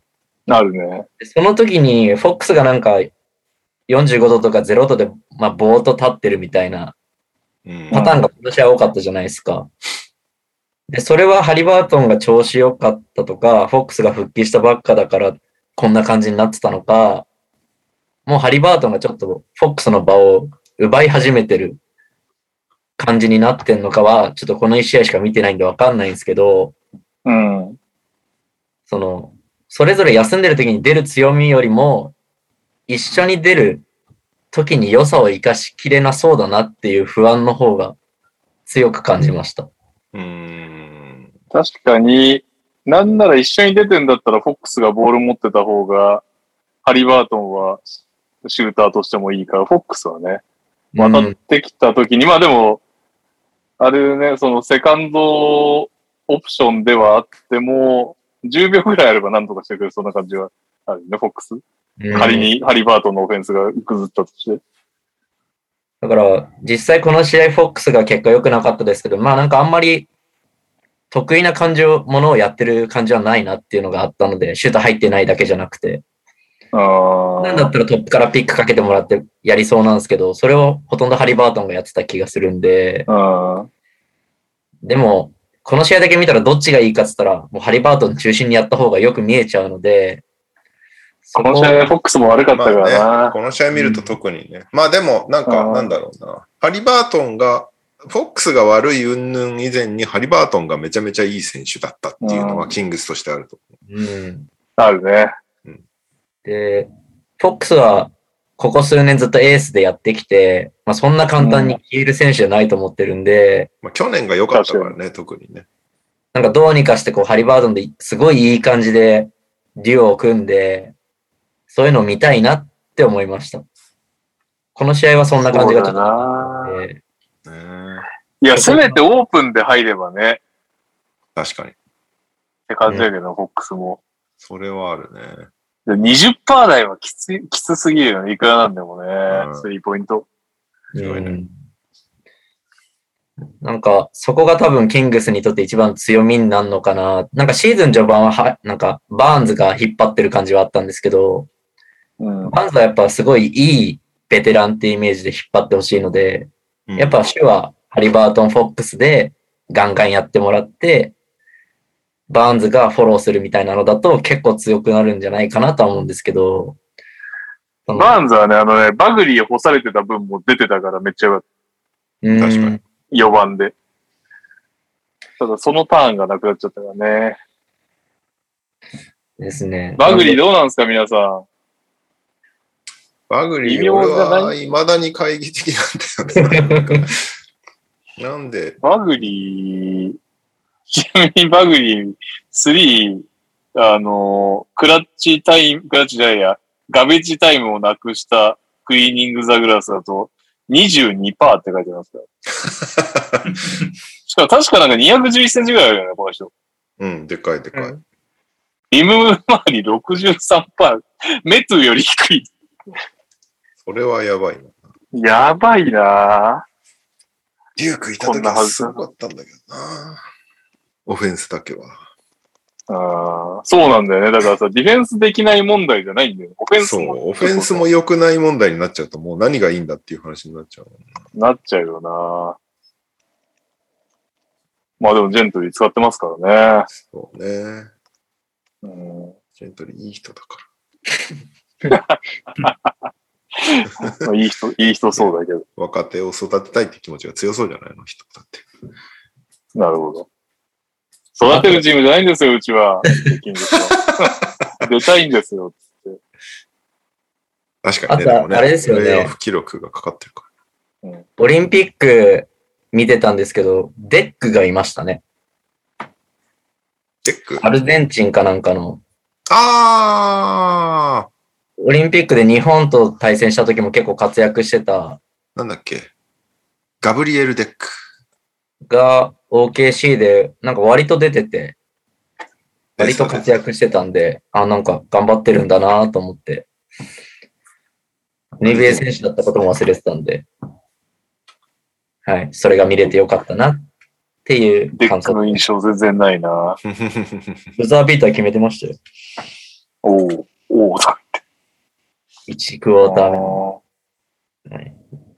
[SPEAKER 2] なるね。
[SPEAKER 4] でその時にフォックスがなんか45度とか0度で、まあ、ぼーっと立ってるみたいな
[SPEAKER 1] うん。
[SPEAKER 4] パターンが今年は多かったじゃないですか。で、それはハリバートンが調子良かったとか、フォックスが復帰したばっかだから、こんな感じになってたのか、もうハリバートンがちょっとフォックスの場を奪い始めてる感じになってんのかは、ちょっとこの1試合しか見てないんでわかんないんですけど、
[SPEAKER 2] うん。
[SPEAKER 4] その、それぞれ休んでる時に出る強みよりも、一緒に出る時に良さを生かしきれなそうだなっていう不安の方が強く感じました。
[SPEAKER 1] うん。
[SPEAKER 2] 確かに、なんなら一緒に出てんだったら、フォックスがボール持ってた方が、ハリバートンはシューターとしてもいいから、フォックスはね、
[SPEAKER 4] ま
[SPEAKER 2] 渡ってきたときに、まあでも、あれね、そのセカンドオプションではあっても、10秒ぐらいあれば何とかしてくれそうな感じはあるね、フォックス。仮。にハリバートンのオフェンスが崩ったとして。
[SPEAKER 4] だから、実際この試合、フォックスが結果良くなかったですけど、まあなんかあんまり得意な感じを、ものをやってる感じはないなっていうのがあったので、シュート入ってないだけじゃなくて、
[SPEAKER 2] あ
[SPEAKER 4] なんだ
[SPEAKER 2] あ
[SPEAKER 4] っ。たらトップからピックかけてもらってやりそうなんですけど、それをほとんどハリバートンがやってた気がするんで、
[SPEAKER 2] あ
[SPEAKER 4] でも、この試合だけ見たらどっちがいいかって言ったら、もうハリバートン中心にやった方がよく見えちゃうので、そ
[SPEAKER 2] この試合、フォックスも悪かったからな。
[SPEAKER 1] まあね、この試合見ると特にね。まあでも、なん
[SPEAKER 2] う
[SPEAKER 1] か、
[SPEAKER 2] ん
[SPEAKER 1] なんだろうな。ハリバートンが、フォックスが悪い云々以前にハリバートンがめちゃめちゃいい選手だったっていうの
[SPEAKER 2] う
[SPEAKER 1] は
[SPEAKER 2] ん
[SPEAKER 1] キングスとしてあると。
[SPEAKER 4] うん。
[SPEAKER 2] あるね。
[SPEAKER 4] で、フォックスはここ数年ずっとエースでやってきて、まあ、そんな簡単に消える選手じゃないと思ってるんで、
[SPEAKER 1] まあ、去年が良かったからね、特にね。
[SPEAKER 4] なんかどうにかしてこうハリバートンですごいいい感じでデュオを組んで、そういうのを見たいなって思いました。この試合はそんな感じがちょっと
[SPEAKER 2] な
[SPEAKER 4] あって
[SPEAKER 1] ね
[SPEAKER 2] いや、せめてオープンで入ればね、
[SPEAKER 1] 確かに。
[SPEAKER 2] って感じだけど、フォックスも。
[SPEAKER 1] それはあるね。
[SPEAKER 2] で20%台はきつい、きつすぎるよね。いくらなんでもね
[SPEAKER 1] う。ん
[SPEAKER 2] スリーポイント。
[SPEAKER 1] 強いね
[SPEAKER 4] うんなんか、そこが多分キングスにとって一番強みになるのかな。なんかシーズン序盤はは、なんか、バーンズが引っ張ってる感じはあったんですけど、
[SPEAKER 2] うん。
[SPEAKER 4] バーンズはやっぱすごいいいベテランってイメージで引っ張ってほしいので、
[SPEAKER 1] うん
[SPEAKER 4] やっぱ主はハリバートン・フォックスでガンガンやってもらって、バーンズがフォローするみたいなのだと結構強くなるんじゃないかなとは思うんですけど、
[SPEAKER 2] バーンズはね、あのね、バグリー干されてた分も出てたからめっちゃよかっ
[SPEAKER 4] うん
[SPEAKER 1] 確かに
[SPEAKER 2] た4番で。ただそのターンがなくなっちゃったからね。
[SPEAKER 4] ですね。
[SPEAKER 2] バグリーどうなんですか、皆さん。
[SPEAKER 1] バグリ
[SPEAKER 2] 微
[SPEAKER 1] ー
[SPEAKER 2] 妙
[SPEAKER 1] 俺
[SPEAKER 2] じゃない
[SPEAKER 1] は未だに懐疑的なんだよね。 なんで、
[SPEAKER 2] バグリー、ちなみにバグリー3、あの、クラッチタイム、クラッチじゃないや、ガベッジタイムをなくしたクイーニングザグラスだと22%って書いてますか ら。しかも確かなんか211センチぐらいあるよね、この人。
[SPEAKER 1] うん、でかいでかい。
[SPEAKER 2] リム周り63%。メトゥより低い。
[SPEAKER 1] それはやばいな。
[SPEAKER 2] やばいなぁ。
[SPEAKER 1] リュウクいた
[SPEAKER 2] こんなは
[SPEAKER 1] 時
[SPEAKER 2] ず
[SPEAKER 1] すごかったんだけどな。オフェンスだけは。
[SPEAKER 2] ああ、そうなんだよね。だからさ、ディフェンスできない問題じゃないんだよ。オフェンス
[SPEAKER 1] そ
[SPEAKER 2] も。
[SPEAKER 1] う、オフェンスも良くない問題になっちゃうと、もう何がいいんだっていう話になっちゃう。
[SPEAKER 2] なっちゃうよな。まあでも、ジェントリー使ってますからね。
[SPEAKER 1] そうね。
[SPEAKER 2] うん
[SPEAKER 1] ジェントリーいい人だか
[SPEAKER 2] まあ、いい人、いい人そうだけど。
[SPEAKER 1] ら。若手を育てたいって気持ちが強そうじゃないの、人だって。
[SPEAKER 2] なるほど。育てるチームじゃないんですよ、う ちは。できんですよ出たいんですよ。
[SPEAKER 1] 確かにね、
[SPEAKER 4] あと
[SPEAKER 1] でもね、
[SPEAKER 4] あれですよね
[SPEAKER 1] プレーオフ記録がかかってるか
[SPEAKER 4] オリンピック見てたんですけど、デックがいましたね。
[SPEAKER 1] ら。デック
[SPEAKER 4] アルゼンチンかなんかの。
[SPEAKER 1] あ
[SPEAKER 4] オリンピックで日本と対戦した時も結構活躍してた
[SPEAKER 1] ーなんだっけ。ガブリエル・デック。
[SPEAKER 4] が OKC で、なんか割と出てて、割と活躍してたんで、あ、なんか頑張ってるんだなと思って。NBA 選手だったことも忘れてたんで、はい、それが見れてよかったなっていう
[SPEAKER 2] デ
[SPEAKER 4] 感
[SPEAKER 2] ック
[SPEAKER 4] 想。
[SPEAKER 2] の
[SPEAKER 4] ブ
[SPEAKER 2] 印象全然ないな。
[SPEAKER 4] ザービーター決めてましたよ。
[SPEAKER 2] おお、おお、だ
[SPEAKER 4] 1クォーター目の。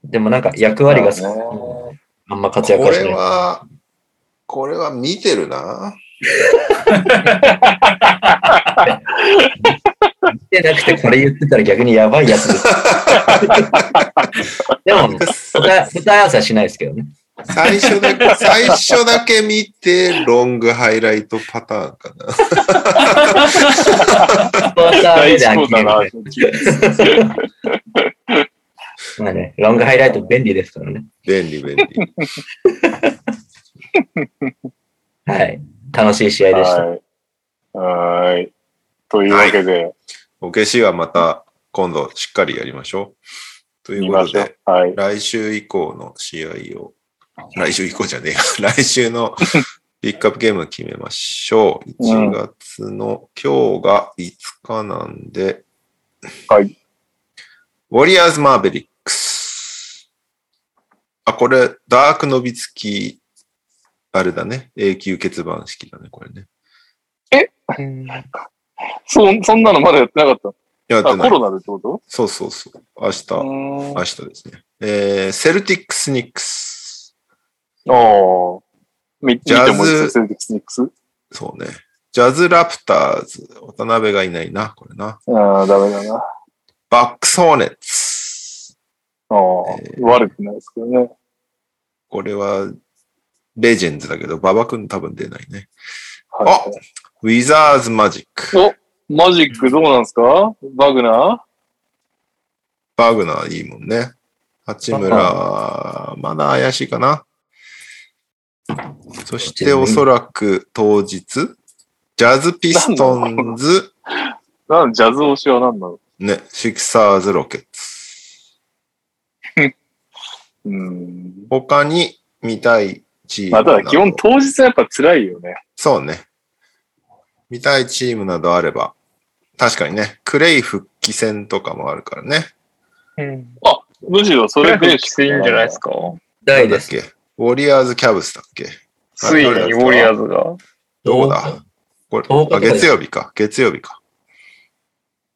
[SPEAKER 4] でもなんか役割が
[SPEAKER 2] そうだね
[SPEAKER 4] あんま活躍
[SPEAKER 1] こ
[SPEAKER 4] はし
[SPEAKER 1] れ
[SPEAKER 4] ない。
[SPEAKER 1] は、これは見てるな。
[SPEAKER 4] でなくてこれ言ってたら逆にやばいやつ です。でも、答え答え合わせはしないですけどね。
[SPEAKER 1] 最初 だけ、最初だけ見て、ロングハイライトパターンかな。
[SPEAKER 4] クォーター
[SPEAKER 2] 大
[SPEAKER 4] 目で
[SPEAKER 2] 事
[SPEAKER 4] 諦
[SPEAKER 2] そ
[SPEAKER 4] め
[SPEAKER 2] うだな。
[SPEAKER 4] てまあね、ロングハイライト便利ですからね。
[SPEAKER 1] 便利便利。
[SPEAKER 4] はい。楽しい試合でした。
[SPEAKER 2] はい。はーい。というわけで、
[SPEAKER 1] OKC はまた今度しっかりやりましょう。とい
[SPEAKER 2] 見
[SPEAKER 1] うこ
[SPEAKER 2] ま
[SPEAKER 1] と
[SPEAKER 2] しょ
[SPEAKER 1] で、
[SPEAKER 2] う。はい。
[SPEAKER 1] 来週以降の試合を、来週以降じゃねえ よ。来週のピックアップゲーム決めましょう。
[SPEAKER 2] うん
[SPEAKER 1] 1月の、今日が5日なんで、
[SPEAKER 2] はい。
[SPEAKER 1] ウォリアーズ・マーベリックス。あ、これ、ダーク・ノビツキー、あれだね。永久欠番式だね、これね。
[SPEAKER 2] そん、そんなのまだやってなかっ。
[SPEAKER 1] やったて
[SPEAKER 2] あ、
[SPEAKER 1] な
[SPEAKER 2] コ
[SPEAKER 1] い。
[SPEAKER 2] ロナでってこと
[SPEAKER 1] そうそうそう。明日、
[SPEAKER 2] う
[SPEAKER 1] 明
[SPEAKER 2] ーん。あ
[SPEAKER 1] 日ですね。えー、セルティックス・ニックス。
[SPEAKER 2] あ。み見
[SPEAKER 1] ジャズ
[SPEAKER 2] てもいいですよセルティックスニックス。
[SPEAKER 1] そうね。ジャズ・ラプターズ。渡辺がいないな、これな。
[SPEAKER 2] ああ、ダメだな。あ
[SPEAKER 1] バックス・ホーネッツ。
[SPEAKER 2] あ、悪くないですけどね。
[SPEAKER 1] これは、レジェンズだけど、馬場君多分出ないね。
[SPEAKER 2] はい
[SPEAKER 1] ウィザーズ・マジック。
[SPEAKER 2] マジックどうなんですかバグナ
[SPEAKER 1] バグナーいいもんね。八村、まだ怪しいかな。そしておそらく当日、ジャズピストンズ、
[SPEAKER 2] ーなんジャズ推しは何なの
[SPEAKER 1] ね、シクサーズロケッツ。
[SPEAKER 2] うーん。
[SPEAKER 1] 他に見たいチーム
[SPEAKER 2] ま
[SPEAKER 1] な
[SPEAKER 2] あ、
[SPEAKER 1] ど。
[SPEAKER 2] ただ基本当日はやっぱ辛いよね。
[SPEAKER 1] そうね。見たいチームなどあれば。確かにね、クレイ復帰戦とかもあるからね。
[SPEAKER 5] うん。
[SPEAKER 2] むしろそ
[SPEAKER 5] そ
[SPEAKER 2] れ
[SPEAKER 5] れ
[SPEAKER 2] で
[SPEAKER 5] できついんじゃないですか。
[SPEAKER 4] 大
[SPEAKER 1] なんだ
[SPEAKER 4] で
[SPEAKER 1] っ
[SPEAKER 4] す。
[SPEAKER 1] けウォリアーズ・キャブスだっけ
[SPEAKER 5] ついにウォリアーズが。
[SPEAKER 1] どこだこれ
[SPEAKER 4] 10日
[SPEAKER 1] あ、
[SPEAKER 4] とかです
[SPEAKER 1] 月曜日か。月曜日か。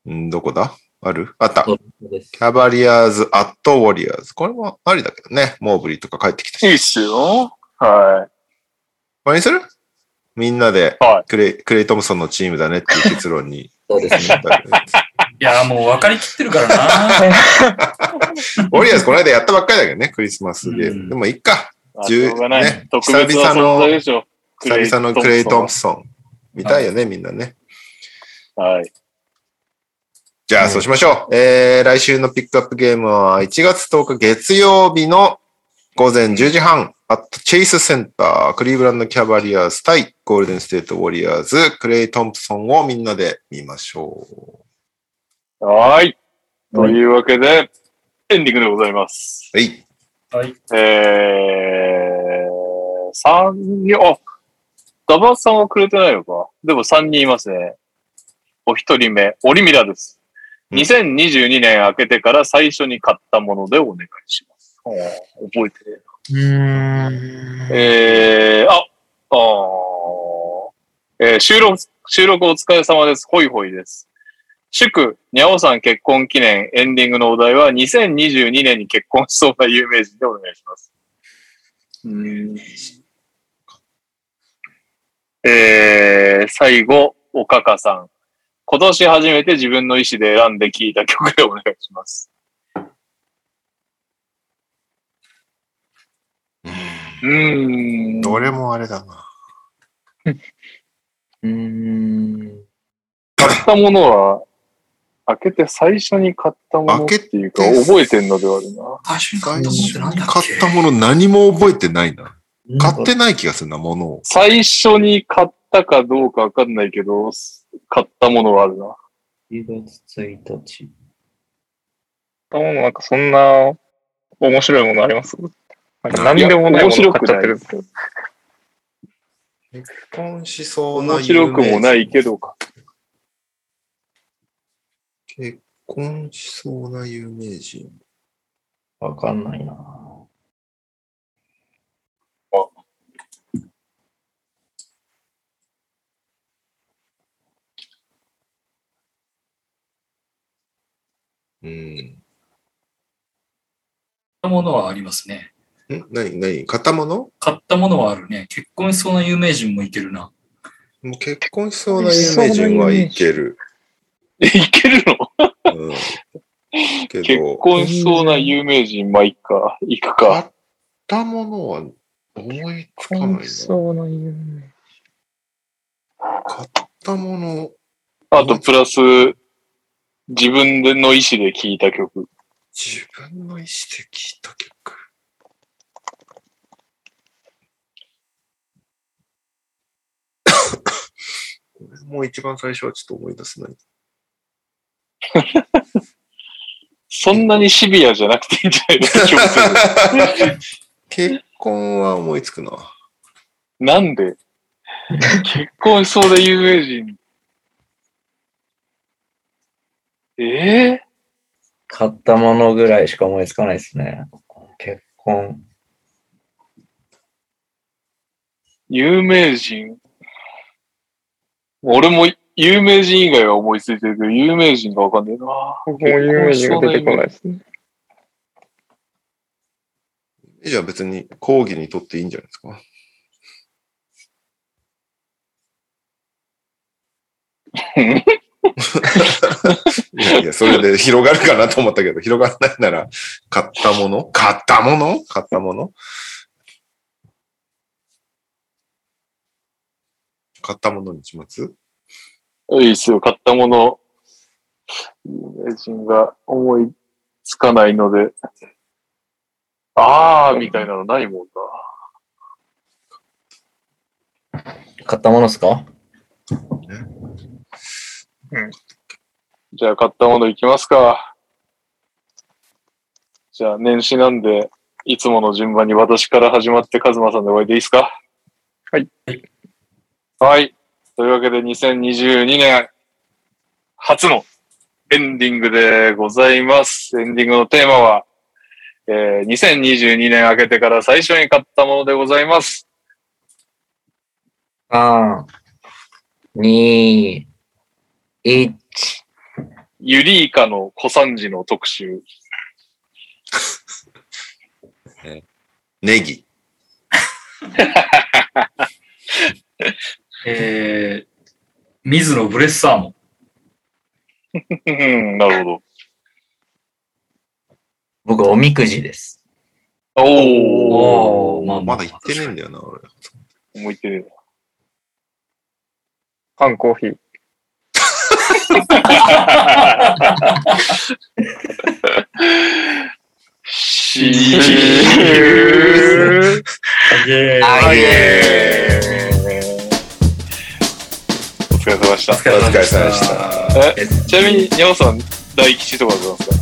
[SPEAKER 1] んどこだあるあった。
[SPEAKER 4] そ
[SPEAKER 1] キ
[SPEAKER 4] うです
[SPEAKER 1] ャバリアーズ、アットウォリアーズ。これもありだけどね。モーブリーとか帰ってきた
[SPEAKER 2] い
[SPEAKER 1] し。
[SPEAKER 2] いっすよ。は
[SPEAKER 1] これにするみんなで
[SPEAKER 2] い。は
[SPEAKER 1] クレイ、クレイトムソンのチームだねっていう結論に。
[SPEAKER 4] そうです ね。
[SPEAKER 1] ウ
[SPEAKER 3] いや、もう分かりきってるからな。
[SPEAKER 1] ォリアーズこの間やったばっかりだけどね、クリスマスゲー
[SPEAKER 3] う
[SPEAKER 1] ム。
[SPEAKER 3] ん
[SPEAKER 1] でもいっか。
[SPEAKER 2] い。
[SPEAKER 1] 十
[SPEAKER 2] あしょうがない。
[SPEAKER 1] ね
[SPEAKER 2] 特別な
[SPEAKER 1] 久々の
[SPEAKER 2] 存在でしょ。
[SPEAKER 1] 久々のクレイトムソン。見たいよね、みんなね。
[SPEAKER 2] はい。
[SPEAKER 1] じゃあ、そうしましょう。えー、来週のピックアップゲームは1月10日月曜日の午前10時半、アットチェイスセンター、クリーブランドキャバリアーズ対ゴールデンステートウォリアーズ、クレイ・トンプソンをみんなで見ましょ
[SPEAKER 2] はい。というわけで、エンディングでございます。
[SPEAKER 1] う。はい。
[SPEAKER 3] はい。
[SPEAKER 2] えー、三人、あ、ダバさんはくれてないのか。でも三人いますね。お一人目、オリミラです。
[SPEAKER 1] うん
[SPEAKER 2] 2022年明けてから最初に買ったものでお願いします。あー覚えてね
[SPEAKER 4] うん。
[SPEAKER 2] えー、あ、あーえー収録、収録お疲れ様です。ホイホイです。祝、にゃおさん結婚記念エンディングのお題は、2022年に結婚しそうな有名人でお願いします。えー、最後、おかかさん。今年初めて自分の意思で選んで聴いた曲でお願いします。うーん。
[SPEAKER 1] どれもあれだな。
[SPEAKER 4] うーん。
[SPEAKER 2] 買ったものは、開けて最初に買ったものっていうか、
[SPEAKER 1] 開けて
[SPEAKER 2] 覚えてんのではあるな。
[SPEAKER 3] 最初に買
[SPEAKER 1] 買
[SPEAKER 3] っ
[SPEAKER 1] った
[SPEAKER 3] もの
[SPEAKER 1] たもの
[SPEAKER 3] ってなんだっけ
[SPEAKER 1] 何も覚えてないな。買ってない気がするな、ものを。
[SPEAKER 2] 最初に買ったかどうかわかんないけど、買ったものはあるな。
[SPEAKER 4] 1月1日。
[SPEAKER 5] 多分なんかそんな面白いものありますなんか何でもないもの買っちゃってるんですけど。
[SPEAKER 1] 結婚しそうな
[SPEAKER 2] 面白くもないけどか。
[SPEAKER 1] 結婚しそうな有名人。
[SPEAKER 4] わかんないな。
[SPEAKER 1] うん。
[SPEAKER 3] 買ったものはありますね。
[SPEAKER 1] ん何何買ったもの
[SPEAKER 3] 買ったものはあるね。結婚しそうな有名人もいけるな。
[SPEAKER 1] もう結婚しそうな有名人はいける。
[SPEAKER 2] え、いけるの
[SPEAKER 1] うん。け
[SPEAKER 2] 結
[SPEAKER 1] ど、
[SPEAKER 2] 婚しそうな有名人、まあ、いっか。行く
[SPEAKER 1] 買
[SPEAKER 2] か。
[SPEAKER 1] ったものは思いつかないな。買っ
[SPEAKER 5] うな有名。
[SPEAKER 1] たもの、
[SPEAKER 2] あと、プラス、自分の意思で聴いた曲。
[SPEAKER 1] 自分の意思で聴いた曲。これもう一番最初はちょっと思い出せない。
[SPEAKER 2] そんなにシビアじゃなくていいんじゃないでしょうか。
[SPEAKER 1] 結婚は思いつくな。
[SPEAKER 2] なんで結婚しそうで有名人。ええ
[SPEAKER 4] 買ったものぐらいしか思いつかないですね。結婚。
[SPEAKER 2] 有名人。俺も有名人以外は思いついてるけど、有名人がわかんねえな。
[SPEAKER 5] 僕も有名人が出てこないですね。
[SPEAKER 1] じゃあ別に講義にとっていいんじゃないです か。いやいや、それで広がるかなと思ったけど、広がらないなら、買ったもの買ったもの買ったもの買ったものにします
[SPEAKER 2] いいっすよ、買ったもの。有名人が思いつかないので。あー、みたいなのないもん
[SPEAKER 4] 買ったものですか
[SPEAKER 2] な。じゃあ、買ったものいきますか。じゃあ、年始なんで、いつもの順番に私から始まって、カズマさんで終わりでいいですか
[SPEAKER 5] はい。
[SPEAKER 2] はい。というわけで、2022年初のエンディングでございます。エンディングのテーマは、えー2022年明けてから最初に買ったものでございます。
[SPEAKER 4] 3、2、1。
[SPEAKER 2] ユリイカの小三時の特集。
[SPEAKER 1] ネギ。
[SPEAKER 3] えー、水野ブレッサーも。
[SPEAKER 2] うんなるほど。
[SPEAKER 4] 僕、おみくじです。
[SPEAKER 2] おー。
[SPEAKER 3] ーまあ
[SPEAKER 1] まだ行ってねえんだよな、俺。
[SPEAKER 2] 思いってる。
[SPEAKER 5] 缶コーヒー。
[SPEAKER 2] し
[SPEAKER 4] はい
[SPEAKER 2] お疲れ様でした。
[SPEAKER 1] お疲れ様でした。
[SPEAKER 2] ちなみに、にゃおさん、大吉とかどうなんですか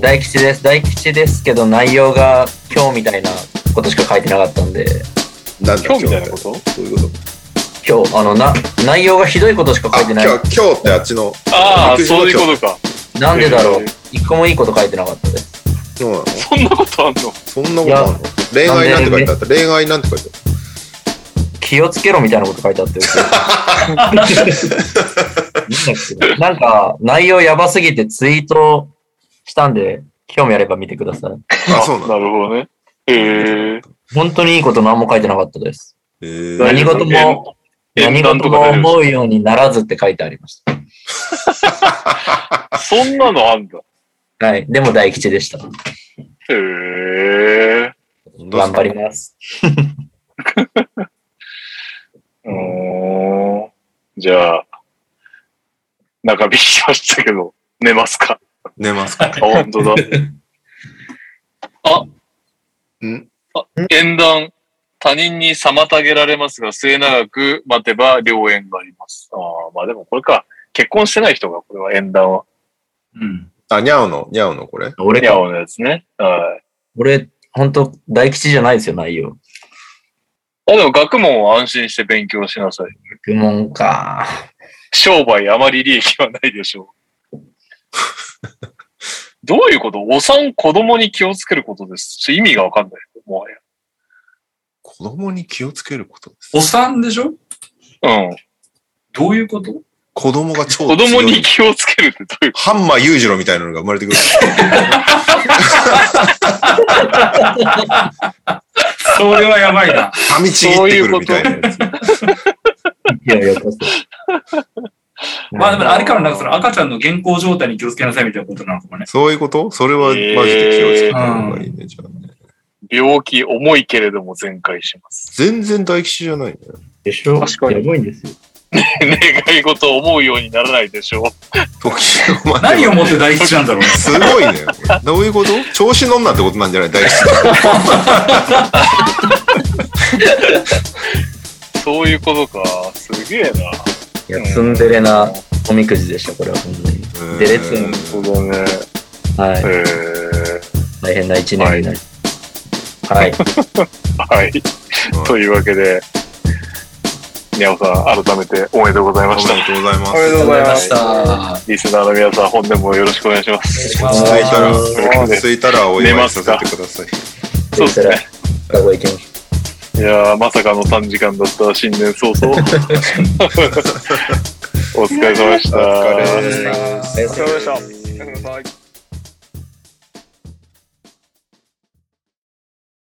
[SPEAKER 4] 大吉です。大吉ですけど、内容が今日みたいなことしか書いてなかったんで、
[SPEAKER 1] なんだ
[SPEAKER 2] 今日みたいなこと
[SPEAKER 1] どういうこと
[SPEAKER 4] 今日、あの、な、内容がひどいことしか
[SPEAKER 1] あ、
[SPEAKER 4] 書いて
[SPEAKER 1] 今
[SPEAKER 4] ない
[SPEAKER 1] 日、。今日ってあっちの。
[SPEAKER 2] ああ、
[SPEAKER 1] びっくりしま
[SPEAKER 2] そうい
[SPEAKER 1] し
[SPEAKER 2] う
[SPEAKER 1] た
[SPEAKER 2] ことか。
[SPEAKER 4] なんでだろ
[SPEAKER 2] え
[SPEAKER 4] う。一個もいいこと書いてなかったです。
[SPEAKER 1] そうなの
[SPEAKER 2] そんなことあんの
[SPEAKER 1] そんなことあるの恋愛なんて書いてあった恋愛なんて書いてあっ
[SPEAKER 4] 気をつけろみたいなこと書いてあって。 なんだっけなんか、内容やばすぎてツイートしたんで、興味あれば見てください。
[SPEAKER 1] た。あ、そうなの
[SPEAKER 2] なるほどね。へえ。
[SPEAKER 4] 本当にいいこと何も書いてなかったです。
[SPEAKER 1] え
[SPEAKER 2] 大
[SPEAKER 1] ー、
[SPEAKER 2] 丈
[SPEAKER 4] 何
[SPEAKER 2] 夫
[SPEAKER 4] 事も、
[SPEAKER 2] え
[SPEAKER 4] 何
[SPEAKER 2] 縁談
[SPEAKER 4] 事
[SPEAKER 2] とか
[SPEAKER 4] も
[SPEAKER 2] 大丈夫
[SPEAKER 4] 思うようにならずって書いてありまし
[SPEAKER 2] そんなのあんだ。
[SPEAKER 4] た。はい。でも大吉でした。
[SPEAKER 2] へえ。
[SPEAKER 4] 頑張ります。
[SPEAKER 2] うーん。じゃあ、中引きしましたけど、寝ます か。
[SPEAKER 1] 寝ますか
[SPEAKER 2] あ、本当だ。あ、
[SPEAKER 1] ん
[SPEAKER 2] あ、縁談。他人に妨げられますが、末永く待てば良縁があります。ああ、まあでもこれか。結婚してない人が、これは縁談は。
[SPEAKER 3] うん。
[SPEAKER 1] あ、にゃおの、にゃおのこれ。
[SPEAKER 4] 俺
[SPEAKER 2] ニャオのやつね。はい。
[SPEAKER 4] 俺、本当大吉じゃないですよ、内容。
[SPEAKER 2] あ、でも学問を安心して勉強しなさい。
[SPEAKER 4] 愚問か。
[SPEAKER 2] 商売あまり利益はないでしょ う。どういうことお産子供に気をつけることです。ちょ意味がわかんない。もは
[SPEAKER 1] 子供に気をつけることです。
[SPEAKER 3] お産でしょ
[SPEAKER 2] や。うん。
[SPEAKER 3] どういうこと
[SPEAKER 1] 子供が超強
[SPEAKER 2] 子
[SPEAKER 1] い
[SPEAKER 2] 供に気をつけるってどういうこ
[SPEAKER 1] ハンマー裕次郎みたいなのが生まれてくる。
[SPEAKER 3] それはやばいな。
[SPEAKER 1] 噛みちぎってくるみたいなやつ。
[SPEAKER 4] いや、よこせ。
[SPEAKER 3] まあでもあれからなんかその赤ちゃんの健康状態に気をつけなさいみたいなことなのかもね。
[SPEAKER 1] そういうことそれはマジで気をつけた方がいいね、じゃあね。
[SPEAKER 2] と病気重いけれども全開します。
[SPEAKER 1] 全然大吉じゃないね。
[SPEAKER 4] でしょ
[SPEAKER 5] 確かに
[SPEAKER 4] やばいんですよ。
[SPEAKER 2] 願い事を思うようにならないでしょう。
[SPEAKER 1] 時を待てば
[SPEAKER 3] 何をもって大吉なんだろうね。。
[SPEAKER 1] すごいね。これどういうこと調子乗んなってことなんじゃない大吉。
[SPEAKER 2] そういうことか。すげえな。
[SPEAKER 4] いや、ツンデレなおみくじでした、これは本当に。デレツン
[SPEAKER 2] そうだね。
[SPEAKER 4] はい。
[SPEAKER 2] へ
[SPEAKER 4] 大変な一年になり。はい。
[SPEAKER 2] ーはい。というわけで、にゃおさん、改めておめでとうござい
[SPEAKER 1] お
[SPEAKER 2] ま
[SPEAKER 1] め
[SPEAKER 2] し
[SPEAKER 1] で
[SPEAKER 2] た。
[SPEAKER 1] とうございます。
[SPEAKER 5] おめでとうございま
[SPEAKER 2] したリスナーの皆さん、本年もよろしくお願いします。
[SPEAKER 1] 落ち着いたら、
[SPEAKER 4] お
[SPEAKER 2] 疲れ様
[SPEAKER 1] 落
[SPEAKER 2] で
[SPEAKER 1] ち着いたらお祝いさせてください。
[SPEAKER 2] そうですね。
[SPEAKER 4] どこ行きましょ
[SPEAKER 2] いやー、まさかの短時間だった新年早 々。お疲れ様でした。
[SPEAKER 1] お疲れ様でした
[SPEAKER 4] う。
[SPEAKER 5] お疲れ様でした。おやすみなさい。